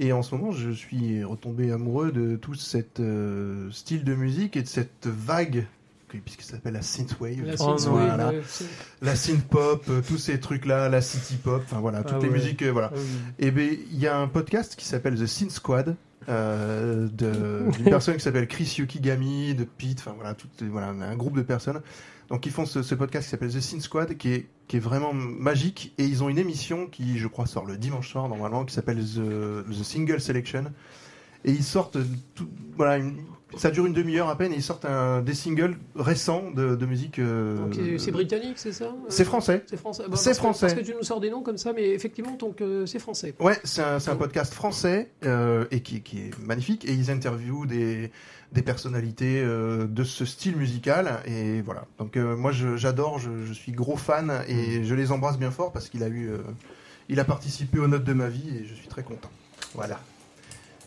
Et en ce moment, je suis retombé amoureux de tout cet euh, style de musique et de cette vague, que- puisque ça s'appelle la synthwave. La Oh, synth, non, oui, voilà. le- c'est- La synthpop, euh, tous ces trucs-là, la city pop, enfin voilà, toutes Ah les ouais. musiques, euh, voilà. Ah oui. Et ben, il y a un podcast qui s'appelle The Sin Squad euh, de- d'une personne qui s'appelle Chris Yukigami, de Pete, enfin voilà, tout, voilà, un groupe de personnes. Donc ils font ce, ce podcast qui s'appelle The Sin Squad, qui est, qui est vraiment magique. Et ils ont une émission qui, je crois, sort le dimanche soir normalement, qui s'appelle The, The Single Selection. Et ils sortent, tout, voilà, une- ça dure une demi-heure à peine. Et ils sortent un, des singles récents de, de musique. euh, donc, euh, C'est britannique, c'est ça euh, C'est français. C'est français. Ah, bah, C'est parce que- français. Parce que tu nous sors des noms comme ça, mais effectivement, donc euh, c'est français. Ouais, c'est un, c'est un podcast français euh, et qui, qui est magnifique. Et ils interviewent des, des personnalités euh, de ce style musical. Et voilà. Donc euh, moi, je- j'adore, je, je suis gros fan et Mm. je les embrasse bien fort parce qu'il a eu, euh, il a participé aux notes de ma vie et je suis très content. Voilà.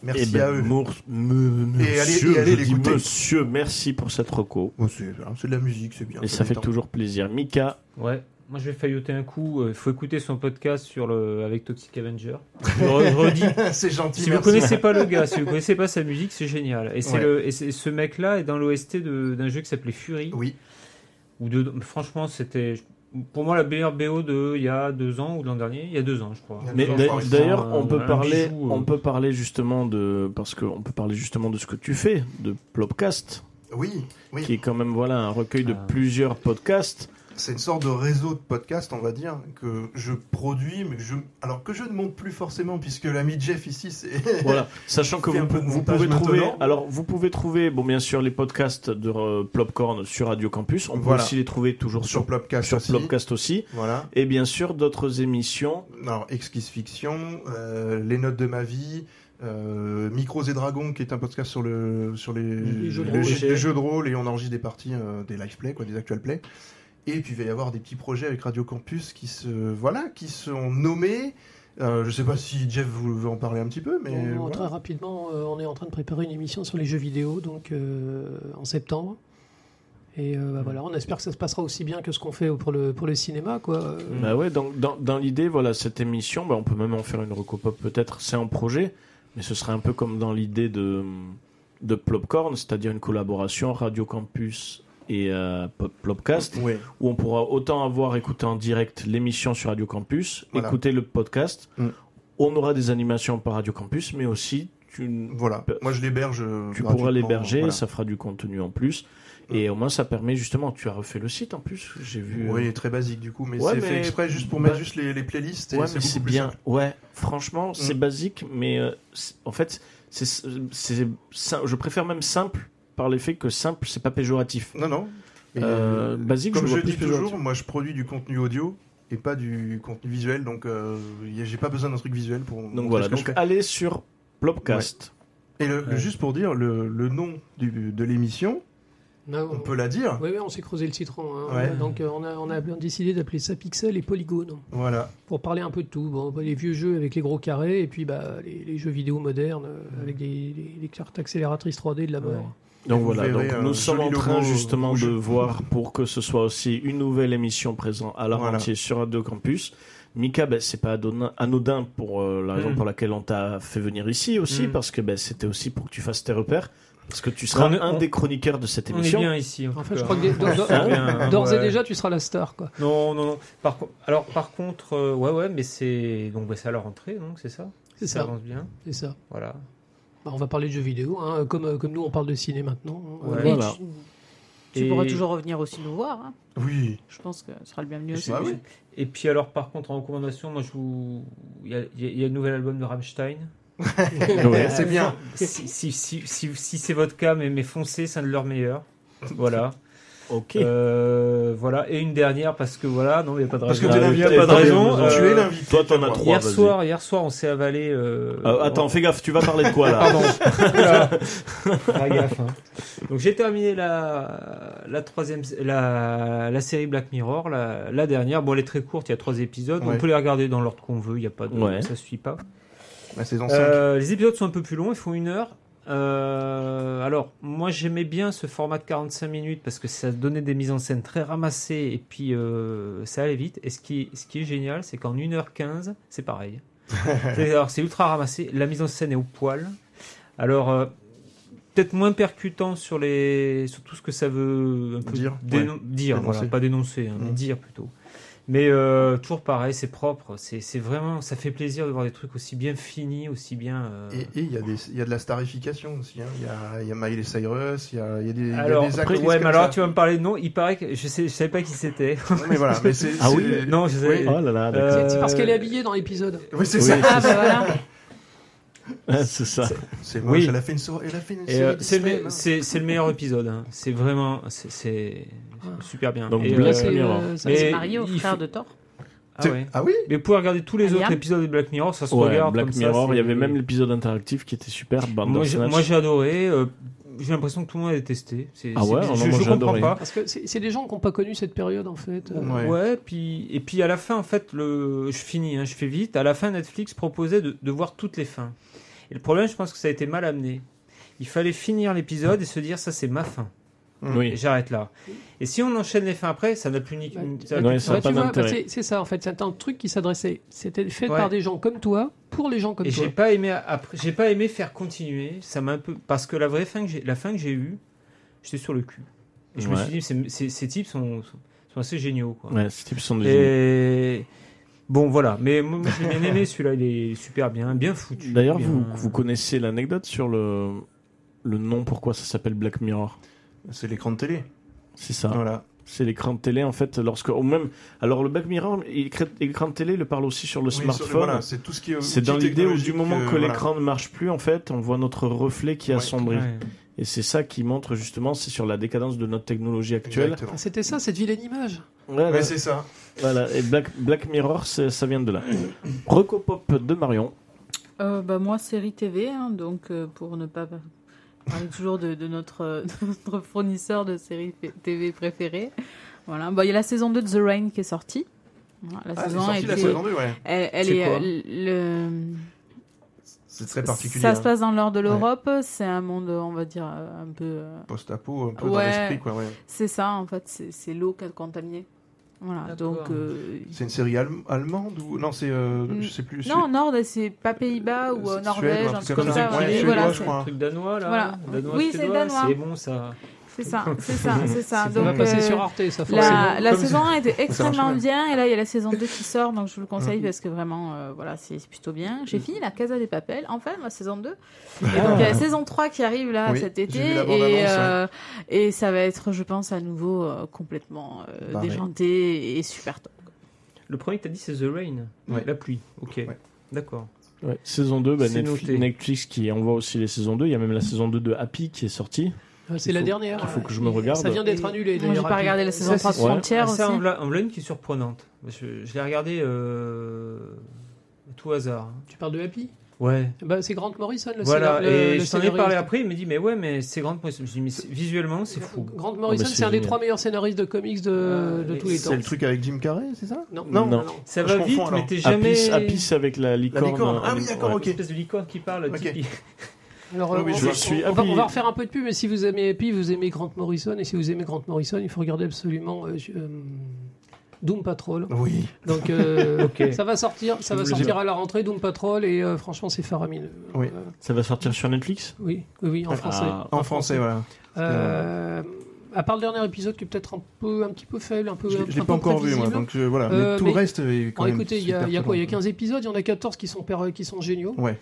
Merci eh ben, à eux. mour- me- Et allez- monsieur, et allez je dis l'écouter. monsieur, merci pour cette reco. Bon, c'est voilà, c'est de la musique, c'est bien. Et ça fait détend. toujours plaisir. Mika, Ouais. Moi, je vais failloter un coup. Il faut écouter son podcast sur le... avec Toxic Avenger. Je le re- je redis. c'est gentil. Si vous merci. connaissez pas le gars, si vous connaissez pas sa musique, c'est génial. Et, c'est Ouais. le, et c'est- ce mec-là est dans l'OST de- d'un jeu qui s'appelait Fury. Oui. Ou franchement, c'était pour moi la meilleure BO de il y a deux ans ou de l'an dernier. Il y a deux ans, je crois. Il y a Mais Genre, d'a- par exemple, d'ailleurs, on euh, peut un parler, bijou, euh. on peut parler justement de parce que on peut parler justement de ce que tu fais, de Plopcast, Oui, oui. qui est quand même voilà un recueil de Ah. plusieurs podcasts. C'est une sorte de réseau de podcasts, on va dire, que je produis, mais que je, alors que je ne monte plus forcément, puisque l'ami Jeff ici, c'est. Voilà, sachant que Fais vous, un peu de vous montage pouvez trouver, maintenant. alors vous pouvez trouver, bon bien sûr les podcasts de euh, Plopcorn sur Radio Campus. On peut Voilà. aussi les trouver toujours sur sur Plopcast. sur aussi. Plopcast aussi, Voilà. et bien sûr d'autres émissions. Alors, Exquise Fiction, euh, Les Notes de ma vie, euh, Micros et Dragons, qui est un podcast sur, le, sur les, Les jeux de le rôle. jeu- les jeux de rôle, et on enregistre des parties, euh, des live play, quoi, des actual play. Et puis, il va y avoir des petits projets avec Radio Campus qui se, voilà, qui sont nommés. Euh, je sais pas si Jeff vous veut en parler un petit peu, mais. Bon, voilà. Très rapidement, euh, on est en train de préparer une émission sur les jeux vidéo, donc euh, en septembre. Et euh, Mm. bah, voilà, on espère que ça se passera aussi bien que ce qu'on fait pour le, pour le cinéma, quoi. Euh, Mm. Bah ouais, donc dans, dans l'idée, voilà, cette émission, bah, on peut même en faire une recopop peut-être, c'est un projet. Mais ce serait un peu comme dans l'idée de, de Plopcorn, c'est-à-dire une collaboration Radio Campus et euh, Pop- Plopcast, Ouais. où on pourra autant avoir écouté en direct l'émission sur Radio Campus, Voilà. écouter le podcast. Mm. On aura des animations par Radio Campus, mais aussi tu, Voilà. Moi, je l'héberge. euh, tu gratuitement, pourras l'héberger, voilà. Mm. ça fera du contenu en plus. Et au moins, ça permet justement. Tu as refait le site en plus, j'ai vu. euh, Oui, très basique du coup, mais c'est Ouais, mais- fait exprès juste pour bah- mettre juste les, les playlists. Et Ouais, c'est mais beaucoup c'est plus bien. simple. Mm. Ouais, franchement, c'est basique, mais euh, c'est- en fait, c'est, c'est, c'est- je préfère même simple par l'effet que simple, c'est pas péjoratif. Non, non. mais, Euh, basique, comme je je, vois plus dis toujours, péjoratif. moi, je produis du contenu audio et pas du contenu visuel, donc euh, y a- j'ai pas besoin d'un truc visuel pour. montrer Donc voilà, ce que donc je fais. allez sur Blobcast. Et le- le- Ouais. juste pour dire le, le nom du- de l'émission, Non, on peut la dire. Bah, Oui, oui, on s'est creusé le citron. hein. Ouais. Donc euh, on a, on a bien décidé d'appeler ça Pixel et Polygone Voilà. pour parler un peu de tout. Bon, bah, les vieux jeux avec les gros carrés et puis bah, les, les jeux vidéo modernes euh, avec des, des- des cartes accélératrices 3D de la mort. Donc Vous voilà, verrez, donc euh, nous sommes en joli train logo justement rouge. de voir pour que ce soit aussi une nouvelle émission présente à la Voilà. entière sur Radio Campus. Mika, ben, c'est pas adona- anodin pour euh, la raison Hmm. Mm. pour laquelle on t'a fait venir ici aussi, Mm. parce que ben, c'était aussi pour que tu fasses tes repères, parce que tu seras On est- un on- des chroniqueurs de cette On est émission. bien ici. Enfin, je crois que des- d'ores d'ores- bien, d'ores et ouais. déjà, tu seras la star. quoi. Non, non, non. Par, co- alors, par contre, euh, ouais, ouais, mais c'est. Donc, bah, c'est à la rentrée, donc, c'est ça C'est Ça ça. avance bien. C'est ça. Voilà. Bah, on va parler de jeux vidéo, hein, comme, euh, comme nous on parle de ciné maintenant. hein. Ouais. Mais Voilà. tu, tu Et- pourras toujours revenir aussi nous voir. hein. Oui. Je pense que ce sera le bienvenu Et aussi. Ah c'est- oui. Et puis, alors, par contre, en recommandation, moi, je vous. Il y a, il y a- il y a le nouvel album de Rammstein. Ouais. c'est bien. si si, si, si, si c'est votre cas, mais, mais foncez, c'est un de leurs meilleurs. Voilà. Ok. Euh, voilà. Et une dernière, parce que voilà, non, il n'y a pas de Parce raison. que t'es Ah, l'invité. t'as pas de raison, Tu euh, es l'invité. Toi, t'en as Hier trois. Hier vas-y. soir, hier soir, on s'est avalé. euh, Euh, attends, fais gaffe, tu vas parler de quoi là Pardon. Oula. Fais gaffe, hein. Donc j'ai terminé la, la troisième la, la série Black Mirror, la, la dernière. Bon, elle est très courte, il y a trois épisodes. Ouais. On peut les regarder dans l'ordre qu'on veut, il y a pas de, Ouais. ça suit pas. La saison 5. Euh, les épisodes sont un peu plus longs, ils font une heure. Euh, alors, moi j'aimais bien ce format de 45 minutes parce que ça donnait des mises en scène très ramassées et puis euh, ça allait vite. Et ce qui, ce qui est génial, c'est qu'en 1h15, c'est pareil. C'est- alors, c'est ultra ramassé, la mise en scène est au poil. Alors, euh, peut-être moins percutant sur, les, sur tout ce que ça veut un peu Dire, déno- dire Dénoncer. voilà, pas dénoncer, hein, mais Mm. dire plutôt. Mais euh, toujours pareil, c'est propre. C'est c'est vraiment, ça fait plaisir de voir des trucs aussi bien finis, aussi bien. euh, Et et il y, a des- il y a de la starification aussi. hein. Il y, a, il y a Miley Cyrus, il y a, il y a des, il y a Alors, des après, actrices ouais, mais comme alors ça. tu vas me parler de nom. Il paraît que je sais, je savais pas qui c'était. Non, mais voilà, mais c'est- Ah oui, c'est- non, je savais. Oh là là, d'accord. Euh, C'est c'est parce qu'elle est habillée dans l'épisode. Oui, c'est Oui, ça. Ah bah voilà. Ah, c'est ça. C'est Oui. moche, elle a fait une soirée. Elle a fait une et, euh, série hein. c'est le, Disney, me- là. c'est- c'est le meilleur épisode. hein. C'est vraiment, c'est- c'est super bien. Donc, Et, Black euh, c'est, Mirror. ça, mais C'est marié au il frère faut- de Thor. ah ouais. Ah oui Mais vous pouvez regarder tous les Alia. autres épisodes de Black Mirror, ça se Ouais, regarde. Black comme ça, Mirror, il y c'est- avait même l'épisode interactif qui était super. Bande Moi, of j'ai- Snatch. moi, j'ai adoré. euh, j'ai l'impression que tout le monde a détesté. C'est- Ah c'est ouais, bizarre, non, je, moi, je j'ai adoré. comprends pas. Parce que c'est c'est des gens qui n'ont pas connu cette période en fait. Euh, Ouais. Ouais. puis et puis à la fin en fait le je finis hein, je fais vite à la fin Netflix proposait de, de voir toutes les fins et le problème je pense que ça a été mal amené il fallait finir l'épisode et se dire ça c'est ma fin et Oui. j'arrête là et si on enchaîne les fins après ça n'a plus ni bah, ça n'a bah, plus ouais, de tu ça vois, sens. n'a pas tu vois, d'intérêt. bah, c'est- C'est ça en fait, c'est un truc qui s'adressait. C'était fait Ouais. par des gens comme toi, pour les gens comme et toi. j'ai pas aimé après j'ai pas aimé faire continuer ça m'a un peu parce que la vraie fin que j'ai la fin que j'ai eue j'étais sur le cul et je me Ouais. suis dit ces, ces- ces types sont, sont, sont assez géniaux quoi Ouais, ces types sont des génies. Et bon, voilà. Mais moi, moi, j'ai bien aimé celui-là. Il est super bien, bien foutu. D'ailleurs, bien- vous, vous connaissez l'anecdote sur le, le nom, pourquoi ça s'appelle Black Mirror C'est l'écran de télé. C'est ça. Voilà. C'est l'écran de télé, en fait, lorsque. Ou même. Alors, le Black Mirror, il crée- l'écran de télé, il le parle aussi sur le Oui, smartphone. sur le- voilà, c'est tout ce qui est. C'est outil dans l'idée où, du technologique, moment euh, que voilà. l'écran ne marche plus, en fait, on voit notre reflet qui Ouais. assombrit. Ouais. Et c'est ça qui montre justement, c'est sur la décadence de notre technologie actuelle. Exactement. Ah, C'était ça, cette vilaine image. Voilà, Ouais, c'est ça. voilà. Et Black, Black Mirror, c'est- ça vient de là. Recopop de Marion. Euh, bah, moi, série TV, hein, donc euh, pour ne pas par- parler toujours de, de notre, euh, de notre fournisseur de séries F- TV préféré. Voilà. Bah, il y a la saison 2 de The Rain qui est sortie. Voilà, La Ah, c'est saison sorti a la été- saison 2, ouais. Elle, elle C'est est, quoi euh, le- C'est très particulier. Ça hein. se passe dans l'Ordre de l'Europe. C'est un monde, on va dire, euh, un peu. euh, Post-apo, un peu dans Ouais. l'esprit, quoi, ouais. C'est ça, en fait. C'est c'est l'eau qui est contaminée. Voilà, D'accord. donc. euh, C'est une série allem- allemande ou non c'est Mm. euh, je sais plus. c'est- non, Nord, c'est pas Pays-Bas ou euh, Suède, Norvège, ou un un truc truc comme comme ça. ça. Ouais, oui, suédois, voilà, je c'est- crois. Un truc danois, là. Voilà. Danois, Oui, c'est suédois, danois. C'est bon, ça. C'est ça, c'est ça, c'est ça. C'est On Donc, va passer euh, sur Arte, ça forcément. La, la Comme saison 1 était marche extrêmement bien. bien et là il y a la saison 2 qui sort donc je vous le conseille parce que vraiment euh, voilà c'est c'est plutôt bien. Mm. J'ai fini la Casa des Papel enfin ma saison 2 et Ah. donc il y a la saison 3 qui arrive là Oui, cet j'ai été vu la bande-annonce, et, euh, et ça va être je pense à nouveau euh, complètement euh, Pareil. déjanté et super top. Le premier que t'as dit, c'est The Rain. Ouais. La pluie. Ok. Ouais. D'accord. Ouais, saison 2, bah, C'est Netflix, noté. Netflix qui envoie aussi les saisons 2. Il y a même la saison 2 de Happy qui est sortie. Ah, C'est il la faut- dernière. il faut que je me Et Ça regarde. vient d'être annulé. Moi j'ai d'ailleurs, pas regardé la saison Ça, 3 de c'est sûr. Frontières Ah, aussi. ça, en voilà- en voilà une qui est surprenante. Je, je l'ai regardé euh, à tout hasard. hein. Tu parles de Happy Ouais. Bah, C'est Grant Morrison, le voilà. scénar- le- et le je t'en ai scénariste. parlé après. Il m'a dit, mais ouais, mais c'est grande. Je lui ai dit, mais c'est- visuellement, c'est fou. Grant Oh, mais Morrison, c'est c'est un des génial. trois meilleurs scénaristes de comics de, de Euh, tous les c'est temps. Le truc avec Jim Carrey, c'est ça Ah, Non, Non. Ça Je va confonds, vite, alors. mais t'es Happy, jamais. Happy, c'est avec la licorne. licorne. Ah euh, oui, d'accord, ok. Une espèce de licorne qui parle. Ok. Tipeee. Alors, Oui, Ah euh, oui, on, je va, suis on va- happy. on va refaire un peu de pub, mais si vous aimez Happy, vous aimez Grant Morrison, et si vous aimez Grant Morrison, il faut regarder absolument euh, je- euh, Doom Patrol. Oui. Donc, euh, Ok. ça va sortir, ça va sortir à la rentrée, Doom Patrol, et euh, franchement, c'est faramineux. Oui. Euh, Ça va sortir sur Netflix oui, oui, oui, en français. Ah, En français, voilà. Euh, à part le dernier épisode qui est peut-être un peu, un petit peu faible, un peu. Je un l'ai- je l'ai peu pas encore vu, moi. prévisible. Donc euh, voilà. Euh, mais tout mais- le reste est quand Bon, même écoutez, il y, a- super il y a quoi Il y a prenant. 15 épisodes, il y en a 14 qui sont, per- qui sont géniaux. Ouais.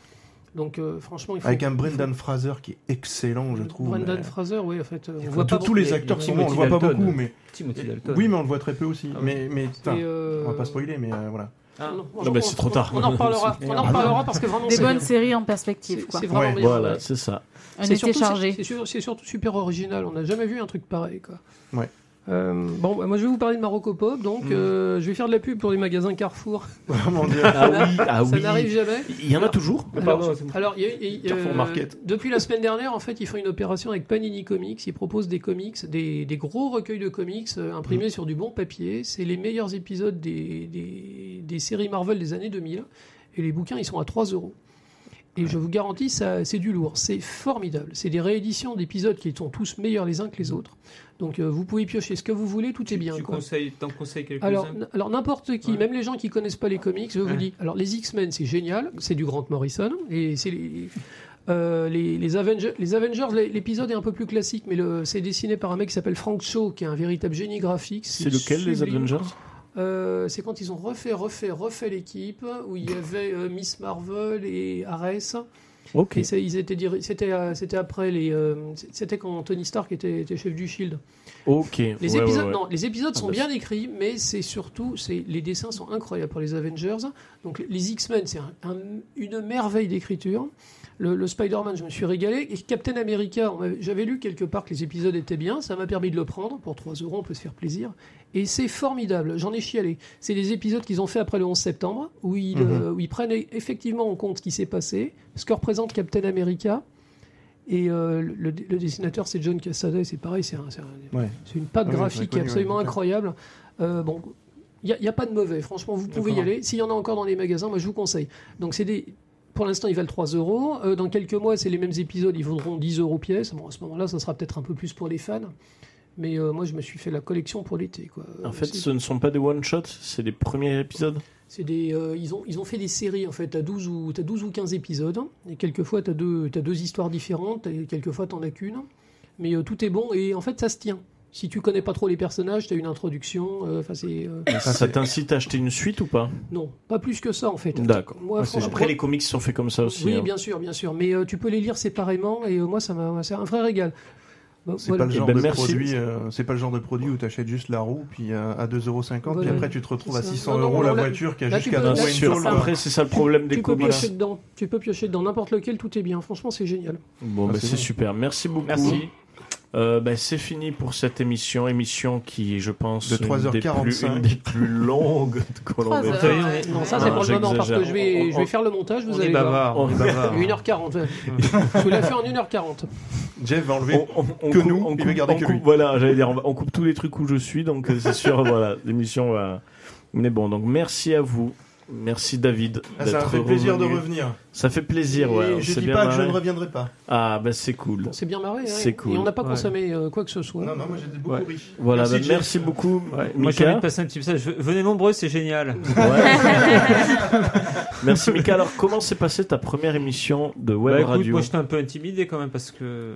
Donc, euh, franchement, il faut. Avec un il Brendan Fraser qui est excellent, je faut- trouve. Brendan mais- Fraser, oui, en fait. euh, On Tous- voit pas tous les beaucoup, acteurs mais- sont mais- bons, on le voit pas Dalton. beaucoup, mais Timothy Dalton. oui, mais on le voit très peu aussi. Ah oui. Mais, mais putain, Et, euh, on va pas spoiler, mais euh, voilà. Ah. Non, Non, mais c'est on- trop tard. On en reparlera. On en reparlera parce que vraiment, Des c'est bonnes bien. séries en perspective C'est quoi. c'est vraiment Ouais. bien. Voilà, c'est ça. On C'est était surtout- chargés. c'est- c'est sur- C'est surtout super original. On n'a jamais vu un truc pareil, quoi. Ouais. Euh, bon, bah, moi je vais vous parler de Marocco Pop, donc Hmm. euh, je vais faire de la pub pour les magasins Carrefour. Mon Dieu. Ah oui, ah Ça n'arrive jamais. Il y en a toujours Alors, Pardon, Ah bah, c'est bon. alors, il y a- il y a- Carrefour euh, Market. depuis la semaine dernière, en fait, ils font une opération avec Panini Comics. Ils proposent des comics, des, des gros recueils de comics euh, Mm. imprimés sur du bon papier. C'est les meilleurs épisodes des, des, des séries Marvel des années 2000. Et les bouquins, ils sont à 3 euros. Et je vous garantis, ça, c'est du lourd. C'est formidable. C'est des rééditions d'épisodes qui sont tous meilleurs les uns que les autres. Donc, euh, vous pouvez piocher ce que vous voulez, tout est bien. Tu quoi. conseilles, t'en conseilles quelques-uns Alors, n- alors n'importe qui, Ouais. même les gens qui connaissent pas les comics, je vous Ouais. dis. Alors les X-Men, c'est génial, c'est du Grant Morrison et c'est les, euh, les, les Avengers. Les Avengers, l'é- l'épisode est un peu plus classique, mais le- c'est dessiné par un mec qui s'appelle Frank Cho, qui est un véritable génie graphique. C'est lequel, les sublime. Avengers Euh, C'est quand ils ont refait, refait, refait l'équipe où il y avait euh, Miss Marvel et Ares. Ok. Et c'est- ils étaient diri- c'était euh, c'était après les euh, c'était quand Tony Stark était, était chef du Shield. Ok. ouais, Les ouais, épisodes, ouais. non, les épisodes sont bah, bien écrits, mais c'est surtout, c'est les dessins sont incroyables pour les Avengers. Donc les X-Men, c'est un- un- une merveille d'écriture. Le, le Spider-Man, je me suis régalé. Et Captain America, on m'avait- j'avais lu quelque part que les épisodes étaient bien, ça m'a permis de le prendre pour 3 euros, on peut se faire plaisir. Et c'est formidable, j'en ai chialé. C'est des épisodes qu'ils ont fait après le 11 septembre, où ils, Mhm. euh, où ils prennent effectivement en compte ce qui s'est passé, ce que représente Captain America. Et euh, le, le dessinateur, c'est John Cassaday, c'est pareil, c'est un- c'est un, Ouais. c'est une patte Ah oui, graphique très connu, absolument ouais. incroyable. Euh, bon, il n'y a, pas de mauvais. Franchement, vous pouvez y D'accord. aller. S'il y en a encore dans les magasins, moi je vous conseille. Donc c'est des. Pour l'instant, ils valent 3 euros. Euh, Dans quelques mois, c'est les mêmes épisodes, ils vaudront 10 euros pièce. Bon, à ce moment-là, ça sera peut-être un peu plus pour les fans. Mais euh, moi, je me suis fait la collection pour l'été. quoi. En fait, C'est- ce ne sont pas des one-shots, c'est des premiers épisodes. c'est des, euh, ils, ont, ils ont fait des séries, en fait. T'as 12 ou, t'as 12 ou 15 épisodes. Et quelquefois, t'as deux, t'as deux histoires différentes. Et quelquefois, t'en as qu'une. Mais euh, tout est bon. Et en fait, ça se tient. Si tu connais pas trop les personnages, t'as une introduction. euh, Enfin, c'est. euh, Ça, ça t'incite à acheter une suite ou pas non, pas plus que ça, en fait. D'accord. Ah, Moi, Ouais, c'est- franchement. Après, les comics sont faits comme ça aussi. Oui, hein. bien sûr, bien sûr. Mais euh, tu peux les lire séparément. Et euh, moi, ça m'a, c'est un vrai régal. Bah, C'est voilà. pas le Eh genre ben, de merci. produit. euh, c'est pas le genre de produit où t'achètes juste la roue, puis euh, à 2,50€, puis Voilà. après tu te retrouves à C'est ça. 600 Non, non, euros la là- voiture qui a là, tu jusqu'à peux- deux Bien là, mois tu et sûr. peux- demi. Après, c'est ça le problème des tu peux comics. piocher dedans. Tu peux piocher dedans n'importe lequel. Tout est bien. Franchement, c'est génial. Bon, Ah, bah, c'est c'est bon. super. Merci beaucoup. Merci. Euh, bah, c'est fini pour cette émission, émission qui, je pense, De une 3h45. des plus, une des plus longues de Trois Colombes. heures, Vous avez- ouais. Non, ça, Ah, c'est pour le moment parce que j'exagère. je vais, On- je vais on- faire le montage. Vous On est allez voir. bavard. On est bavard. 1h40. je vous l'ai fait en 1h40. Jeff va enlever. on que nous, il veut garder on que coupe- lui. Voilà, j'allais dire, on, va- on coupe tous les trucs où je suis, donc euh, c'est sûr, voilà, l'émission va. Mais bon, donc merci à vous. Merci David. Ah, ça d'être m'a fait plaisir de revenu. revenir. Ça fait plaisir, Et ouais. on je s'est dis bien pas que je marré. ne reviendrai pas. Ah, ben c'est cool. On s'est bien marré. ouais. C'est cool. Et on n'a pas Ouais. consommé euh, quoi que ce soit. Non, non, moi j'ai beaucoup Ouais. ri. Voilà, Merci, ben, Jeff. merci beaucoup, Ouais, moi, j'ai envie Mika. de passer un petit message. V- Venez nombreux, c'est génial. Ouais. merci Mika. Alors, comment s'est passée ta première émission de web Bah, écoute, radio moi, j'étais un peu intimidé quand même parce que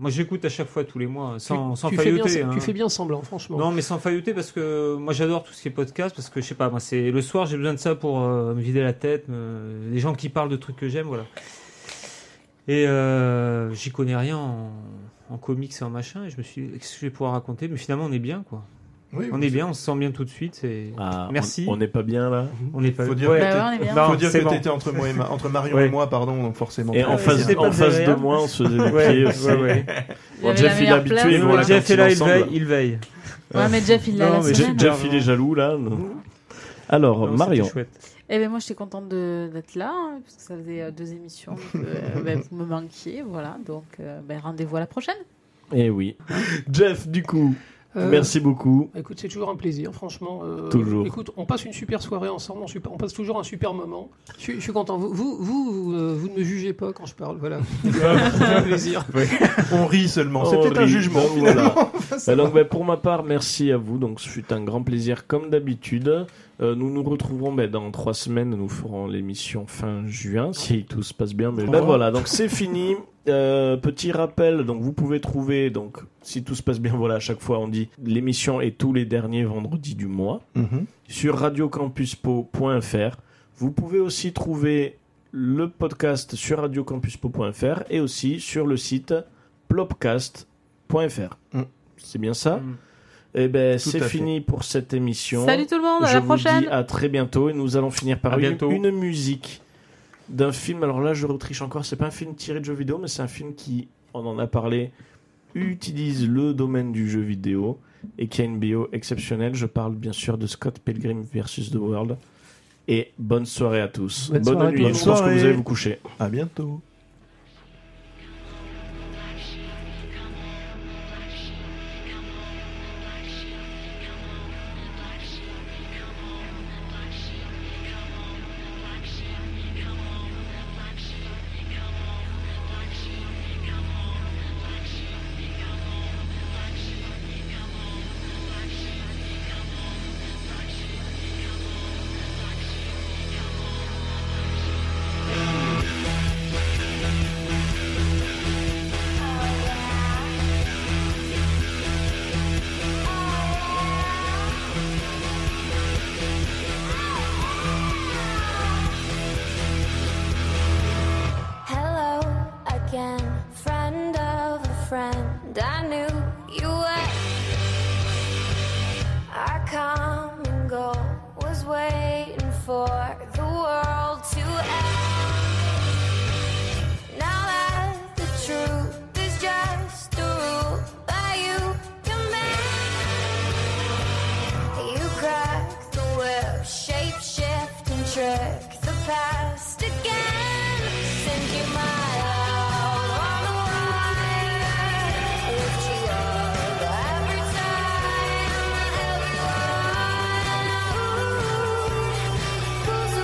moi, j'écoute à chaque fois tous les mois, hein, Tu, sans, sans tu fais bien, failloter. hein. tu fais bien semblant, franchement. Non, mais sans failloter parce que moi, j'adore tout ce qui est podcast parce que je sais pas, moi, c'est le soir, j'ai besoin de ça pour euh, me vider la tête, me- les gens qui parlent de trucs que j'aime, voilà. Et euh, j'y connais rien en, en comics et en machin, et je me suis dit, qu'est-ce que je vais pouvoir raconter Mais finalement, on est bien, quoi. Oui, On est bien, on se sent bien tout de suite. Et... Ah, on- Merci. On n'est pas bien là. On n'est pas. Faut dire Ouais. Ah, que Bah ouais, on est bien. Non, Faut dire que c'est bon. t'étais entre, moi et Ma- entre Marion Ouais. et moi, pardon, donc forcément. Et ça en fait face, plaisir. pas en face de désagréable. moi, on se faisait des Ouais, pieds ouais, aussi. ouais. Il avait Jeff, la il est meilleure habitué, place. il est Mais dans la Jeff est là, il cantine veille, ensemble. il veille. Ouais, mais Jeff, il l'a Non, la mais Je- semaine. Jeff, il est jaloux là. Alors, Non, c'était Marion. chouette. Eh ben moi, j'étais contente de- d'être là, hein, parce que ça faisait euh, deux émissions. donc, euh, ben, vous me manquiez, voilà. Donc, euh, ben, rendez-vous à la prochaine. Eh oui. Jeff, du coup, Euh, merci beaucoup. Bah, Écoute, c'est toujours un plaisir, franchement. Euh, Toujours. Écoute, on passe une super soirée ensemble, on, super- on passe toujours un super moment. Je suis, je suis content. Vous, vous, vous, vous, euh, vous ne me jugez pas quand je parle, voilà. C'est un plaisir. On rit seulement. C'est On peut-être un rit. jugement. Donc, finalement. voilà. Enfin, ça Bah, va. donc, bah, pour ma part, merci à vous. Donc, ce fut un grand plaisir comme d'habitude. Euh, nous nous retrouverons bah, dans trois semaines. Nous ferons l'émission fin juin si tout se passe bien. Mais bah, revoir. voilà, donc c'est fini. Euh, petit rappel, donc vous pouvez trouver, donc si tout se passe bien, voilà, à chaque fois on dit l'émission est tous les derniers vendredis du mois. Mhm. sur radiocampuspo.fr. Vous pouvez aussi trouver le podcast sur radiocampuspo.fr et aussi sur le site plopcast.fr. Mm. C'est bien ça Mm. Eh ben, Tout c'est à fait. fini pour cette émission. Salut tout le monde, à Je la vous prochaine. dis à très bientôt et nous allons finir À par une, bientôt. une musique d'un film. Alors là, je retriche encore. C'est pas un film tiré de jeu vidéo, mais c'est un film qui, on en a parlé, utilise le domaine du jeu vidéo et qui a une bio exceptionnelle. Je parle bien sûr de Scott Pilgrim versus The World. Et bonne soirée à tous. Bonne soirée à nuit. tous. Je pense que vous Soirée. allez vous coucher. À bientôt. Hello again, friend of a friend. I knew you were. Our common goal was waiting for the world to end. Now that the truth is just a rule that you can make, you crack the whip, shape shift and trick the past again. Send you my love on the wire, lift you up every time, everyone. Who's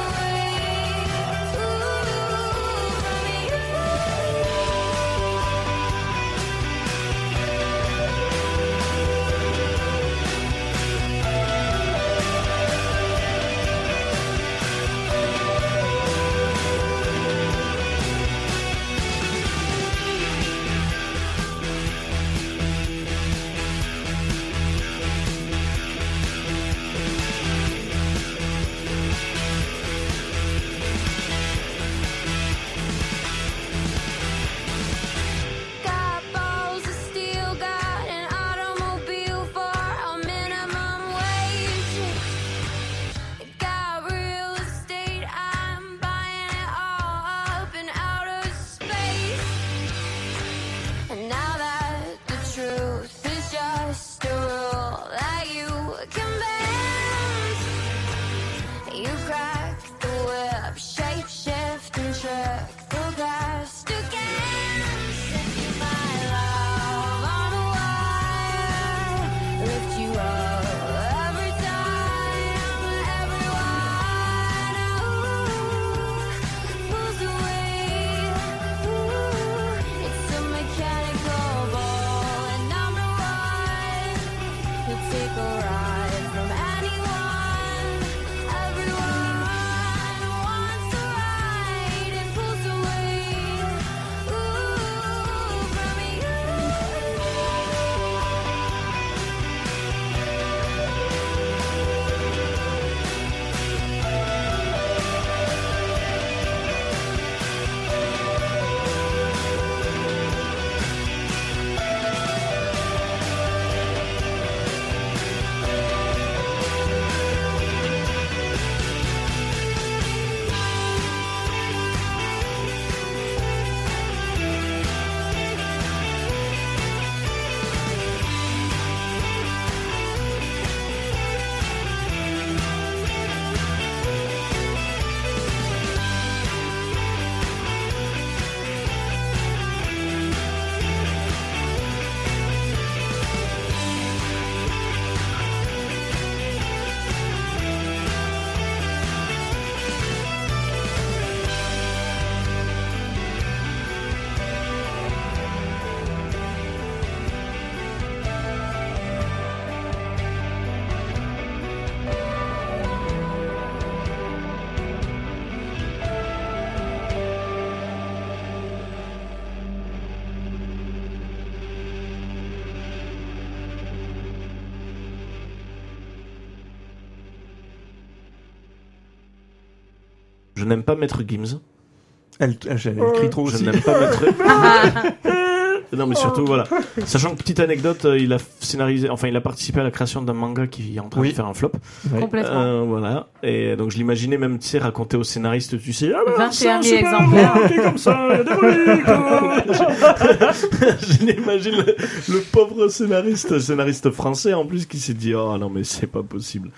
take a ride from anyone. Everyone wants to ride and pulls away. Ooh, from Je n'aime pas Maître Gims. Elle, elle, elle Euh, crie trop Je aussi. n'aime pas Maître. Ah. non, mais surtout, voilà. Oh, Sachant que, petite anecdote, euh, il a scénarisé, enfin, il a participé à la création d'un manga qui est en train Oui. de faire un flop. Ouais. Complètement. Euh, voilà. Et donc, je l'imaginais même, tu sais, raconter au scénariste, tu sais, ah ben, 21 000 ça, c'est pas exemplaires. marqué comme ça, il y a des reliques, euh. Je l'imagine, le, Ah, le pauvre scénariste, scénariste français en plus, qui s'est dit, oh non, mais c'est pas possible.